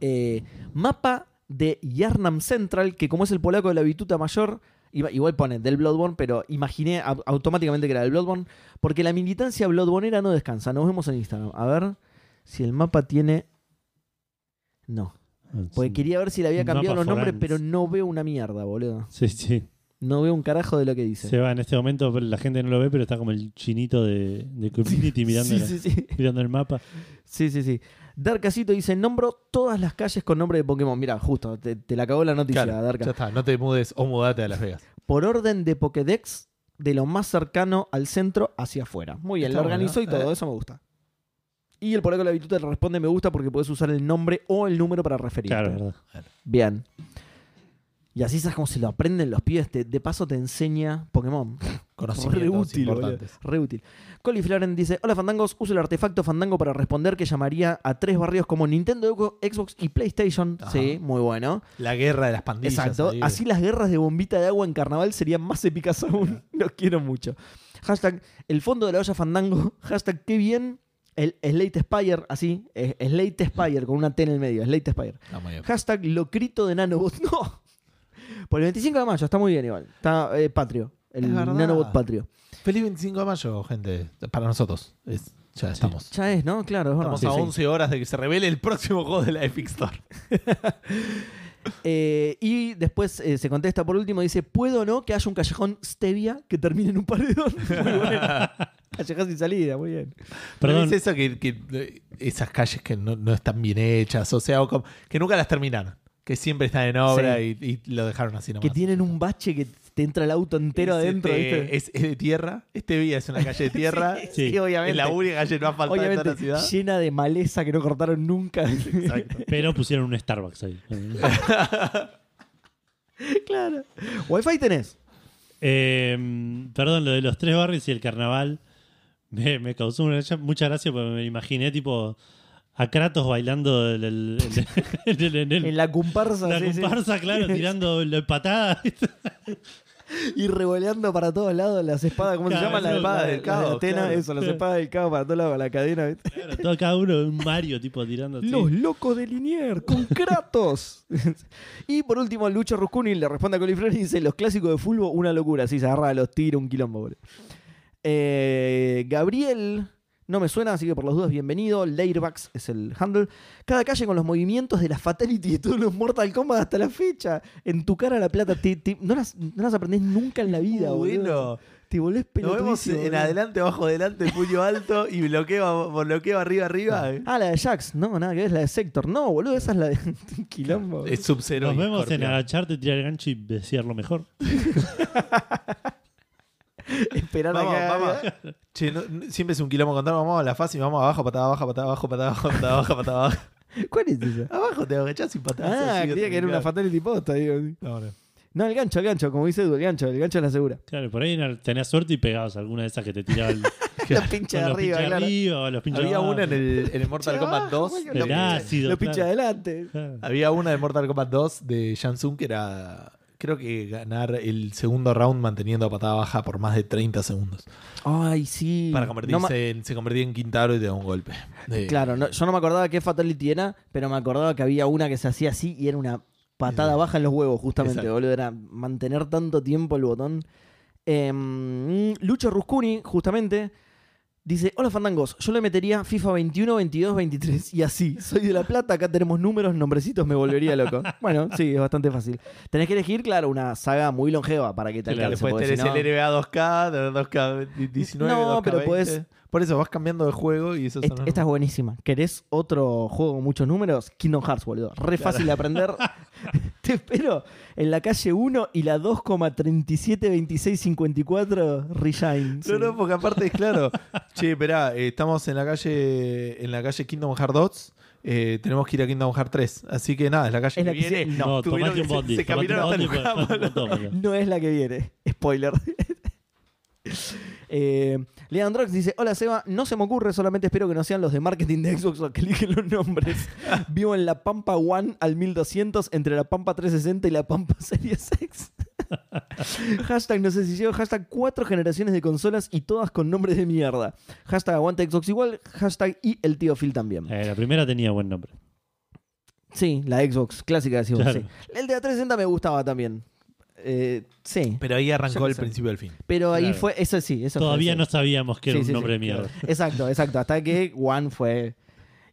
Speaker 2: Eh, mapa de Yarnam Central, que como es el polaco de la bituta mayor, iba- igual pone del Bloodborne, pero imaginé au- automáticamente que era del Bloodborne, porque la militancia bloodbonera no descansa. Nos vemos en Instagram. A ver si el mapa tiene... No, porque quería ver si le había
Speaker 1: Un
Speaker 2: cambiado
Speaker 1: mapa
Speaker 2: los nombres,
Speaker 1: forense.
Speaker 2: pero no veo una mierda, boludo.
Speaker 1: Sí, sí.
Speaker 2: No veo un carajo de lo que dice.
Speaker 1: Se va en este momento, la gente no lo ve, pero está como el chinito de, de Community mirando,
Speaker 2: Sí,
Speaker 1: la-
Speaker 2: sí, sí.
Speaker 1: mirando el mapa.
Speaker 2: Sí, sí, sí. Darkacito dice, nombro todas las calles con nombre de Pokémon. Mira, justo, te, te la cagó la noticia,
Speaker 3: Claro,
Speaker 2: Darka.
Speaker 3: ya está, no te mudes o mudate a Las Vegas.
Speaker 2: por orden de Pokédex de lo más cercano al centro hacia afuera. Muy bien,
Speaker 3: Está
Speaker 2: lo organizó
Speaker 3: bueno,
Speaker 2: y todo,
Speaker 3: eh.
Speaker 2: eso me gusta. Y el polaco de la virtud te responde me gusta porque puedes usar el nombre o el número para referirte.
Speaker 1: Claro, verdad.
Speaker 2: Bien. Y así sabes cómo se lo aprenden los pibes. Te- de paso te enseña Pokémon.
Speaker 3: Conocimientos
Speaker 2: Re útil, boludo.
Speaker 3: importantes.
Speaker 2: Re útil. Coli Floren dice: Hola fandangos, uso el artefacto fandango para responder que llamaría a tres barrios como Nintendo, Xbox y PlayStation.
Speaker 3: Ajá.
Speaker 2: Sí, muy bueno.
Speaker 3: La guerra de las pandillas.
Speaker 2: Exacto.
Speaker 3: ahí.
Speaker 2: Así las guerras de bombita de agua en carnaval serían más épicas [LAUGHS] aún. Los quiero mucho. Hashtag el fondo de la olla fandango. [LAUGHS] Hashtag qué bien. El Slate Spire, así. eh, Slate Spire, con una T en el medio. Slate Spire.
Speaker 3: Está muy bien.
Speaker 2: Hashtag locrito de nanobot. [LAUGHS] No. Por el 25 de mayo. Está muy bien igual. Está eh, patrio. El
Speaker 3: Es verdad.
Speaker 2: nanobot patrio.
Speaker 3: Feliz 25 de mayo, gente. Para nosotros. Es- ya estamos.
Speaker 2: Ya es, ¿no? Claro, es verdad.
Speaker 3: Estamos
Speaker 2: Sí,
Speaker 3: a
Speaker 2: sí.
Speaker 3: 11 horas de que se revele el próximo juego de la Epic Store.
Speaker 2: Eh, y después eh, se contesta por último, dice, ¿puedo o no que haya un callejón stevia que termine en un paredón? [LAUGHS] Muy bueno. Callejón sin salida, muy bien.
Speaker 1: Perdón,
Speaker 3: ¿No Es eso que, que, eh, esas calles que no, no están bien hechas, o sea, o como- que nunca las terminaron, que siempre están en obra y, y lo dejaron así nomás.
Speaker 2: Que tienen un bache que te entra el auto entero
Speaker 3: Es,
Speaker 2: adentro,
Speaker 3: este,
Speaker 2: ¿viste?
Speaker 3: Es, es de tierra, este vía
Speaker 2: [LAUGHS]
Speaker 3: es una calle de tierra,
Speaker 1: Sí.
Speaker 3: es la única calle no asfaltada de toda la
Speaker 2: Obviamente,
Speaker 3: ciudad.
Speaker 2: llena de maleza que no cortaron nunca.
Speaker 3: Exacto.
Speaker 1: pero pusieron un Starbucks ahí.
Speaker 2: [LAUGHS] claro. [LAUGHS] Wi-Fi tenés.
Speaker 1: Eh, perdón, lo de los tres barrios y el carnaval me, me causó una- mucha gracia porque me imaginé tipo a Kratos bailando en el- en el- en el-
Speaker 2: En la comparsa.
Speaker 1: la
Speaker 2: [LAUGHS] sí, sí.
Speaker 1: comparsa, claro, tirando la patada.
Speaker 2: Y revoleando para todos lados las espadas. ¿Cómo se
Speaker 1: Claro,
Speaker 2: llaman? Las
Speaker 1: eso,
Speaker 2: espadas
Speaker 3: la
Speaker 2: del
Speaker 3: del
Speaker 2: caos.
Speaker 3: caos,
Speaker 2: Atena,
Speaker 3: claro.
Speaker 2: eso, las espadas del caos para todos lados, la cadena. ¿viste?
Speaker 1: Claro, todo cada uno un Mario tipo tirando así.
Speaker 2: Los locos de Linier, con Kratos. y por último, Lucho Ruscuni le responde a Coliflor y dice: Los clásicos de fulbo, una locura. Así se agarra a los tiros, un quilombo, boludo. Eh, Gabriel No me suena, así que por las dudas, bienvenido. Lairbax es el handle. Cada calle con los movimientos de la Fatality de todos los Mortal Kombat hasta la fecha. En tu cara la plata. Te- te- no, las, no las aprendés nunca en la vida, boludo.
Speaker 3: Uh, Bueno,
Speaker 2: Te volvés
Speaker 3: nos vemos
Speaker 2: pelotudísimo.
Speaker 3: en
Speaker 2: boludo.
Speaker 3: adelante, abajo, adelante, puño alto y bloqueo, bloqueo arriba, arriba. eh.
Speaker 2: Ah, la de Jax. No, nada que ver, es la de Sector. No, boludo, esa es la de [LAUGHS] Quilombo.
Speaker 3: [LAUGHS] Es sub-zero.
Speaker 1: Nos
Speaker 3: y
Speaker 1: vemos en
Speaker 3: Scorpion.
Speaker 1: agacharte, tirar el gancho y desearlo mejor.
Speaker 2: Esperar a
Speaker 3: Vamos,
Speaker 2: que haga-
Speaker 3: vamos. Che, no- no- siempre es un quilombo contar, vamos a la fácil, vamos abajo, patada abajo, patada abajo, patada abajo, patada abajo, patada abajo.
Speaker 2: [LAUGHS] ¿Cuál es
Speaker 3: [LAUGHS]
Speaker 2: esa?
Speaker 3: Abajo te agachás sin patadas.
Speaker 2: Ah,
Speaker 3: así,
Speaker 2: creía que era una
Speaker 3: otro
Speaker 2: Fatality posta, digo.
Speaker 3: picado. No, no.
Speaker 2: No, el gancho, el gancho, como dice Edu, el gancho, el gancho es la segura. [LAUGHS]
Speaker 1: Claro, por ahí tenías suerte y pegabas alguna de esas que te tiraban.
Speaker 2: Los pinches de
Speaker 1: los
Speaker 2: arriba,
Speaker 1: pinches
Speaker 2: claro.
Speaker 1: arriba, o los pinches
Speaker 3: Había
Speaker 1: abajo.
Speaker 3: una en el, en el Mortal
Speaker 2: Pinche
Speaker 3: Kombat
Speaker 2: abajo,
Speaker 3: 2.
Speaker 2: güey,
Speaker 1: El
Speaker 3: eh,
Speaker 1: ácido,
Speaker 2: Los pinches
Speaker 1: claro.
Speaker 2: adelante.
Speaker 1: Claro.
Speaker 3: Había una de Mortal Kombat 2 de Shansung que era. Creo que ganar el segundo round manteniendo patada baja por más de 30 segundos.
Speaker 2: Ay, sí.
Speaker 3: Para
Speaker 2: No ma-
Speaker 3: convertirse en, se convertía en Quintaro y te da un golpe. Eh,
Speaker 2: claro, no- yo no me acordaba qué Fatality era, pero me acordaba que había una que se hacía así y era una patada
Speaker 3: Exacto.
Speaker 2: baja en los huevos, justamente,
Speaker 3: Exacto.
Speaker 2: boludo. Era mantener tanto tiempo el botón. Em, Lucho Ruscuni, justamente, dice: Hola fandangos, yo le metería FIFA 21, 22, 23 y así. Soy de La Plata, acá tenemos números, nombrecitos, me volvería
Speaker 3: [LAUGHS]
Speaker 2: loco. bueno, sí, es bastante fácil. Tenés que elegir, claro, una saga muy longeva para que te
Speaker 1: Claro,
Speaker 2: alcance.
Speaker 3: Después
Speaker 2: porque si
Speaker 3: tenés
Speaker 2: no-
Speaker 3: el NBA 2K, 2K19,
Speaker 2: No,
Speaker 3: 2K20.
Speaker 2: pero podés-
Speaker 3: Por eso vas cambiando de juego y eso
Speaker 2: Est- esta es buenísima. ¿Querés otro juego con muchos números? Kingdom Hearts, boludo. Re fácil de
Speaker 3: [LAUGHS]
Speaker 2: aprender. [LAUGHS] Te espero en la calle 1 y la 2,372654 Reshine. Sí.
Speaker 3: No, no, porque aparte [LAUGHS] es claro. che, esperá, eh, estamos en la calle en la calle Kingdom Hearts 2. eh, tenemos que ir a Kingdom Hearts 3. Así que nada, es la calle
Speaker 2: Es
Speaker 3: que,
Speaker 2: la que se-
Speaker 3: viene.
Speaker 1: No, tomate
Speaker 3: Tuvieron que-
Speaker 1: un bondi.
Speaker 3: se
Speaker 1: tomate
Speaker 3: caminaron
Speaker 1: un
Speaker 3: hasta
Speaker 1: bondi, pues,
Speaker 3: el campo,
Speaker 1: tomate un bondi.
Speaker 2: No es la que viene. [LAUGHS] Spoiler. eh, Leandrox dice: Hola Seba, no se me ocurre, solamente espero que no sean los de marketing de Xbox los que eligen los nombres. Vivo en la Pampa One al 1200, entre la Pampa 360 y la Pampa [LAUGHS] Series X. hashtag no sé si llevo, hashtag cuatro generaciones de consolas y todas con nombres de mierda. Hashtag aguanta Xbox igual, hashtag y el tío Phil también.
Speaker 1: Eh, la primera tenía buen nombre.
Speaker 2: Sí, la Xbox clásica decimos.
Speaker 1: Claro.
Speaker 2: sí. El de la 360 me gustaba también. Eh, sí.
Speaker 3: [LAUGHS] Pero ahí
Speaker 2: Ya
Speaker 3: arrancó el
Speaker 2: sé.
Speaker 3: principio al fin.
Speaker 2: Pero ahí
Speaker 1: Claro.
Speaker 2: fue, eso sí, eso fue,
Speaker 1: Todavía
Speaker 2: sí.
Speaker 1: no sabíamos que era
Speaker 2: Sí,
Speaker 1: un
Speaker 2: sí,
Speaker 1: nombre
Speaker 2: sí,
Speaker 1: de mierda.
Speaker 2: Exacto, exacto. Hasta que Juan fue.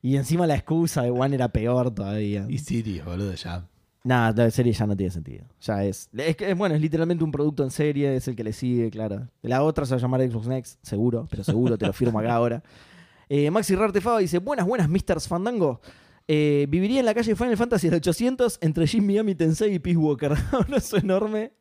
Speaker 2: Y encima la excusa de Juan era peor todavía.
Speaker 3: Y Sirius, boludo, ya.
Speaker 2: Nada, la serie ya no tiene sentido. Ya es. Es, que, es- bueno, es literalmente un producto en serie, es el que le sigue, claro. La otra se va a llamar Xbox Next, seguro, pero seguro, te lo firmo acá ahora. [LAUGHS] Eh, Maxi Rartefaba dice: Buenas, buenas, Mr. Fandango. Eh, viviría en la calle Final Fantasy del 800 entre Jim Miami Tensei y Peace Walker. [LAUGHS] Un abrazo enorme.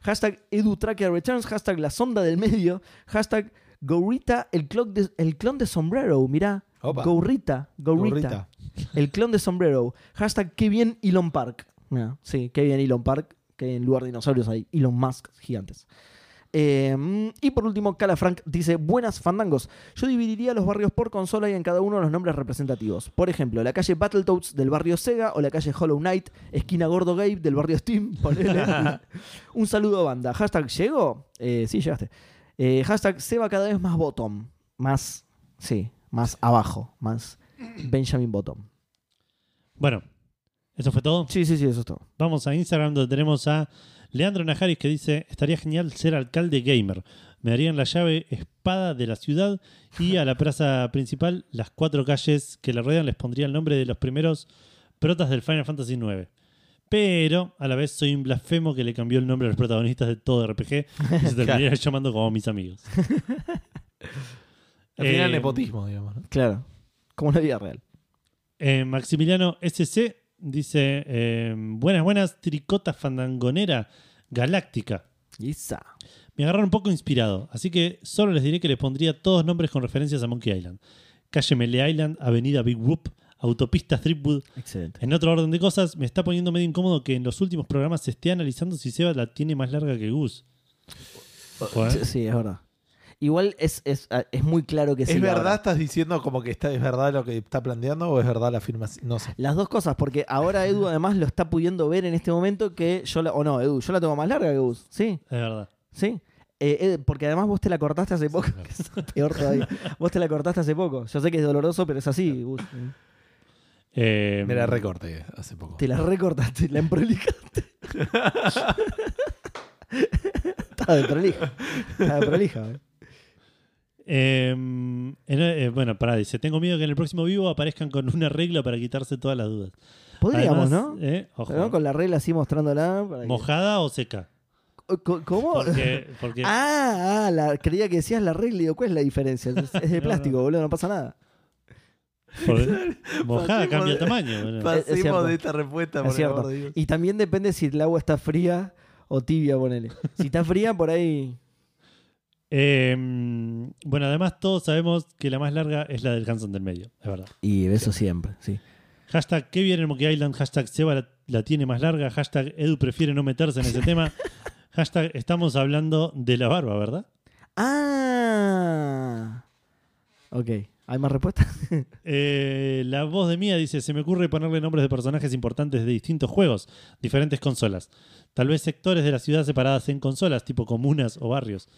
Speaker 2: Hashtag EduTrackerReturns. Hashtag La Sonda del Medio. Hashtag Gorita, el, clock de- el clon de sombrero. Mirá.
Speaker 3: Opa.
Speaker 2: Gorita, Gorita.
Speaker 3: Gorrita.
Speaker 2: El clon de sombrero. Hashtag qué bien Elon Park. Mira, sí, qué bien Elon Park. Que en lugar de dinosaurios hay Elon Musk gigantes. Eh, y por último, Cala Frank dice: Buenas fandangos. Yo dividiría los barrios por consola y en cada uno los nombres representativos. Por ejemplo, la calle Battletoads del barrio Sega o la calle Hollow Knight, esquina Gordo Gabe del barrio Steam. [LAUGHS] ponele. Un saludo, banda. Hashtag llegó. Eh, sí, llegaste. Eh, hashtag Seba cada vez más bottom. Más, sí, más abajo. Más Benjamin Bottom.
Speaker 1: Bueno, eso fue todo.
Speaker 2: Sí, sí, sí, eso es todo.
Speaker 1: Vamos a Instagram donde tenemos a Leandro Najaris que dice, estaría genial ser alcalde gamer. Me darían la llave espada de la ciudad y a la plaza principal, las cuatro calles que la rodean, les pondría el nombre de los primeros protas del Final Fantasy IX. Pero a la vez soy un blasfemo que le cambió el nombre a los protagonistas de todo RPG y
Speaker 2: [LAUGHS]
Speaker 1: se terminaría llamando como mis amigos.
Speaker 3: Al final,
Speaker 1: Eh,
Speaker 3: nepotismo, digamos. ¿no?
Speaker 2: Claro. Como la vida real.
Speaker 1: Eh, Maximiliano SC dice: eh, Buenas, buenas, tricota fandangonera galáctica.
Speaker 2: Isa.
Speaker 1: Me agarraron un poco inspirado, así que solo les diré que les pondría todos nombres con referencias a Monkey Island: Calle Melee Island, Avenida Big Whoop, Autopista Stripwood.
Speaker 2: Excelente.
Speaker 1: En otro orden de cosas, me está poniendo medio incómodo que en los últimos programas se esté analizando si Seba la tiene más larga que Gus. Ojo, ¿eh?
Speaker 3: [LAUGHS]
Speaker 2: Sí, sí, es verdad. Igual es, es, ah, es muy claro que sí.
Speaker 3: ¿Es verdad?
Speaker 2: ahora.
Speaker 3: ¿Estás diciendo como que está, es verdad lo que está planteando o es verdad la afirmación? No sé.
Speaker 2: Las dos cosas, porque ahora Edu además lo está pudiendo ver en este momento que yo la. O no, Edu, yo la tengo más larga que vos. Sí,
Speaker 1: Es verdad.
Speaker 2: sí. Eh, eh, porque además vos te la cortaste hace poco. [LAUGHS]
Speaker 3: claro.
Speaker 2: que es peor todavía. vos te la cortaste hace poco. Yo sé que es doloroso, pero es así. Gus.
Speaker 1: Eh,
Speaker 3: Me la recorté hace poco.
Speaker 2: Te la recortaste, la emprolijaste. Estaba de prolija. Estaba de prolija. eh.
Speaker 1: Eh, en- eh, bueno, pará, dice, tengo miedo que en el próximo vivo aparezcan con una regla para quitarse todas las dudas. Además,
Speaker 2: Podríamos, ¿no?
Speaker 1: eh, ojo,
Speaker 2: Pero no con la regla así mostrándola. para que-
Speaker 1: ¿Mojada o seca?
Speaker 2: Co- ¿Cómo?
Speaker 1: Porque, porque
Speaker 2: Oh. [LAUGHS] Ah, ah, la, creía que decías la regla y digo, ¿cuál es la diferencia? Es, es
Speaker 1: [LAUGHS]
Speaker 2: de
Speaker 1: No,
Speaker 2: plástico, boludo, no pasa nada. [LAUGHS]
Speaker 1: porque mojada
Speaker 3: Pasemos
Speaker 1: cambia
Speaker 3: de-
Speaker 1: tamaño. bueno.
Speaker 2: Pa- es cierto.
Speaker 3: Pasemos de esta respuesta, por
Speaker 2: Es cierto.
Speaker 3: favor. Dios.
Speaker 2: Y también depende si el agua está fría o tibia, ponele. Si está fría, por ahí.
Speaker 1: Eh, bueno, además todos sabemos que la más larga es la del Hanson del medio, es verdad.
Speaker 2: Y eso siempre, sí.
Speaker 1: Hashtag que viene el Monkey Island, hashtag Seba la, la tiene más larga, hashtag Edu prefiere no meterse en ese
Speaker 2: [LAUGHS]
Speaker 1: tema, hashtag estamos hablando de la barba, ¿verdad?
Speaker 2: Ah. Ok. ¿Hay más respuestas? [LAUGHS]
Speaker 1: Eh, la voz de Mía dice: Se me ocurre ponerle nombres de personajes importantes de distintos juegos, diferentes consolas. Tal vez sectores de la ciudad separadas en consolas, tipo comunas o barrios.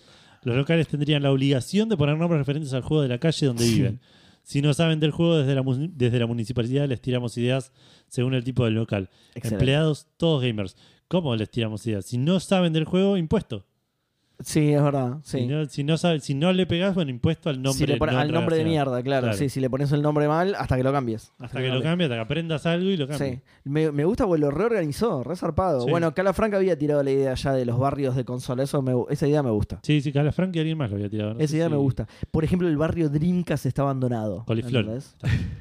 Speaker 1: Los locales tendrían la obligación de poner nombres referentes al juego de la calle donde
Speaker 2: Sí.
Speaker 1: viven. Si no saben del juego, desde la, mu- desde la municipalidad les tiramos ideas según el tipo del local.
Speaker 2: Excelente.
Speaker 1: Empleados, todos gamers. ¿Cómo les tiramos ideas? Si no saben del juego, impuesto.
Speaker 2: Sí, es verdad. Sí.
Speaker 1: Si, no, si no sabe- si no le pegás, bueno, impuesto al nombre.
Speaker 2: Si le pon-
Speaker 1: no
Speaker 2: al nombre de
Speaker 1: relacionado.
Speaker 2: mierda, claro.
Speaker 1: Claro.
Speaker 2: Sí, si le pones el nombre mal, hasta que lo cambies.
Speaker 1: Hasta que lo cambies, hasta que aprendas algo y lo cambies.
Speaker 2: Sí. Me, me gusta porque lo reorganizó, re zarpado.
Speaker 1: Sí.
Speaker 2: Bueno, Cala Franca había tirado la idea ya de los barrios de consola. Eso me- esa idea me gusta.
Speaker 1: Sí, sí, Calafranca y alguien más lo había tirado. no
Speaker 2: Esa
Speaker 1: sé
Speaker 2: idea
Speaker 1: si-
Speaker 2: me gusta. Por ejemplo, el barrio Drinkas está abandonado.
Speaker 1: Coliflor.
Speaker 2: ¿entendés?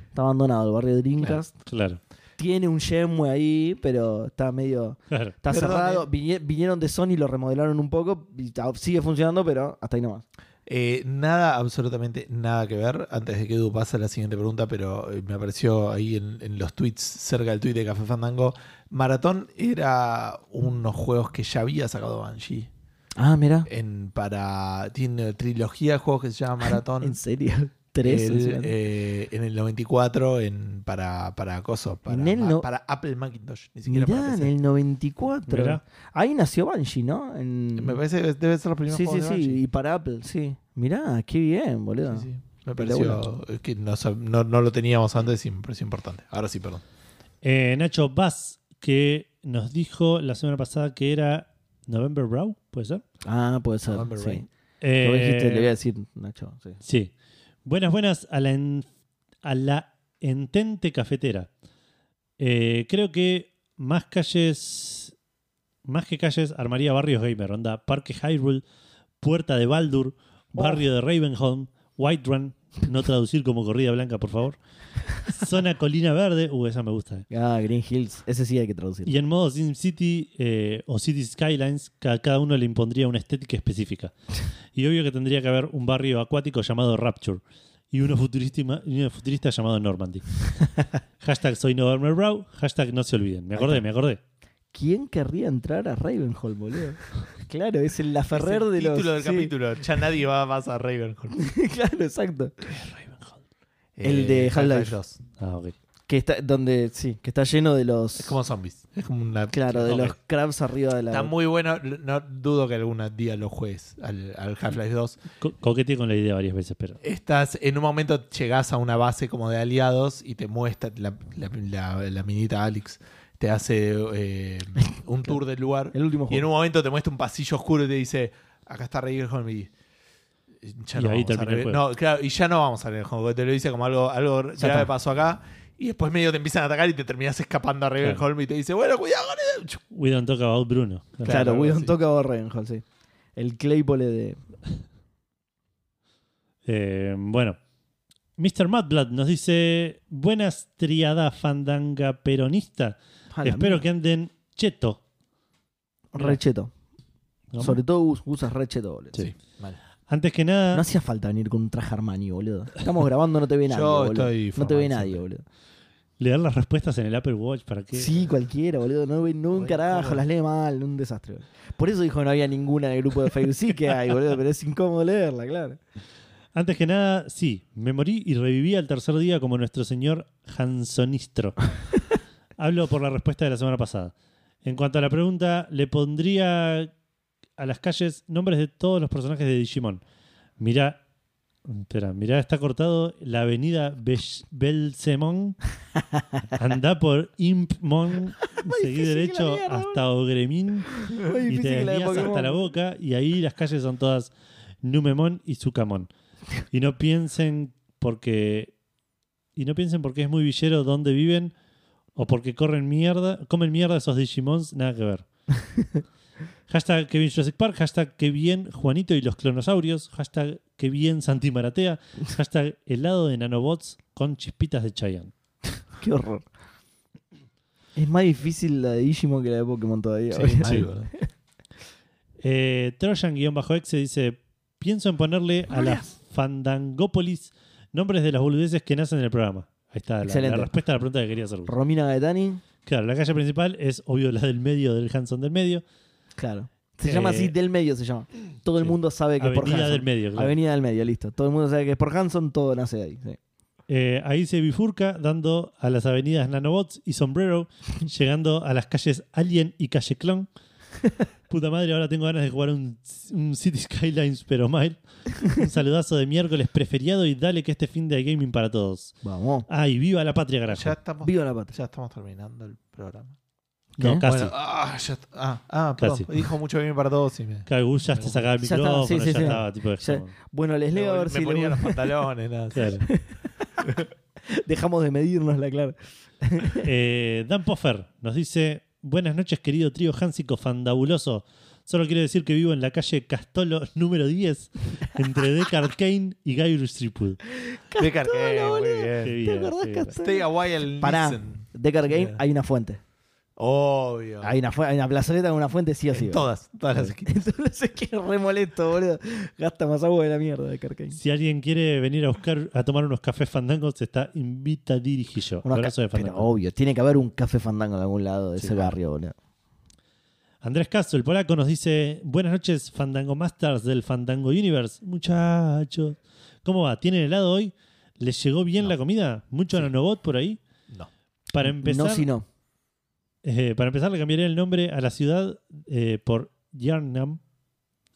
Speaker 2: Está abandonado el barrio Drinkas.
Speaker 1: Claro,
Speaker 2: Tiene un Gemwe ahí, pero está medio. [LAUGHS]
Speaker 1: claro.
Speaker 2: Está
Speaker 3: Perdón,
Speaker 2: cerrado.
Speaker 3: eh.
Speaker 2: Vinie- vinieron de Sony, lo remodelaron un poco. y ta- sigue funcionando, pero hasta ahí nomás.
Speaker 3: Eh, nada, absolutamente nada que ver. Antes de que Edu pase a la siguiente pregunta, pero eh, me apareció ahí en, en los tweets, cerca del tweet de Café Fandango. Maratón era unos juegos que ya había sacado Banshee.
Speaker 2: Ah, mira.
Speaker 3: En, para, tiene una trilogía de juegos que se llama Maratón.
Speaker 2: Eh, [LAUGHS] ¿En serio? Tres.
Speaker 3: El,
Speaker 2: encima.
Speaker 3: eh, en el 94 en, para, para Coso, para,
Speaker 2: En el
Speaker 3: ma-
Speaker 2: no-
Speaker 3: para Apple Macintosh, ni siquiera para
Speaker 2: Mirá, en
Speaker 3: PC.
Speaker 2: el 94.
Speaker 1: Mirá.
Speaker 2: Ahí nació Banshee, ¿no? En-
Speaker 3: Me parece que debe ser los primeros
Speaker 2: Sí, sí,
Speaker 3: juegos de
Speaker 2: sí.
Speaker 3: Banshee.
Speaker 2: Y para Apple, sí. Mirá, qué bien, boludo.
Speaker 3: Sí, sí. Me
Speaker 2: Espectacular.
Speaker 3: pareció que no, sab- no- no lo teníamos antes y me pareció importante. Ahora sí, perdón.
Speaker 1: Eh, Nacho Bass, que nos dijo la semana pasada que era November Brow, ¿puede ser?
Speaker 2: Ah, puede ser.
Speaker 3: November
Speaker 2: sí.
Speaker 3: Rain.
Speaker 1: Eh,
Speaker 2: Lo dijiste, le voy a decir, Nacho. sí.
Speaker 1: Sí. Buenas, buenas a la, en- a la entente cafetera. Eh, creo que más calles, más que calles, armaría barrios gamer. Onda, Parque Hyrule, Puerta de Baldur, Barrio de Ravenholm, White Run, no traducir como corrida blanca, por favor. Zona Colina Verde, uh, esa me gusta. eh.
Speaker 2: Ah, Green Hills. Ese sí hay que traducir.
Speaker 1: Y en modo SimCity eh, o City Skylines, ca- cada uno le impondría una estética específica. Y obvio que tendría que haber un barrio acuático llamado Rapture y uno futurístima- y uno futurista, llamado
Speaker 2: [LAUGHS]
Speaker 1: Normandy. hashtag soy November Brow, hashtag no se olviden. Me acordé, me acordé.
Speaker 2: ¿Quién querría entrar a Ravenhall,
Speaker 3: [LAUGHS]
Speaker 2: boludo? claro, es el
Speaker 3: Es
Speaker 2: Laferrer
Speaker 3: el
Speaker 2: de los...
Speaker 3: título del
Speaker 2: sí.
Speaker 3: capítulo. Ya nadie va más a Ravenhorn.
Speaker 2: [LAUGHS] claro, exacto. El de
Speaker 3: Eh,
Speaker 2: Half-Life.
Speaker 1: Ah, ok.
Speaker 2: Que está, donde, sí, que está lleno de los...
Speaker 3: Es como zombies. Es como una.
Speaker 2: Claro, de
Speaker 3: Ok.
Speaker 2: los crabs arriba de la...
Speaker 3: Está muy bueno. No dudo que algún día lo juegues al, al Half-Life 2.
Speaker 1: Co- coqueteé con la idea varias veces, pero.
Speaker 3: Estás, en un momento llegás a una base como de aliados y te muestra la, la, la- la minita Alex. Te hace eh,
Speaker 2: [LAUGHS]
Speaker 3: un tour del lugar.
Speaker 2: El último
Speaker 3: Y en
Speaker 2: juego.
Speaker 3: un momento te muestra un pasillo oscuro y te dice, acá está Ravenholm y... Ya
Speaker 1: Y
Speaker 3: no,
Speaker 1: ahí
Speaker 3: vamos a
Speaker 1: termina el
Speaker 3: Raven-
Speaker 1: juego.
Speaker 3: no, claro, y ya no vamos a Ravenholm, porque te lo dice como algo, algo
Speaker 2: Ya
Speaker 3: grave
Speaker 2: está.
Speaker 3: pasó acá. Y después medio te empiezan a atacar y te terminas escapando a Ravenholm y te dice, bueno, cuidado con él. Chu-
Speaker 1: We don't talk about Bruno.
Speaker 2: Claro,
Speaker 3: Claro,
Speaker 2: We
Speaker 3: algo
Speaker 2: Don't
Speaker 3: así.
Speaker 2: Talk About Ravenhall, sí. El Claypole de...
Speaker 1: Eh, bueno. Mr. Madblad nos dice: Buenas triada fandanga peronista.
Speaker 2: Ah, la
Speaker 1: Espero
Speaker 2: mierda.
Speaker 1: que anden cheto.
Speaker 2: Recheto.
Speaker 1: ¿No?
Speaker 2: Sobre todo us- usas recheto, boludo.
Speaker 1: Sí.
Speaker 3: Vale.
Speaker 1: Antes que nada.
Speaker 2: No hacía falta venir con un traje Armani, boludo. Estamos grabando, no te ve
Speaker 3: Yo
Speaker 2: nadie, boludo.
Speaker 3: estoy
Speaker 2: No te ve
Speaker 3: formal
Speaker 2: nadie,
Speaker 3: siempre.
Speaker 2: boludo.
Speaker 1: leer las respuestas en el Apple Watch para que
Speaker 2: Sí, cualquiera, boludo. No ve no, un
Speaker 3: Re
Speaker 2: carajo,
Speaker 3: incómodo.
Speaker 2: las lee mal, un desastre. boludo. Por eso dijo que no había ninguna en el grupo de Facebook. Sí que hay, boludo, pero es incómodo leerla, claro.
Speaker 1: antes que nada sí me morí y reviví al tercer día como nuestro señor
Speaker 2: [LAUGHS]
Speaker 1: Hansonistro hablo por la respuesta de la semana pasada en cuanto a la pregunta le pondría a las calles nombres de todos los personajes de Digimon mirá espera mirá está cortado la avenida Bel-
Speaker 2: [LAUGHS]
Speaker 1: Belzemon andá por Impmon seguí
Speaker 2: difícil que la
Speaker 1: derecho
Speaker 2: mierda,
Speaker 1: hasta Ogremín
Speaker 2: Muy
Speaker 1: y te
Speaker 2: difícil que la de
Speaker 1: desvías
Speaker 2: Pokémon.
Speaker 1: hasta la boca y ahí las calles son todas Numemon y Sucamon. Y no piensen porque. Y no piensen porque es muy villero dónde viven o porque corren mierda, comen mierda esos Digimons, nada que
Speaker 2: [LAUGHS]
Speaker 1: ver. hashtag que bien Jurassic Park, hashtag que bien Juanito y los clonosaurios, hashtag que bien Santi Maratea, hashtag helado de nanobots con chispitas de Chayanne.
Speaker 2: Qué horror. Es más difícil la de Digimon que la de Pokémon todavía.
Speaker 3: Sí,
Speaker 2: boludo.
Speaker 3: sí.
Speaker 1: Sí. Eh, Trojan-exe dice: Pienso en ponerle a la Fandangópolis nombres de las boludeces que nacen en el programa. Ahí está la- la,
Speaker 2: Excelente.
Speaker 1: respuesta a la pregunta que quería hacer.
Speaker 2: Romina Gaetani,
Speaker 1: Claro, la calle principal es obvio la del medio del Hanson del medio.
Speaker 2: claro. Se
Speaker 1: Eh,
Speaker 2: llama así, del medio se llama. Todo el
Speaker 1: sí.
Speaker 2: mundo sabe que es por
Speaker 1: Avenida
Speaker 2: Hanson.
Speaker 1: del medio, claro.
Speaker 2: Avenida del medio, listo. Todo el mundo sabe que es por Hanson, todo nace de ahí. sí.
Speaker 1: Eh, ahí se bifurca dando a las avenidas Nanobots y
Speaker 2: [LAUGHS]
Speaker 1: Sombrero, llegando a las calles Alien y Calle Clon. Puta madre, ahora tengo ganas de jugar un, un City Skylines, pero mal. Un saludazo de miércoles preferiado y dale que este fin de gaming para todos.
Speaker 2: Vamos.
Speaker 1: ¡Ay, viva la patria,
Speaker 3: Ya
Speaker 1: garaje!
Speaker 3: estamos,
Speaker 2: Viva la patria.
Speaker 3: ya estamos terminando el programa.
Speaker 1: No,
Speaker 2: ¿Qué?
Speaker 1: casi.
Speaker 3: Bueno, ah, ya está. Ah, ah, perdón.
Speaker 1: Casi.
Speaker 3: Dijo mucho bien para todos y me,
Speaker 1: Claro, Gus ya te sacaba el
Speaker 2: Ya estaba,
Speaker 1: micrófono, ya
Speaker 2: sí,
Speaker 1: estaba,
Speaker 2: sí, sí.
Speaker 1: tipo de-
Speaker 2: Ya- Bueno, les leo a ver
Speaker 3: me
Speaker 2: si
Speaker 3: ponía
Speaker 2: le-
Speaker 3: los pantalones. nada.
Speaker 1: Claro.
Speaker 2: [LAUGHS] dejamos de medirnos la clara.
Speaker 1: Eh, Dan Poffer nos dice: Buenas noches, querido trío Hansico fandabuloso. Solo quiero decir que vivo en la calle Castolo número 10,
Speaker 2: [LAUGHS]
Speaker 1: entre Deckard Kane y Guybrush Threepwood.
Speaker 3: De Carqué,
Speaker 2: Castolo,
Speaker 3: muy
Speaker 2: boludo.
Speaker 1: Qué
Speaker 3: bien.
Speaker 1: vida,
Speaker 2: acordás,
Speaker 1: qué vida.
Speaker 2: Castolo?
Speaker 3: Stay a while
Speaker 2: Pará.
Speaker 3: listen.
Speaker 2: Deckard Game,
Speaker 3: Bien.
Speaker 2: hay una fuente.
Speaker 3: Obvio.
Speaker 2: Hay una, fu- hay una plazoleta con una fuente, sí o sí.
Speaker 3: En todas, todas
Speaker 2: [LAUGHS]
Speaker 3: las esquinas.
Speaker 2: Entonces que es re molesto, boludo. Gasta más agua de la mierda de Carcane.
Speaker 1: Si alguien quiere venir a buscar a tomar unos cafés fandangos, está invita a dirigillo. Abrazo de
Speaker 2: Pero
Speaker 1: fandango.
Speaker 2: obvio, tiene que haber un café fandango en algún lado de ese barrio, boludo.
Speaker 1: Andrés Castro, el polaco, nos dice: Buenas noches, Fandango Masters del Fandango Universe. Muchachos, ¿cómo va? ¿Tienen helado hoy? ¿Les llegó bien la comida? ¿Mucho nanobot por ahí?
Speaker 3: No.
Speaker 1: Para empezar,
Speaker 2: No, si
Speaker 3: [LAUGHS]
Speaker 2: no.
Speaker 1: Eh, para empezar, le cambiaría el nombre a la ciudad eh, por Yarnam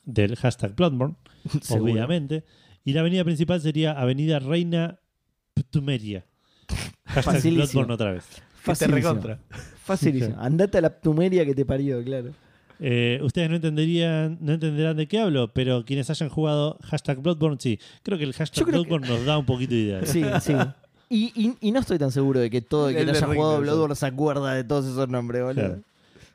Speaker 1: del hashtag Bloodborne,
Speaker 2: Seguro.
Speaker 1: obviamente. Y la avenida principal sería Avenida Reina Ptumeria. Hashtag
Speaker 2: Facilísimo.
Speaker 1: Bloodborne otra vez.
Speaker 3: Que te
Speaker 2: Facilísimo.
Speaker 3: recontra.
Speaker 2: Facilísimo. Andate a la ptumeria que te parió, claro.
Speaker 1: Eh, ustedes no entenderían, no entenderán de qué hablo, pero quienes hayan jugado hashtag Bloodborne, sí. Creo que el hashtag
Speaker 2: Yo creo
Speaker 1: Bloodborne nos da un poquito de idea.
Speaker 2: [LAUGHS] Sí,
Speaker 3: [LAUGHS]
Speaker 2: sí. Y, y- y no estoy tan seguro de que todo el que
Speaker 3: El
Speaker 2: no
Speaker 3: de
Speaker 2: haya jugado
Speaker 3: Ringdance.
Speaker 2: Bloodborne se acuerda de todos esos nombres, boludo.
Speaker 1: Claro.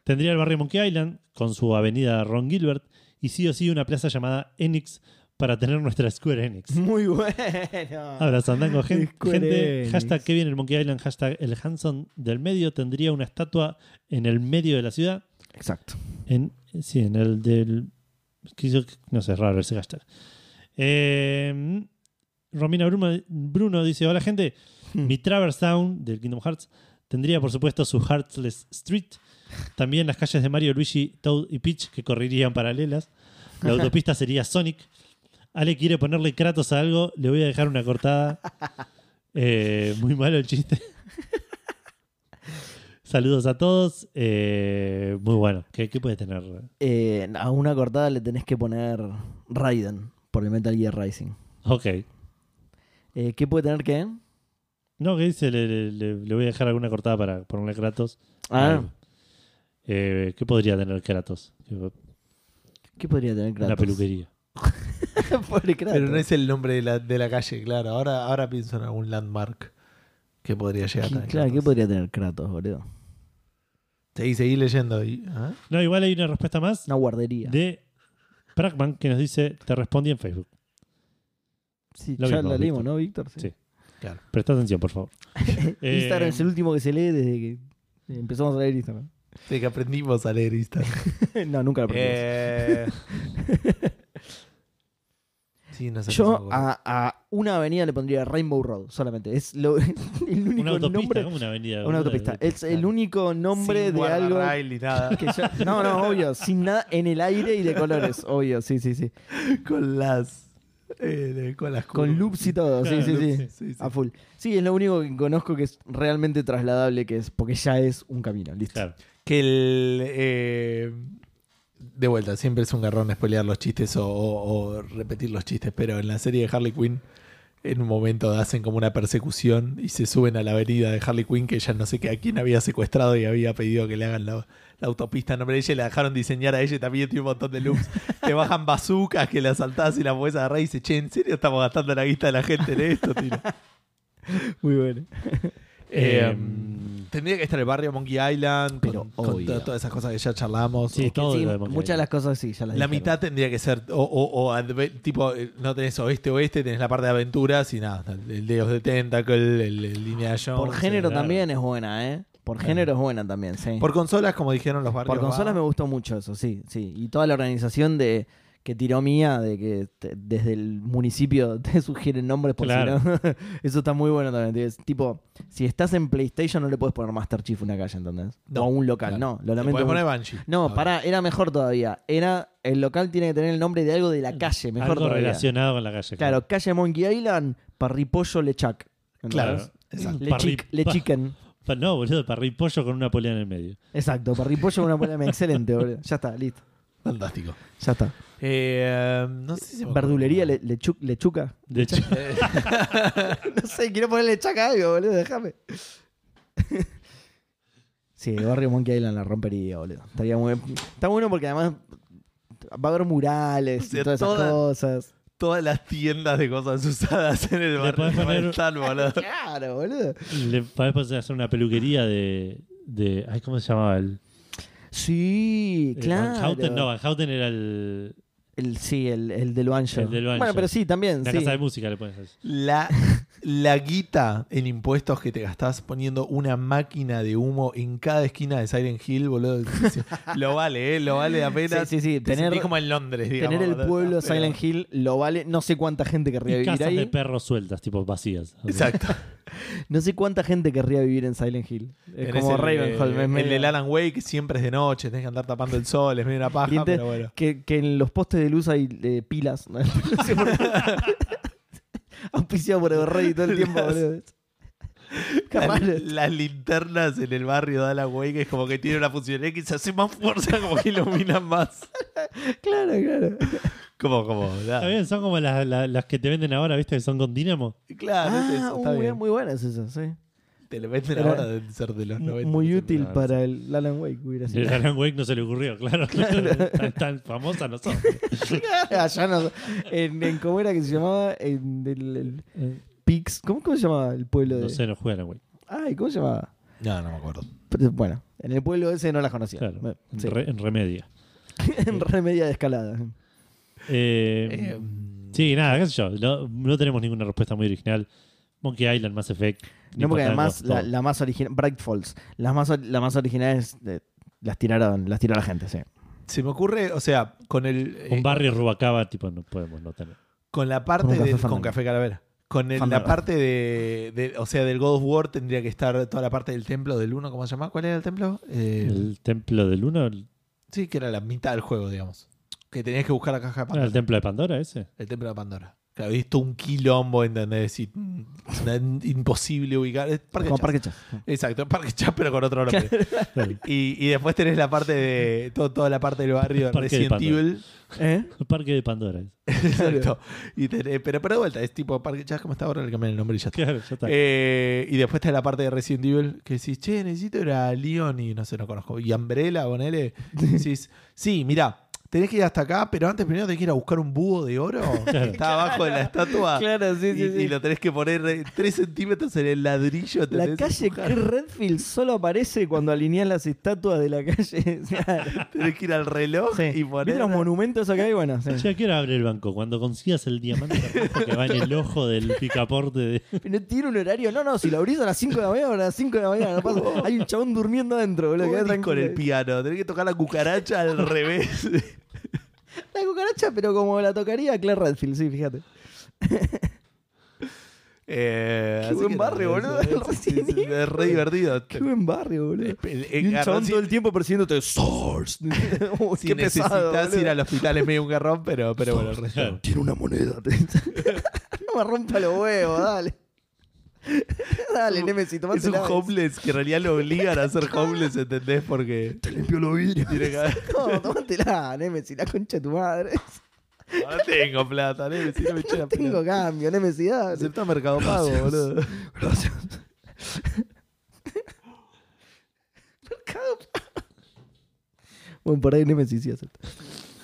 Speaker 1: Tendría el barrio Monkey Island con su avenida Ron Gilbert y sí o sí una plaza llamada Enix para tener nuestra Square Enix.
Speaker 2: [LAUGHS] Muy bueno.
Speaker 1: Abrazandango, gen-
Speaker 2: Square
Speaker 1: gente.
Speaker 2: Enix.
Speaker 1: Hashtag Kevin el Monkey Island, hashtag el Hanson del medio tendría una estatua en el medio de la ciudad.
Speaker 2: Exacto.
Speaker 1: En, sí, en el del. quiso- No sé, es raro ese hashtag. Eh, Romina Bruma- Bruno dice: Hola, gente. Mi Traverse Town del Kingdom Hearts tendría, por supuesto, su Heartless Street. También las calles de Mario, Luigi, Toad y Peach que correrían paralelas. La autopista sería Sonic. Ale quiere ponerle Kratos a algo, le voy a dejar una cortada. Eh, muy malo el chiste. [LAUGHS] Saludos a todos. Eh, muy bueno. ¿Qué, qué puede tener?
Speaker 2: Eh, a una cortada le tenés que poner Raiden por el Metal Gear Rising.
Speaker 1: Ok.
Speaker 2: Eh, ¿Qué puede tener qué?
Speaker 1: No, ¿qué dice? Le, le- le- le voy a dejar alguna cortada para ponerle Kratos.
Speaker 2: Ah,
Speaker 1: Algo. Eh, ¿Qué podría tener Kratos?
Speaker 2: ¿qué podría tener Kratos?
Speaker 1: Una peluquería.
Speaker 2: [LAUGHS] Pobre Kratos.
Speaker 3: Pero no es el nombre de la, de la calle, claro. Ahora, ahora pienso en algún landmark que podría
Speaker 2: ¿Qué-
Speaker 3: llegar. a tener
Speaker 2: claro, ¿qué
Speaker 3: Kratos.
Speaker 2: podría tener Kratos, boludo?
Speaker 3: Seguí, seguí leyendo. Y, ¿ah?
Speaker 1: No, igual hay una respuesta más
Speaker 2: Una guardería.
Speaker 1: de Pragman que nos dice, te respondí en Facebook.
Speaker 2: Sí,
Speaker 1: Lo
Speaker 2: ya
Speaker 1: mismo,
Speaker 2: la leímos,
Speaker 1: Víctor.
Speaker 2: ¿no, Víctor?
Speaker 1: Sí.
Speaker 3: Claro.
Speaker 1: Presta atención, por
Speaker 2: [LAUGHS]
Speaker 1: favor. Eh,
Speaker 2: Instagram es el último que se lee desde que empezamos a leer Instagram. [LAUGHS]
Speaker 3: Sí, que aprendimos a leer Instagram. [LAUGHS]
Speaker 2: no, nunca lo aprendimos.
Speaker 3: Eh... [LAUGHS] sí, no sé.
Speaker 2: Yo a, a una avenida le pondría Rainbow Road solamente. Es lo- [LAUGHS] el único
Speaker 1: una autopista,
Speaker 2: nombre.
Speaker 1: ¿cómo una avenida.
Speaker 2: Una autopista. Es el único nombre de algo.
Speaker 3: Ni
Speaker 2: [LAUGHS]
Speaker 3: nada.
Speaker 2: que yo- no, no, obvio. Sin nada en el aire y de colores. Obvio, sí, sí, sí.
Speaker 3: con las. eh, de- con las
Speaker 2: Con
Speaker 3: curvas.
Speaker 2: loops y todo. Sí,
Speaker 1: Claro,
Speaker 2: sí,
Speaker 1: loops,
Speaker 2: sí.
Speaker 3: Sí, sí.
Speaker 2: A full. Sí, es lo único que conozco que es realmente trasladable, que es porque ya es un camino. Listo.
Speaker 1: Claro.
Speaker 3: Que el. eh, de vuelta, siempre es un garrón spoilear los chistes o, o- o repetir los chistes, pero en la serie de Harley Quinn, en un momento hacen como una persecución y se suben a la avenida de Harley Quinn, que ya no sé qué, a quién había secuestrado y había pedido que le hagan la, la autopista a nombre de ella y la dejaron diseñar a ella y también tiene un montón de loops. Te bajan bazucas que la saltás y la podés agarrar y dices, che, ¿en serio estamos gastando la guita de la gente en esto, tío?
Speaker 2: Muy bueno.
Speaker 3: Eh,
Speaker 1: Em,
Speaker 3: tendría que estar el barrio Monkey Island,
Speaker 2: Pero
Speaker 3: con, con
Speaker 2: obvio.
Speaker 3: to- todas esas cosas que ya charlamos.
Speaker 1: Sí,
Speaker 3: O-
Speaker 1: todo
Speaker 2: Sí,
Speaker 1: lo de Monkey
Speaker 2: muchas de las
Speaker 1: Island.
Speaker 2: cosas sí, ya las
Speaker 3: La
Speaker 2: dijeron.
Speaker 3: mitad tendría que ser, o, o- o adve- tipo, eh, no tenés oeste-oeste, tenés la parte de aventuras y nada, el Dios de Tentacle, el, el Indiana Jones.
Speaker 2: Por género
Speaker 1: claro.
Speaker 2: también es buena, ¿eh? Por
Speaker 3: Claro.
Speaker 2: género es buena también, sí.
Speaker 3: Por consolas, como dijeron los barrios.
Speaker 2: Por consolas
Speaker 3: va.
Speaker 2: me gustó mucho eso, sí, sí. Y toda la organización de que tiró mía, de que te- desde el municipio [LAUGHS] te sugieren nombres por si
Speaker 1: Claro.
Speaker 2: no. [LAUGHS] eso está muy bueno también. Es tipo, si estás en PlayStation no le puedes poner Master Chief a una calle, ¿entendés?
Speaker 3: No,
Speaker 2: o a un local, no.
Speaker 3: claro.
Speaker 2: Lo
Speaker 3: Le
Speaker 2: lamento.
Speaker 3: podés poner
Speaker 2: mucho.
Speaker 3: Banshee.
Speaker 2: No,
Speaker 3: Ahora.
Speaker 2: pará, era mejor todavía. Era, el local tiene que tener el nombre de algo de la calle, mejor
Speaker 1: Algo
Speaker 2: todavía.
Speaker 1: relacionado con la calle.
Speaker 2: Claro, calle Monkey Island, parripollo lechac.
Speaker 3: Claro,
Speaker 2: ¿entendés?
Speaker 3: exacto.
Speaker 2: Le,
Speaker 1: Parri-
Speaker 2: chic, le
Speaker 1: pa-
Speaker 3: [LAUGHS]
Speaker 2: chicken.
Speaker 1: Pa- No, boludo, parripollo pollo con una polea en el medio.
Speaker 2: Exacto, parripollo una buena excelente, boludo. Ya está, listo.
Speaker 3: Fantástico.
Speaker 2: Ya está.
Speaker 3: Eh, no sé si se me ocurre
Speaker 2: Verdulería
Speaker 3: nada.
Speaker 2: le, lechu- lechuca.
Speaker 1: De hecho,
Speaker 3: Eh,
Speaker 2: [LAUGHS] No sé, quiero ponerle chaca a algo, boludo, déjame. [LAUGHS] sí, Barrio Monkey Island la rompería, boludo. Estaría muy Está bueno porque además va a haber murales
Speaker 3: O sea,
Speaker 2: y todas
Speaker 3: toda-
Speaker 2: esas
Speaker 1: [LAUGHS]
Speaker 2: cosas.
Speaker 3: Todas las tiendas de cosas usadas en el
Speaker 1: Le podés
Speaker 3: barrio.
Speaker 1: poner-
Speaker 3: están, boludo.
Speaker 2: Claro, boludo.
Speaker 1: le podés pasar a hacer una peluquería de. de ay, ¿Cómo se llamaba? El,
Speaker 2: Sí,
Speaker 1: el
Speaker 2: claro.
Speaker 1: Eh, Van Houten, no, Van Houten era el.
Speaker 2: El, sí, el, el del banjo.
Speaker 1: El del banjo.
Speaker 2: Bueno, pero sí, también.
Speaker 1: La
Speaker 2: sí.
Speaker 1: casa de música le pones así.
Speaker 3: La, la guita en impuestos que te gastás poniendo una máquina de humo en cada esquina de Siren Hill, boludo.
Speaker 2: [LAUGHS]
Speaker 3: Lo vale, ¿eh? Lo vale apenas.
Speaker 2: Sí, sí, sí,
Speaker 3: Te
Speaker 2: tener-
Speaker 3: sentís como en Londres, digamos.
Speaker 2: Tener el
Speaker 3: boludo.
Speaker 2: pueblo
Speaker 3: Pero-
Speaker 2: Silent Hill lo vale. No sé cuánta gente querría
Speaker 1: Y
Speaker 2: vivir
Speaker 1: casas de
Speaker 2: ahí.
Speaker 1: perros sueltas, tipo
Speaker 2: [LAUGHS]
Speaker 1: vacías.
Speaker 3: Exacto.
Speaker 2: No sé cuánta gente querría vivir en Silent Hill. Es
Speaker 3: Tenés
Speaker 2: como
Speaker 3: el,
Speaker 2: Ravenholm.
Speaker 3: El,
Speaker 2: es
Speaker 3: el
Speaker 2: medio-
Speaker 3: del Alan Wake que siempre es de noche, tenés que andar tapando el sol, es medio una paja,
Speaker 2: Cliente- [LAUGHS]
Speaker 3: pero bueno.
Speaker 2: que, que en los postes de luz hay eh, pilas. No [LAUGHS] sé por qué. Auspiciado por Everrey
Speaker 3: [LAUGHS]
Speaker 2: todo el tiempo, boludo. Capaz-
Speaker 3: Las, las linternas en el barrio de Alan Wake es como que tiene una funcionalidad que se hace más fuerza, como que iluminan más. [LAUGHS]
Speaker 2: Claro, claro.
Speaker 3: Como, como,
Speaker 1: Está
Speaker 3: nada.
Speaker 1: bien, son como las, las, las que te venden ahora, ¿viste? Que son con dínamo.
Speaker 3: Claro, es
Speaker 2: Ah,
Speaker 3: eso, está
Speaker 2: uh,
Speaker 3: bien.
Speaker 2: era muy buenas esas, sí.
Speaker 3: Te lo venden
Speaker 2: Era-
Speaker 3: ahora de ser de los 90.
Speaker 2: Muy
Speaker 3: no sé,
Speaker 2: útil
Speaker 3: pero-
Speaker 2: para el Alan Wake, hubiera sido.
Speaker 1: El Alan Wake no se le ocurrió,
Speaker 2: [LAUGHS]
Speaker 1: claro. [LAUGHS] tan, tan famosa no son.
Speaker 2: Allá Ah, no. En, en cómo era que se llamaba. En el, el-
Speaker 3: Eh.
Speaker 2: Pix. ¿Cómo, cómo se llamaba el pueblo de.?
Speaker 1: No sé, no juega Alan Wake.
Speaker 2: Ay, ¿cómo se llamaba?
Speaker 3: No, no me acuerdo.
Speaker 2: Pero, bueno, en el pueblo ese no las conocía.
Speaker 1: Claro,
Speaker 2: Sí.
Speaker 1: re- en remedia.
Speaker 2: [LAUGHS] en remedia de escalada.
Speaker 1: Eh,
Speaker 3: Eh,
Speaker 1: sí, nada, qué sé yo. No, no tenemos ninguna respuesta muy original. Monkey Island, Mass Effect.
Speaker 2: No, porque
Speaker 1: Ninja
Speaker 2: además
Speaker 1: Tango,
Speaker 2: la,
Speaker 1: todo.
Speaker 2: la más original. Bright Falls. Las más, or- las más originales eh, las tiraron, las tiró la gente, sí.
Speaker 3: Se me ocurre, o sea, con el. eh,
Speaker 1: Un barrio Rubacaba, tipo, no podemos no tener.
Speaker 3: Con la
Speaker 2: Con
Speaker 3: parte
Speaker 2: un café
Speaker 3: del- con
Speaker 2: Fandango.
Speaker 3: Café Calavera. Con el- la
Speaker 2: Fandango.
Speaker 3: parte de, de- O sea, del God of War tendría que estar toda la parte del templo del 1, ¿cómo se llama? ¿Cuál era el templo? Eh,
Speaker 1: El Templo del Uno, el,
Speaker 3: Sí, que era la mitad del juego, digamos. Que tenías que buscar la caja de
Speaker 1: ah,
Speaker 3: Pandora.
Speaker 1: el Templo de Pandora
Speaker 2: [LAUGHS]
Speaker 1: ese.
Speaker 3: El templo de Pandora. Que habéis visto un quilombo, ¿entendés? Y, mm, na- imposible ubicar. Es Parque
Speaker 2: Como
Speaker 3: Chas.
Speaker 2: Parque Chas.
Speaker 3: Exacto, Parque Chas, pero
Speaker 2: [LAUGHS]
Speaker 3: con otro nombre. y, y después tenés la parte de. to- toda la parte del barrio de
Speaker 1: Parque de
Speaker 3: Resident
Speaker 1: Pandora.
Speaker 2: [LAUGHS]
Speaker 3: Evil.
Speaker 2: ¿Eh?
Speaker 1: El Parque de Pandora. ese.
Speaker 3: Exacto. Y tenés- pero, pero de vuelta, es tipo Parque Chas, como está ahora, le cambian el nombre y ya está.
Speaker 1: Claro, ya está.
Speaker 3: Eh, y después está la parte de Resident Evil que decís, che, necesito ir a Leon y no sé, no conozco. Y
Speaker 2: [LAUGHS]
Speaker 3: Umbrella, ponele. Y Decís, sí, mirá, tenés que ir hasta acá, pero antes primero tenés que ir a buscar un búho
Speaker 2: [LAUGHS]
Speaker 3: de oro que
Speaker 1: Claro.
Speaker 3: está abajo de la estatua.
Speaker 2: Claro, sí,
Speaker 3: y,
Speaker 2: sí. sí.
Speaker 3: y lo tenés que poner 3 centímetros en el ladrillo.
Speaker 2: La
Speaker 3: ¿entendés?
Speaker 2: calle que Redfield solo aparece cuando alinean las estatuas de la calle. [LAUGHS]
Speaker 3: Tenés que ir al reloj
Speaker 2: Sí.
Speaker 3: y
Speaker 2: ¿Viste
Speaker 3: poner.
Speaker 2: los monumentos acá hay? Bueno, sí.
Speaker 1: Ya quiero abrir el banco. Cuando consigas el diamante rojo que va en el ojo del picaporte de.
Speaker 2: No tiene un horario. No, no, si lo abrís a las 5 de la mañana, a las 5 de la mañana. No [LAUGHS] pasa. Hay un chabón durmiendo adentro, boludo.
Speaker 3: un
Speaker 2: quedá
Speaker 3: disco
Speaker 2: tranquilo.
Speaker 3: en el piano, tenés que tocar la cucaracha al
Speaker 2: [LAUGHS]
Speaker 3: revés.
Speaker 2: La cucaracha, pero como la tocaría Claire Redfield, sí, fíjate.
Speaker 3: Eh,
Speaker 2: Qué
Speaker 3: así
Speaker 2: buen
Speaker 3: que
Speaker 2: barrio, boludo,
Speaker 3: nada, es-
Speaker 2: el
Speaker 3: es-
Speaker 2: Resident
Speaker 3: es-
Speaker 2: Evil.
Speaker 3: Es re divertido. Eh,
Speaker 2: Qué buen barrio, [LAUGHS] boludo.
Speaker 3: El- el-
Speaker 2: Y un chabón
Speaker 3: Reci-
Speaker 2: todo el tiempo persiguiéndote. ¡Source! Uy,
Speaker 3: Si
Speaker 2: qué
Speaker 3: necesitas
Speaker 2: pesado, boludo.
Speaker 3: ir al hospital es medio un garrón, pero, pero bueno, el [LAUGHS] resto.
Speaker 2: Tiene una moneda. [LAUGHS] no me rompa los huevos, dale. dale, Nemesis, tomate
Speaker 3: Es un homeless que en realidad lo obligan a ser homeless, ¿entendés? Porque
Speaker 2: Te limpió los vidrios. [LAUGHS]
Speaker 3: tiene que haber- [LAUGHS]
Speaker 2: No, tomátela, Nemesis, la concha de tu madre.
Speaker 3: No tengo plata, ¿no? Me sirve echar la
Speaker 2: Tengo
Speaker 3: plata.
Speaker 2: cambio, necesidad.
Speaker 3: Aceptá Mercado Pago, boludo.
Speaker 2: Gracias. [LAUGHS] Mercado Pago. Bueno, por ahí Nemesis sí acepta.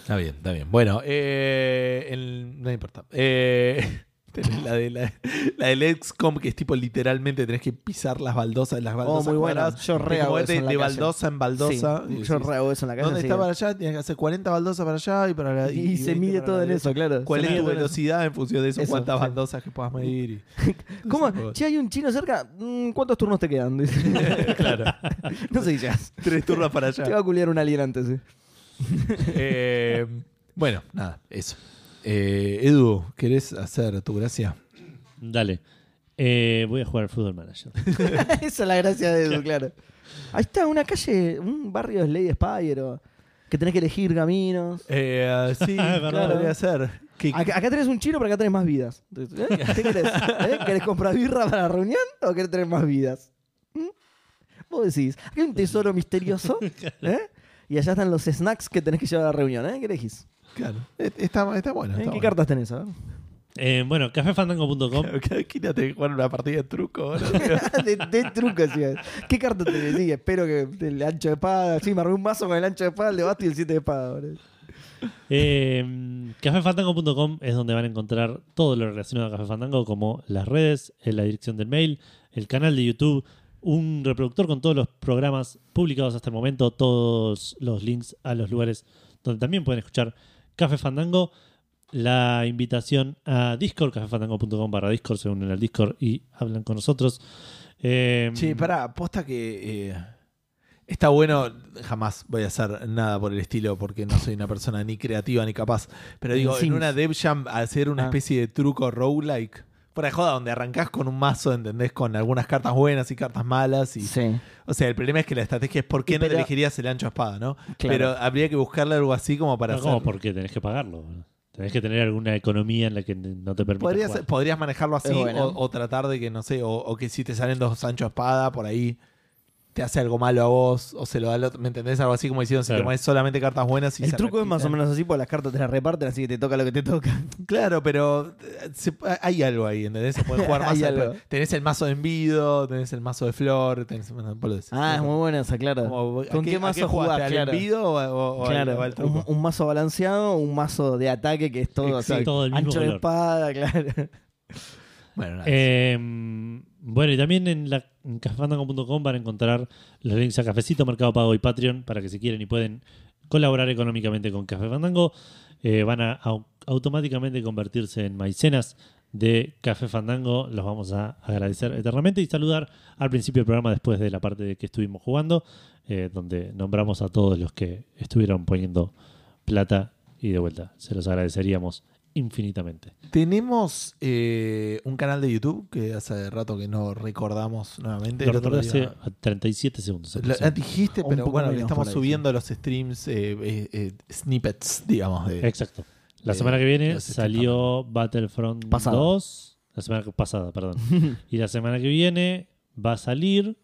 Speaker 3: Está bien, está bien. Bueno, eh, el- no importa. Eh, [LAUGHS] tenés la, de, la, la del XCOM, que es tipo literalmente tenés que pisar las baldosas, las baldosas
Speaker 2: Oh, muy buena.
Speaker 3: cuadradas,
Speaker 2: Yo re
Speaker 3: y
Speaker 2: hago
Speaker 3: moverte
Speaker 2: eso en la
Speaker 3: de
Speaker 2: calle.
Speaker 3: baldosa en baldosa.
Speaker 2: Sí,
Speaker 3: Y
Speaker 2: yo
Speaker 3: decís,
Speaker 2: re hago eso en la casa.
Speaker 3: ¿Dónde está para allá? Tienes que hacer 40 baldosas para allá y para la-
Speaker 2: Y, se
Speaker 3: veinte
Speaker 2: mide
Speaker 3: para
Speaker 2: todo
Speaker 3: la
Speaker 2: en
Speaker 3: derecha.
Speaker 2: eso, claro.
Speaker 3: ¿Cuál
Speaker 2: Se
Speaker 3: es
Speaker 2: mide
Speaker 3: tu
Speaker 2: todo en eso.
Speaker 3: velocidad en función de eso?
Speaker 2: Eso,
Speaker 3: ¿Cuántas
Speaker 2: sí.
Speaker 3: baldosas que puedas medir?
Speaker 2: [LAUGHS]
Speaker 3: y-
Speaker 2: ¿Cómo? Che, hay un chino cerca. Mm, ¿Cuántos turnos te quedan? [LAUGHS] Dice.
Speaker 3: claro.
Speaker 2: [LAUGHS] no sé, ya.
Speaker 3: Tres turnos para allá.
Speaker 2: Te va a culiar un alien antes. eh.
Speaker 3: Eh, bueno, nada, eso. Eh, Edu, ¿querés hacer tu gracia?
Speaker 1: Dale. Eh, voy a jugar Football Manager.
Speaker 2: [LAUGHS] Esa es la gracia de eso, claro. Ahí está, una calle, un barrio de Lady Spire. o- que tenés que elegir caminos.
Speaker 3: Eh, [LAUGHS] sí,
Speaker 1: Perdón.
Speaker 3: claro, voy a hacer. Que-
Speaker 2: Acá, acá tenés un chino, pero acá tenés más vidas. ¿Eh? ¿Qué querés? ¿Eh? ¿Querés comprar birra para la reunión o querés tener más vidas? ¿Mm? Vos decís, hay un tesoro [LAUGHS] misterioso. ¿eh? Y allá están los snacks que tenés que llevar a la reunión. ¿eh? ¿Qué elegís?
Speaker 3: claro, eh, está, está bueno.
Speaker 2: ¿Eh?
Speaker 3: Está
Speaker 2: ¿Qué
Speaker 3: bueno.
Speaker 2: cartas tenés? [LAUGHS] A ver?
Speaker 1: Eh, bueno, cafefandango.com.
Speaker 3: Claro, cada esquina te jugar una partida de truco. ¿no? [LAUGHS]
Speaker 2: de, de truco, sí. ¿Qué carta tenés? Sí, espero que el ancho de espada. Sí, me arruiné un mazo con el ancho de espada, el de basta y el 7 de espada. boludo.
Speaker 1: Eh, cafefandango.com es donde van a encontrar todo lo relacionado a Café Fandango, como las redes, eh, la dirección del mail, el canal de YouTube, un reproductor con todos los programas publicados hasta el momento, todos los links a los lugares donde también pueden escuchar Café Fandango, la invitación a Discord, cafefandango.com barra Discord, se unen al Discord y hablan con nosotros. Eh,
Speaker 3: Che, pará, posta que. eh, está bueno, jamás voy a hacer nada por el estilo porque no soy una persona ni creativa ni capaz. Pero digo,
Speaker 2: Sims.
Speaker 3: en una Dev Jam, hacer una
Speaker 2: Ah.
Speaker 3: especie de truco roguelike. Fuera de joda, donde arrancás con un mazo, ¿entendés? Con algunas cartas buenas y cartas malas. Y,
Speaker 2: Sí.
Speaker 3: O sea, el problema es que la estrategia es por qué
Speaker 2: Y
Speaker 3: no te
Speaker 2: pero-
Speaker 3: elegirías el ancho de espada, ¿no?
Speaker 2: Claro.
Speaker 3: Pero habría que buscarle algo así como para
Speaker 1: no como
Speaker 3: hacer.
Speaker 1: porque tenés que pagarlo. Tenés que tener alguna economía en la que no te permite.
Speaker 3: Podrías,
Speaker 1: jugar.
Speaker 3: podrías manejarlo así
Speaker 2: Es bueno.
Speaker 3: o, o tratar de que, no sé, o, o que si te salen dos Sancho Espada por ahí te hace algo malo a vos o se lo da al otro. ¿Me entendés? Algo así como diciendo, si
Speaker 1: Claro.
Speaker 3: tomás solamente cartas buenas y
Speaker 2: el
Speaker 3: se
Speaker 2: truco es más o
Speaker 3: repitan.
Speaker 2: menos así, porque las cartas te las reparten, así que te toca lo que te toca.
Speaker 3: Claro, pero eh, se- hay algo ahí, ¿entendés? Se puede [LAUGHS] jugar más.
Speaker 2: Hay
Speaker 3: al-
Speaker 2: algo.
Speaker 3: Tenés el mazo de envido, tenés el mazo de flor, tenés. Bueno, vos lo decís.
Speaker 2: [LAUGHS] Ah, es muy buena esa, claro.
Speaker 3: Como, ¿a
Speaker 2: ¿Con qué,
Speaker 3: a
Speaker 2: mazo
Speaker 3: jugaste?
Speaker 2: jugás?
Speaker 3: ¿Al
Speaker 2: Claro.
Speaker 3: envido o, o- o al-
Speaker 2: Claro,
Speaker 3: o al
Speaker 2: un,
Speaker 3: truco?
Speaker 2: un mazo balanceado, un mazo de ataque que es todo así.
Speaker 3: Exacto.
Speaker 1: Todo del mismo
Speaker 2: Ancho de
Speaker 1: color.
Speaker 2: espada, [LAUGHS] claro.
Speaker 3: Bueno, nada.
Speaker 1: Eh, bueno, y también en, la- en cafefandango.com van a encontrar los links a Cafecito, Mercado Pago y Patreon para que si quieren y pueden colaborar económicamente con Café Fandango. Eh, van a au- automáticamente convertirse en maicenas de Café Fandango. Los vamos a agradecer eternamente y saludar al principio del programa después de la parte de que estuvimos jugando, eh, donde nombramos a todos los que estuvieron poniendo plata y de vuelta. Se los agradeceríamos infinitamente.
Speaker 3: Tenemos eh, un canal de YouTube que hace rato que no recordamos nuevamente.
Speaker 1: Lo
Speaker 3: El otro
Speaker 1: recordé hace
Speaker 3: día-
Speaker 1: 37 segundos.
Speaker 3: Lo- ah, dijiste,
Speaker 2: Un
Speaker 3: pero
Speaker 2: poco
Speaker 3: bueno, le
Speaker 2: menos
Speaker 3: estamos
Speaker 2: por ahí,
Speaker 3: subiendo los streams, eh, eh, eh, snippets, digamos. De,
Speaker 1: Exacto. La
Speaker 3: Eh,
Speaker 1: semana que viene
Speaker 3: los
Speaker 1: salió Battlefront
Speaker 2: Pasada.
Speaker 1: 2. La semana que- pasada, perdón. y la semana que viene va a salir.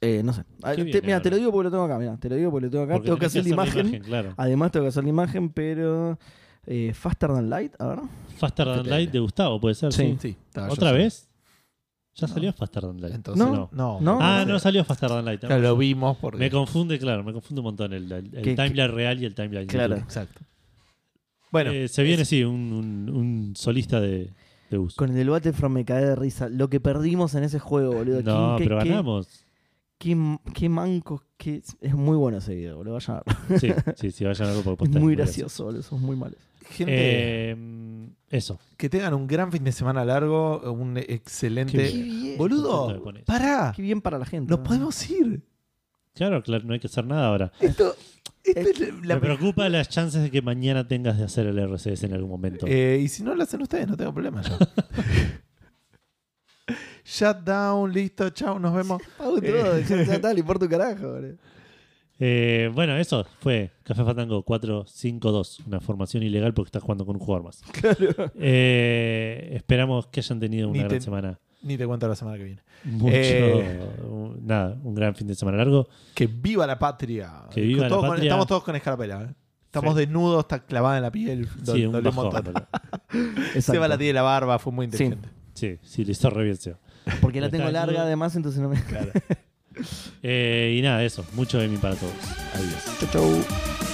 Speaker 2: Eh, no sé. Ah,
Speaker 1: ¿Qué
Speaker 2: te-
Speaker 1: viene
Speaker 2: mira, te lo
Speaker 1: ahora?
Speaker 2: digo porque lo tengo acá, mira. Te lo digo porque lo tengo acá.
Speaker 1: porque
Speaker 2: tengo que
Speaker 1: tenés
Speaker 2: hacer la imagen. Ah,
Speaker 1: claro.
Speaker 2: Además tengo que hacer la imagen, pero... eh, Faster Than Light, a ver.
Speaker 1: Faster Than
Speaker 3: FTL.
Speaker 1: Light de Gustavo, puede ser. Sí.
Speaker 2: Sí.
Speaker 3: Sí, está, yo
Speaker 1: ¿Otra
Speaker 3: sé.
Speaker 1: vez? ¿Ya
Speaker 3: No.
Speaker 1: salió Faster Than Light?
Speaker 3: Entonces,
Speaker 1: No.
Speaker 3: no.
Speaker 2: No.
Speaker 1: ah,
Speaker 3: sé.
Speaker 1: no salió Faster Than Light.
Speaker 3: Claro, lo vimos porque.
Speaker 1: Me confunde, claro, me confunde un montón el, el- el
Speaker 2: Que-
Speaker 1: timeline real y el timeline. de
Speaker 2: Claro.
Speaker 1: YouTube.
Speaker 3: Exacto. Bueno,
Speaker 1: Eh, se viene, sí, un, un- un solista de, de Gus.
Speaker 2: Con el del Battlefront me caí de risa. Lo que perdimos en ese juego, boludo.
Speaker 1: No,
Speaker 2: Qué-
Speaker 1: pero
Speaker 2: qué-
Speaker 1: ganamos.
Speaker 2: Qué, qué mancos, qué... Es muy bueno ese video, boludo. Vayan a verlo.
Speaker 1: Sí, sí, sí, vayan a verlo porque
Speaker 2: Es
Speaker 1: posta
Speaker 2: muy gracioso, boludo. Sos muy malos.
Speaker 3: gente,
Speaker 1: Eh, eso.
Speaker 3: que tengan un gran fin de semana largo, un
Speaker 2: Qué
Speaker 3: excelente.
Speaker 2: bien.
Speaker 1: Contento de
Speaker 3: Boludo,
Speaker 1: poner eso.
Speaker 3: pará,
Speaker 2: Eh, Qué bien para la gente.
Speaker 3: nos
Speaker 2: ¿no?
Speaker 3: podemos ir.
Speaker 1: Claro, claro, no hay que hacer nada ahora.
Speaker 3: Esto, esto
Speaker 2: Eh,
Speaker 3: es la,
Speaker 1: Me preocupa las chances de que mañana tengas de hacer el RCS en algún momento.
Speaker 3: Eh, y si no lo hacen ustedes, no tengo problema
Speaker 1: [LAUGHS]
Speaker 3: yo. Shutdown, listo, chao, nos vemos.
Speaker 2: Pau, todo, ya, [LAUGHS] ya está, le importa un carajo, boludo.
Speaker 1: Eh, bueno, eso fue Café Fatango 452, una formación ilegal porque estás jugando con un jugador más. Eh, esperamos que hayan tenido una
Speaker 3: Ni
Speaker 1: gran
Speaker 3: te-
Speaker 1: semana.
Speaker 3: Ni te cuento la semana que viene.
Speaker 1: Mucho.
Speaker 3: Eh.
Speaker 1: un- nada, un gran fin de semana largo.
Speaker 3: Que viva la patria.
Speaker 1: Que viva la
Speaker 3: Todos con-
Speaker 1: patria.
Speaker 3: estamos todos con escarpela. ¿eh? Estamos
Speaker 1: Sí.
Speaker 3: desnudos, está clavada en la piel. do-
Speaker 1: Sí, un
Speaker 3: dolió un
Speaker 1: bajón.
Speaker 3: montón.
Speaker 2: Exacto.
Speaker 3: Seba la tiene la barba, fue muy inteligente.
Speaker 1: [LAUGHS] Sí, sí, le hizo re bien, Seba.
Speaker 2: Porque la
Speaker 1: Está
Speaker 2: tengo larga
Speaker 1: desnudo.
Speaker 2: además, entonces no me...
Speaker 1: Eh, y nada, eso. Mucho gaming para todos. Adiós.
Speaker 2: Chau, chau.